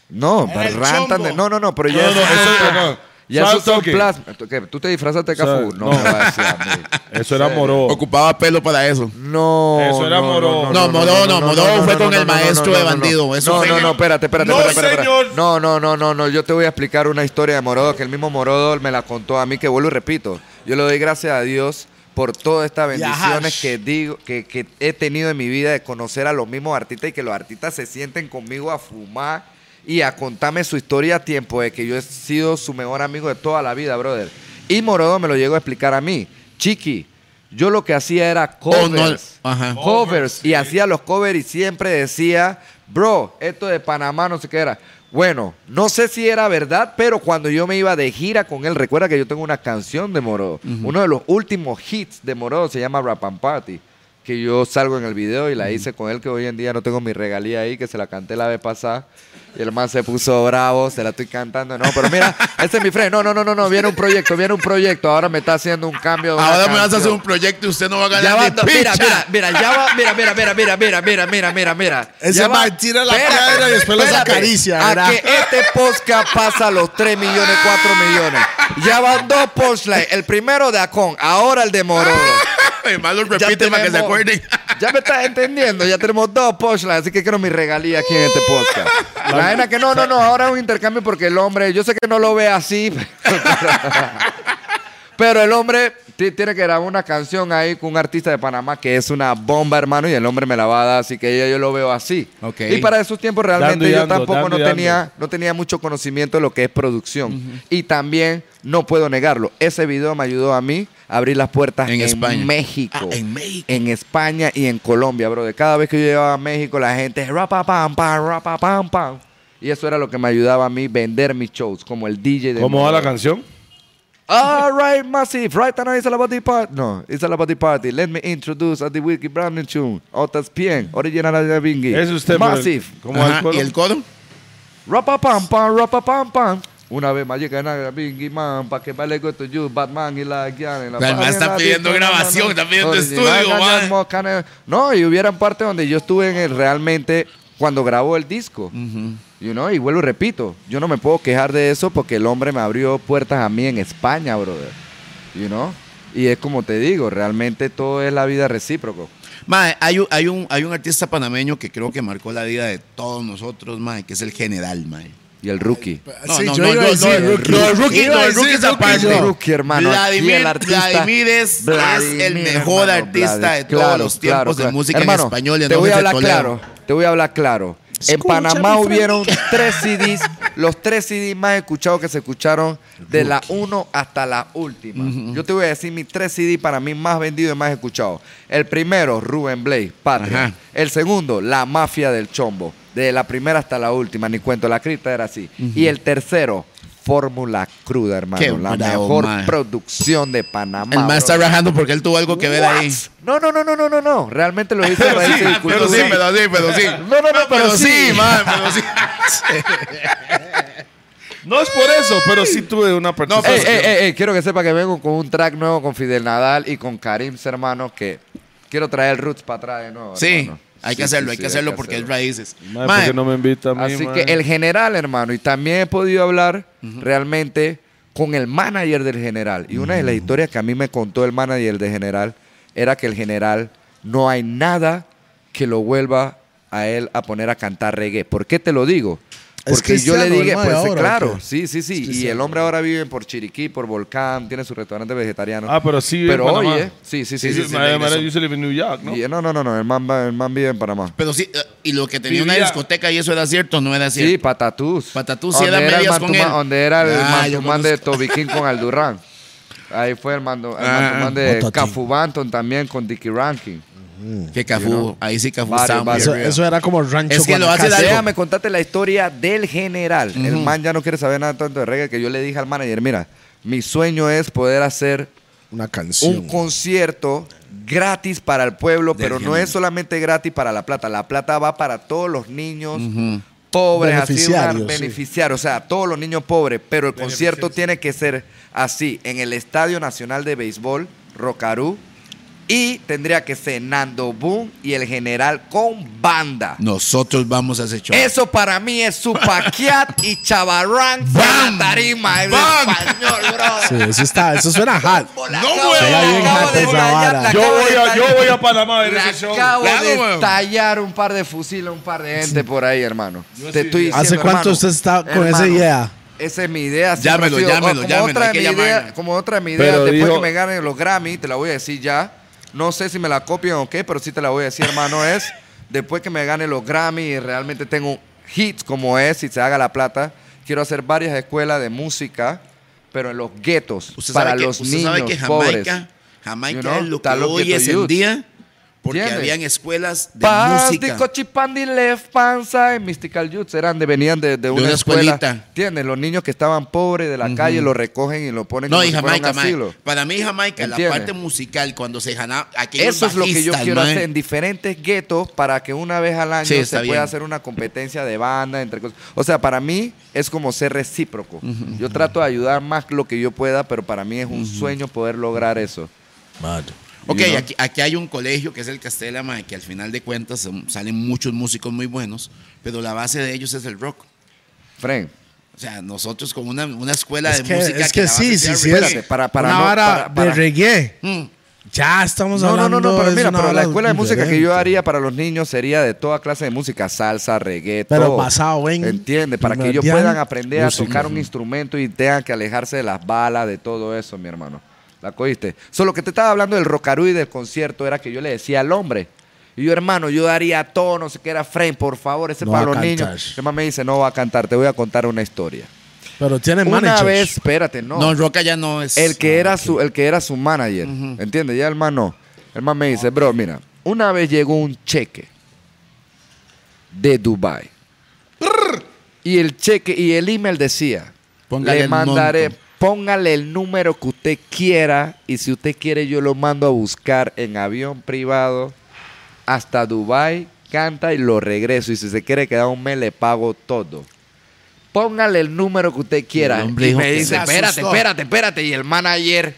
S3: No,
S5: Era el
S3: barrantan de-
S5: chombo.
S3: No, no, no, pero ya
S6: No, no,
S3: eso-
S6: eso-
S3: ah,
S6: no, no.
S3: Ya
S6: Suave
S3: eso son
S6: toque.
S3: plasma. ¿Tú qué? ¿Tú te disfrazaste de Cafú?
S6: Suave,
S3: No,
S6: no.
S3: me va a decir a mí.
S6: Eso era Moró.
S5: Ocupaba pelo para eso.
S3: No.
S6: Eso era
S3: no,
S6: Moró.
S3: no,
S5: No, Moró no, Moró fue
S3: no,
S5: con
S3: no,
S5: el
S3: no,
S5: maestro
S3: no, no,
S5: de
S3: no.
S5: bandido, eso
S3: No,
S5: fue-
S3: no, no, espérate, espérate,
S6: No,
S3: espérate, espérate.
S6: señor.
S3: No, no, no, no, no, yo te voy a explicar una historia de Morodo que el mismo Morodo me la contó a mí, que vuelvo y repito. Yo le doy gracias a Dios por todas estas bendiciones que digo, que, que he tenido en mi vida de conocer a los mismos artistas y que los artistas se sienten conmigo a fumar y a contarme su historia a tiempo de que yo he sido su mejor amigo de toda la vida, brother. Y Morodo me lo llegó a explicar a mí. Chiqui, yo lo que hacía era
S5: Oh, no.
S3: covers.
S5: Ajá.
S3: Covers. Y hacía los covers y siempre decía, bro, esto de Panamá no sé qué era. Bueno, no sé si era verdad, pero cuando yo me iba de gira con él, recuerda que yo tengo una canción de Morodo. Uno de los últimos hits de Morodo se llama Rap and Party. Que yo salgo en el video y la hice con él, que hoy en día no tengo mi regalía ahí, que se la canté la vez pasada. Y el man se puso bravo, se la estoy cantando. No, pero mira, ese es mi freno. No, no, no, no, viene un proyecto, viene un proyecto. Ahora me está haciendo un cambio. de una
S5: Ahora me vas a hacer
S3: canción.
S5: un proyecto y usted no va a
S3: Ya
S5: ganar
S3: va,
S5: ni
S3: no,
S5: picha.
S3: mira, mira, mira, ya va, mira, mira, mira, mira, mira, mira, mira, mira, mira.
S2: Ese
S3: Ya
S2: man tira la
S3: espérate,
S2: piedra y después los
S3: espérate,
S2: acaricia,
S3: A
S2: ¿verdad?
S3: que este podcast pasa los 3 millones, 4 millones. Ya van dos punchlines. El primero de Acon, ahora el de Morodo.
S5: Además lo
S3: Ya
S5: repite para que se
S3: tenemos-
S5: acuerden.
S3: Ya me estás entendiendo, ya tenemos dos punchlines, así que quiero mi regalía aquí en este podcast. La vaina que no, no, no, ahora es un intercambio porque el hombre, yo sé que no lo ve así, pero, pero el hombre ti- tiene que grabar una canción ahí con un artista de Panamá que es una bomba, hermano, y el hombre me la va a dar, así que yo, yo lo veo así.
S5: Ok.
S3: Y para esos tiempos realmente
S6: y
S3: yo
S6: dando,
S3: tampoco
S6: dando
S3: no
S6: y dando.
S3: tenía, no tenía mucho conocimiento de lo que es producción. Y también, no puedo negarlo, ese video me ayudó a mí a abrir las puertas en,
S5: En España.
S3: México
S5: Ah, en México.
S3: en España y en Colombia, bro. De cada vez que yo llegaba a México, la gente rapapam, pam, rapapam, pam. Y eso era lo que me ayudaba a mí vender mis shows, como el DJ de
S6: ¿Cómo va la
S3: México.
S6: canción?
S3: All right, Massive. Right now it's all about the party. No, it's all about the party. Let me introduce at the Wiki Brand new tune. Otas Pien, original de Bingy.
S6: Es usted, bro.
S3: Massive.
S6: ¿Cómo va el
S5: Ajá,
S6: coro?
S5: ¿Y el codo?
S3: Rapapam, pam, rapapam, pam. Una vez más llega a Bingy Man, pa' que vale go to you, Batman y la guiana. y la-
S5: O sea, el man está
S3: No, no,
S5: pidiendo
S3: no, no,
S5: grabación,
S3: no.
S5: está pidiendo
S3: No,
S5: estudio,
S3: no, no,
S5: man.
S3: no, Cana- No, y hubieran parte donde yo estuve en el, realmente cuando grabó el disco. You know, y vuelvo y repito, yo no me puedo quejar de eso porque el hombre me abrió puertas a mí en España, brother. You know? Y es como te digo, realmente todo es la vida recíproco.
S5: Mae, hay, un- hay, un, hay un artista panameño que creo que marcó la vida de todos nosotros, mae, que es el general, mae.
S3: Y el rookie.
S5: No,
S2: Sí,
S5: no,
S2: yo
S5: no,
S2: iba a
S5: no,
S2: decir
S5: no,
S2: rookie.
S5: no, el rookie,
S2: Iba
S5: no,
S2: a
S5: el rookie
S2: decir
S5: es aparte.
S2: yo.
S3: Rookie, hermano. aquí
S5: Vladimir,
S3: el artista-
S5: Vladimir es,
S3: Vladimir,
S5: es el mejor
S3: hermano,
S5: artista
S3: Vladi-
S5: de todos
S3: claro,
S5: los
S3: claro,
S5: tiempos de
S3: claro.
S5: música
S3: Hermano,
S5: en español. y
S3: Te voy
S5: entonces
S3: a
S5: se
S3: hablar
S5: tolera.
S3: claro. Te voy a hablar claro. En
S2: Escúchame,
S3: Panamá
S2: Frankie.
S3: hubieron tres CDs, los tres CDs más escuchados que se escucharon de la 1 hasta la última. Yo te voy a decir mis tres CDs para mí más vendidos y más escuchados. El primero, Rubén Blake, Patria.
S5: Ajá.
S3: El segundo, La Mafia del Chombo. De la primera hasta la última, ni cuento, la cripta era así. Y el tercero, Fórmula Cruda, hermano.
S5: Qué
S3: la
S5: bravo,
S3: mejor
S5: man.
S3: producción de Panamá.
S5: El man
S3: bro.
S5: está rajando porque él tuvo algo que ver ahí.
S3: What? No, no, no, no, no, no, no. Realmente lo hice
S5: Pero sí,
S3: raíces y
S5: pero sí,
S3: cultura.
S5: pero sí, pero sí.
S3: pues No, no, no, pero,
S5: Pero sí,
S3: sí.
S5: mae, pero sí.
S6: No es por eso, pero sí tuve una
S3: Ey,
S6: participación.
S3: ey, ey, ey, eh, quiero que sepa que vengo con un track nuevo con Fidel Nadal y con Karim, hermano, que quiero traer el Roots para atrás de nuevo.
S5: Sí,
S3: hermano.
S5: hay que
S3: Sí,
S5: hacerlo,
S3: sí,
S5: hay
S3: sí,
S5: que hacerlo porque es raíces.
S6: Mae, ¿por
S5: Mae,
S6: qué no me invita a mí,
S3: Así
S6: mae?
S3: que el general, hermano, y también he podido hablar realmente con el manager del general. Y una de las historias que a mí me contó el manager del general era que el general no hay nada que lo vuelva a él a poner a cantar reggae. ¿Por qué te lo digo?
S2: Es
S3: Porque yo le
S2: cristiano el
S3: dije,
S2: mae
S3: pues
S2: ahora, ¿o
S3: claro,
S2: qué?
S3: sí, sí, sí. Y el hombre ahora vive por Chiriquí, por Volcán, tiene su restaurante vegetariano.
S6: Ah, pero sí vive
S3: Pero
S6: en Panamá.
S3: oye, sí, sí, sí.
S6: Sí,
S3: sí,
S6: sí,
S3: sí,
S6: mae, mae,
S3: regresó.
S6: yo se live en New York, ¿no?
S3: Y- No, no, no, no, el man, va- el man vive en Panamá.
S5: Pero sí, eh, y lo que tenía una
S6: Vivía-
S5: discoteca y eso era cierto, no era
S3: Sí,
S5: cierto.
S3: Patatús.
S5: Patatús, sí,
S3: Donde
S5: era
S3: el
S5: medias con
S3: mantuma-
S5: él.
S3: Donde era el
S5: Ah, yo
S3: mantumán de Tobiquín con Aldurán. Ahí fue el, mando, el
S5: Ah,
S3: mantumán de
S2: Patatín.
S3: Cafu Banton también con Dicky Rankin.
S5: Que Cafú, ahí sí Cafú
S3: Varios,
S5: estaba muy
S3: varios.
S2: Eso,
S5: arriba.
S2: eso era como rancho.
S5: Es que lo hace
S2: Guanacaste.
S5: algo.
S3: Déjame contarte la historia del general. El man ya no quiere saber nada tanto de reggae que yo le dije al manager, mira, mi sueño es poder hacer
S2: Una
S3: un
S2: canción.
S3: concierto gratis para el pueblo, pero no es solamente gratis para La Plata. La Plata va para todos los niños pobres, así,
S2: Beneficiarios,
S3: una-
S2: sí.
S3: beneficiarios, o sea, todos los niños pobres, pero el concierto tiene que ser así, en el Estadio Nacional de Béisbol, Rocarú, y tendría que ser Nando Boom y el general con banda.
S5: Nosotros vamos a ese show.
S3: Eso para mí es Supaquiat y Chavarrán en la tarima en
S5: ¡Bam!
S3: español, bro.
S2: Sí, eso, está, eso suena hard.
S3: La
S5: No,
S3: acabo de-
S5: güey. Suena
S3: la
S5: bien
S3: acabo
S2: harta
S3: de
S2: esa
S3: estallar,
S2: vara.
S3: la
S6: Yo
S3: acabo de
S6: voy, a,
S3: estallar.
S6: yo voy a Panamá a ver
S3: Le
S6: ese show.
S3: acabo
S5: Claro,
S3: de
S5: weón.
S3: estallar un par de fusiles a un par de gente por ahí, hermano. Te estoy diciendo,
S2: ¿Hace cuánto
S3: hermano,
S2: usted está con
S3: hermano,
S2: esa idea?
S3: Esa es mi idea. siempre
S5: Llámelo,
S3: ha sido-
S5: llámelo,
S3: como
S5: llámelo,
S3: Otra
S5: hay
S3: de
S5: que
S3: mi idea
S5: llamarlo.
S3: como otra de mi idea,
S6: Pero
S3: después
S6: dijo-
S3: que me ganen los Grammy, te la voy a decir ya. No sé si me la copian o qué, pero sí te la voy a decir, hermano, es después que me ganen los Grammy y realmente tengo hits como es y se haga la plata, quiero hacer varias escuelas de música, pero en los guetos,
S5: Usted
S3: para
S5: sabe que,
S3: los
S5: usted
S3: niños
S5: sabe que
S3: pobres.
S5: Jamaica, Jamaica
S3: You know,
S5: es lo que
S3: está lo
S5: hoy
S3: ghetto
S5: es el
S3: youth.
S5: día porque
S3: ¿Entiende?
S5: habían escuelas de
S3: Paz,
S5: música.
S3: Cochipandi, Left, Panza y Mystical Youths eran de, venían de, de una,
S5: una
S3: escuela.
S5: escuelita.
S3: ¿Entiendes? Los niños que estaban pobres de la calle lo recogen y lo ponen
S5: No,
S3: como si
S5: y
S3: fuera
S5: Jamaica,
S3: un
S5: mae.
S3: asilo.
S5: Para mí, Jamaica, la
S3: ¿Entiende?
S5: parte musical, cuando se ganaba. aquellos
S3: Eso es lo que yo
S5: bajistas,
S3: quiero
S5: mae.
S3: hacer en diferentes guetos para que una vez al año
S5: Sí,
S3: se
S5: está
S3: pueda
S5: bien.
S3: hacer una competencia de banda entre cosas. O sea, para mí es como ser recíproco. Yo trato de ayudar más lo que yo pueda, pero para mí es un sueño poder lograr eso.
S5: Ok,
S3: You know?
S5: aquí, aquí hay un colegio que es el Castella, mae, que al final de cuentas son- salen muchos músicos muy buenos, pero la base de ellos es el rock.
S3: Fren,
S5: O sea, nosotros con una, una escuela
S2: Es
S5: de
S2: que,
S5: música.
S2: es que
S5: la base
S2: sí,
S5: sea
S2: sí, sí.
S5: reggae.
S3: Espérate, para- para
S2: una
S3: no-
S2: vara
S3: para- para-
S2: de reggae.
S5: Mm.
S2: Ya estamos
S3: No, no,
S2: hablando.
S3: no, no, pero
S2: es
S3: mira,
S2: una
S3: pero la
S2: vara
S3: escuela de música que yo
S2: diferente.
S3: haría para los niños sería de toda clase de música, salsa, reggae,
S2: Pero
S3: todo.
S2: basado en
S3: Entiende, para que ellos
S2: primordial
S3: puedan aprender a
S2: música,
S3: tocar un
S2: sí.
S3: instrumento y tengan que alejarse de las balas, de todo eso, mi hermano. ¿La cogiste? Solo que te estaba hablando del rocarú y del concierto era que yo le decía al hombre. Y yo, hermano, yo daría todo, no sé qué era, frame, por favor, ese
S2: No
S3: para
S2: va a
S3: los
S2: cantar.
S3: niños. Mi mamá me dice, no va a cantar, te voy a contar una historia.
S2: Pero tiene
S3: Una
S2: managers.
S3: vez, espérate,
S5: No, rock allá no es.
S3: el que era su, el que era su manager, ¿entiendes? Ya el man no. El man me dice, bro, mira, una vez llegó un cheque de Dubai y el cheque y el email decía,
S5: Póngale
S3: le
S5: el
S3: mandaré,
S5: monto".
S3: póngale el número que usted quiera y si usted quiere yo lo mando a buscar en avión privado hasta Dubai, canta y lo regreso y si se quiere quedar un mes le pago todo. Póngale el número que usted quiera.
S5: El hombre
S3: Y
S5: dijo
S3: me
S5: que
S3: dice,
S5: se asustó.
S3: espérate, espérate, espérate. Y el manager,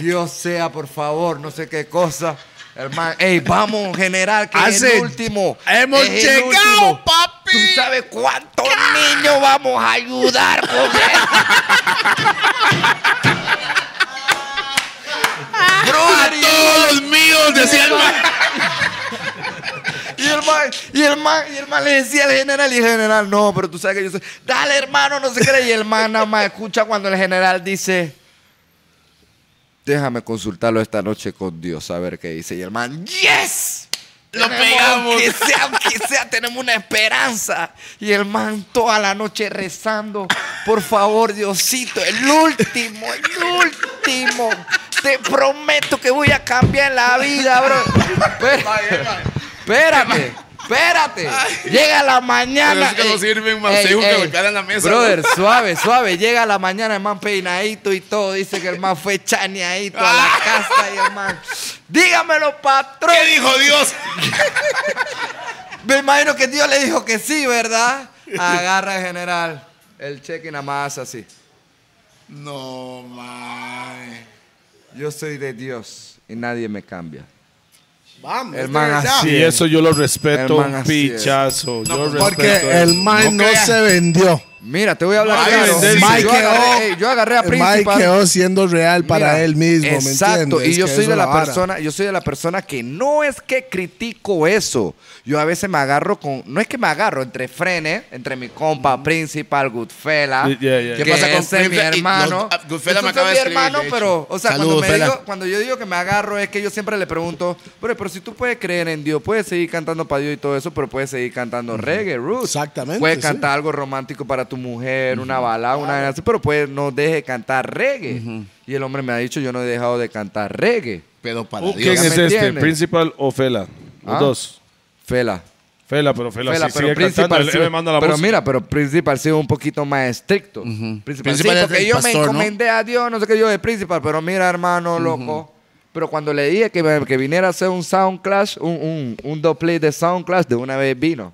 S3: Dios sea, por favor, no sé qué cosa. El man, hey, vamos, general, que es
S2: Hace-
S3: el último.
S2: ¡Hemos
S3: Es el
S2: llegado,
S3: último.
S2: papi!
S3: ¿Tú sabes cuántos niños vamos a ayudar con esto? Brother,
S5: Todos los míos, decía el mae.
S3: Y el man, y el man, y el man le decía al general, y el general, no, pero tú sabes que yo soy, dale hermano, no se cree. Y el man nada más escucha cuando el general dice, déjame consultarlo esta noche con Dios, a ver qué dice. Y el man, yes.
S5: Lo
S3: Tenemos,
S5: pegamos."
S3: Aunque sea, aunque sea, tenemos una esperanza. Y el man toda la noche rezando, por favor, Diosito, el último, el último. Te prometo que voy a cambiar la vida, bro. Pero- Espérate, espérate. Llega la mañana.
S5: Pero es que no
S3: Ey,
S5: sirven, man, se dijo que golpeara la mesa,
S3: Brother, suave, suave. Llega la mañana, el man peinadito y todo. Dice que el man fue chaneadito a la casa y el man. Dígamelo, patrón.
S5: Ah. ¿Qué dijo Dios?
S3: Me imagino que Dios le dijo que sí, ¿verdad? Agarra el general. El cheque y nada más hace así.
S5: No, mae.
S3: Yo soy de Dios y nadie me cambia.
S7: Vamos.
S3: El man así.
S6: Y eso yo lo respeto,
S3: El man
S6: un
S3: así es.
S6: pichazo. yo respeto
S2: Porque
S6: eso.
S2: el man no, se vendió.
S3: Mira, te voy a hablar
S6: Ay,
S3: claro.
S6: venderse.
S3: yo,
S2: Mike
S3: agarré,
S2: quedó-
S3: ey, yo agarré a
S2: El Mike
S3: Príncipe.
S2: quedó siendo real para
S3: Mira,
S2: él mismo, ¿me
S3: Exacto,
S2: entiendes?
S3: y yo
S2: Que
S3: soy
S2: eso
S3: de la
S2: vara.
S3: persona, yo soy de la persona que no es que critico eso. Yo a veces me agarro con, no es que me agarro entre frenes, entre mi compa principal, Goodfella,
S6: Yeah, yeah, yeah.
S3: que
S5: ¿Qué pasa con
S3: ese es mi
S5: Goodfella? Y
S3: hermano.
S5: los- ah, Goodfella me
S3: Ese es
S5: acaba de
S3: mi
S5: escribir,
S3: hermano,
S5: de hecho.
S3: pero, o sea,
S5: Saludos,
S3: cuando, me
S5: Fela.
S3: digo, cuando yo digo que me agarro es que yo siempre le pregunto, pero, pero si tú puedes creer en Dios, puedes seguir cantando para Dios y todo eso, pero puedes seguir cantando reggae, roots.
S2: Exactamente,
S3: Puedes
S2: sí.
S3: cantar algo romántico para tu mujer, una balada, una vaina así, pero pues no deje cantar reggae. Y el hombre me ha dicho, yo no he dejado de cantar reggae.
S5: Pero para
S6: Uh,
S5: Dios.
S6: ¿Quién
S3: me
S6: es este?
S3: entiendes.
S6: ¿Principal o Fela? Los
S3: ¿Ah?
S6: dos.
S3: Fela.
S6: Fela, pero Fela,
S3: Fela,
S6: sí
S3: pero
S6: sigue cantando.
S3: Principal
S6: Él,
S3: sí-
S6: él me manda la
S3: Pero
S6: música.
S3: mira, pero Principal sí es un poquito más estricto. Principal, sí,
S5: Principal es
S3: porque
S5: el
S3: yo me
S5: pastor, ¿no?
S3: encomendé a Dios, no sé qué yo de Principal, pero mira, hermano, loco. Pero cuando le dije que, me- que viniera a hacer un sound clash, un, un, un doble de sound clash, de una vez vino.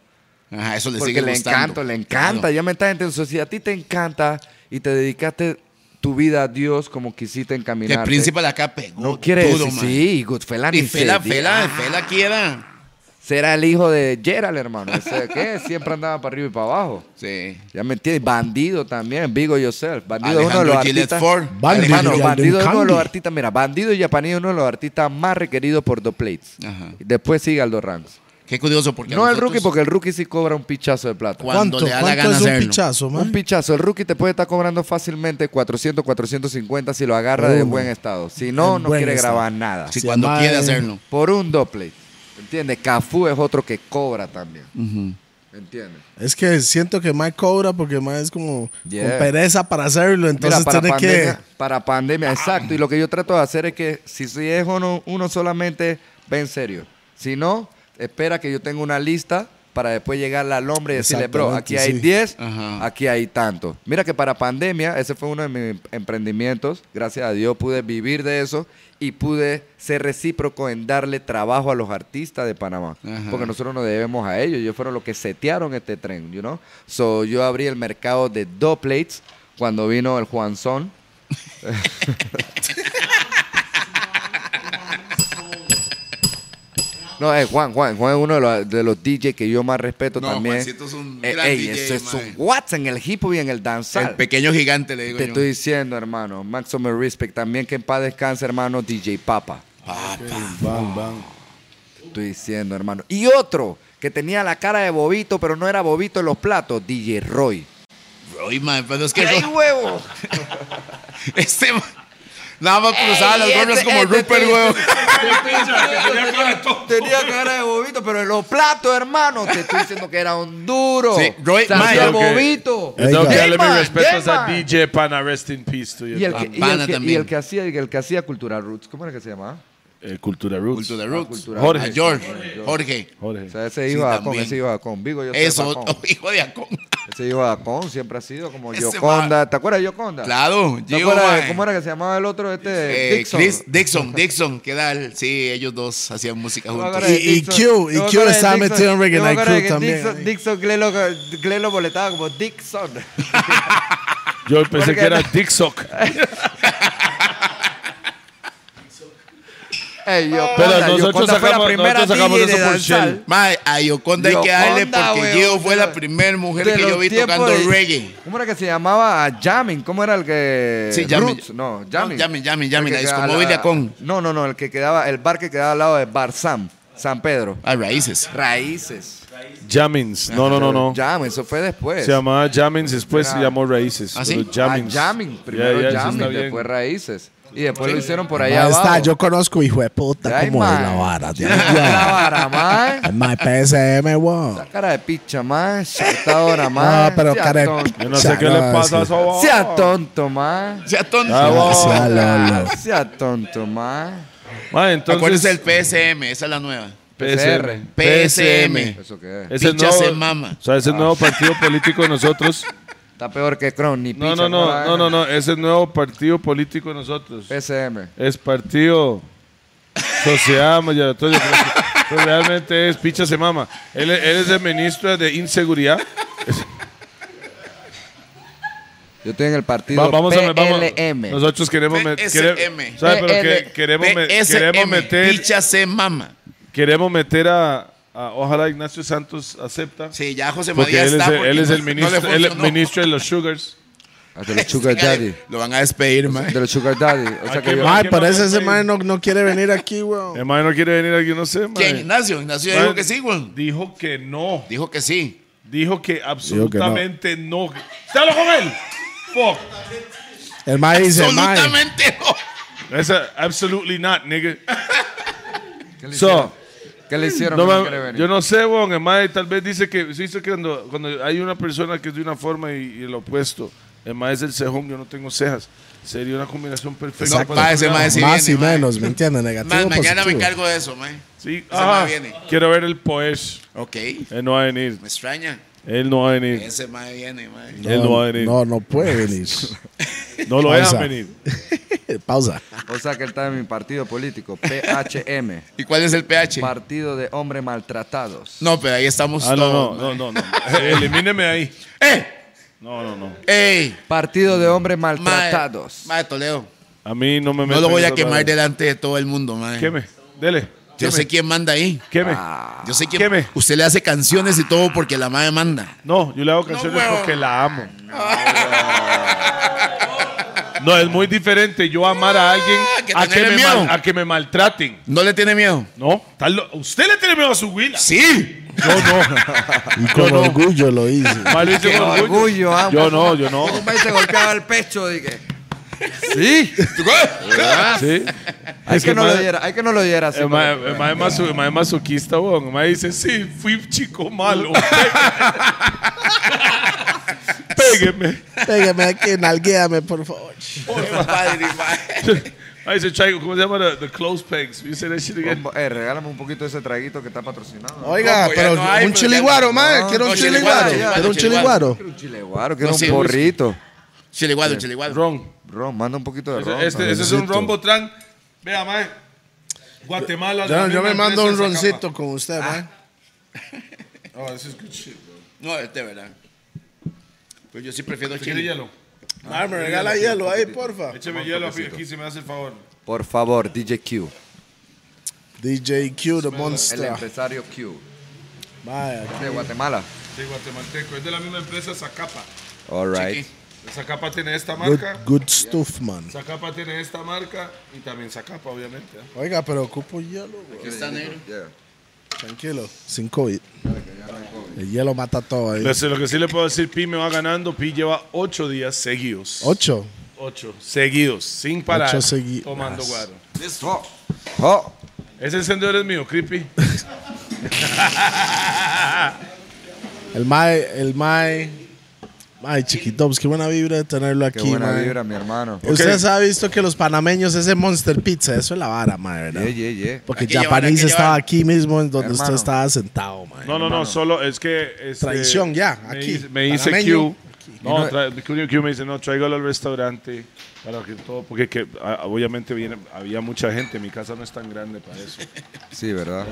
S5: Ajá, eso le sigue
S3: Porque le
S5: gustando.
S3: encanta, le encanta.
S5: Claro.
S3: Ya me estás entendiendo. Si a ti te encanta y te dedicaste tu vida a Dios como quisiste
S5: Que el
S3: encaminar.
S5: príncipe de acá pegó.
S3: No quiere
S5: duro,
S3: decir,
S5: mae.
S3: sí, Goodfella ni
S5: Y Fela,
S3: se diga.
S5: Fela, Fela quiera.
S3: Será el hijo de Gerald, hermano. O sea, que siempre andaba para arriba y para abajo.
S5: Sí.
S3: Ya me entiendes, bandido también, Vigo Yourself. Bandido es uno de
S5: Alejandro
S3: los
S5: Gillette
S3: artistas.
S5: Ford.
S2: Bandido
S3: hermano,
S2: y
S3: bandido es uno de los
S2: Candy.
S3: artistas. Mira, bandido y Japaní es uno de los artistas más requeridos por The Plates.
S5: Ajá.
S3: Y Después sigue Aldo Ranks.
S5: Qué curioso porque. a
S3: No el
S5: nosotros-
S3: rookie, porque el rookie sí cobra un pichazo de plata.
S5: Cuando
S2: ¿Cuánto,
S5: le da la
S2: cuánto
S5: gana
S2: es un
S5: hacerlo.
S2: pichazo, man?
S3: Un pichazo. El rookie te puede estar cobrando fácilmente 400, 450 si lo agarra de
S2: Uno.
S3: buen estado. Si no,
S2: En
S3: no
S2: buen
S3: quiere
S2: estado.
S3: grabar nada.
S5: Sí,
S2: Se
S5: cuando
S2: llama,
S5: quiere
S2: eh,
S5: hacerlo. Mm.
S3: Por un doble. ¿Entiendes? Cafú es otro que cobra también. ¿Entiendes?
S2: Es que siento que Mike cobra porque Mike es como
S3: Yeah.
S2: con pereza para hacerlo, entonces
S3: Mira, para
S2: tiene
S3: pandemia,
S2: que... Ah.
S3: para pandemia, exacto. Y lo que yo trato de hacer es que si si es uno, uno solamente, ve en serio. Si no, espera que yo tenga una lista para después llegarle al hombre y decirle, bro,
S2: Exactamente,
S3: aquí hay
S2: sí.
S3: 10,
S5: Ajá.
S3: aquí hay tanto. Mira que para pandemia, ese fue uno de mis emprendimientos. Gracias a Dios pude vivir de eso y pude ser recíproco en darle trabajo a los artistas de Panamá.
S5: Ajá.
S3: Porque nosotros nos debemos a ellos. Ellos fueron los que setearon este tren, you know? So, yo abrí el mercado de dos plates cuando vino el Juanzón. No, eh, Juan, Juan, Juan es uno de los, de los DJ que yo más respeto
S5: No,
S3: también.
S5: Juancito es un
S3: Eh,
S5: gran
S3: ey,
S5: DJ,
S3: eso es
S5: mae.
S3: un Watts en el hip hop y en el
S5: El
S3: danzal.
S5: pequeño gigante, le digo
S3: Te
S5: yo.
S3: estoy diciendo, hermano. Maximum respect. También que en paz descanse, hermano, DJ Papa.
S2: Bang, bang.
S3: Estoy diciendo, hermano. Y otro que tenía la cara de bobito, pero no era bobito en los platos, DJ Roy.
S5: Oye, mae, pero es que
S3: ¡Qué
S5: Ro-
S3: huevo!
S5: este mae, nada más cruzaba
S3: Ey,
S5: las gorras
S3: este-
S5: como
S3: este
S5: Rupert,
S3: tío-
S5: huevo.
S3: Tenía cara de bobito, pero en los platos, hermano. Te estoy diciendo que era un duro.
S5: Sí, Roy-
S3: Sabía
S5: Mae,
S4: ok.
S3: bobito.
S4: Yo tengo que
S3: Yeah,
S4: darle mis
S3: man,
S4: respetos
S3: yeah,
S4: a
S3: man.
S4: DJ Pana, rest in peace to you.
S3: Y el,
S5: Ah,
S3: que, y,
S5: pana
S3: el que, y
S5: también.
S3: el que hacía el que hacía Cultura Roots, ¿cómo era que se llamaba?
S4: Eh, Cultura Roots.
S5: Cultura Roots.
S3: Cultura
S5: A
S4: Jorge.
S5: George. Jorge.
S3: O
S4: Jorge.
S3: sea, ese
S5: Sí,
S3: iba a con,
S5: también.
S3: ese iba a con Vigo, yo soy
S5: Eso,
S3: Bacón.
S5: otro hijo de Acón.
S3: Ese iba a con, siempre ha sido como
S5: Ese
S3: Yoconda. ¿Te acuerdas de Yoconda?
S5: Claro,
S3: ¿Te
S5: Gio,
S3: acuerdas de-
S5: mae.
S3: cómo era que se llamaba el otro? Este,
S5: Eh,
S3: Dixon.
S5: Chris- Dixon, Dixon, ¿qué tal? Sí, ellos dos hacían música
S3: Yo me
S5: juntos.
S3: acuerdo de
S2: Y- y
S3: Dixon.
S2: Q,
S3: Yo me
S2: y Q
S3: acuerdo de
S2: estaba
S3: Dixon.
S2: metido en Reggae
S3: Yo me
S2: Night
S3: acuerdo de
S2: Crew
S3: que
S2: también,
S3: Dixon,
S2: ahí.
S3: Dixon Glelo, Glelo boletaba como Dixon.
S4: Yo pensé
S3: Jorge.
S4: que era Dixoc.
S3: Ey, Yoconda,
S4: Pero nosotros
S3: Yoconda fue la
S4: sacamos-
S3: primera
S4: nosotros sacamos
S3: DJ de
S4: eso por
S3: danzal.
S4: Shell.
S5: Mae, a Yoconda hay que
S3: Yoconda,
S5: darle porque
S3: weón,
S5: Gio fue
S3: de-
S5: la primera mujer
S3: de
S5: que yo
S3: los
S5: vi
S3: tiempos
S5: tocando
S3: de-
S5: reggae.
S3: ¿Cómo era que se llamaba Jamming? ¿Cómo era el que.
S5: Sí, Jamming.
S3: Roots, No,
S5: No,
S3: Jamming.
S5: Jamming, Jamming, Jamming,
S3: El
S5: la
S3: que quedaba
S5: discomóvil
S3: al-
S5: de Acón.
S3: No, no, no, el que quedaba, el bar que quedaba al lado de Bar Sam, San Pedro.
S5: A raíces.
S3: Raíces.
S4: Jamins. No, no, no, no.
S3: Jamming, eso fue después.
S4: Se llamaba Jamins, después se llamó Raíces.
S5: ¿Ah, sí?
S4: pero
S3: Ah,
S4: Jamins.
S3: Jamming,
S4: Ya,
S3: primero
S4: ya, eso
S3: Jamming,
S4: está bien.
S3: después Raíces. Y después lo hicieron por
S2: Ahí
S3: allá abajo.
S2: está, yo conozco hijo de puta
S3: Ay,
S2: como es
S3: man.
S2: la vara. tío.
S3: La vara, mae.
S2: Es my PSM, wow.
S3: Cara de picha, más. Chaquetadora, más.
S2: No, pero cara de picha.
S4: Yo no sé
S2: Ya,
S4: qué
S2: no,
S4: le
S2: es
S4: pasa
S2: que-
S4: a esa boba.
S3: Sea tonto, más.
S5: Sea tonto.
S4: Ah, bueno.
S2: Gracias, Lolo.
S3: Sea tonto, más.
S4: Ma, Ah, entonces,
S5: Acuérdense del PSM, esa es la nueva.
S4: PSR.
S5: PSM.
S3: ¿Eso qué es?
S4: Es el
S5: Picha
S4: nuevo,
S5: se mama.
S4: O sea, es el nuevo partido político de nosotros.
S3: Está peor que Crown, ni
S4: No,
S3: pizza,
S4: no, no,
S3: la
S4: no, no,
S3: vaina.
S4: no. Es el nuevo partido político de nosotros.
S3: PSM.
S4: Es partido Sociedad Mayoritaria. Pero realmente es picha se mama. Él, él es el ministro de Inseguridad.
S3: Yo estoy en el partido
S4: Va- vamos a vamos.
S3: PLM.
S4: Nosotros queremos meter.
S5: PSM.
S4: ¿Sabe? Pero que-
S3: PL.
S4: queremos, me- queremos
S5: PSM,
S4: meter.
S5: Picha se mama.
S4: Queremos meter a, a- Ojalá Ignacio Santos acepta.
S5: Sí, ya José
S4: Porque
S5: María
S4: él,
S5: está.
S4: es, el-
S5: porque
S4: él es
S5: no-
S4: el
S5: no le
S4: ministro, él es
S5: funcionó.
S4: ministro de los Sugars.
S3: Ah, De los Sugar Daddy.
S5: Lo van a despedir, mae.
S3: De los Sugar Daddy. O sea
S4: Ay,
S3: que
S4: qué
S3: yo-
S4: mal.
S2: Ay, parece ese man no, no quiere venir aquí, weón.
S4: Hermano, no quiere venir aquí, no sé. mae.
S5: ¿Quién? Ignacio. Ignacio
S4: Mae,
S5: dijo que sí, güey.
S4: Dijo que no.
S5: Dijo que sí.
S4: Dijo que absolutamente no. ¡Está loco él! Fuck.
S2: El man dice, man,
S5: Absolutamente no.
S4: That's a- absolutely not, nigga.
S3: ¿Qué le hicieron?
S4: So,
S3: ¿Qué le hicieron?
S4: no
S3: que
S4: ma-
S3: quiere venir?
S4: yo no sé, weón. El mae tal vez dice que se hizo que cuando, cuando hay una persona que es de una forma y, y el opuesto. El mae es el cejón, yo no tengo cejas. Sería una combinación perfecta.
S5: No, pa, ese mae sí
S2: más y
S5: viene, mae.
S2: menos, ¿me entiendes?
S5: Mae,
S2: Negativo,
S5: mañana me
S2: positivo.
S5: encargo de eso, mae.
S4: Sí,
S5: mae
S4: ajá.
S5: viene.
S4: Quiero ver el Poesh.
S5: Ok.
S4: Él no va a venir.
S5: Me extraña.
S4: Él no va a venir.
S5: Ese mae viene, mae.
S4: Él no va a venir. No,
S2: No, no puede venir.
S4: lo
S2: pausa.
S4: dejan venir.
S2: Pausa.
S3: O sea que él está en mi partido político. PHM.
S5: ¿Y cuál es el pH?
S3: Partido de Hombres Maltratados.
S5: No, pero ahí estamos
S4: Ah, no,
S5: todos.
S4: no, no, no. no. Elimíneme ahí.
S5: ¡Eh!
S4: No, no, no.
S5: ¡Ey!
S3: Partido de Hombres
S5: Mae,
S3: Maltratados.
S5: mae, Toledo.
S4: A mí no me
S5: No
S4: meten
S5: lo voy a
S4: esa
S5: quemar
S4: madre.
S5: delante de todo el mundo, mae.
S4: Queme. Dele.
S5: Yo sé Ah. quién manda ahí.
S4: Queme.
S5: Yo sé quién.
S4: Queme.
S5: Usted le hace canciones y todo porque la madre manda.
S4: No, yo le hago canciones
S5: huevo.
S4: porque la amo. No, es muy diferente yo amar a alguien
S5: Ah, que
S4: a, que
S5: tenerle
S4: me
S5: miedo.
S4: mal- a que me maltraten.
S5: ¿No le tiene miedo?
S4: No, tal lo- usted le tiene miedo a su huila.
S5: Sí.
S4: Yo no.
S2: Y con
S4: no.
S2: orgullo lo hice.
S4: Mal lo hice
S3: Qué
S4: con orgullo.
S3: orgullo, ah.
S4: Yo no, yo no.
S3: Un país se golpeaba el pecho, dije. Sí.
S4: Sí.
S3: Hay
S4: Es
S3: que
S4: que Eh,
S3: no
S4: más-
S3: lo diera, hay que no lo diera así.
S4: El mae-
S3: mae.
S4: el mae masu- el mae masoquista, weón. El mae dice, sí, fui chico malo. Pégueme.
S2: Pégame aquí, nalguéame, por favor.
S4: Ahí dice, Chaigo, ¿cómo se llama? The, the close pegs. You say that shit again.
S3: Eh, regálame un poquito de ese traguito que está patrocinado.
S10: Oiga,
S5: Ojo, ya
S2: pues
S10: pero
S5: no hay,
S10: un
S5: pero ya-
S10: chiliguaro, mae. Quiero un
S5: no, chiliguaro,
S10: chiliguaro.
S5: chiliguaro,
S10: Quiero un chiliguaro.
S3: Quiero un
S5: chiliguaro.
S3: chile guaro, quiero
S5: No,
S3: un
S5: sí,
S3: porrito.
S5: Chiliguado, chiliguado.
S4: Ron.
S3: Ron, manda un poquito de ron.
S4: Este, este es un ron Botrán. Vea, mae. Guatemala. la
S2: Yo, yo
S4: misma
S2: me mando
S4: empresa
S2: un
S4: saca-
S2: roncito con usted, man.
S4: Oh, this is good shit, bro.
S5: No, este, ¿verdad? Pero yo sí prefiero
S4: ¿Quiere
S5: chile.
S4: hielo?
S2: Ah, me regala hielo ahí, porfa.
S4: Écheme hielo aquí si me hace el favor.
S3: Por favor, DJ Q.
S2: DJ Q, The
S3: El
S2: Monster.
S3: empresario Q.
S2: Vaya.
S3: De Guatemala.
S4: Sí, guatemalteco. Es de la misma empresa Zacapa.
S3: All right.
S5: Chiqui.
S4: Zacapa tiene esta
S2: Good,
S4: marca.
S2: good stuff, man.
S4: Zacapa tiene esta marca y también Zacapa, obviamente. ¿eh?
S2: Oiga, pero ocupo hielo, güey.
S5: Está negro.
S3: Yeah.
S2: Tranquilo. Sin COVID. El hielo mata todo ahí.
S4: Lo que sí le puedo decir, Pi me va ganando. Pi lleva ocho días seguidos.
S2: Ocho.
S4: Ocho. Seguidos, sin parar.
S2: Ocho segui-
S4: Tomando
S2: Nice.
S4: guaro.
S3: Oh. Oh.
S4: Ese encendedor es mío, creepy.
S2: El Mae, el Mae. Mae, chiquito, pues qué buena vibra de tenerlo
S3: Qué
S2: aquí,
S3: buena
S2: mae.
S3: vibra, mi hermano.
S2: Ustedes han visto que los panameños, ese Monster Pizza, eso es la vara, mae, ¿verdad?
S3: Yeah, yeah, yeah.
S2: Porque
S5: Hay que llevar,
S2: Japanese
S5: hay que
S2: estaba
S5: llevar.
S2: aquí mismo, en donde usted
S3: Hermano.
S2: estaba sentado, mae.
S4: No, no, no, solo es que. este,
S2: Traición ya,
S4: me
S2: aquí,
S4: dice- Me dice
S2: panameño.
S4: Q. No, tra- Q, Q me dice, no, tráigalo al restaurante para que todo, porque que, ah, obviamente viene- había mucha gente, mi casa no es tan grande para eso.
S3: Sí, ¿verdad?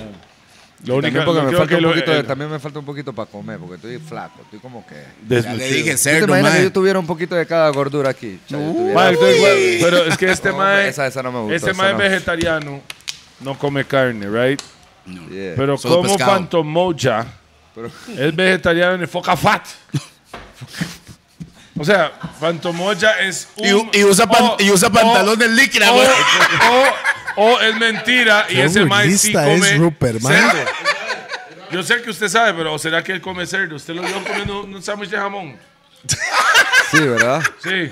S4: Lo
S3: También,
S4: único
S3: porque me
S4: creo
S3: falta
S4: que
S3: un
S4: lo-
S3: poquito de-
S4: el-
S3: también me falta un poquito para comer, porque estoy flaco. Estoy como que.
S5: Ya
S4: desmentido.
S5: le dije
S3: ¿Tú te
S5: cerdo,
S3: imaginas que
S5: mae.
S3: yo tuviera un poquito de cada gordura aquí? O sea, yo tuviera-
S4: Uh, Mae, estoy igual, pero es que este
S3: No,
S4: mae,
S3: esa- esa no me gustó,
S4: este
S3: esa
S4: mae
S3: no.
S4: vegetariano no come carne, right?
S3: Yeah.
S4: Pero
S5: Solo
S4: como
S5: pescado.
S4: Phantom Moja es vegetariano y foca fat. O sea, Phantom Moja es un,
S5: Y, u- y usa, pan-
S4: o-
S5: y usa
S4: o-
S5: pantalón de líquida,
S4: oh,
S5: güey.
S4: o, o es mentira y
S2: Qué
S4: ese mae sí
S2: burlista
S4: come
S2: es Rupert, mae.
S4: cerdo. Yo sé que usted sabe, pero ¿será que él come cerdo? ¿Usted lo vio comiendo un sándwich de jamón?
S3: Sí, ¿verdad?
S4: Sí.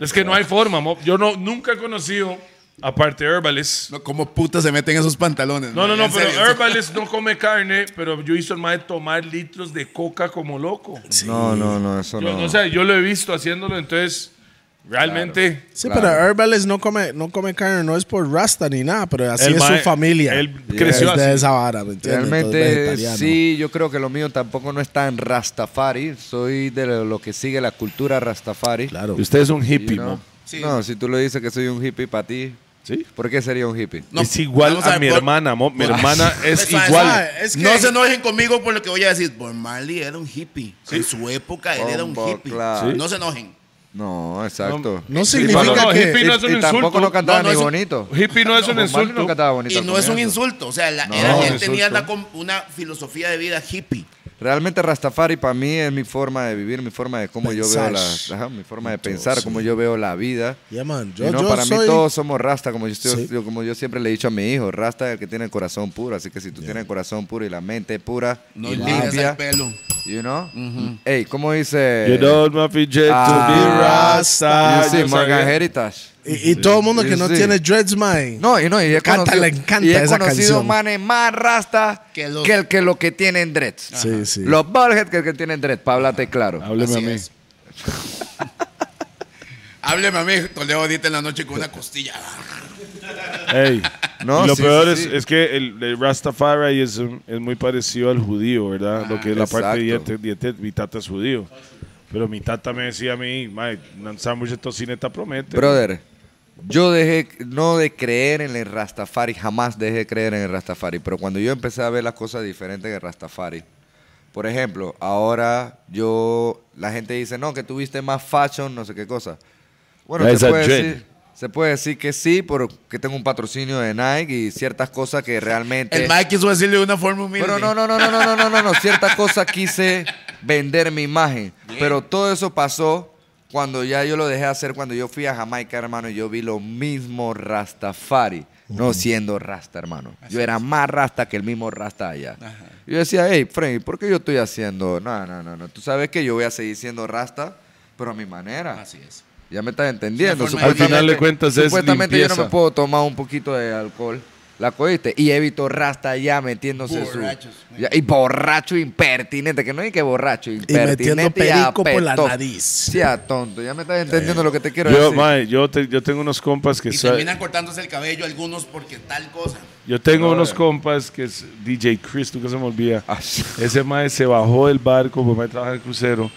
S4: Es que no hay forma, mo- yo no, nunca he conocido, aparte de Herbalist.
S5: No, ¿Cómo puta se meten esos pantalones?
S4: No, no, no,
S5: En
S4: pero
S5: serio, en serio.
S4: Herbalist no come carne, pero yo hice el mae tomar litros de coca como loco.
S3: No, no, no, eso
S4: Yo,
S3: no.
S4: no sé, yo lo he visto haciéndolo, entonces, realmente...
S2: Sí, pero Herbalist no come, no come carne, no es por rasta ni nada, pero así
S4: El
S2: es
S4: mae-
S2: su familia.
S4: él creció
S2: es de
S4: así.
S2: esa vara, ¿me entiendes?
S3: Realmente
S2: Entonces,
S3: sí, yo creo que lo mío tampoco no es tan rastafari. Soy de lo que sigue la cultura rastafari.
S2: Claro.
S4: Usted es un
S3: You
S4: hippie,
S3: know?
S5: Sí.
S3: No, si tú lo dices que soy un hippie para ti,
S4: Sí.
S3: ¿por qué sería un hippie?
S5: No,
S4: es igual
S5: vamos
S4: a,
S5: ver,
S4: mi
S5: por- Pues,
S4: hermana, mo. Mi
S5: por-
S4: hermana es
S5: Suave,
S4: igual.
S5: suave.
S2: Es que-
S5: No se enojen conmigo por lo que voy a decir. Bob Marley era un hippie. En su época él era un
S3: Bombo,
S5: hippie.
S3: claro.
S5: No se enojen.
S3: No, exacto.
S2: No
S4: No,
S2: significa
S4: no,
S2: que.
S4: hippie no es
S3: Y-
S4: un
S3: y tampoco
S4: insulto.
S3: no cantaba
S5: No, no
S3: ni
S5: es un-
S3: bonito.
S4: Hippie no es un
S3: Bob Marley no
S4: insulto.
S3: cantaba bonito.
S5: Y no es un
S3: comienzo.
S5: insulto. O sea, la-
S3: No,
S5: era-
S4: no
S5: él
S4: es
S5: tenía
S4: insulto.
S5: la com- una filosofía de vida hippie.
S3: Realmente Rastafari para mí es mi forma de vivir, mi forma de cómo
S2: Pensar.
S3: yo veo la, ajá, mi forma de
S2: Punto,
S3: pensar, cómo yo veo la vida.
S2: Yeah, man,
S3: Y
S2: yo,
S3: no,
S2: yo
S3: para
S2: soy.
S3: mí todos somos rasta, como yo, estoy-
S2: Sí.
S3: yo- como yo siempre le he dicho a mi hijo, rasta es el que tiene el corazón puro, así que si tú tienes el corazón puro y la mente pura
S5: No
S3: y
S5: ligas
S3: limpia,
S5: el pelo.
S3: you know? Ey, ¿cómo dice?
S4: You don't want to be
S3: Ah,
S4: rasta.
S3: you see,
S4: Yo
S3: Morgan
S4: sabía.
S3: Heritage.
S2: Y, y todo el mundo que
S3: Sí,
S2: no
S3: sí.
S2: tiene dreads, man.
S3: No, y no, y he
S2: Canta,
S3: conocido,
S2: le encanta
S3: y he
S2: esa
S3: conocido
S2: canción.
S3: manes más rasta que,
S5: Que los-
S3: el que lo que tienen dreads.
S2: Sí, sí.
S3: Los ballheads que el que tienen dreads, para hablarte claro.
S4: Hábleme a
S5: Así
S4: mí.
S5: es. Hábleme a mí, Toledo ahorita en la noche con una costilla.
S4: Ey.
S3: No,
S4: Y lo
S3: sí,
S4: peor
S3: sí,
S4: es,
S3: sí.
S4: es que el, el Rastafarianism es muy parecido al judío, ¿verdad? Lo que es la parte
S3: exacto.
S4: diete, diete, mi tata es judío. Pero mi tata me decía a mí, "Mae, un sándwich de tocineta
S6: Este,
S4: promete.
S3: Brother, yo dejé no de creer en el Rastafari, jamás dejé de creer en el Rastafari, pero cuando yo empecé a ver las cosas diferentes en el Rastafari, por ejemplo, ahora yo, la gente dice, no, que tuviste más fashion, no sé qué cosa. Bueno,
S4: That's
S3: se
S4: a
S3: puede,
S4: dread.
S3: decir, se puede decir que sí, porque tengo un patrocinio de Nike y ciertas cosas que realmente...
S5: El Mike quiso decirle de una forma humilde.
S3: Pero no, no, no, no, no, no, no, no, no. Cierta cosa quise vender mi imagen. Pero todo eso pasó cuando ya yo lo dejé hacer, cuando yo fui a Jamaica, hermano, y yo vi lo mismo Rastafari. No siendo rasta, hermano. yo era más rasta que el mismo rasta allá. Yo decía, hey, Frank, ¿por qué yo estoy haciendo? No, no, no, no. Tú sabes que yo voy a seguir siendo rasta, pero a mi manera.
S5: Así es.
S3: Ya me estás entendiendo.
S5: Una forma de- Al
S4: final de cuentas es
S3: Supuestamente yo no
S4: limpieza.
S3: me puedo tomar un poquito de alcohol. ¿La cogiste? Y evito rasta ya metiéndose su-
S5: Borrachos.
S3: Ya, y borracho impertinente, que no hay que borracho impertinente.
S2: metiendo perico por la
S3: apestoso.
S2: nariz.
S3: Sí, a tonto. Ya me estás entendiendo lo que te quiero
S4: Yo,
S3: decir.
S4: mae, yo, te- yo tengo unos compas que
S5: Y
S4: sa-
S5: terminan cortándose el cabello algunos porque tal cosa.
S4: Yo tengo unos compas que es DJ Chris, tú que se me olvida.
S3: Ah, sí.
S4: Ese mae se bajó del barco, porque mae trabaja en crucero.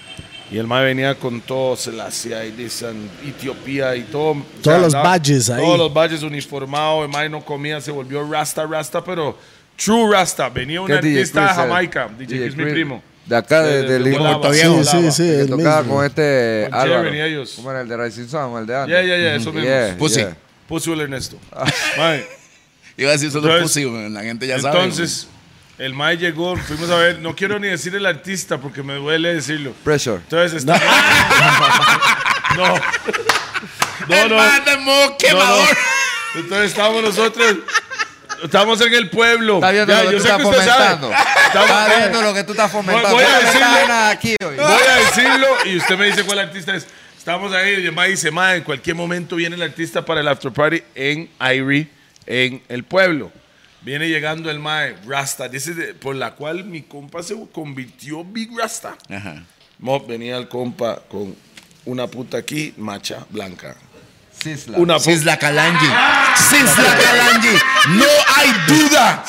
S4: Y el mae venía con todo, Selasia y de San- Etiopía y todo. O sea,
S2: los
S4: andaba-
S2: badges ahí.
S4: Todos los badges uniformados. El mae no comía, se volvió rasta, rasta, pero true rasta. Venía un
S3: ¿Qué DJ
S4: artista de
S3: Chris eh? es?
S4: Jamaica, DJ, Chris, mi primo.
S3: De acá, de, de, Lima.
S4: Volaba.
S2: Sí,
S4: Volaba.
S2: sí, sí,
S3: Que
S2: el
S3: tocaba
S2: mismo.
S3: con este
S4: Con Jerry
S3: Álvaro.
S4: y ellos.
S3: ¿Cómo era el de Rising Sun? El de antes.
S4: Yeah, yeah, yeah, esos mismos.
S3: Yeah,
S5: Pussy.
S3: yeah.
S4: Puso el Ernesto. Mae,
S5: Iba a decir solo
S4: Entonces-
S5: pussy, güey, la gente ya sabe.
S4: entonces, el mae llegó, fuimos a ver. No quiero ni decir el artista porque me duele decirlo.
S3: Pressure.
S4: Entonces está. No. No, no. no, no. Entonces estamos nosotros. Estamos en el pueblo.
S3: Está viendo
S4: Ya,
S3: lo que
S4: yo
S3: tú
S4: sé
S3: estás
S4: que usted sabe.
S3: fomentando.
S4: Estamos-
S3: Está
S4: eh,
S3: viendo lo que tú estás fomentando.
S4: voy a
S3: No me
S4: decirle-
S3: cabe nada aquí hoy.
S4: Voy a decirlo y usted me dice cuál artista es. Estamos ahí y el mae dice, mae, en cualquier momento viene el artista para el after party en Irie, en el pueblo. Viene llegando el mae, Rasta, dice, de- por la cual mi compa se convirtió Big Rasta.
S5: Ajá.
S4: Mo, venía el compa con una puta aquí, macha, blanca.
S3: Sisla.
S4: Una puta.
S5: Sisla Kalanji.
S3: Ah.
S5: Sisla Kalanji. No hay duda.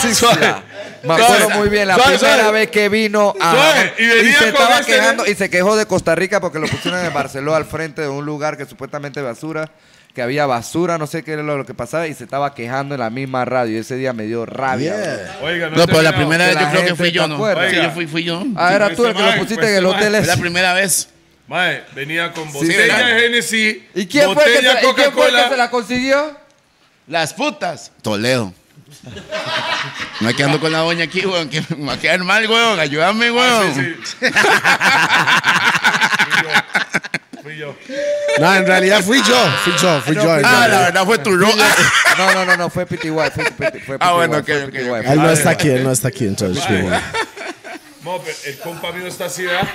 S3: Sisla. Me acuerdo
S4: Suave.
S3: muy bien la
S4: Suave,
S3: primera
S4: suave.
S3: vez que vino a
S4: Suave. Y venía
S3: se
S4: con
S3: estaba
S4: este,
S3: quejando y se quejó de Costa Rica porque lo pusieron en Barcelona al frente de un lugar que supuestamente basura, que había basura, no sé qué era lo lo que pasaba y se estaba quejando en la misma radio. Y Ese día me dio rabia. bro.
S4: Oiga, no,
S5: No, pero la
S4: terminaba.
S5: primera
S3: que
S5: vez
S3: la
S5: yo creo que
S3: gente
S5: fui yo,
S3: te
S5: ¿no?
S3: acuerda.
S5: Sí, yo fui, fui yo.
S3: Ah, era
S4: Pues
S3: tú el
S4: este
S3: que lo
S4: man,
S3: pusiste
S4: pues
S3: en el
S4: este man.
S3: hotel
S5: Fue la
S3: ese.
S5: primera vez.
S4: Mae, venía con
S3: ¿verdad?
S4: botella de Genesis,
S3: ¿Y quién fue, el que se,
S4: botella
S3: la- y quién fue el que se
S4: Coca-Cola.
S3: la consiguió?
S5: Las putas. Toledo. Me quedando con la doña aquí, weón. Que me va a quedar mal, weón. Ayúdame, weón.
S4: Ah, Sí, sí. Fui yo. Fui yo.
S2: No, en realidad fui yo. Fui yo, fui yo. en
S5: Ah, la
S2: realidad.
S5: verdad fue tu ropa.
S3: No, no, no, no, fue PTY. Fue, fue, fue
S5: Ah, bueno,
S3: PTY, fue
S5: ok, ok,
S3: PTY.
S5: ok.
S2: Él no está aquí, él no está aquí, entonces. sí, bueno.
S4: Mo, pero el compa mío está así, ¿verdad?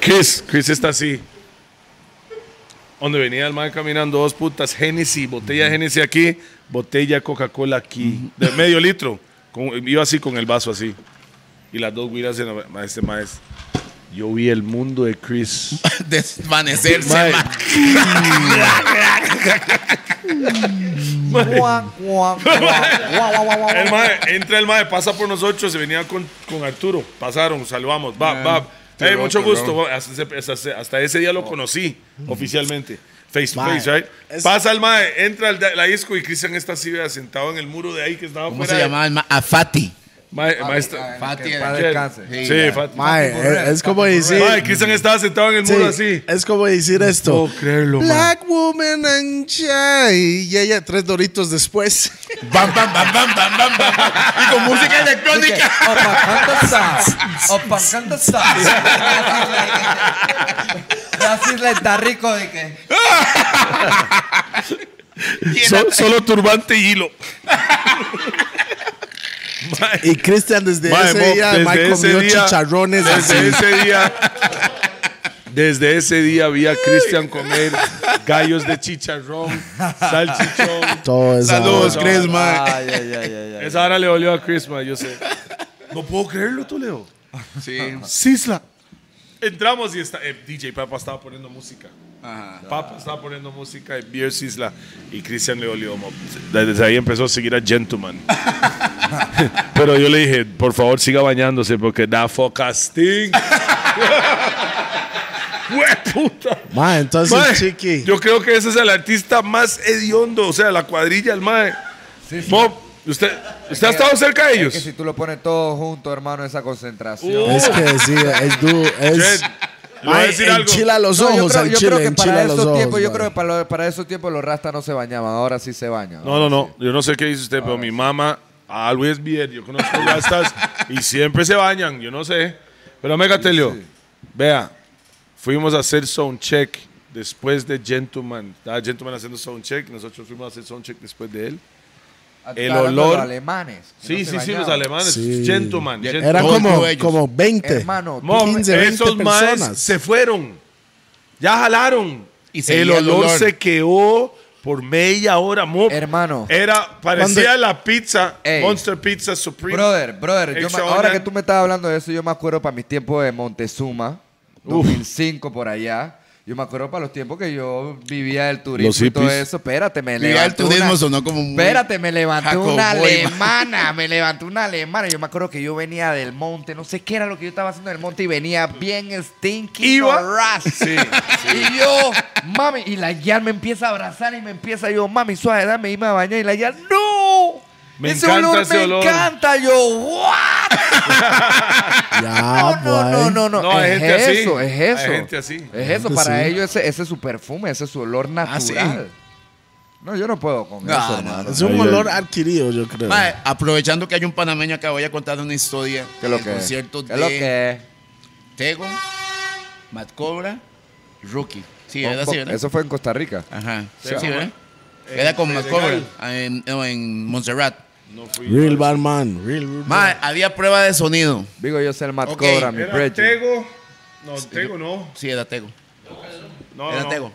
S4: Chris, Chris está así. Donde venía el man caminando, dos putas, Genesis, botella de Genesis aquí, botella de Coca-Cola aquí, de medio litro. Con, iba así con el vaso así. Y las dos guiras en la- ma, este maestro. Yo vi el mundo de Chris.
S5: Desvanecerse,
S4: Mae.
S5: ma.
S3: Guau, guau, guau, guau, guau, guau.
S4: El mae, entra el mae, pasa por nosotros, se venía con, con Arturo. Pasaron, saludamos, va, va. Hey, mucho gusto. va, Hasta ese, hasta ese- hasta ese día lo conocí oficialmente. Face to
S2: Mm. Mae,
S4: face, right?
S2: es-
S4: Pasa el mae, entra al da- la disco y Cristian está así, vea, sentado en el muro de ahí que estaba
S5: ¿Cómo
S4: fuera
S5: se
S4: de- eh,
S5: llamaba el ma? Afati.
S4: Mae, mae, está-
S5: Fati,
S3: Que en
S5: eh,
S3: paz
S4: Chel-
S3: descanse.
S4: Sí,
S5: Sí, ya.
S4: Fati.
S2: Mae, es, es como decir.
S4: Mae, Cristian estaba sentado en el
S2: sí,
S4: muro así.
S2: es como decir esto.
S4: creerlo,
S2: Black woman and shy. Y ella tres doritos después.
S5: Bam, bam, bam, bam, bam, bam, bam. Y con música electrónica.
S3: Opa, canta stars. Opa, canta stars. La isla está rico de que.
S4: solo turbante y hilo.
S2: Y Christian desde
S4: Mae,
S2: ese
S4: Bob,
S2: día,
S4: desde
S2: Mae
S4: ese
S2: comió
S4: día-
S2: chicharrones así.
S4: Desde ese día. Desde ese día vi a Cristian comer gallos de chicharrón, salchichón.
S2: Todo eso.
S5: Saludos, Chris, ma.
S3: Ay, ay, ay, ay, ay.
S4: Esa hora le olió a Christmas, yo sé. No puedo creerlo, tú, Leo.
S5: Sí.
S4: Sisla. Entramos y está, eh, DJ Papa estaba poniendo música. Papa estaba poniendo música y vio Sisla. Y Cristian le olió. mo- Desde ahí empezó a seguir a Gentleman. Pero yo le dije, por favor, siga bañándose porque da focasting. puta!
S2: Mae, entonces,
S4: Mae,
S2: chiqui.
S4: Yo creo que ese es el artista más hediondo, o sea, la cuadrilla, el mae. Mo, ¿usted, usted ha estado cerca de
S3: Que
S4: ellos?
S3: si tú lo pones todo junto, hermano, esa concentración.
S2: Es que sí, es duro. Es,
S4: Jen, le voy a
S2: mae,
S4: decir algo.
S2: enchila los
S3: No,
S2: ojos,
S3: yo creo,
S2: al
S3: yo
S2: chile,
S3: creo que para
S2: enchila los
S3: esos
S2: ojos.
S3: tiempos, yo
S2: mae.
S3: creo que para, lo- para esos tiempos los rastas no se bañaban, ahora sí se bañan.
S4: No, no, no. Yo no sé qué dice usted, pero mi mamá, always bien, yo conozco gastas y siempre se bañan, yo no sé. Pero Mega Telio, vea, fuimos a hacer sound check después de Gentleman. Estaba Gentleman haciendo sound check, nosotros fuimos a hacer sound check después de él.
S3: Estaba
S4: el
S3: hablando de
S4: olor-
S3: Los alemanes. que
S4: Sí,
S3: no se
S4: sí, sí, los
S3: bañaban.
S4: alemanes.
S2: Sí.
S4: Gentleman. gentleman.
S2: Era
S5: Todos
S2: como,
S5: ellos.
S2: como 20.
S3: Hermano,
S4: Mom,
S2: 15, 20
S4: esos maes
S2: personas.
S4: se fueron. Ya jalaron.
S5: Y seguía
S4: El olor se quedó por media hora, mo.
S3: Hermano.
S4: Era, parecía
S2: Cuando-
S4: la pizza,
S3: Ey.
S4: Monster Pizza Supreme.
S3: Brother, brother, yo me-
S4: Extra
S3: ahora
S4: onion.
S3: que tú me estás hablando de eso, yo me acuerdo para mis tiempos de Montezuma, 2005 por allá. Yo me acuerdo para los tiempos que yo vivía el turismo y todo
S6: hippies.
S3: eso. Espérate, me
S5: Vivía el
S3: levanté
S5: turismo,
S3: una-
S5: sonó como muy
S3: Espérate, me levanté
S5: Jacobo
S3: una
S5: Boy,
S3: alemana, me levanté una alemana. Yo me acuerdo que yo venía del monte, no sé qué era lo que yo estaba haciendo en el monte y venía bien stinky
S4: Iba.
S3: ras. Y yo, mami, y la guía me empieza a abrazar y me empieza yo, mami, suave, dame irme a bañar y la guía, no.
S4: Me
S3: ese
S4: encanta
S3: olor
S4: ese
S3: me
S4: olor.
S3: encanta, yo, what?
S2: Ya,
S3: no, no, no, no, no.
S4: No, hay
S3: Ah, es
S4: gente así.
S3: eso, es eso.
S4: Hay gente así.
S3: Es
S2: Hay
S3: eso,
S2: gente
S3: para
S2: así.
S3: ellos ese, ese es su perfume, ese es su olor
S4: Ah,
S3: natural. No, yo no puedo con
S5: No,
S3: eso,
S5: no,
S3: hermano.
S2: Es un olor adquirido, yo creo.
S5: Mae, aprovechando que hay un panameño acá, voy a contar una historia.
S3: ¿Qué lo
S5: del
S3: que es?
S5: concierto
S3: ¿Qué lo
S5: de
S3: que es?
S5: Tego, Matt Cobra, Rookie. Sí,
S3: Con-
S5: era
S3: con-
S5: así, ¿verdad?
S3: Oh, Eso fue en Costa Rica.
S5: Ajá. Sí,
S4: Se
S5: sí,
S4: llama-
S5: ¿verdad? Era con Matt Cobra
S4: Senegal.
S5: ah, en, no, en Montserrat.
S2: Real bad man. Real, real bad.
S5: Mae, había prueba de sonido.
S3: Digo yo ser Matt
S5: Ok,
S3: Cobra, mi
S4: Era
S3: Bridget.
S4: Tego. No, Tego no.
S5: Sí, era Tego.
S4: no
S5: Era
S4: no.
S5: Tego.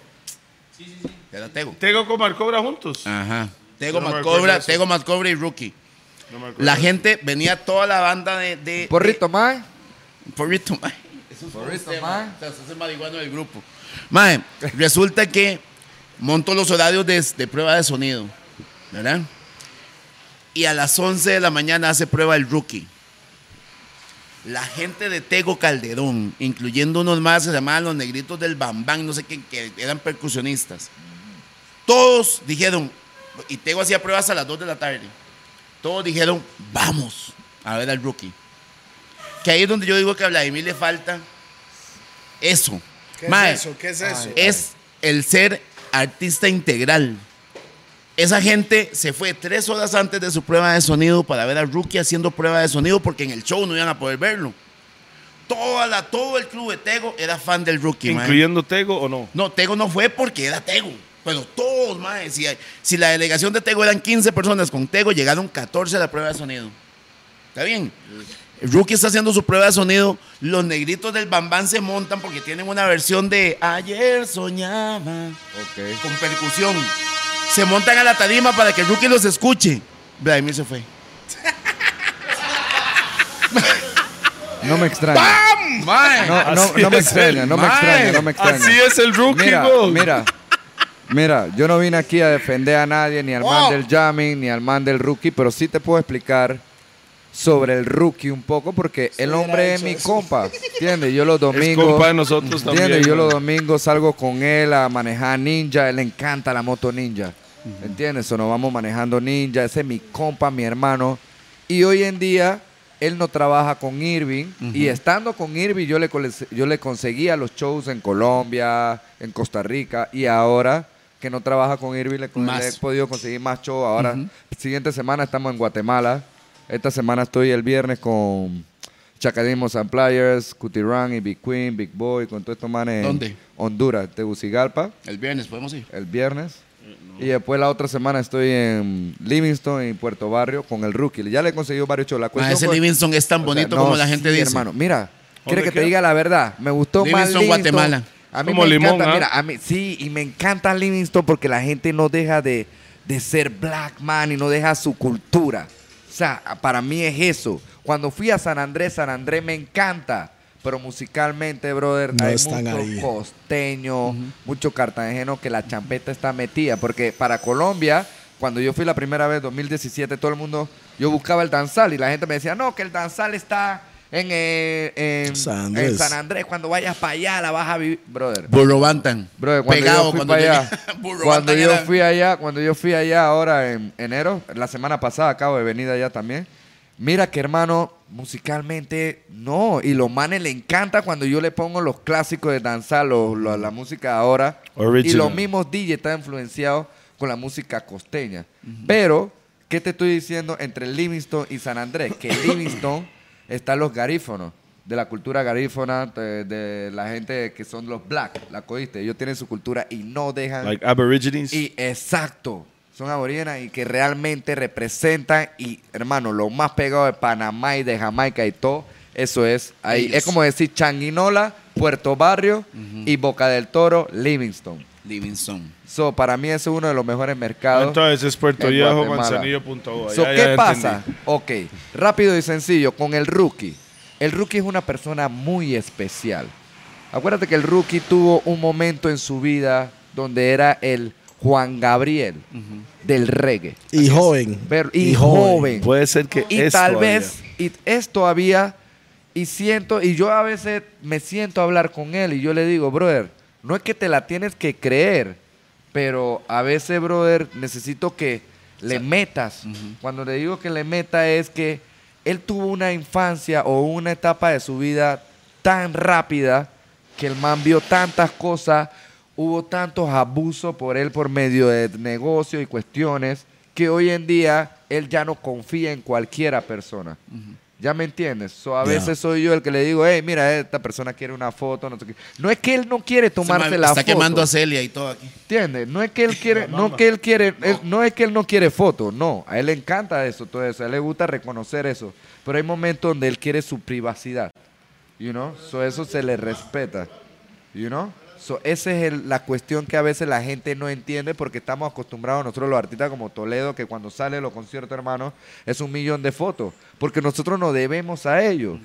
S5: Era Tego.
S4: Tego con Marcobra juntos.
S5: Ajá. Tego
S4: Yo no me
S5: Matt
S4: acuerdo de
S5: Cobra,
S4: eso.
S5: Tego Matt Cobra y Rookie.
S4: No me acuerdo.
S5: La gente venía toda la banda de. de
S3: Porrito, mae.
S5: de- porrito, mae.
S3: Porrito,
S5: Este,
S3: mae.
S5: mae, O sea, sos el marihuano del grupo. Mae, resulta que monto los horarios de, de prueba de sonido, ¿verdad? Y a las 11 de la mañana hace prueba el rookie. La gente de Tego Calderón, incluyendo unos más que se llamaban los negritos del Bambán, no sé quién, que eran percusionistas. Todos dijeron, y Tego hacía pruebas a las 2 de la tarde. Todos dijeron, vamos a ver al rookie. Que ahí es donde yo digo que a Vladimir le falta eso. Mae,
S7: ¿Qué es eso?
S5: es el ser artista integral. Esa gente se fue tres horas antes de su prueba de sonido para ver a Rookie haciendo prueba de sonido porque en el show no iban a poder verlo. Toda la, todo el club de Tego era fan del Rookie. mae.
S4: Incluyendo Tego o no.
S5: No, Tego no fue porque era Tego. Pero todos, mae. Si, si la delegación de Tego eran 15 personas con Tego, llegaron 14 a la prueba de sonido. ¿Está bien? El rookie está haciendo su prueba de sonido. Los negritos del Bambán se montan porque tienen una versión de Ayer soñaba
S3: Ok.
S5: con percusión. Se montan a la tarima para que el rookie los escuche. Vladimir se fue.
S3: No me extraña. No, no,
S4: Así
S3: no me
S4: es
S3: extraña,
S4: el
S3: no me
S4: mae.
S3: extraña, no me extraña.
S4: Así es el rookie,
S3: Mira,
S4: bro.
S3: mira, mira, yo no vine aquí a defender a nadie, ni al man del jamming, ni al man del rookie, pero sí te puedo explicar sobre el rookie un poco, porque el hombre es mi compa, ¿entiendes? Yo los dominggo...
S4: compa de nosotros también,
S3: ¿entiendes? Yo
S4: ¿no?
S3: los domingos salgo con él a manejar ninja, él le encanta la moto ninja, ¿entiendes? Eso nos vamos manejando ninja, ese es mi compa, mi hermano, y hoy en día... Él no trabaja con Irving y estando con Irving yo le, cole- yo le conseguía los shows en Colombia, en Costa Rica y ahora que no trabaja con Irving le, con-
S5: Más.
S3: le he podido conseguir más shows. Ahora, siguiente semana estamos en Guatemala. Esta semana estoy el viernes con Chacadismos and Players, Cutirán y Big Queen, Big Boy, con todos estos manes. en
S5: ¿Dónde?
S3: Honduras, Tegucigalpa,
S5: El viernes, podemos ir.
S3: el viernes. Y después la otra semana estoy en Livingston y Puerto Barrio con el rookie. Ya le he conseguido varios shows. La
S5: Ma,
S3: cuestión
S5: Ah, ese
S3: fue-
S5: Livingston es tan
S3: o
S5: bonito
S3: sea, no,
S5: como la gente
S3: sí,
S5: dice.
S3: Hermano, mira, quiere
S4: ¿Dónde
S3: que te
S4: queda?
S3: diga la verdad. Me gustó más
S5: Livingston,
S3: Livingston.
S5: Guatemala.
S3: A mí
S4: Como
S3: me
S4: limón,
S3: encanta,
S4: ¿ah?
S3: mira, a mí, sí, y me encanta Livingston porque la gente no deja de, de ser black man y no deja su cultura. O sea, para mí es eso. Cuando fui a San Andrés, San Andrés me encanta. Pero musicalmente, brother,
S2: No
S3: hay
S2: están
S3: mucho
S2: ahí.
S3: costeño, mucho cartageno que la champeta está metida. Porque para Colombia, cuando yo fui la primera vez, 2017, todo el mundo, yo buscaba el danzal y la gente me decía, no, que el danzal está en, eh, en-
S2: San
S3: en
S2: Andrés.
S3: San Andrés. Cuando vayas para allá, la vas a vivir, brother.
S5: Burro Bantan.
S3: Brother, cuando yo fui para allá,
S5: Burro
S3: cuando
S5: Bantan
S3: yo
S5: era-
S3: fui allá, cuando yo fui allá ahora en enero, la semana pasada acabo de venir allá también. Mira que hermano, musicalmente no, y los manes le encanta cuando yo le pongo los clásicos de danzar, lo- lo- la música de ahora, y
S4: Original.
S3: los mismos DJ están influenciados con la música costeña. Pero ¿qué te estoy diciendo entre Livingston y San Andrés? Que en Livingston están los garífonos de la cultura garífona, de, de la gente que son los black, la cogiste, ellos tienen su cultura y no dejan
S4: Like Aborigines.
S3: y exacto. Son aborígenes y que realmente representan. Y hermano, lo más pegado de Panamá y de Jamaica y todo, eso es ahí.
S5: Ellos.
S3: Es como decir Changuinola, Puerto Barrio y Boca del Toro, Livingston.
S5: Livingston.
S3: So, para mí ese es uno de los mejores mercados.
S6: Entonces es Puerto
S3: en
S6: Viejo,
S3: Guatemala.
S6: Manzanillo, Punta Boa.
S3: So,
S6: Ya-
S3: ¿Qué
S6: ya
S3: pasa?
S6: entendí.
S3: Ok, rápido y sencillo, con el rookie. El rookie es una persona muy especial. Acuérdate que el rookie tuvo un momento en su vida donde era el Juan Gabriel del reggae.
S2: Y joven.
S3: Pero- y, joven.
S6: Puede ser que
S3: Y
S6: es
S3: tal
S6: todavía.
S3: vez y es todavía y siento y yo a veces me siento a hablar con él y yo le digo, brother, no es que te la tienes que creer, pero a veces, brother, necesito que le metas. Cuando le digo que le meta es que él tuvo una infancia o una etapa de su vida tan rápida que el man vio tantas cosas, hubo tantos abusos por él por medio de negocio y cuestiones, que hoy en día él ya no confía en cualquiera persona. ¿Ya me entiendes? So, a
S2: Ya.
S3: veces soy yo el que le digo, hey, mira, esta persona quiere una foto, no sé qué. No es que él no quiere tomarse
S5: Se
S3: la
S5: ma- está
S3: foto.
S5: quemando a Celia y todo aquí.
S3: ¿Entiendes? No es que él quiere, no que él quiere, él- no es que él no quiere fotos, no. A él le encanta eso, todo eso. A él le gusta reconocer eso. Pero hay momentos donde él quiere su privacidad. You know? So eso se le respeta. You know? So esa es el- la cuestión que a veces la gente no entiende porque estamos acostumbrados nosotros los artistas como Toledo que cuando sale los conciertos, hermano, es un millón de fotos. Porque nosotros nos debemos a ellos.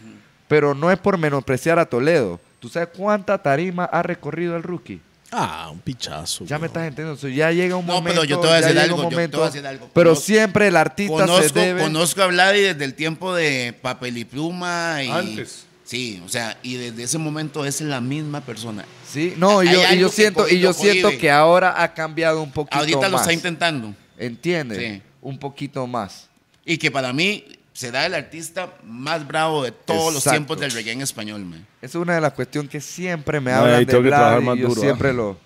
S3: Pero no es por menospreciar a Toledo. ¿Tú sabes cuánta tarima ha recorrido el rookie?
S2: Ah, un pichazo.
S3: Ya me
S2: weón.
S3: estás entendiendo. so, ya llega un
S5: No,
S3: momento.
S5: pero yo te voy a
S3: ya
S5: decir
S3: llega un
S5: algo, yo te voy a
S3: momento,
S5: decir algo.
S3: Pero
S5: Conozco-
S3: siempre el artista se
S5: Conozco,
S3: debe.
S5: conozco a Vladi desde el tiempo de papel y pluma. Y,
S6: Antes.
S5: Sí, o sea, y desde ese momento es la misma persona.
S3: Sí, no, y
S5: Hay
S3: yo, y
S5: algo
S3: yo
S5: que
S3: siento, y yo
S5: conmigo
S3: siento
S5: cohibe.
S3: que ahora ha cambiado un poquito
S5: Ahorita
S3: más.
S5: lo está intentando.
S3: ¿Entiendes?
S5: Sí.
S3: Un poquito más.
S5: Y que para mí será el artista más bravo de todos los
S3: Exacto.
S5: tiempos del reggae en español, man.
S3: Esa es una de las cuestiones que siempre me
S6: No,
S3: hablan
S6: ahí
S3: de
S6: tengo que
S3: Vlad
S6: trabajar
S3: y
S6: más
S3: yo
S6: duro,
S3: siempre lo.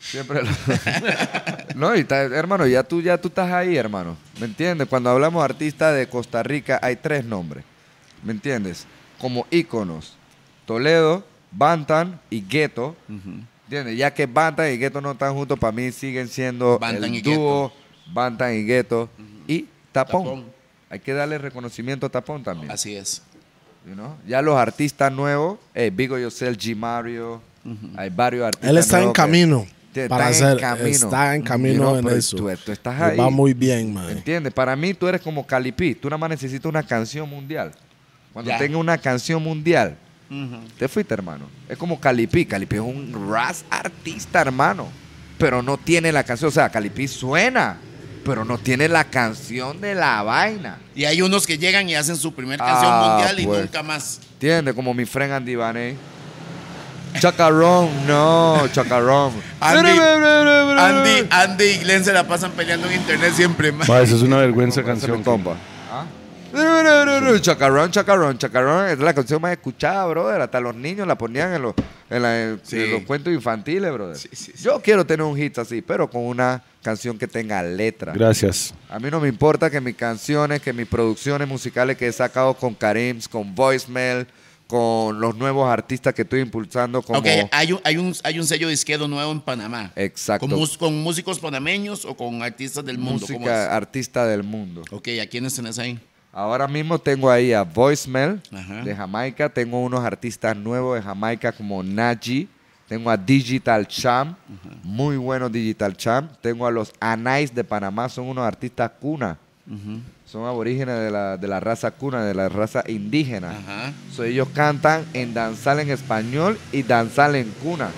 S3: Siempre lo. no, y está- hermano, ya tú, ya tú estás ahí, hermano. ¿Me entiendes? Cuando hablamos artistas de Costa Rica, hay tres nombres. ¿Me entiendes? Como íconos. Toledo, Bantan y Ghetto. ¿Entiendes? Ya que Bantan y Ghetto no están juntos, para mí siguen siendo
S5: Bantan
S3: el
S5: y
S3: dúo Bantan y Ghetto. Y Tapón.
S5: Tapón.
S3: Hay que darle reconocimiento a Tapón también.
S5: Así es.
S3: You know? Ya los artistas nuevos, eh, Vigo Yosel, G Mario, hay varios artistas.
S2: Él está en
S3: nuevos que-
S2: camino.
S3: que
S2: para
S3: están
S2: hacer. Está en camino
S3: You know,
S2: en
S3: pero
S2: eso.
S3: Tú, tú estás
S2: Le
S3: ahí.
S2: Va muy bien, man.
S3: ¿Entiendes? Para mí tú eres como Calipí. Tú nada más necesitas una canción mundial. Cuando
S5: Ya.
S3: tenga una canción mundial, te fuiste, hermano. Es como Calipí. Calipí es un ras artista, hermano. Pero no tiene la canción. O sea, Calipí suena, pero no tiene la canción de la vaina.
S5: Y hay unos que llegan y hacen su primer canción
S3: Ah,
S5: mundial y
S3: pues.
S5: nunca más.
S3: ¿Entiendes? Como mi friend Andy Vané. Chacarrón, no, chacarrón.
S5: Andy, Andy, Andy y Glenn se la pasan peleando en internet siempre, man.
S6: Eso es una vergüenza canción.
S3: compa. ¿Ah? Chacarrón, chacarrón, chacarrón. Es la canción más escuchada, brother. Hasta los niños la ponían en los, en la- en
S5: Sí.
S3: los cuentos infantiles, brother.
S5: sí, sí.
S3: Yo quiero tener un hit así, pero con una canción que tenga letra.
S6: Gracias.
S3: A mí no me importa que mis canciones, que mis producciones musicales que he sacado con Karims, con Voicemail, con los nuevos artistas que estoy impulsando como...
S5: Ok, ah, hay un, hay, un, hay un sello disquero nuevo en Panamá.
S3: Exacto.
S5: Con, mus- con músicos panameños o con artistas del mundo. ¿cómo
S3: música artista del mundo.
S5: es? Ok, ¿a quiénes tenés ahí?
S3: Ahora mismo tengo ahí a Voicemail
S5: Ajá.
S3: de Jamaica, tengo unos artistas nuevos de Jamaica como Naji, tengo a Digital Champ, muy bueno Digital Champ, tengo a los Anais de Panamá, son unos artistas cuna, son aborígenes de la, de la raza cuna, de la raza indígena.
S5: Ajá.
S3: So, ellos cantan en danzal en español y danzal en cuna.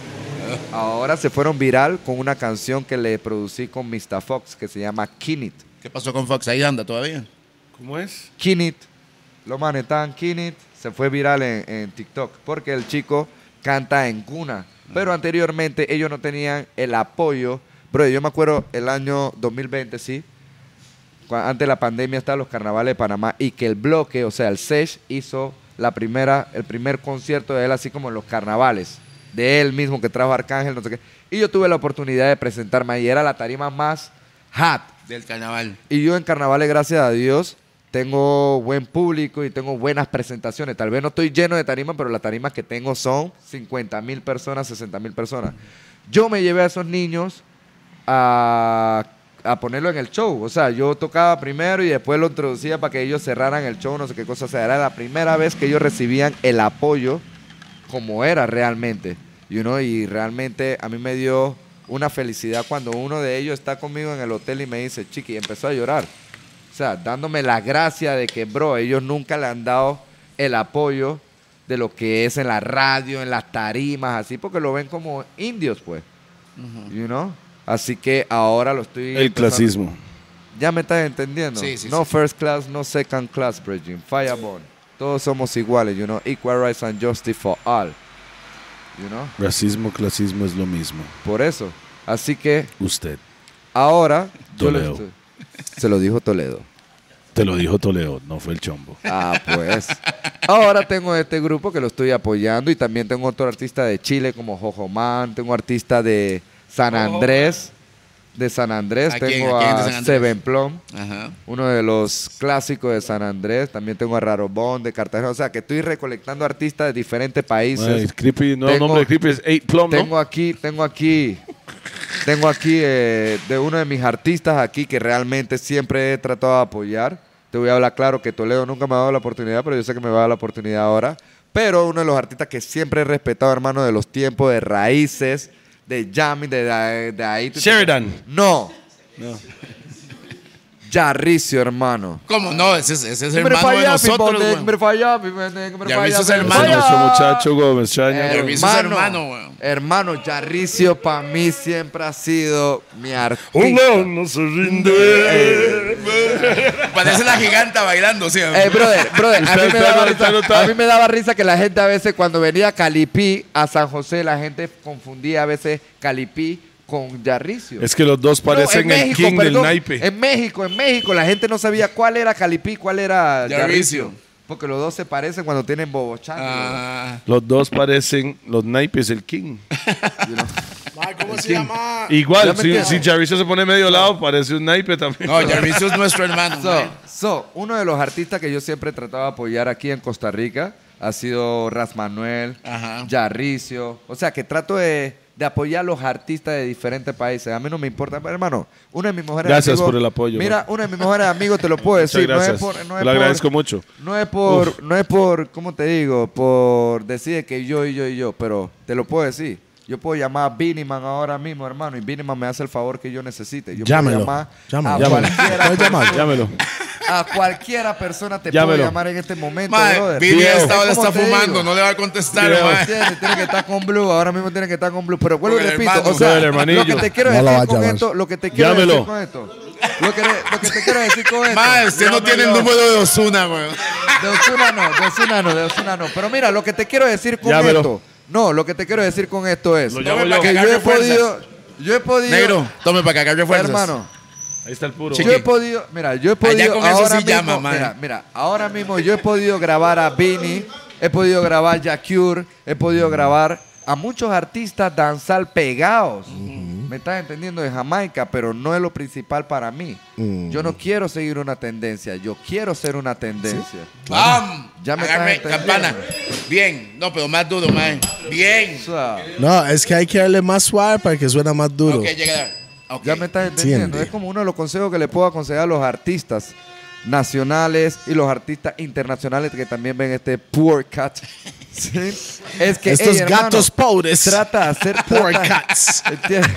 S5: Oh.
S3: Ahora se fueron viral con una canción que le producí con Mr. Fox que se llama Kinit.
S5: ¿Qué pasó con Fox? Ahí anda todavía.
S6: ¿Cómo es?
S3: Kinit, lo manetan Kinit, se fue viral en, en TikTok porque el chico canta en cuna. Pero anteriormente ellos no tenían el apoyo. Bro, yo me acuerdo el año 2020, sí. cua- Antes de la pandemia estaban los carnavales de Panamá y que el bloque, o sea, el SESH hizo la primera, el primer concierto de él, así como en los carnavales, de él mismo que trajo Arcángel, no sé qué. Y yo tuve la oportunidad de presentarme ahí, era la tarima más hot
S5: Del carnaval.
S3: y yo en carnavales, gracias a Dios, tengo buen público y tengo buenas presentaciones. Tal vez no estoy lleno de tarimas, pero las tarimas que tengo son 50 mil personas, 60 mil personas. Yo me llevé a esos niños a, a ponerlo en el show. O sea, yo tocaba primero y después lo introducía para que ellos cerraran el show, no sé qué cosa. O sea, era la primera vez que ellos recibían el apoyo como era realmente. You know, y realmente a mí me dio una felicidad cuando uno de ellos está conmigo en el hotel y me dice, chiqui, empezó a llorar. O sea, dándome la gracia de que, bro, ellos nunca le han dado el apoyo de lo que es en la radio, en las tarimas, así, porque lo ven como indios, pues. You know? Así que ahora lo estoy...
S6: El
S3: empezando-
S6: clasismo.
S3: ya me estás entendiendo.
S5: Sí, sí,
S3: no first class, no second class, Bridging. Fireball. Todos somos iguales, you know. Equal rights and justice for all. You know.
S6: Racismo, clasismo es lo mismo.
S3: Por eso. Así que
S6: Usted.
S3: ahora. yo le
S6: Toledo.
S3: estoy- Se lo dijo Toledo.
S6: Te lo dijo Toledo, no fue el chombo.
S3: Ah, pues. Ahora tengo este grupo que lo estoy apoyando y también tengo otro artista de Chile como Jojo Man, tengo artista de San Andrés, de San Andrés,
S5: ¿A quién?
S3: tengo
S5: ¿A quién de San
S3: a
S5: Andrés?
S3: Seven Plum.
S5: Ajá.
S3: uno de los clásicos de San Andrés. También tengo a Raro Bond de Cartagena. O sea, que estoy recolectando artistas de diferentes países.
S6: Ay, creepy, no, el
S3: Tengo-
S6: nombre de creepy es 8 Plum, ¿no?
S3: tengo aquí, tengo aquí, tengo aquí eh, de uno de mis artistas aquí que realmente siempre he tratado de apoyar. Te voy a hablar claro que Toledo nunca me ha dado la oportunidad, pero yo sé que me va a dar la oportunidad ahora. Pero uno de los artistas que siempre he respetado, hermano, de los tiempos, de raíces, de jamming, de, de, de ahí.
S6: Sheridan.
S3: No. Yarricio, hermano.
S5: ¿Cómo no? Ese, es- ese es
S3: Hombre
S5: hermano de
S3: falla, pi,
S5: nosotros,
S3: ponte,
S5: weón.
S3: hombre falla, pi, ponte, hombre
S5: Ya me
S3: falla,
S5: hizo
S3: hombre
S5: ser
S6: Es
S5: hermano.
S6: nuestro
S3: falla.
S6: muchacho Gómez
S3: Eh,
S6: Chaña.
S5: Pero
S6: güey.
S5: mis- Yarricio es hermano, weón.
S3: Hermano, Yarricio para mí siempre ha sido mi
S6: Un
S3: artista.
S6: león no se rinde.
S5: Parece la giganta bailando, sí.
S3: Eh, brother, brother, a
S6: Usted
S3: mí, me
S6: está-
S3: daba
S6: usted no
S3: risa,
S6: está-
S3: a mí me daba risa que la gente a veces cuando venía a Calipí, a San José, la gente confundía a veces Calipí con Yarricio.
S6: Es que los dos
S3: No,
S6: parecen el king del
S3: perdón,
S6: naipe.
S3: En México, en México, la gente no sabía cuál era Calipí, cuál era
S5: Yarricio.
S3: Yarricio. Porque los dos se parecen cuando tienen bobochán.
S5: Ah,
S6: Los dos parecen los naipes, el king.
S2: ¿Cómo se
S4: Ah,
S2: llama?
S6: Igual,
S3: Ya me
S6: si,
S3: entiendo.
S6: si Jarricio se pone medio lado, parece un naipe también.
S5: no, Jarvisio es nuestro hermano.
S3: So,
S5: man.
S3: so, uno de los artistas que yo siempre he tratado de apoyar aquí en Costa Rica ha sido Ras Manuel,
S5: Ajá.
S3: Yarricio. O sea, que trato de, de apoyar a los artistas de diferentes países. A mí no me importa, pero, hermano. Uno de mis mejores
S6: Gracias
S3: amigos-
S6: por el apoyo,
S3: Mira, uno de mis mejores amigos, te lo puedo
S6: Muchas
S3: decir.
S6: gracias.
S3: No es por, no es por-
S6: Lo agradezco mucho.
S3: No es por, no es por, ¿cómo te digo? Por decir que yo y yo y yo, pero te lo puedo decir. Yo puedo llamar a Biniman ahora mismo, hermano, y Biniman me hace el favor que yo necesite. Yo
S2: Llámelo.
S3: puedo llamar
S2: Llámalo.
S3: a
S2: Llámalo.
S3: cualquiera
S2: Puedes llamar.
S6: Llámelo.
S3: a cualquiera persona te
S6: Llámelo.
S3: puedo llamar en este momento,
S5: Mae,
S3: brother.
S5: Vivi a
S6: Diego.
S5: esta hora
S3: ¿Cómo
S5: está
S3: te digo?
S5: fumando, no le va a contestar,
S6: Diego.
S5: mae.
S3: Tiene, tiene que estar con Blue, ahora mismo tiene que estar con Blue. Pero vuelvo y
S5: Con el
S3: repito,
S5: hermano.
S3: o sea,
S6: Con el
S3: lo
S6: hermanillo.
S3: que te quiero
S2: No la va a
S3: decir con
S2: llamar.
S3: esto, lo que te quiero
S6: Llámelo.
S3: decir con esto, lo que, lo que te quiero decir con esto.
S5: Mae, usted no tiene el número de Osuna, weón.
S3: De Osuna no, de Osuna no, de Osuna no. Pero mira, lo que te quiero decir con
S6: Llámelo.
S3: esto. No, lo que te quiero decir con esto es
S6: Lo
S3: que
S6: llamo
S5: Tome para
S6: yo.
S5: que
S3: yo
S5: agarre
S3: he
S5: fuerzas.
S3: podido. Yo he podido.
S5: Negro, tome para que agarre fuerzas.
S3: hermano.
S6: Ahí está el puro.
S3: Yo he podido, mira, yo he
S5: Allá
S3: podido
S5: con eso
S3: ahora
S5: sí
S3: mismo,
S5: llama, man.
S3: mira, mira, ahora mismo yo he podido grabar a Vini, he podido grabar a Cure, he podido grabar a muchos artistas danzal pegados. Me estás entendiendo de Jamaica, pero no es lo principal para mí. Yo no quiero seguir una tendencia, yo quiero ser una tendencia.
S5: ¡Bam!
S3: Ya me
S5: Agarre
S3: estás
S5: campana. Bien, no, pero más duro, mae. Bien.
S3: O sea,
S2: No, es que hay que darle más suave para que suene más duro.
S5: Ok, llega. Ok.
S3: ya me estás entendiendo,
S2: Entiende.
S3: es como uno de los consejos que le puedo aconsejar a los artistas nacionales y los artistas internacionales que también ven este poor cat. Sí. Es que
S2: Estos
S3: ey, hermano,
S2: gatos pobres.
S3: trata de hacer
S2: Poor
S3: trata-
S2: cats.
S3: ¿Entiendes?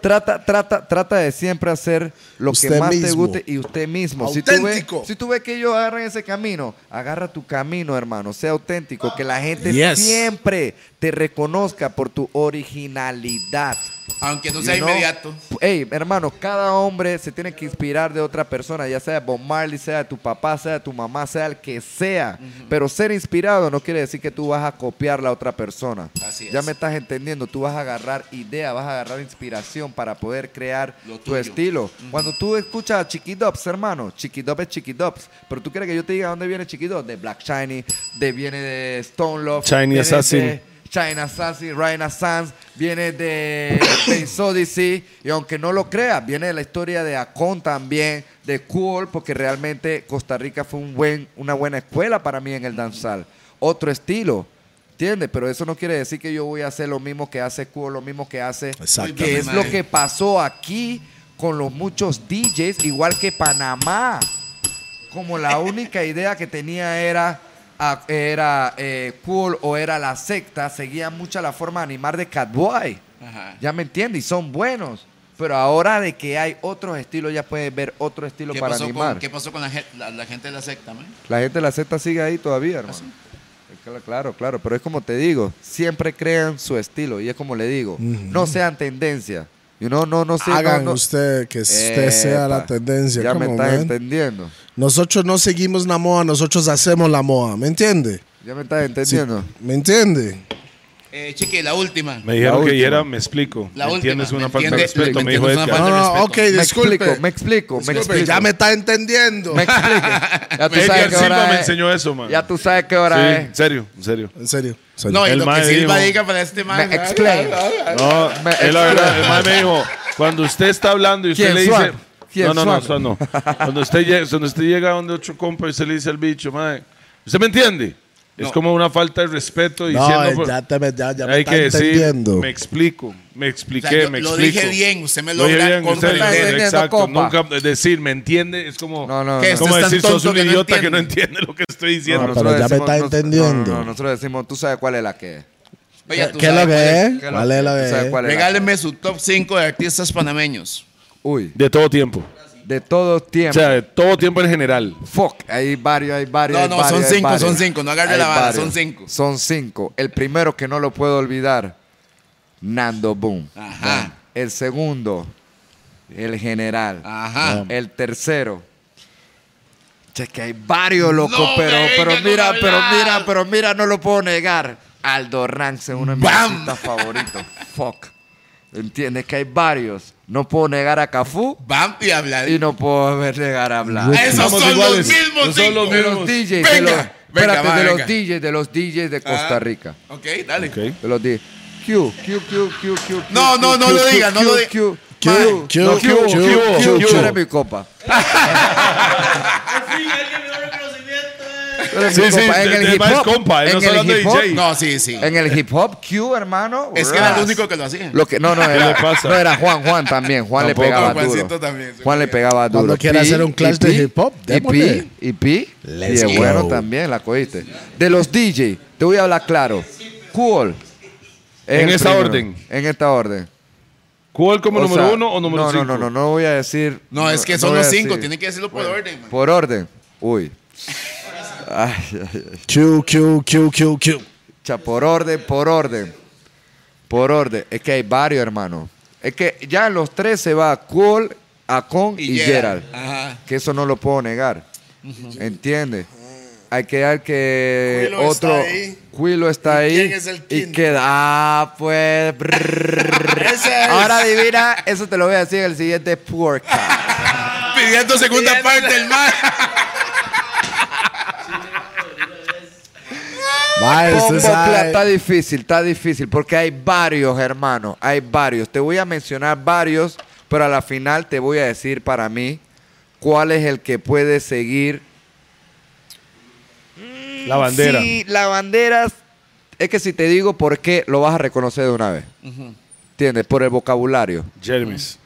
S3: Trata, trata, trata de siempre hacer lo
S2: Usted
S3: que más te
S2: mismo.
S3: guste y usted mismo. Si tú, ves,
S2: Auténtico.
S3: si tú ves que ellos agarran ese camino, agarra tu camino, hermano. Sea auténtico. Que la gente
S2: Yes.
S3: siempre te reconozca por tu originalidad.
S5: Aunque no
S3: You
S5: sea
S3: know?
S5: inmediato.
S3: Ey, hermano, cada hombre se tiene que inspirar de otra persona, ya sea Bob Marley, sea de tu papá, sea de tu mamá, sea el que sea. Pero ser inspirado no quiere decir que tú vas a copiar la otra persona.
S5: Así
S3: Ya
S5: es.
S3: me estás entendiendo, tú vas a agarrar idea, vas a agarrar inspiración para poder crear
S5: Lo
S3: tu
S5: tuyo.
S3: estilo. Cuando tú escuchas a Chiqui Dubs, hermano, Chiqui Dubs es Chiqui Dubs. Pero tú quieres que yo te diga dónde viene Chiqui Dubs? De Black Shiny, de viene de Stone Love,
S6: Shiny
S3: viene
S6: Assassin.
S3: de- China Assassin, Ryan Sanz, viene de Space Odyssey, y aunque no lo creas, viene de la historia de Akon también, de Cool, porque realmente Costa Rica fue un buen, una buena escuela para mí en el danzal. Otro estilo, ¿entiendes? Pero eso no quiere decir que yo voy a hacer lo mismo que hace Cool, lo mismo que hace,
S2: Exactamente.
S3: que es lo que pasó aquí con los muchos DJs, igual que Panamá como la única idea que tenía era, ah, era eh, cool o era la secta, seguía mucha la forma de animar de Catboy.
S5: Ajá.
S3: Ya me entiendes, y son buenos. Pero ahora de que hay otros estilos, ya puedes ver otro estilo
S5: ¿Qué,
S3: para
S5: pasó
S3: animar.
S5: con, ¿Qué pasó con la, gen- la- la gente de la secta, man?
S3: La gente de la secta sigue ahí
S5: ¿Ah,
S3: todavía, hermano. Es que la- Claro, claro, pero es como te digo, siempre crean su estilo y es como le digo, no sean tendencia. Y no, no, no sigan-
S2: Hagan
S3: no-
S2: usted que usted sea la
S3: Epa,
S2: tendencia.
S3: Ya me
S2: come on,
S3: estás
S2: man.
S3: entendiendo.
S2: Nosotros no seguimos la moda, nosotros hacemos la moda, ¿me entiende?
S3: Ya me estás
S2: Sí,
S3: entendiendo.
S2: ¿Me entiende?
S5: Eh, chiqui, la última.
S6: Me dijeron que
S3: última.
S6: era, me explico.
S5: La
S6: ¿Me
S5: última,
S6: entiendes
S5: ¿me
S6: una falta de
S5: entiendes?
S6: respeto,
S5: ¿Me
S6: me dijo
S5: entiendes una
S6: Edgar.
S5: falta
S2: No,
S5: de
S2: no,
S5: respeto?
S2: Ah, ok,
S3: Me
S2: disculpe.
S3: explico, me explico, me
S2: Disculpe,
S3: explico.
S2: ya me está entendiendo.
S3: Me explico. Ya tú sabes
S6: Edgar
S3: qué hora
S6: Silva me
S3: es.
S6: enseñó eso, man.
S3: Ya tú sabes qué hora
S6: Sí, en
S3: es.
S6: serio, en serio.
S2: En serio. en serio.
S5: No, y
S6: El
S5: lo que
S6: mae
S5: Silva
S6: dijo-
S5: diga para
S3: Me
S5: este man.
S3: explain.
S6: No,
S3: Me-
S6: es la verdad. El mae me dijo, cuando usted está hablando y usted
S3: ¿Quién,
S6: le dice...
S3: Swan? ¿Quién,
S6: no, no, no,
S3: Swan?
S6: Swan no. Cuando usted, llega, cuando usted llega donde otro compa y usted le dice al bicho, mae, ¿usted me entiende? Es como una falta de respeto
S2: No,
S6: diciendo... por-
S2: ya, te, me- ya, ya me
S6: hay
S2: está
S6: que decir,
S2: entendiendo.
S6: me explico,
S5: O
S6: me
S5: sea,
S6: expliqué,
S5: yo
S6: me
S5: lo
S6: explico.
S5: dije bien, usted me
S6: Lo dije
S5: logra
S6: bien, usted lo
S5: comprender.
S3: Está
S6: dijo,
S3: entendiendo,
S6: exacto.
S3: compa.
S6: Nunca decir, ¿me entiende? Es como,
S3: No, no,
S5: ¿Qué
S3: no.
S5: es?
S6: como
S5: Usted es
S6: decir,
S5: tan
S6: sos un
S5: tonto que no
S6: idiota que no entiende lo que estoy
S3: No,
S6: diciendo.
S2: pero
S3: nosotros
S2: ya me está
S3: decimos- nos-
S2: entendiendo.
S3: no, no, nosotros decimos, tú sabes cuál es la que es.
S5: Oye, tú
S2: ¿Qué es
S5: sabes
S2: lo
S5: cuál
S2: que es?
S3: ¿Qué es
S2: ¿Cuál es lo
S3: tú sabes
S2: que es?
S3: cuál es la que es.
S5: Regáleme su top 5 de artistas panameños.
S3: Uy,
S6: De todo tiempo.
S3: de todo
S6: O
S3: tiempo.
S6: sea, de todo tiempo en general.
S3: Fuck, hay varios, hay varios.
S5: No,
S3: hay
S5: no,
S3: varios,
S5: son
S3: hay
S5: cinco,
S3: varios.
S5: son cinco, no agarre
S3: Hay
S5: la vara,
S3: varios.
S5: son cinco.
S3: Son cinco. El primero que no lo puedo olvidar, Nando Boom.
S5: Ajá.
S3: El segundo, el general.
S5: Ajá.
S3: El tercero. Che, que hay varios, loco,
S5: No
S3: pero,
S5: me
S3: pero
S5: vengan con
S3: mira, pero
S5: hablar.
S3: mira, pero mira, no lo puedo negar. Aldo Ranks es uno de mis
S5: ¡Bam!
S3: artistas favoritos. Fuck. ¿Entiendes? Que hay varios. No puedo negar a Cafú
S5: Bam y habla.
S3: y no puedo negar a Blas.
S5: Ah, Esos
S6: Somos
S5: son
S6: iguales,
S5: los mismos
S6: no son
S5: cinco.
S6: los
S3: de los
S6: Vamos.
S3: DJs, de
S5: Venga,
S3: los,
S5: venga,
S3: espérate,
S5: va,
S3: de los
S5: venga.
S3: DJs, de los DJs de Costa Rica.
S5: Ok, dale.
S3: De los DJs. Q, Q, Q, Q, Q.
S5: No,
S3: Q,
S5: no,
S3: Q,
S5: no lo
S3: Q,
S5: diga, no
S3: Q,
S5: lo diga.
S3: Q,
S2: Q,
S3: Q,
S2: Q,
S3: no,
S2: Q,
S3: Q, Q,
S2: Q,
S3: Q.
S2: Q.
S3: Tú eres mi copa. Tú eres mi
S6: Sí, sí,
S3: copa. En
S6: de-
S3: el
S6: de
S3: hip
S6: más
S3: hop,
S6: compa, él
S3: en
S6: no está
S3: el
S6: hablando de
S3: hip hop,
S6: DJ.
S5: No, sí, sí.
S3: En el hip hop, Q, hermano.
S5: Es que era el
S3: ras.
S5: único que lo hacía.
S3: Lo que, no, no, era,
S6: le pasa?
S3: no, era Juan, Juan también. Juan
S6: Tampoco.
S3: le pegaba
S5: Juancito
S3: duro.
S5: también, sí.
S3: Juan le pegaba duro.
S2: Cuando quiera
S3: Pi,
S2: hacer un clash
S3: y
S2: de
S3: pi,
S2: hip hop,
S3: Y
S2: démosle.
S3: pi, y pi.
S2: Let's
S3: y de
S2: go.
S3: bueno también, la cogiste. De los DJ, te voy a hablar claro. Cool. es
S6: En
S3: el
S6: esa
S3: primero.
S6: orden.
S3: En esta orden.
S6: ¿Cuál como
S3: O
S6: número
S3: sea,
S6: uno o número
S3: no,
S6: cinco?
S3: No, no, no, no voy a decir.
S5: No, es que son
S3: voy
S5: los
S3: a
S5: cinco,
S3: decir.
S5: tiene que decirlo por orden. man.
S3: Por orden. Uy. Ay, ay, ay.
S2: Q, Q, Q, Q, Q.
S3: Cha, por orden, por orden. Por orden. Es que hay varios, hermano. Es que ya los tres se va Cool, Acon y,
S5: Y
S3: Gerald.
S5: Gerald. Ajá.
S3: Que eso no lo puedo negar. ¿Entiendes? Hay que dar que
S2: Quilo está
S3: otro.
S2: ahí.
S3: Quilo está ahí.
S2: quién es el
S3: y
S2: quinto?
S3: queda. Ah, pues. brrr.
S2: Ese es.
S3: Ahora adivina, eso te lo voy a decir en el siguiente podcast.
S5: Pidiendo segunda parte del man.
S2: Mae,
S3: Pombo
S2: usted
S3: Plata, está
S2: sabe.
S3: difícil, está difícil, porque hay varios, hermano, hay varios. Te voy a mencionar varios, pero a la final te voy a decir para mí cuál es el que puede seguir.
S6: La bandera.
S3: Sí, la bandera, es que si te digo por qué, lo vas a reconocer de una vez. ¿Entiendes? Por el vocabulario.
S6: Jeremy's.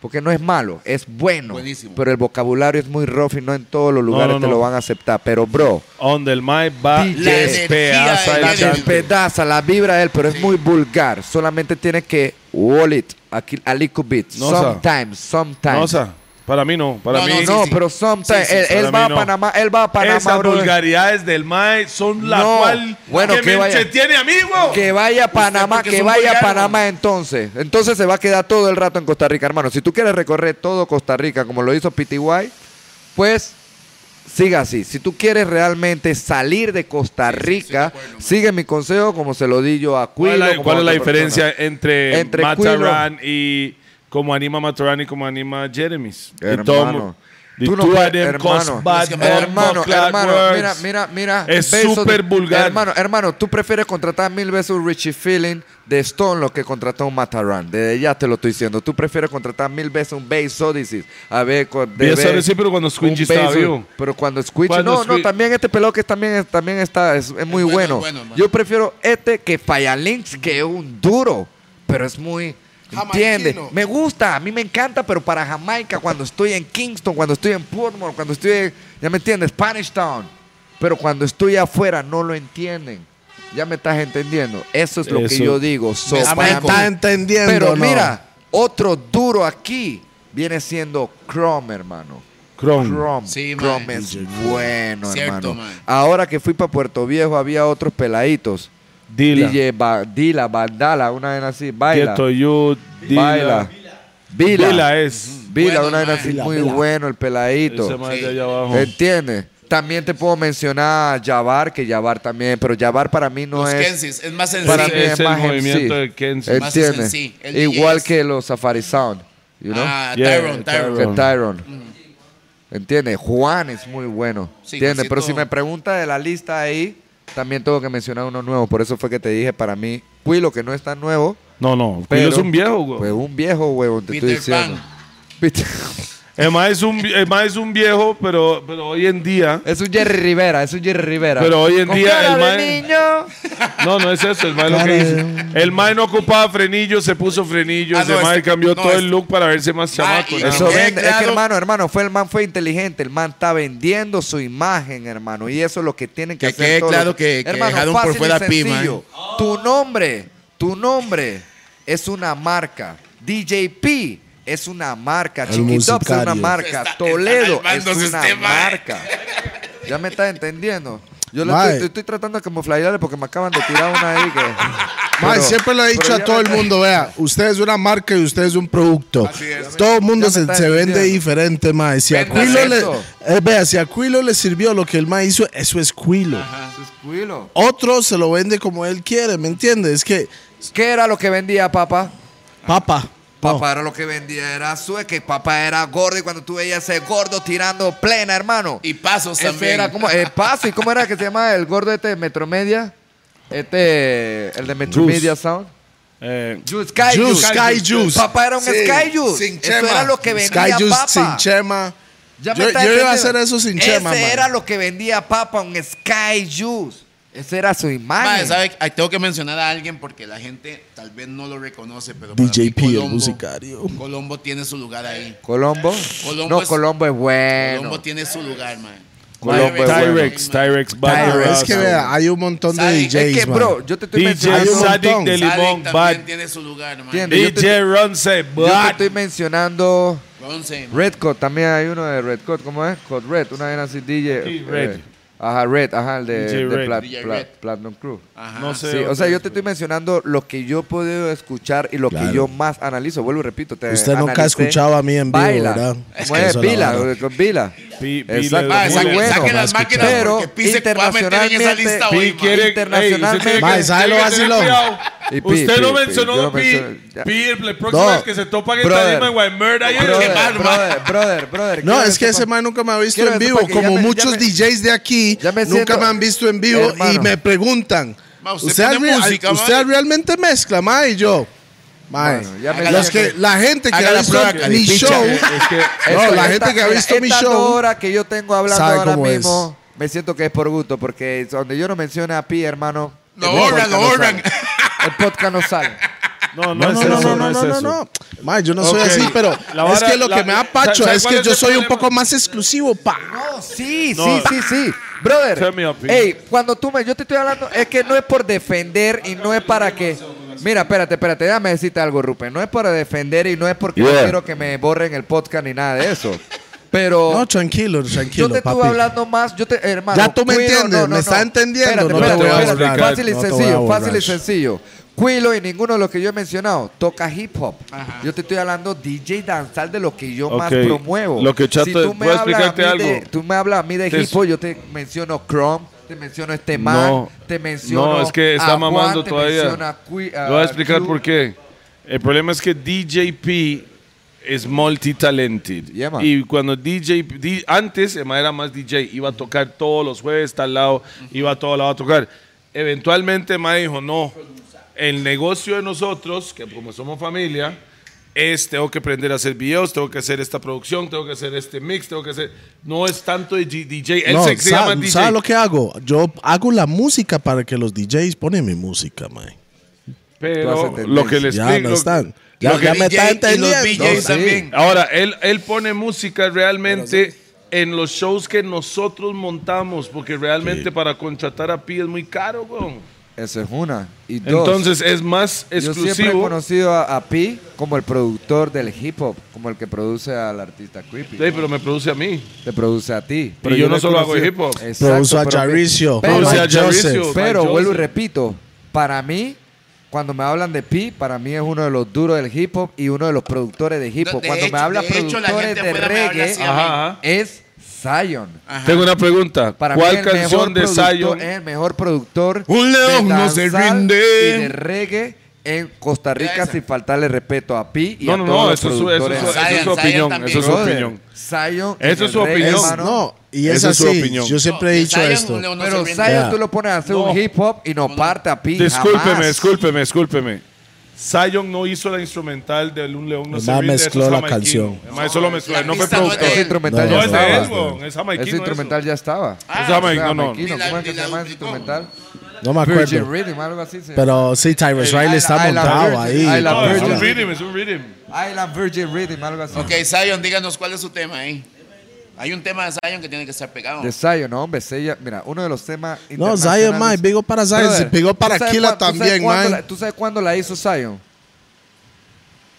S3: Porque no es malo, es bueno.
S5: Buenísimo.
S3: Pero el vocabulario es muy rough y no en todos los lugares
S6: no,
S3: te
S6: no.
S3: lo van a aceptar. Pero, bro,
S6: Donde el mae va,
S3: DJ.
S5: La energía
S6: despedaza
S5: de
S6: el
S3: La
S5: Jeremy.
S6: chante.
S3: despedaza, la vibra de él, pero es muy vulgar. Solamente tiene que wallet, aquí a little bit.
S6: No, sa.
S3: sometimes, sometimes.
S6: No, o sea, para mí no. Para
S5: No,
S6: mí.
S5: sí,
S3: No,
S5: sí.
S3: pero sometimes.
S5: Sí, sí,
S3: él,
S5: sí.
S3: él
S6: Para
S3: va
S6: mí
S3: a
S6: no.
S3: Panamá, él va a Panamá,
S6: Esas
S3: bro.
S6: vulgaridades del mae son la
S3: No.
S6: cual
S3: Bueno,
S6: que,
S3: que
S6: me
S3: vaya.
S6: entretiene, amigo.
S3: Que vaya a Panamá,
S5: porque
S3: que
S5: son
S3: vaya a
S5: vulgares.
S3: Panamá entonces. Entonces se va a quedar todo el rato en Costa Rica, hermano. Si tú quieres recorrer todo Costa Rica, como lo hizo Pitiguay, pues siga así. Si tú quieres realmente salir de Costa Rica, sigue mi consejo como se lo di yo a Cuilo.
S6: ¿Cuál, es la-
S3: como
S6: cuál
S3: a
S6: es la
S3: otra persona.
S6: diferencia entre,
S3: Entre
S6: Mataran y como anima Mataran y como anima Jeremy's? Y
S3: Hermano.
S6: Tom- the
S3: Tú no
S6: two of
S3: puedes-
S6: them
S3: hermano.
S6: cause bad
S5: Es que,
S6: mother
S3: Hermano,
S6: fucker
S3: hermano, mira,
S6: words.
S3: mira, mira.
S6: Es
S3: beso de-
S6: súper vulgar.
S3: Hermano, hermano, tú prefieres contratar mil veces un Richie Feeling de Stone lo que contrató un Mataran. Desde ya te lo estoy diciendo. Tú prefieres contratar mil veces un Bass Odyssey. A ver, con, de
S6: Bass
S3: ver
S6: Odyssey, pero cuando
S3: un
S6: Squidgy
S3: Bass
S6: estaba
S3: Odyssey.
S6: vivo.
S3: Pero cuando Squidgy.
S6: Cuando
S3: no, no,
S6: Squid-
S3: también este pelado que también, es- también está, es, es muy
S5: bueno,
S3: bueno.
S5: es bueno, hermano.
S3: Yo prefiero este que Fire Links, que es un duro, pero es muy. ¿Entiendes?
S2: Jamaiquino.
S3: Me gusta, a mí me encanta, pero para Jamaica, cuando estoy en Kingston, cuando estoy en Portmore, cuando estoy en, ya me entiendes, Spanish Town. Pero cuando estoy afuera no lo entienden. Ya me estás entendiendo. Eso es lo que
S6: Eso.
S3: yo digo.
S2: Ah,
S3: sopa
S2: me
S3: con-
S2: está entendiendo.
S3: Pero
S2: no.
S3: mira, otro duro aquí viene siendo Chrome, hermano.
S6: Chrome.
S3: Chrome.
S5: Sí,
S3: Chrome
S5: man.
S3: es bueno,
S5: Cierto,
S3: hermano.
S5: man.
S3: Ahora que fui para Puerto Viejo había otros peladitos.
S6: Dila.
S3: DJ Ba- Dila, Bandala, una vez así. Baila.
S6: Quieto you. Dila.
S3: Baila. Vila.
S6: Dila.
S3: Vila,
S6: es.
S5: Bueno,
S3: una vez
S5: man.
S3: así.
S2: Vila,
S3: muy
S2: Vila.
S3: bueno el
S6: Ese
S3: peladito.
S6: más de allá abajo.
S3: ¿Entiendes? También te puedo mencionar a Jabbar, que Jabbar también, pero Jabbar para mí no
S5: Los
S3: es...
S5: Kensis, es más
S3: Para
S5: sencillo.
S3: mí
S6: Es
S3: es
S6: el
S3: más
S6: movimiento
S3: MC.
S6: de Kenzie.
S5: Más es
S3: ¿Entiendes?
S5: MC. El DJ
S3: Igual
S5: es-
S3: que los Safari Sound, you know?
S5: Ah,
S6: Yeah,
S5: Tyrone, Tyrone.
S3: que Tyron. ¿Entiendes? Juan es muy bueno.
S5: Sí,
S3: ¿Entiendes? Pero si
S5: Juancito-
S3: me pregunta de la lista ahí, también tengo que mencionar uno nuevo. Por eso fue que te dije para mí, Quilo, que no es tan nuevo.
S6: No, no.
S3: Pero
S6: Pero es un viejo, güey.
S3: Pues un viejo, huevón, te
S5: Peter
S3: estoy diciendo.
S5: Pan.
S3: Peter-
S6: El más es un, el mae es un viejo, pero, pero hoy en día.
S3: es un Jerry Rivera, es un Jerry Rivera.
S6: Pero hoy en
S3: Con
S6: día
S3: cara
S6: el
S3: de
S6: mae-
S3: niño.
S6: No, no es eso. El mae lo que dice. El mae no ocupaba frenillos, se puso frenillos.
S5: Ah, no,
S6: el mae
S5: este-
S6: cambió
S5: no,
S6: todo el
S5: este-
S6: look para verse más
S5: Mae,
S6: chamaco.
S5: y-
S6: nada
S5: Eso
S6: más.
S3: Eso vende- es que
S5: grado-
S3: hermano, hermano, fue el man fue inteligente, el man está vendiendo su imagen, hermano, y eso es lo que tienen que,
S5: Que
S3: hacer.
S5: quede
S3: todos.
S5: claro que- que
S3: hermano,
S5: dejaron por
S3: fácil y
S5: fuera ¿eh? a Pi, man.
S3: sencillo. Tu nombre, tu nombre es una marca. DJP es una marca, Chiquitop es una
S2: musicario.
S3: marca,
S5: Está- está
S3: Toledo es
S5: salvando
S3: una
S5: sistema, eh.
S3: marca. Ya me estás entendiendo. Yo le
S2: Mae.
S3: estoy, estoy tratando de camuflarle porque me acaban de tirar una ahí que.
S2: Mae,
S3: Pero-
S2: siempre lo he
S3: pero
S2: dicho
S3: ya
S2: a todo
S3: me
S2: el
S3: está-
S2: mundo, vea, usted es una marca y usted es un producto. Todo el mundo
S3: Ya me
S2: se,
S3: está
S2: se vende
S3: entendiendo.
S2: diferente, mae. Si a
S3: Venda
S2: Quilo le,
S3: eso.
S2: eh, vea, si a Quilo le sirvió lo que el mae hizo, eso es Quilo.
S3: Eso es cuilo.
S2: Otro se lo vende como él quiere, ¿me entiendes? Es que,
S3: ¿Qué era lo que vendía, papá?
S2: papa, no.
S3: Papá era lo que vendía, era sueque, papá era gordo y cuando tú veías ese gordo tirando plena, hermano.
S5: Y pasos
S3: ese
S5: también.
S3: era como el paso y cómo era que se llama el gordo este de Metromedia, este el de Metromedia Sound.
S6: Eh,
S3: Juice Sky
S2: Juice, Sky Juice.
S3: Papá era un
S2: Sí,
S3: Sky Juice.
S2: sin
S3: Eso
S2: chema.
S3: era lo que vendía
S2: Sky Juice
S3: papá.
S2: sin chema.
S3: Ya me
S2: Yo-
S3: está
S2: yo iba a
S3: entendiendo.
S2: hacer eso sin
S3: Ese
S2: chema, man.
S3: era lo que vendía papá, un Sky Juice. Esa era su
S5: Mae,
S3: imagen.
S5: ¿sabe? Ay, Tengo que mencionar a alguien porque la gente tal vez no lo reconoce, pero para mí
S2: DJP, el
S5: Colombo-
S2: musicario.
S5: Colombo tiene su lugar ahí.
S3: Colombo.
S5: Colombo
S3: No,
S5: es-
S3: Colombo es bueno.
S5: Colombo tiene su lugar, man.
S3: Colombo es bueno.
S6: Tyrex, Tyrex,
S2: Pero
S6: Baccarat,
S2: es que, vea, hay un montón de
S5: Sabe, es
S2: DJs,
S3: Es que,
S2: man.
S3: bro, yo te estoy
S6: DJ
S3: mencionando.
S2: Hay un
S6: Sadik
S2: montón.
S6: de Limón,
S5: también
S6: Bad.
S5: tiene su lugar, man.
S3: Tiene- Yo
S6: DJ Ronce,
S3: Yo te
S6: Bad.
S3: estoy mencionando.
S5: Bronce, man.
S3: Red Code, también hay uno de Red Code, ¿cómo es? Code Red, una vez así DJ.
S6: Sí,
S3: eh,
S6: Red.
S3: ajá, Red, ajá, el de,
S6: DJ
S3: de
S6: Red.
S3: Plat-
S5: DJ
S3: Pla-
S5: Red. Ah,
S3: Platinum Crew.
S5: Ajá.
S6: No sé.
S3: Sí, o sea, yo te estoy mencionando lo que yo he podido escuchar y lo que yo más analizo. Vuelvo y repito. Te
S2: Usted nunca ha
S3: analicé.
S2: escuchado a mí en vivo,
S3: Baila.
S2: ¿verdad?
S3: ¿Cómo es?
S2: Eso es la
S3: Vila,
S2: verdad.
S3: con Vila.
S6: Pi- Vila
S3: Exacto,
S5: Ah,
S6: de
S3: muy
S5: saquen,
S6: Vila.
S5: saquen
S3: bueno.
S5: las máquinas
S3: Pero
S5: porque Pise va a meter en esa
S3: internacionalmente-
S5: lista hoy,
S6: Pi
S5: man.
S6: quiere
S3: Internacionalmente.
S6: internacionalmente.
S2: Mae, ¿sabe lo vacilón?
S3: Y Pi, Pi,
S6: Usted no
S3: Pi, yo
S6: mencionó
S3: no
S6: Pi.
S3: menciono- ya.
S6: Pi, el próximo
S2: No,
S6: vez que se topan en
S3: brother.
S6: tarima en Guaymurra, yo
S3: Brother,
S5: quemar, man.
S3: brother, brother, brother,
S2: No,
S3: quiero
S2: es que
S3: sepa-
S2: ese man nunca me ha visto
S3: Quiero
S2: en
S3: que
S2: vivo,
S3: sepa que ya
S2: como
S3: me- ya
S2: muchos
S3: me-
S2: DJs de aquí
S3: Ya me
S2: nunca
S3: siento-
S2: me han visto en vivo y
S3: Hermano.
S2: me preguntan,
S5: Ma, usted
S2: ¿usted,
S5: pone
S2: real-
S5: música,
S2: usted
S5: man.
S2: realmente mezcla, ma? Y yo, ma,
S3: Bueno, ya me-
S2: los que, la gente que
S5: Haga
S2: ha
S5: la
S2: visto
S5: prueba,
S2: mi
S5: Caripicha.
S2: show,
S3: Esto,
S2: no, la
S3: esta-
S2: gente que ha
S3: mira,
S2: visto mi
S3: esta
S2: show,
S3: hora que yo tengo hablando
S2: sabe
S3: ahora
S2: cómo es.
S3: mismo, me siento que es por gusto, porque donde yo no mencione a Pi, hermano.
S5: Lo
S3: el
S5: borran,
S3: podcast
S5: lo
S3: no
S5: borran.
S3: sale. El podcast no sale.
S2: No,
S6: No,
S2: no,
S6: es
S2: no,
S6: eso,
S2: no, no,
S6: es
S2: no, no,
S6: eso.
S2: no. Ma, yo no soy
S6: Ok.
S2: así, pero
S6: La vara-
S2: es que lo
S6: la-
S2: que me da
S6: ¿sabe-
S2: pacho
S6: sabe
S2: es
S6: cuál
S2: que
S6: es
S2: yo
S6: el
S2: soy un
S6: problema?
S2: poco más exclusivo, pa.
S3: No, sí,
S6: No.
S3: sí, sí, sí. Brother,
S6: Turn me up, Pi.
S3: ey, cuando tú me, yo te estoy hablando, es que no es por defender y no es para que. Mira, espérate, espérate, déjame decirte algo, Rupe. No es para defender y no es porque no Yeah. quiero que me borren el podcast ni nada de eso. Pero.
S2: No, tranquilo, tranquilo,
S3: Yo te
S2: papi.
S3: estuve hablando más, yo te, hermano.
S2: Ya tú me
S3: Quilo,
S2: entiendes, me está entendiendo,
S3: Espérate,
S2: no te
S3: espérate,
S2: voy a
S3: espérate,
S2: borrar,
S3: Fácil y
S2: no te voy a
S3: sencillo,
S2: borrar.
S3: fácil y sencillo. Quilo y ninguno de los que yo he mencionado toca hip hop. Yo te estoy hablando DJ danzal de lo que yo más
S6: Ok,
S3: promuevo.
S6: lo que chato-
S3: si tú me
S6: ¿puedo
S3: hablas
S6: explicarte
S3: a mí de-
S6: algo?
S3: tú me hablas a mí de
S6: Te-
S3: hip hop, yo te menciono Chrome, te menciono este man,
S6: No,
S3: te menciono
S6: No, es que
S3: a
S6: está
S3: Juan,
S6: mamando
S3: te
S6: todavía.
S3: menciono a Qui-
S6: Te voy a explicar por qué. El problema es que DJP es multitalented.
S3: Yeah, man.
S6: y cuando DJ, di- antes el man era más DJ, iba a tocar todos los jueves, tal lado, iba a todo lado a tocar. Eventualmente el man dijo, no, el negocio de nosotros, que como somos familia, es tengo que aprender a hacer videos, tengo que hacer esta producción, tengo que hacer este mix, tengo que hacer... No es tanto de G- DJ, él
S2: No,
S6: se, se
S2: sa-
S6: llama DJ.
S2: ¿Sabes lo que hago? Yo hago la música para que los DJs ponen mi música, man.
S3: Tú
S6: Pero
S3: haces
S6: lo que le
S2: Ya
S6: explico...
S2: me están. Ya,
S6: lo que
S2: ya me
S5: DJ
S2: está
S5: y los
S2: entendiendo.
S5: DJs
S3: sí.
S5: también.
S6: Ahora, él, él pone música realmente en los shows que nosotros montamos, porque realmente para contratar a Pi es muy caro, weón.
S3: Esa es una. Y dos,
S4: Entonces es más
S3: Yo siempre he
S4: exclusivo.
S3: conocido a, a Pi como el productor del hip hop, como el que produce al artista Creepy.
S4: Sí, pero me produce a mí.
S3: Te produce a ti.
S4: yo no
S3: lo he
S4: solo hago
S3: conocido.
S4: hip hop.
S3: Exacto,
S2: Produce a
S3: pero que-
S2: Jaricio.
S3: pero-
S4: Produce a Jaricio.
S3: Pero
S4: Mike
S3: vuelvo y
S4: Joseph.
S3: repito, para mí, cuando me hablan de Pi, para mí es uno de los duros del hip hop y uno de los productores de hip hop.
S5: De
S3: cuando
S5: hecho-
S3: me habla
S5: de hecho, la
S3: productores
S5: gente
S3: de
S5: afuera me habla
S3: reggae,
S5: así a mí.
S4: Ajá, ajá.
S3: es Zion.
S4: Tengo una pregunta.
S3: Para mí
S4: ¿Cuál
S3: el mejor
S4: canción de
S3: productor-
S4: Zion?
S3: Es el mejor productor.
S11: Un león
S3: de
S11: no se
S3: danzal
S11: rinde.
S3: Y de reggae en Costa
S5: Ya
S3: Rica
S5: esa.
S3: sin faltarle respeto a Pi y
S4: No,
S3: a
S4: no,
S3: todos
S4: no,
S3: los
S4: eso es su, eso es
S3: productores.
S4: su- eso es su
S5: Zion, Zion
S4: opinión.
S5: también.
S4: Eso es su
S3: Brother,
S4: opinión.
S3: Zion.
S4: Eso
S3: en
S4: es su
S3: el reggae,
S4: opinión.
S2: Es-
S3: hermano.
S2: no, y es
S4: Esa es su
S2: así.
S4: opinión.
S2: Yo siempre he
S5: que
S2: dicho
S5: Zion,
S2: esto.
S5: no, no se
S3: Pero
S5: rinde.
S3: Zion tú lo pones a hacer
S4: No.
S3: un hip hop y no parte a Pi.
S4: Discúlpeme,
S3: jamás.
S4: discúlpeme, discúlpeme. Zion no hizo la instrumental de Un León no
S2: El
S4: se
S2: man
S4: rinde, eso es
S2: mezcló la
S4: jamaiquino.
S2: canción.
S4: El man solo mezcló,
S5: la
S4: no fue
S5: pista no es de
S4: productor.
S5: él.
S3: Ese instrumental
S2: No,
S3: ya
S2: no es de
S3: estaba.
S2: él,
S4: weón, es jamaiquino
S3: Ese instrumental ya estaba.
S4: Es jamaiquino, no, no.
S3: jamaiquino,
S5: Ni la-
S3: ¿Cómo es
S5: ni
S3: que se
S5: la
S3: llama ese
S5: duplicó.
S3: instrumental?
S2: No me
S3: Virgin
S2: acuerdo.
S3: Rhythm, algo así. se llama.
S2: Pero sí, Tyrus Riley está
S3: Island
S2: montado ahí.
S3: Virgin, Island
S4: No, es un
S3: Virgin.
S4: rhythm, es un rhythm.
S3: Island Virgin Rhythm, algo así.
S5: Ok, Zion, díganos cuál es su tema ahí. Hay un tema de Zion que tiene que estar pegado.
S3: De Zion, no, hombre, Sella, mira, uno de los temas
S2: No,
S3: internacionales-
S2: Zion, mae, big up para Zion,
S3: Brother,
S2: se pegó
S3: ¿tú
S2: para
S3: sabes
S2: Aquila
S3: cuán- tú sabes
S2: también,
S3: cuándo
S2: mae.
S3: la- ¿Tú sabes cuándo la hizo Zion?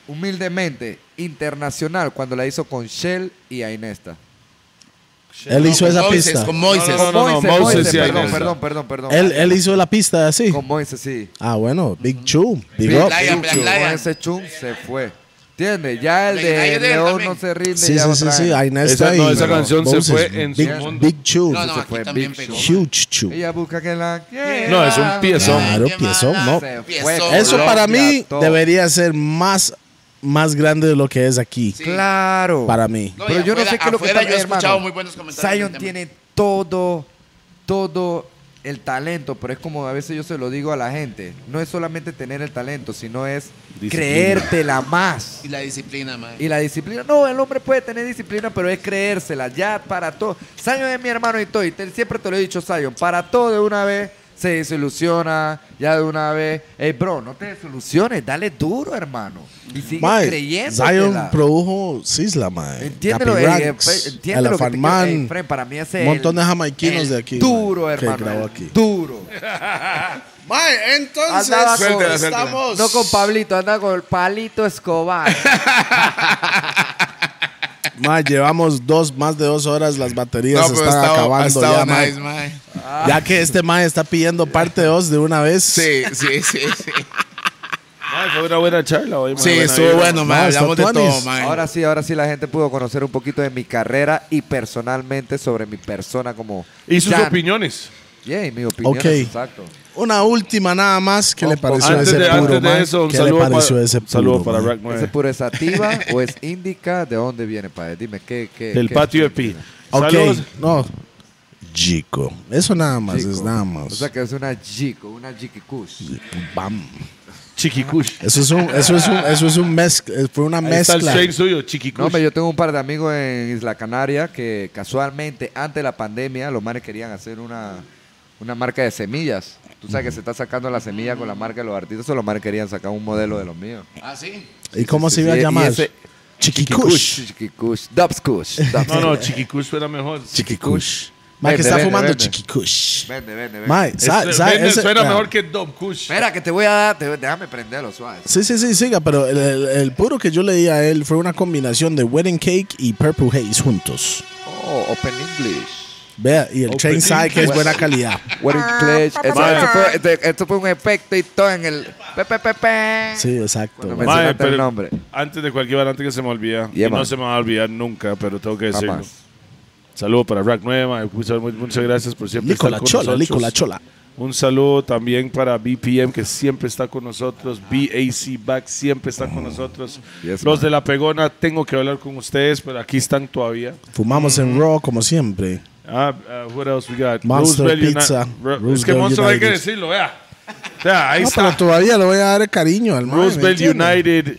S3: Humildemente, internacional, cuando la hizo con Shell y Ainesta.
S2: Él hizo
S5: con
S2: esa
S5: Moises,
S2: pista.
S5: Con Moises.
S4: No, no, no,
S3: Moise,
S4: Moise
S3: Moise,
S4: sí,
S3: perdón,
S4: Ainesta.
S3: perdón, perdón, perdón.
S2: Él, él hizo la pista así.
S3: Con Moise, sí.
S2: Ah, bueno, Big Chu, Big
S3: Big
S2: Up.
S5: Lion,
S3: Chum,
S5: Black
S3: con
S5: Lion.
S3: ese chum se fue. ¿Entiendes? Ya el
S5: Black Lion
S3: de
S5: de él
S3: León
S5: también.
S3: no se rinde.
S2: Sí,
S3: ya
S2: sí, sí,
S3: otra
S2: sí,
S3: vez.
S2: Ainesta
S4: Esa-
S2: y
S4: no, esa canción se
S2: Moses.
S4: fue en su
S2: Big,
S4: mundo.
S2: Big Chu,
S5: No, no,
S3: se
S5: aquí
S3: fue
S5: también
S3: Big
S5: pegó.
S2: huge Chu.
S3: Ella busca que la quiera.
S4: No, es un piezón.
S2: Claro,
S5: Qué
S2: piezón,
S5: mala
S2: no.
S5: se fue,
S3: Eso
S5: Colombia,
S2: Eso para mí
S3: todo.
S2: debería ser más, más grande de lo que es aquí.
S5: Sí.
S3: Claro.
S2: Para mí.
S5: No, y
S3: Pero yo no
S5: afuera-
S3: sé qué es lo que
S5: afuera
S3: está
S5: yo he
S3: hermano,
S5: escuchado muy buenos comentarios
S3: Zion
S5: del tema.
S3: tiene todo, todo el talento, pero es como a veces yo se lo digo a la gente. No es solamente tener el talento, sino es creértela más.
S5: Y la disciplina, man.
S3: Y la disciplina, no, el hombre puede tener disciplina, pero es creérsela, ya para todo. Zion es mi hermano y todo, y te- siempre te lo he dicho, Zion, para todo de una vez se desilusiona, ya de una vez. Ey, bro, no te desilusiones, dale duro, hermano. Y sigue
S2: Mae,
S3: creyendo.
S2: Zion produjo Sisla, mae.
S3: Entiéndelo,
S2: Capi
S3: ey,
S2: Ranks,
S3: eh, fe- entiende lo que te quiero-
S2: Elephant
S3: ey,
S2: Man.
S3: Fren, para mí ese
S2: un montón de
S3: el-
S2: jamaiquinos
S3: el
S2: de aquí,
S3: Duro,
S2: man, que
S3: hermano.
S2: grabó
S3: el
S2: aquí.
S3: Duro.
S11: Mae, entonces
S3: Andaba con-
S11: suéltela,
S3: estamos-
S11: suéltela.
S3: No con Pablito, anda con Palito Escobar.
S2: Mae, llevamos dos, más de dos horas, las
S11: No,
S2: baterías
S11: pero
S2: están
S11: ha estado- ha
S2: acabando
S11: estado
S2: ya, mae.
S11: nice, mae.
S2: Ya que este mae está pidiendo parte dos de una vez.
S11: Sí, sí, sí, sí.
S2: Ah,
S4: Ay, fue una buena charla hoy. man,
S11: Sí,
S4: buena
S11: estuvo
S4: vibra.
S11: bueno, mae.
S2: No, está
S11: Hablamos de todo,
S2: tuanis.
S11: mae.
S3: ahora sí, ahora sí la gente pudo conocer un poquito de mi carrera y personalmente sobre mi persona como.
S4: Y sus
S3: Jan.
S4: opiniones.
S3: Yeah, y mis opiniones,
S2: Ok.
S3: exacto.
S2: Una última nada más. ¿Qué le pareció
S4: Antes
S2: ese
S4: de,
S2: puro,
S4: antes
S2: mae?
S4: de eso, un
S2: ¿Qué le
S4: saludo
S2: pareció
S4: para,
S2: ese
S4: un saludo
S2: puro,
S4: para
S2: mae?
S4: Rack
S3: ¿Ese
S4: 9.
S3: puro es sativa o es índica? ¿De dónde viene, padre? Dime, ¿qué? qué
S4: Del
S3: qué-
S4: patio de Pi.
S2: Ok,
S4: Saludos.
S2: no. Chico. Eso nada más,
S3: Chico.
S2: es nada más.
S3: O sea que es una chico, una chiquicus.
S2: Bam.
S4: Chiquicush.
S2: Eso es un, eso es un, eso es un mezcla, fue una
S4: Ahí está el
S2: mezcla.
S4: shake suyo, Chiquicush.
S3: No, hombre, yo tengo un par de amigos en Isla Canaria que casualmente, antes de la pandemia, los manes querían hacer una, una marca de semillas. Tú sabes que se está sacando la semilla con la marca de los artistas, o los manes querían sacar un modelo de los míos.
S5: Ah, sí.
S2: ¿Y cómo
S3: Sí,
S2: se
S3: sí,
S2: iba a
S3: sí, y
S2: llamar?
S3: ese-
S2: Chiquikush.
S3: Chiquikush. Dubskush. Dubs-
S4: No, no, Chiquicush suena mejor.
S2: Chiquikush. Mae, que
S3: Vende,
S2: está
S3: vende,
S2: fumando
S3: vende.
S2: Chiquikush.
S3: Vende, vende, vende.
S2: Mae, sa-
S4: Es-
S2: sa-
S4: vende,
S2: ese-
S4: suena
S2: vea.
S4: mejor que Dom Kush.
S3: Espera, que te voy a dar. te- déjame prenderlo suave.
S2: Sí, sí, sí, siga, pero el, el- el puro que yo leí a él fue una combinación de Wedding Cake y Purple Haze juntos.
S3: Oh, Open English.
S2: Vea, y el
S4: Open
S2: Train Side que es
S4: English.
S2: buena calidad.
S3: Wedding Clash. Eso-
S4: Mae.
S3: Esto, fue, este- esto fue un efecto y todo en el. Pe, pe, pe, pe.
S2: Sí, exacto.
S3: Cuando
S2: mae.
S3: me- Mencionaste el nombre.
S4: Antes de cualquier antes que se me olvida.
S3: Yeah,
S4: y no
S3: man.
S4: se me va a olvidar nunca, pero tengo que decirlo.
S3: Jamás.
S4: Saludo para Rack 9, man. Muchas, muchas gracias por siempre
S2: Nicola
S4: estar con
S2: Chola,
S4: nosotros.
S2: Nicola Chola.
S4: Un saludo también para BPM, que siempre está con nosotros. BAC Back siempre está con nosotros.
S3: Yes,
S4: Los
S3: man.
S4: de La Pegona, tengo que hablar con ustedes, pero aquí están todavía.
S2: Fumamos en Raw como siempre.
S4: Ah, ah, what else we got?
S2: Monster
S4: Roosevelt Uni-
S2: Pizza,
S4: Ro- es
S2: Roosevelt
S4: que Monster hay
S2: United.
S4: que decirlo, vea. O sea, ahí
S2: No,
S4: está.
S2: pero todavía le voy a dar cariño al mae, ¿me
S4: Roosevelt
S2: entiende?
S4: United.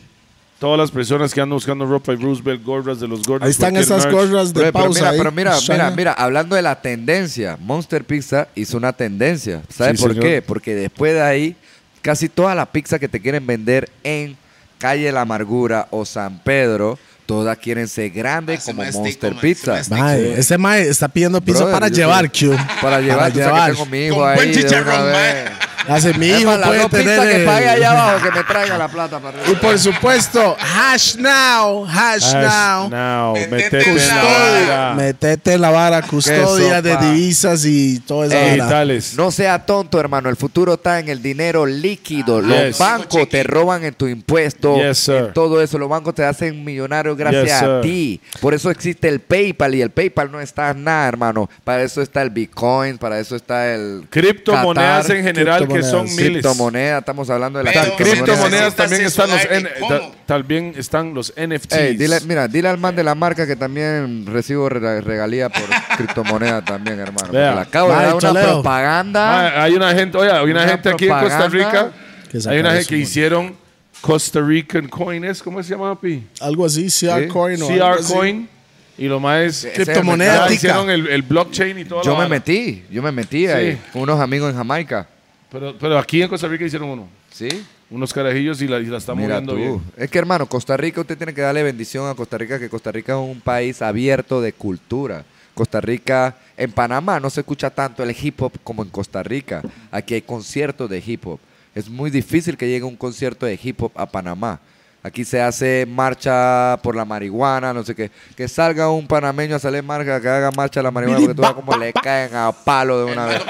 S4: Todas las personas que andan buscando ropa y Roosevelt, gorras de los gordos.
S2: Ahí están
S4: cualquier
S2: esas
S4: merch.
S2: gorras de
S3: Oye, pero
S2: pausa.
S3: mira,
S2: ahí,
S3: pero mira,
S2: Shana.
S3: mira, mira, hablando de la tendencia, Monster Pizza hizo una tendencia. ¿Sabes
S4: Sí,
S3: por
S4: señor.
S3: qué? Porque después de ahí, casi toda la pizza que te quieren vender en Calle La Amargura o San Pedro, todas quieren ser grandes
S5: Ah, se
S3: como
S5: me estico,
S3: Monster
S5: man, se me
S3: Pizza.
S5: estico.
S2: Mae, este mae está pidiendo piso
S3: Brother,
S2: para
S3: yo
S2: llevar,
S3: sé.
S2: Q.
S3: Para llevar, yo sé que
S2: llevar.
S3: tengo mi hijo
S11: Con
S3: ahí
S11: buen
S3: de una
S11: chicharrón,
S3: vez.
S11: mae.
S2: Hace mi hijo
S3: Para
S2: puede
S3: dos
S2: tener.
S3: pizzas que
S2: el-
S3: pague allá abajo, que me traiga la plata para arriba.
S2: Y por supuesto, hash now, hash, now.
S4: Now,
S5: Metete
S4: metete en la
S5: en la
S4: vara.
S2: Metete en la vara custodia
S3: sopa.
S2: de divisas y todo eso.
S3: Ey,
S4: Digitales.
S3: No sea tonto, hermano. El futuro está en el dinero líquido. Los
S4: Ah, Yes.
S3: bancos te roban en tu impuesto.
S4: Yes, sir.
S3: en todo eso. Los bancos te hacen millonario gracias
S4: Yes,
S3: a
S4: sir.
S3: ti. Por eso existe el PayPal. Y el PayPal no está nada, hermano. Para eso está el Bitcoin. Para eso está el.
S4: Criptomonedas en general que son
S2: criptomonedas.
S4: miles.
S3: Criptomonedas. Estamos hablando de las
S5: Pero-
S4: Criptomonedas
S5: Necesitas
S4: también están los
S5: censurar
S4: N-
S5: el
S4: ta-
S5: cómo.
S4: también están los NFTs.
S3: Ey, dile, mira, dile al man de la marca que también recibo re- regalía por criptomonedas también, hermano. Porque
S4: Vea.
S3: Le acabo de
S2: Mae,
S3: dar una
S2: choleo.
S3: propaganda.
S4: Ah, hay una gente, oye, hay una,
S3: Una
S4: gente aquí en Costa Rica.
S3: propaganda.
S2: Que
S4: Hay
S2: sacaron
S4: una gente
S2: su
S4: que
S2: money.
S4: hicieron Costa Rican Coins, ¿cómo se llama, Pi?
S2: Algo así, CR Coin o algo
S4: CR
S2: así.
S4: Coin. Y lo más
S3: Ese es el
S2: Criptomoneda,
S3: mercado.
S2: tica.
S4: hicieron el, el blockchain y todo.
S3: Yo me metí, yo me metí ahí.
S4: Sí.
S3: con Unos amigos en Jamaica.
S4: Pero, pero aquí en Costa Rica hicieron uno.
S3: Sí.
S4: Unos carajillos y la, y la están
S3: Mira
S4: moviendo
S3: tú.
S4: bien.
S3: Es que hermano, Costa Rica, usted tiene que darle bendición a Costa Rica, que Costa Rica es un país abierto de cultura. Costa Rica, en Panamá no se escucha tanto el hip hop como en Costa Rica. Aquí hay conciertos de hip hop. Es muy difícil que llegue un concierto de hip hop a Panamá. Aquí se hace marcha por la marihuana, no sé qué. Que salga un panameño a salir marcha, que haga marcha a la marihuana, porque tú ves como le caen a palo de una vez.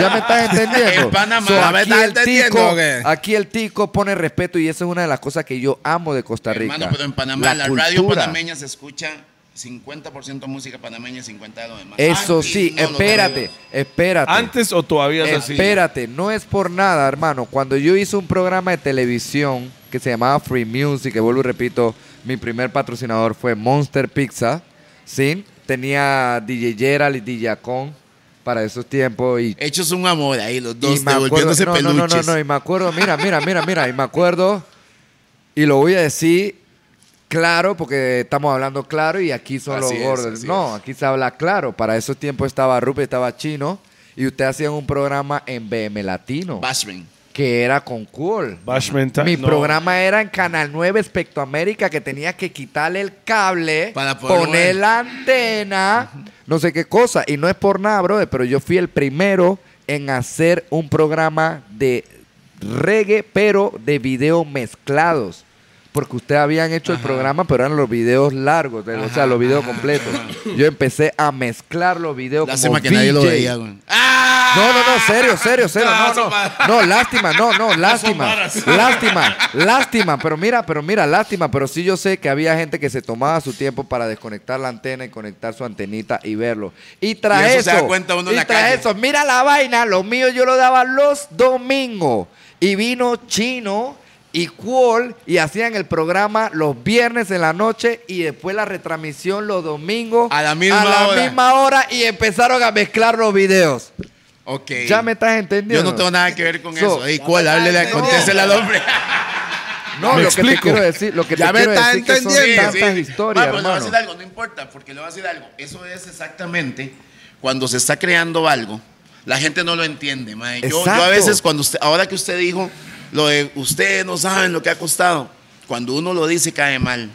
S3: Ya me estás entendiendo.
S5: En Panamá.
S3: So,
S5: ¿Ya
S3: aquí,
S5: me
S2: estás
S3: el
S2: entendiendo
S3: tico,
S2: o qué?
S3: aquí el tico pone respeto y esa es una de las cosas que yo amo de Costa Rica.
S5: Hermano, pero en Panamá la, radio
S3: cultura.
S5: panameña se escucha 50% música panameña y 50% de lo demás.
S3: Eso
S5: Antes
S3: sí,
S5: no lo
S3: espérate,
S5: sabía.
S3: espérate.
S4: ¿Antes o todavía es así?
S3: Espérate, no es por nada, hermano. Cuando yo hice un programa de televisión que se llamaba Free Music, que vuelvo y repito, mi primer patrocinador fue Monster Pizza, ¿sí? Tenía DJ Gerald y DJ Acon para esos tiempos y
S1: Hechos un amor ahí, los
S3: Y
S1: dos,
S3: me acuerdo,
S1: devolviéndose
S3: no, no, no,
S1: peluches.
S3: no, no, y me acuerdo, mira, mira, mira, mira, y me acuerdo, y lo voy a decir claro, porque estamos hablando claro y aquí son los
S5: Así es,
S3: gordos.
S5: así
S3: no, aquí se habla claro. Para esos tiempos estaba Rupe, estaba Chino, y ustedes hacían un programa en BM Latino,
S5: Bashman.
S3: que era con Cool.
S4: Bash Mental,
S3: Mi
S4: no.
S3: programa era en Canal 9 Espectroamérica, que tenía que quitarle el cable,
S5: Para poder
S3: poner
S5: ver.
S3: la antena, no sé qué cosa. Y no es por nada, brother, pero yo fui el primero en hacer un programa de reggae, pero de videos mezclados. Porque ustedes habían hecho el programa, pero eran los videos largos, de- o sea, los videos completos. Yo empecé a mezclar los videos
S1: Lástima
S3: como
S1: que nadie lo
S3: DJ.
S1: veía, güey.
S3: No, no, no, serio, serio, serio.
S5: Ah,
S3: No,
S5: son
S3: no.
S5: varas.
S3: No, lástima, no, no, lástima.
S5: varas.
S3: Lástima, lástima. Pero mira, pero mira, lástima. Pero sí yo sé que había gente que se tomaba su tiempo para desconectar la antena y conectar su antenita y verlo. Y tras
S5: Y
S3: eso.
S5: eso se da cuenta uno en
S3: y
S5: la
S3: tras
S5: calle.
S3: eso, mira la vaina, lo mío yo lo daba los domingos. Y vino chino. Y Quol y hacían el programa los viernes en la noche y después la retransmisión los domingos
S5: A la misma
S3: la
S5: hora.
S3: misma hora y empezaron a mezclar los videos.
S5: Ok.
S3: Ya me estás entendiendo.
S5: Yo no tengo nada que ver con
S3: So,
S5: eso. Ey, ¿cuál? Háblele,
S3: No.
S5: contéstele al hombre.
S3: No,
S4: Me
S3: lo que te
S4: explico.
S3: quiero decir, lo que
S2: Ya
S3: te
S2: me
S3: quiero
S2: estás
S3: decir que son
S2: entendiendo.
S3: tantas historias,
S5: Ma, pero le voy a
S3: hermano.
S5: decir algo, pues, no importa, porque le voy a decir algo. Eso es exactamente cuando se está creando algo, la gente no lo entiende, mae. Yo, yo a
S3: Exacto.
S5: veces cuando usted, ahora que usted dijo lo de ustedes no saben lo que ha costado, cuando uno lo dice cae mal.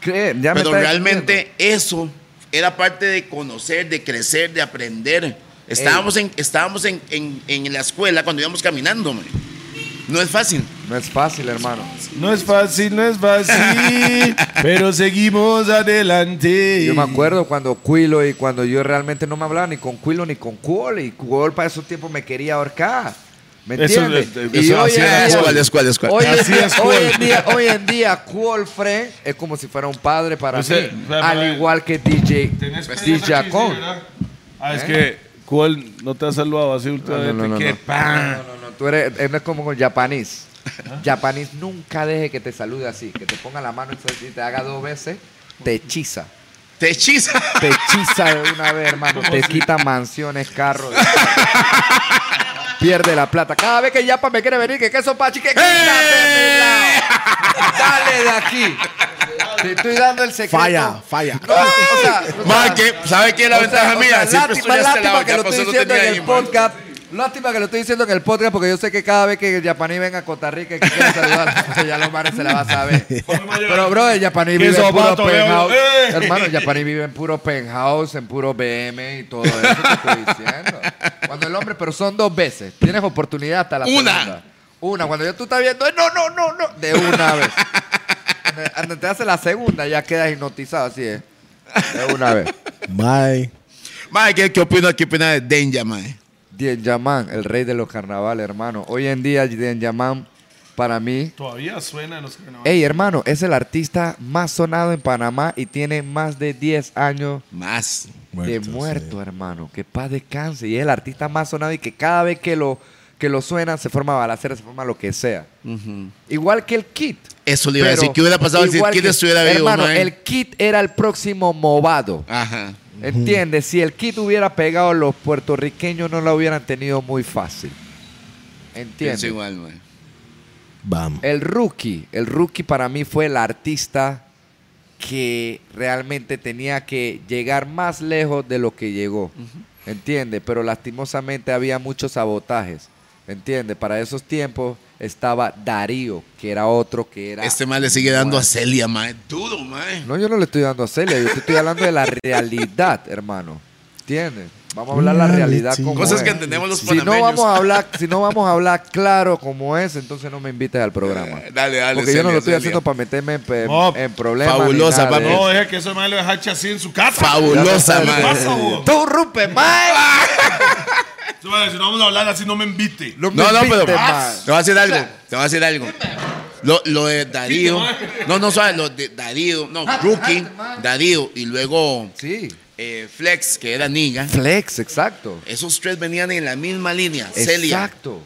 S3: ¿Qué? Ya me
S5: Pero
S3: estás
S5: realmente eso era parte de conocer, de crecer, de aprender. Estábamos, en, estábamos en, en- en la escuela cuando íbamos caminando, mae. No es fácil.
S3: entendiendo. No es fácil, hermano.
S4: No es fácil, no es fácil, pero seguimos adelante.
S3: Yo me acuerdo cuando Quilo y cuando yo realmente no me hablaba ni con Quilo ni con Cuol. Y Cuol para esos tiempos me quería ahorcar. ¿Me
S4: Eso-
S3: entiendes?
S4: eh,
S3: Y
S4: eso
S3: hoy
S4: así
S3: en
S4: era
S3: día-
S1: Escuela, escuela, escuela.
S3: Hoy en,
S4: Así
S3: día,
S4: es,
S3: hoy
S4: Cuol.
S3: en día, hoy en día, Cuol Friend es como si fuera un padre para
S4: Usted-
S3: mí.
S4: para-
S3: al igual que DJ,
S4: eh, ¿Tenés
S3: DJ
S4: pelos aquí,
S3: Jacob.
S4: sí, verdad? Ah, es que ¿cuál no te ha saludado así últimamente?
S3: ¿Eh? no, no,
S4: ¿Qué?
S3: no.
S4: ¡Pam!
S3: No, no, tú eres, es como con japonés. Japonés nunca deje que te salude así, que te ponga la mano y te- y te haga dos veces, te hechiza.
S5: Te hechiza.
S3: Te hechiza de una vez, hermano. Te quita mansiones, carros. Pierde la plata. Cada vez que Yapa me quiere venir, que queso pachi, que quítate de mi lado. Dale de aquí. Te estoy dando el secreto.
S2: Falla, falla.
S3: No, o sea, o
S5: Ma,
S3: sea,
S5: que- ¿sabe qué es la
S3: o
S5: ventaja
S3: sea, o sea,
S5: mía? Siempre
S3: lástima,
S5: estoy a este
S3: lástima
S5: lado,
S3: que
S5: ya
S3: lo
S5: pasó,
S3: estoy
S5: no
S3: diciendo en
S5: tenía
S3: el
S5: ahí, ma.
S3: podcast. Lástima que lo estoy diciendo en el podcast porque yo sé que cada vez que el Japaní venga a Costa Rica y que quiera saludar, ya los mares se la va a saber. Pero, bro, el Japaní vive en puro
S4: zapato,
S3: penthouse.
S4: eh.
S3: Hermano, el Japaní vive en puro penthouse, en puro BM y todo eso que estoy diciendo. Cuando el hombre, pero son dos veces. Tienes oportunidad hasta la
S12: Una.
S3: segunda. Una. Cuando ya tú estás viendo, "Eh, no, no, no, no. De una vez. Cuando- Cuando te hace la segunda, ya quedas hipnotizado, así es. De una vez.
S2: Bye.
S5: Mae, ¿qué, ¿qué opina, qué opina de Denja, mae?
S3: Dien Yaman, el rey de los carnavales, hermano. Hoy en día, Dien Yaman, para mí,
S4: Todavía suena en los carnavales.
S3: Ey, hermano, es el artista más sonado en Panamá y tiene más de 10 años
S5: Más.
S3: de
S2: Muerto,
S3: muerto, hermano. Que paz descanse. Y es el artista más sonado y que cada vez que lo, que lo suena se forma balacera, se forma lo que sea. Igual que el Kit.
S5: Eso le iba a decir. ¿Qué hubiera pasado si el Kid estuviera vivo,
S3: Hermano,
S5: mae?
S3: el Kit era el próximo movado.
S5: Ajá.
S3: ¿Entiendes? Si el Kit hubiera pegado, los puertorriqueños no lo hubieran tenido muy fácil. ¿Entiendes?
S5: Pienso igual, mae.
S2: Bam.
S3: El rookie, el rookie para mí fue el artista que realmente tenía que llegar más lejos de lo que llegó. ¿Entiendes? Pero lastimosamente había muchos sabotajes. ¿Entiendes? Para esos tiempos estaba Darío, que era otro que era.
S5: Este mae le sigue dando a Celia, mae. Duro, mae.
S3: No, yo no le estoy dando a Celia, yo te estoy hablando de la realidad, hermano. ¿Entiendes? Vamos a hablar la realidad
S2: Reality.
S3: como
S5: Cosas
S3: es.
S5: que entendemos los
S3: si
S5: panameños.
S3: no vamos a hablar, si no vamos a hablar claro como es, entonces no me invites al programa.
S5: Eh, Dale, dale,
S3: Porque yo no
S5: Celia,
S3: lo estoy
S5: Celia.
S3: haciendo para meterme en, pe-
S4: No,
S3: en problemas.
S5: fabulosa,
S3: ni nada de
S5: papi.
S4: Ah,
S3: eso.
S4: No, deja que eso mae lo dejache así en su casa.
S5: Fabulosa,
S4: ¿Qué le pasa,
S5: mae.
S4: vos?
S3: Tú, Rupe, mae.
S4: Ese mae, Si no vamos a hablar así, no me invite.
S3: No, me
S5: No, no, pero ah,
S3: invites,
S5: te
S3: mae.
S5: voy a decir algo. Te voy a decir algo. Lo, lo de Darío. No, no, sabes, lo de Darío. No,
S3: Ah,
S5: Rookie, Darío y luego
S3: Sí.
S5: eh, Flex, que era Niga.
S3: Flex, exacto.
S5: Esos tres venían en la misma línea. Celia.
S3: Exacto.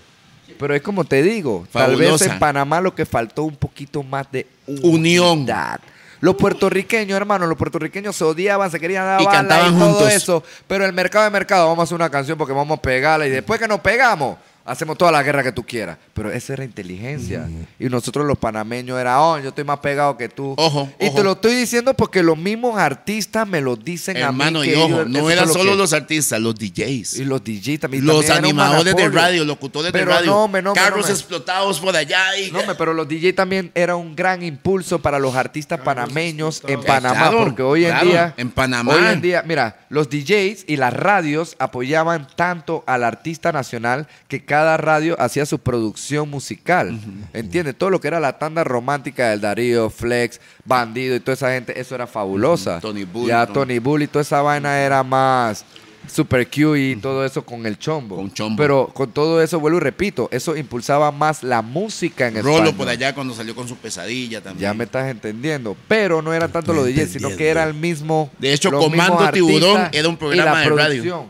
S3: Pero es como te digo, tal
S5: Fabulosa.
S3: vez en Panamá lo que faltó un poquito más de
S5: Unión.
S3: unidad. Los puertorriqueños, hermano, los puertorriqueños se odiaban, se querían dar
S5: Y
S3: bala
S5: cantaban
S3: todo
S5: juntos.
S3: eso. Pero el mercado de mercado, vamos a hacer una canción porque vamos a pegarla y después que nos pegamos, hacemos toda la guerra que tú quieras. Pero esa era inteligencia.
S5: Mm.
S3: Y nosotros los panameños era, oh, yo estoy más pegado que tú.
S5: Ojo,
S3: y te
S5: ojo.
S3: lo estoy diciendo porque los mismos artistas me lo dicen a
S5: Hermano,
S3: mí.
S5: y
S3: que
S5: ojo,
S3: ellos- eso
S5: no
S3: es
S5: eran
S3: lo
S5: solo
S3: que-
S5: los artistas, los DJs.
S3: y los DJ también. también
S5: los
S3: era un
S5: animadores de
S3: monopolio.
S5: radio, locutores
S3: Pero
S5: de radio.
S3: no, hombre, no, hombre,
S5: carros
S3: no, hombre.
S5: explotados por allá. Y,
S3: No, hombre, pero los DJ también era un gran impulso para los artistas panameños en Panamá,
S5: Claro,
S3: porque hoy en
S5: claro,
S3: día
S5: en Panamá.
S3: hoy en día, mira, los DJs y las radios apoyaban tanto al artista nacional que cada radio hacía su producción musical. ¿Entiendes? Todo lo que era la tanda romántica del Darío, Flex, Bandido y toda esa gente, eso era fabulosa.
S5: Tony Bull,
S3: Ya
S5: Tony-
S3: Tony Bull y toda esa vaina era más Super Q y todo eso con el chombo.
S5: Con chombo.
S3: Pero con todo eso, vuelvo y repito, eso impulsaba más la música en español.
S5: Rolo por allá cuando salió con su pesadilla también.
S3: Ya me estás entendiendo. Pero no eran tanto los DJs, sino que era el mismo.
S5: De hecho,
S3: los mismos
S5: Comando Tiburón
S3: artistas
S5: era un
S3: y
S5: programa
S3: la
S5: de radio.
S3: producción.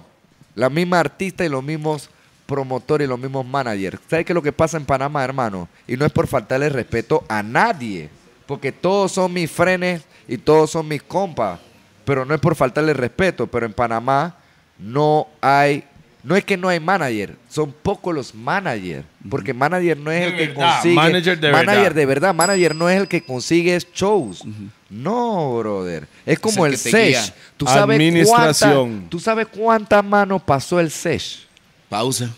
S3: La misma artista y los mismos promotores y los mismos managers. ¿Sabes qué es lo que pasa en Panamá, hermano? Y no es por faltarle respeto a nadie. Porque todos son mis frenes y todos son mis compas. Pero no es por faltarle respeto. Pero en Panamá no hay. No es que no hay manager, son pocos los managers. Porque manager no es
S4: De
S3: el que
S4: verdad,
S3: consigue.
S4: manager de
S3: manager
S4: verdad.
S3: de verdad, manager no es el que consigue shows. No, brother. Es como
S5: el
S3: el,
S5: que te
S3: SESH.
S5: guía.
S3: ¿Tú sabes, cuánta,
S6: Administración.
S3: ¿Tú sabes cuántas manos pasó el SESH?
S5: Pausa.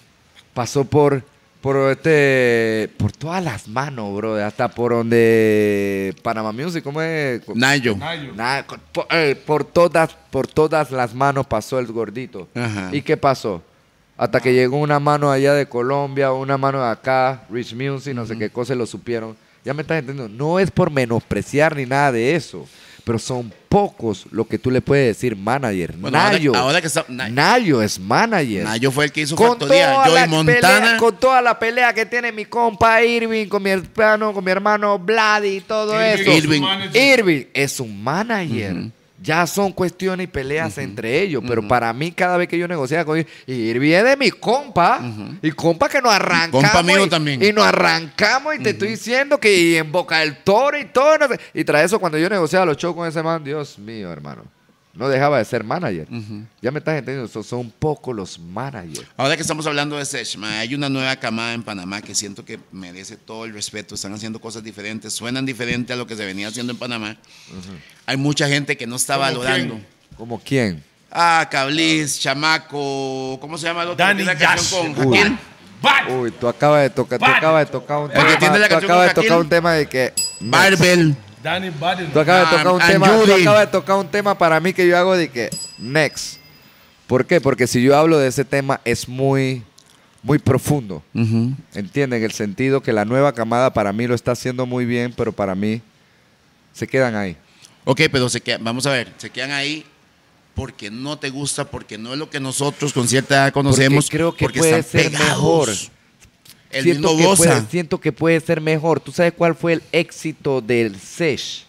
S3: Pasó por, por, este, por todas las manos, brother. Hasta por donde Panama Music, ¿cómo es?
S5: Nayo.
S3: Nada, con- por, eh, por todas, por todas las manos pasó el gordito.
S5: Ajá.
S3: ¿Y qué pasó? Hasta que llegó una mano allá de Colombia, una mano de acá, Rich Music, no sé qué cosa, y lo supieron. Ya me estás entendiendo. No es por menospreciar ni nada de eso, pero son pocos lo que tú le puedes decir manager.
S5: Bueno, ahora-
S3: Nayo.
S5: ahora que está- Nay-
S3: Nayo es manager.
S5: Nayo fue el que hizo
S3: Con
S5: factoría.
S3: toda la
S5: Joey Montana.
S3: pelea- con toda la pelea que tiene mi compa Irving, con mi hermano, con mi hermano Vladi y todo eso.
S4: Irving es su
S5: Irving.
S4: manager.
S3: Irving es un manager. Ya son cuestiones y peleas entre ellos. Pero para mí, cada vez que yo negociaba con Irving, Irving es de mi compa. Y compa que nos arrancamos.
S5: Compa mío
S3: y,
S5: también.
S3: Y nos arrancamos y te estoy diciendo que y en boca del toro y todo. no sé- Y tras eso, cuando yo negociaba los shows con ese man, Dios mío, hermano. No dejaba de ser manager. Ya me estás entendiendo. so- Son pocos los managers.
S5: Ahora que estamos hablando de Sesh, ma, hay una nueva camada en Panamá que siento que merece todo el respeto. Están haciendo cosas diferentes, suenan diferente a lo que se venía haciendo en Panamá. Hay mucha gente que no está valorando.
S3: ¿Como quién?
S5: Ah, Cablis, Chamaco, ¿cómo se llama el otro?
S4: Danny
S5: Tiene la canción
S4: Yash.
S5: con Jaquil.
S3: Uy, tú acabas de tocar, tú
S4: Van.
S3: acabas de tocar un tema.
S5: Porque tiene la
S3: tú
S5: canción
S3: acabas de
S5: con
S3: tocar
S5: Shaquille.
S3: un tema de que.
S5: Marvel.
S4: Danny Baden.
S3: Tú acabas de tocar un
S5: Ah, and
S3: tema. Tú
S5: Judy.
S3: acabas de tocar un tema para mí que yo hago de que. Next. ¿Por qué? Porque si yo hablo de ese tema es muy, muy profundo. ¿Entienden? El sentido que la nueva camada para mí lo está haciendo muy bien, pero para mí se quedan ahí.
S5: Ok, pero se quedan, vamos a ver, se quedan ahí porque no te gusta, porque no es lo que nosotros con cierta edad conocemos.
S3: Porque creo que
S5: porque
S3: puede
S5: están
S3: ser
S5: pegados.
S3: mejor.
S5: El
S3: siento,
S5: mismo
S3: que
S5: goza.
S3: puede, siento que puede ser mejor. ¿Tú sabes cuál fue el éxito del SESH?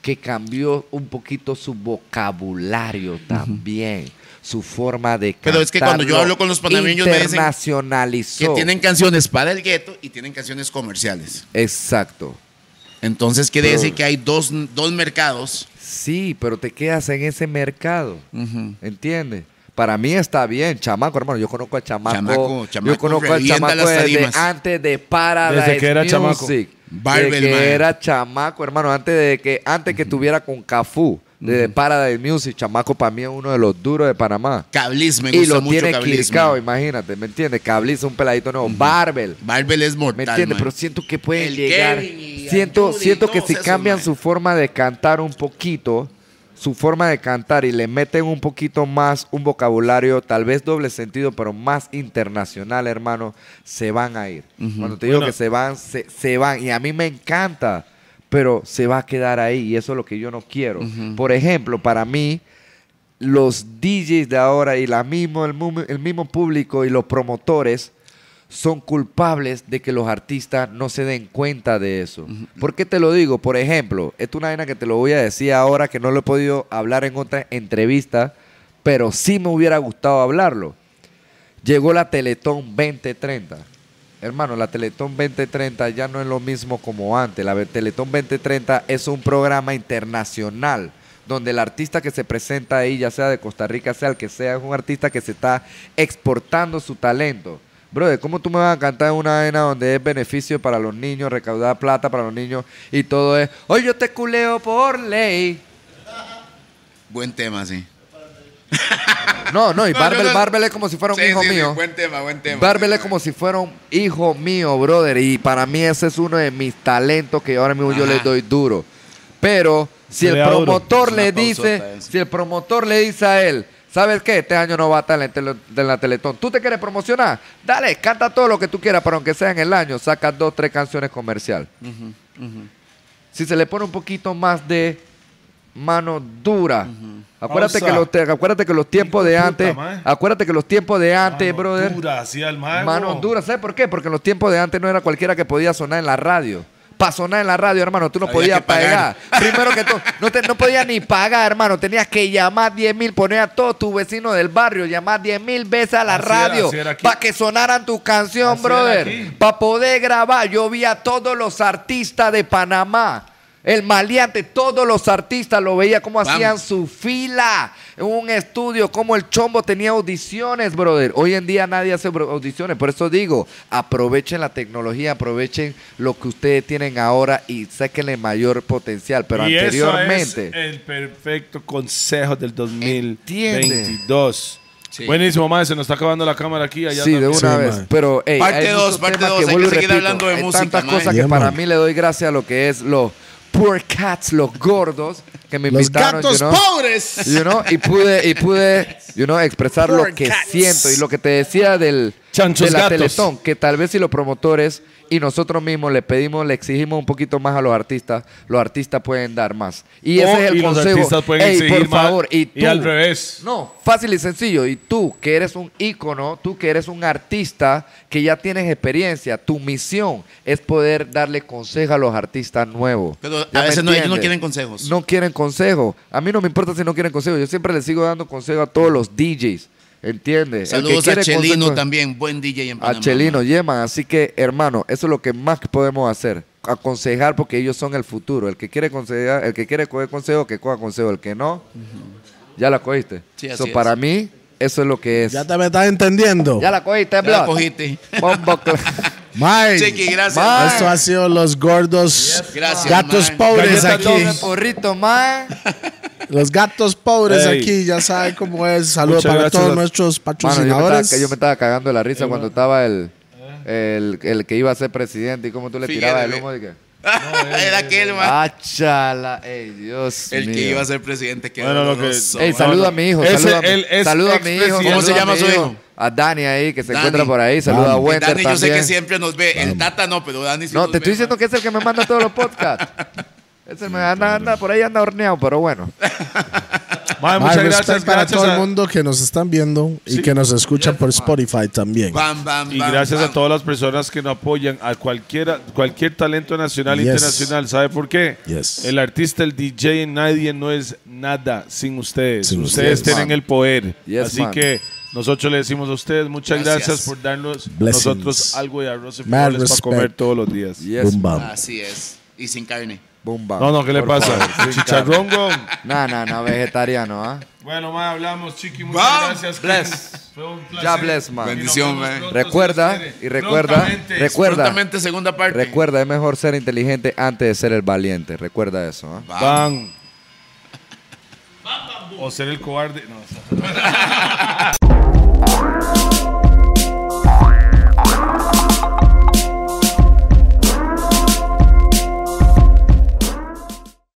S3: Que cambió un poquito su vocabulario también, su forma de cantar.
S5: Pero es que cuando yo hablo con los panameños me dicen
S3: internacionalizó.
S5: Que tienen canciones para el gueto y tienen canciones comerciales.
S3: Exacto.
S5: Entonces quiere
S3: Pero-
S5: decir que hay dos, dos mercados.
S3: Sí, pero te quedas en ese mercado. ¿Entiendes? Para mí está bien, chamaco, hermano. Yo conozco a chamaco.
S5: Chamaco,
S3: yo
S5: chamaco
S3: conozco al
S5: revienta
S3: chamaco
S5: las
S3: desde
S5: tarimas.
S3: antes de Paradise
S4: Desde que era
S3: Music.
S4: chamaco.
S5: Barbel,
S3: desde que
S5: man.
S3: era chamaco, hermano. Antes de que antes que estuviera con Cafú, desde Paradise Music, chamaco para mí es uno de los duros de Panamá.
S5: Cablis, me
S3: y
S5: gusta
S3: lo
S5: mucho
S3: tiene
S5: Cablis.
S3: quiricao,
S5: man.
S3: imagínate, ¿me entiendes? Cablis un peladito nuevo. Barbel.
S5: Barbel es
S3: ¿Me
S5: mortal.
S3: entiendes?
S5: man.
S3: Pero siento que pueden
S5: El
S3: llegar.
S5: Kevin y
S3: Siento,
S5: Andudy y
S3: siento que
S5: todos
S3: si
S5: esos,
S3: cambian
S5: mae.
S3: su forma de cantar un poquito, su forma de cantar y le meten un poquito más un vocabulario, tal vez doble sentido, pero más internacional, hermano, se van a ir. Cuando te digo que se van, se, se van. Y a mí me encanta, pero se va a quedar ahí. Y eso es lo que yo no quiero. Por ejemplo, para mí los DJs de ahora y la mismo, el, mu- el mismo público y los promotores son culpables de que los artistas no se den cuenta de eso. ¿Por qué te lo digo? Por ejemplo, esto es una vaina que te lo voy a decir ahora que no lo he podido hablar en otra entrevista, pero sí me hubiera gustado hablarlo. Llegó la Teletón 2030. Hermano, la Teletón 2030 ya no es lo mismo como antes. La ve- Teletón 2030 es un programa internacional donde el artista que se presenta ahí, ya sea de Costa Rica, sea el que sea, es un artista que se está exportando su talento. Brother, ¿cómo tú me vas a cantar una vaina donde es beneficio para los niños, recaudar plata para los niños y todo es, hoy yo te culeo por ley?
S5: Buen tema, sí.
S3: No, no, y
S5: No,
S3: Barbel,
S5: no, no.
S3: Barbel es como si fuera un
S5: Sí,
S3: hijo
S5: sí, sí,
S3: mío.
S5: Buen tema, buen tema.
S3: Barbel es
S5: Sí,
S3: como si fuera un hijo mío, brother. Y para mí ese es uno de mis talentos que ahora mismo yo
S5: Ajá.
S3: le doy duro. Pero si
S4: Se
S3: el
S4: le da duro.
S3: promotor
S5: Es
S3: le
S5: una
S3: dice,
S5: pausota eh, esa.
S3: si el promotor le dice a él, ¿sabes qué? Este año no va a estar en la, tele- en la Teletón. ¿Tú te quieres promocionar? Dale, canta todo lo que tú quieras, pero aunque sea en el año, saca dos, tres canciones comercial. Si se le pone un poquito más de mano dura. Acuérdate,
S4: Pausa.
S3: que los, te- acuérdate que los tiempos de
S4: puta,
S3: antes,
S4: mae.
S3: acuérdate que los tiempos de antes, brother.
S4: Dura, así al mago.
S3: Mano dura, ¿sabes por qué? Porque en los tiempos de antes no era cualquiera que podía sonar en la radio. Para sonar en la radio, hermano, tú no
S5: Había
S3: podías
S5: que pagar.
S3: pagar. Primero que todo, no, te- no podías ni pagar, hermano. Tenías que llamar 10 mil, poner a todos tus vecinos del barrio, llamar 10 mil veces a la
S4: Así era,
S3: radio
S4: así era aquí.
S3: para que sonaran tu canción,
S4: Así era aquí.
S3: brother. Para poder grabar, yo vi a todos los artistas de Panamá. El maleante, todos los artistas lo veía como
S5: Vamos.
S3: hacían su fila en un estudio, como el Chombo tenía audiciones, brother. Hoy en día nadie hace bro- audiciones, por eso digo, aprovechen la tecnología, aprovechen lo que ustedes tienen ahora y sáquenle mayor potencial, pero
S4: Y eso
S3: anteriormente...
S4: es el perfecto consejo del 2022.
S3: Entiende.
S4: Buenísimo, madre. Se nos está acabando la cámara aquí. Allá
S3: Sí, de
S4: también.
S3: una
S2: Sí,
S3: vez.
S2: man.
S3: Pero, ey,
S5: Parte
S3: hay
S5: dos,
S3: muchos
S5: parte
S3: temas
S5: dos.
S3: que
S5: Hay que
S3: vuelvo y
S5: seguir
S3: repito,
S5: hablando de
S3: hay
S5: música,
S3: tantas
S5: man.
S3: cosas
S2: Yeah,
S3: que para
S2: man.
S3: mí le doy gracias a lo que es los poor cats, los gordos, que me
S2: Los
S3: invitaron.
S2: gatos
S3: you know,
S2: pobres.
S3: you know, y pude, y pude, you know, expresar
S2: Poor
S3: lo que
S2: cats.
S3: siento y lo que te decía del
S4: Chanchos
S3: de la
S4: gatos.
S3: Teletón, que tal vez si los promotores y nosotros mismos le pedimos, le exigimos un poquito más a los artistas, los artistas pueden dar más. Y ese
S4: O-
S3: es el
S4: Oh, y los
S3: consejo.
S4: artistas pueden
S3: Ey,
S4: exigir
S3: por
S4: más
S3: favor, y,
S4: y
S3: tú,
S4: al revés.
S3: no, fácil y sencillo. Y tú, que eres un ícono, tú que eres un artista, que ya tienes experiencia, tu misión es poder darle consejo a los artistas nuevos.
S5: Pero a
S3: ¿Ya me
S5: veces no, ellos no
S3: entiendes?
S5: quieren consejos.
S3: No quieren consejo. A mí no me importa si no quieren consejo. Yo siempre les sigo dando consejo a todos los DJs. ¿Entiendes? El que
S5: Saludos a
S3: quiere
S5: Chelino
S3: consejo-
S5: también, buen DJ en Panamá.
S3: a Chelino, Yeman. Así que, hermano, eso es lo que más que podemos hacer. Aconsejar porque ellos son el futuro. El que quiere aconsejar, el que quiere coger consejo, que coja consejo. El que no, ya la cogiste.
S5: Sí,
S3: So,
S5: así es.
S3: para mí, eso es lo que es.
S2: Ya te me estás entendiendo.
S3: Ya la cogiste,
S5: Ya la
S3: Blood.
S5: cogiste.
S3: Bombo cla-
S2: Mae,
S5: Chiqui, gracias.
S3: Bye.
S2: esto ha sido los gordos.
S5: Gracias,
S2: Gatos
S5: man.
S2: pobres
S4: Galleta
S2: aquí.
S4: doble.
S3: Come porrito, man.
S2: Los gatos pobres
S4: Ey.
S2: aquí, ya saben cómo es. Saludos
S4: Muchas
S2: para
S4: gracias
S2: todos
S4: a-
S2: nuestros
S3: Mano, yo, me estaba,
S2: patrocinadores.
S3: yo me estaba cagando de la risa cuando estaba el, el, el que iba a ser presidente y cómo tú le
S5: Eh. Fíjate,
S3: tirabas el
S5: ve.
S3: humo. y que-
S13: Era aquel, man.
S3: Ah, chala. Ey, Dios
S5: El que
S3: mío.
S5: iba a ser presidente. Qué
S4: Bueno, lo que-
S5: doloroso.
S3: Ey, saluda a mi hijo.
S4: Ese-
S3: saluda a mi-
S4: él es
S3: saluda a mi hijo.
S4: expresidente.
S5: ¿Cómo se
S3: saluda
S5: llama
S3: a mi
S5: su hijo?
S3: A Dani ahí, que se
S5: Dani.
S3: encuentra por ahí. Saluda a
S2: Dani.
S3: Wender
S5: Dani, yo sé que
S3: también.
S5: siempre nos ve. El Tata no, pero Dani sí
S3: No,
S5: nos
S3: te estoy
S5: ve,
S3: diciendo
S5: man.
S3: que es el que me manda todos los podcasts. Ese me anda, anda, por ahí anda horneado, pero bueno.
S2: Mae,
S4: Mae, muchas
S2: respeto
S4: gracias.
S2: para
S4: gracias
S2: todo
S4: a-
S2: el mundo que nos están viendo y que nos escuchan por Spotify también.
S5: Bam, bam,
S4: Y
S5: bam,
S4: gracias
S5: bam.
S4: a todas las personas que nos apoyan, a cualquiera, cualquier talento nacional e
S2: Yes.
S4: internacional. ¿Sabe por qué?
S2: Yes.
S4: El artista, el DJ, nadie no es nada sin ustedes.
S2: Sin
S4: ustedes
S2: ustedes,
S4: tienen
S3: man.
S4: el poder.
S3: Yes,
S4: Así
S3: man.
S4: que nosotros le decimos a ustedes muchas gracias,
S5: Gracias.
S4: por darnos
S2: Blessings.
S4: nosotros algo de arroz y
S2: Mad
S4: frijoles para
S2: respect.
S4: comer todos los días.
S3: Yes.
S2: Boom, bam.
S5: Así es. Y sin carne.
S3: Boom, bam.
S4: No, no, ¿qué le
S3: Por
S4: pasa?
S3: favor, sin
S4: Chicharrón, güey.
S3: carne. No, no, no, vegetariano, ¿ah?
S4: Bueno, más hablamos, Chiqui. Muchas
S5: Wow.
S4: gracias.
S3: Bless.
S4: Fue un placer.
S3: Ya, bless, man.
S4: Y nos
S5: Bendición,
S4: vemos
S5: man.
S4: pronto, si
S3: Recuerda
S4: Dios quiere.
S3: y recuerda,
S4: Prontamente.
S3: recuerda,
S5: Prontamente segunda parte.
S3: recuerda, es mejor ser inteligente antes de ser el valiente. Recuerda eso, ¿ah?
S4: Van. O ser el cobarde. No,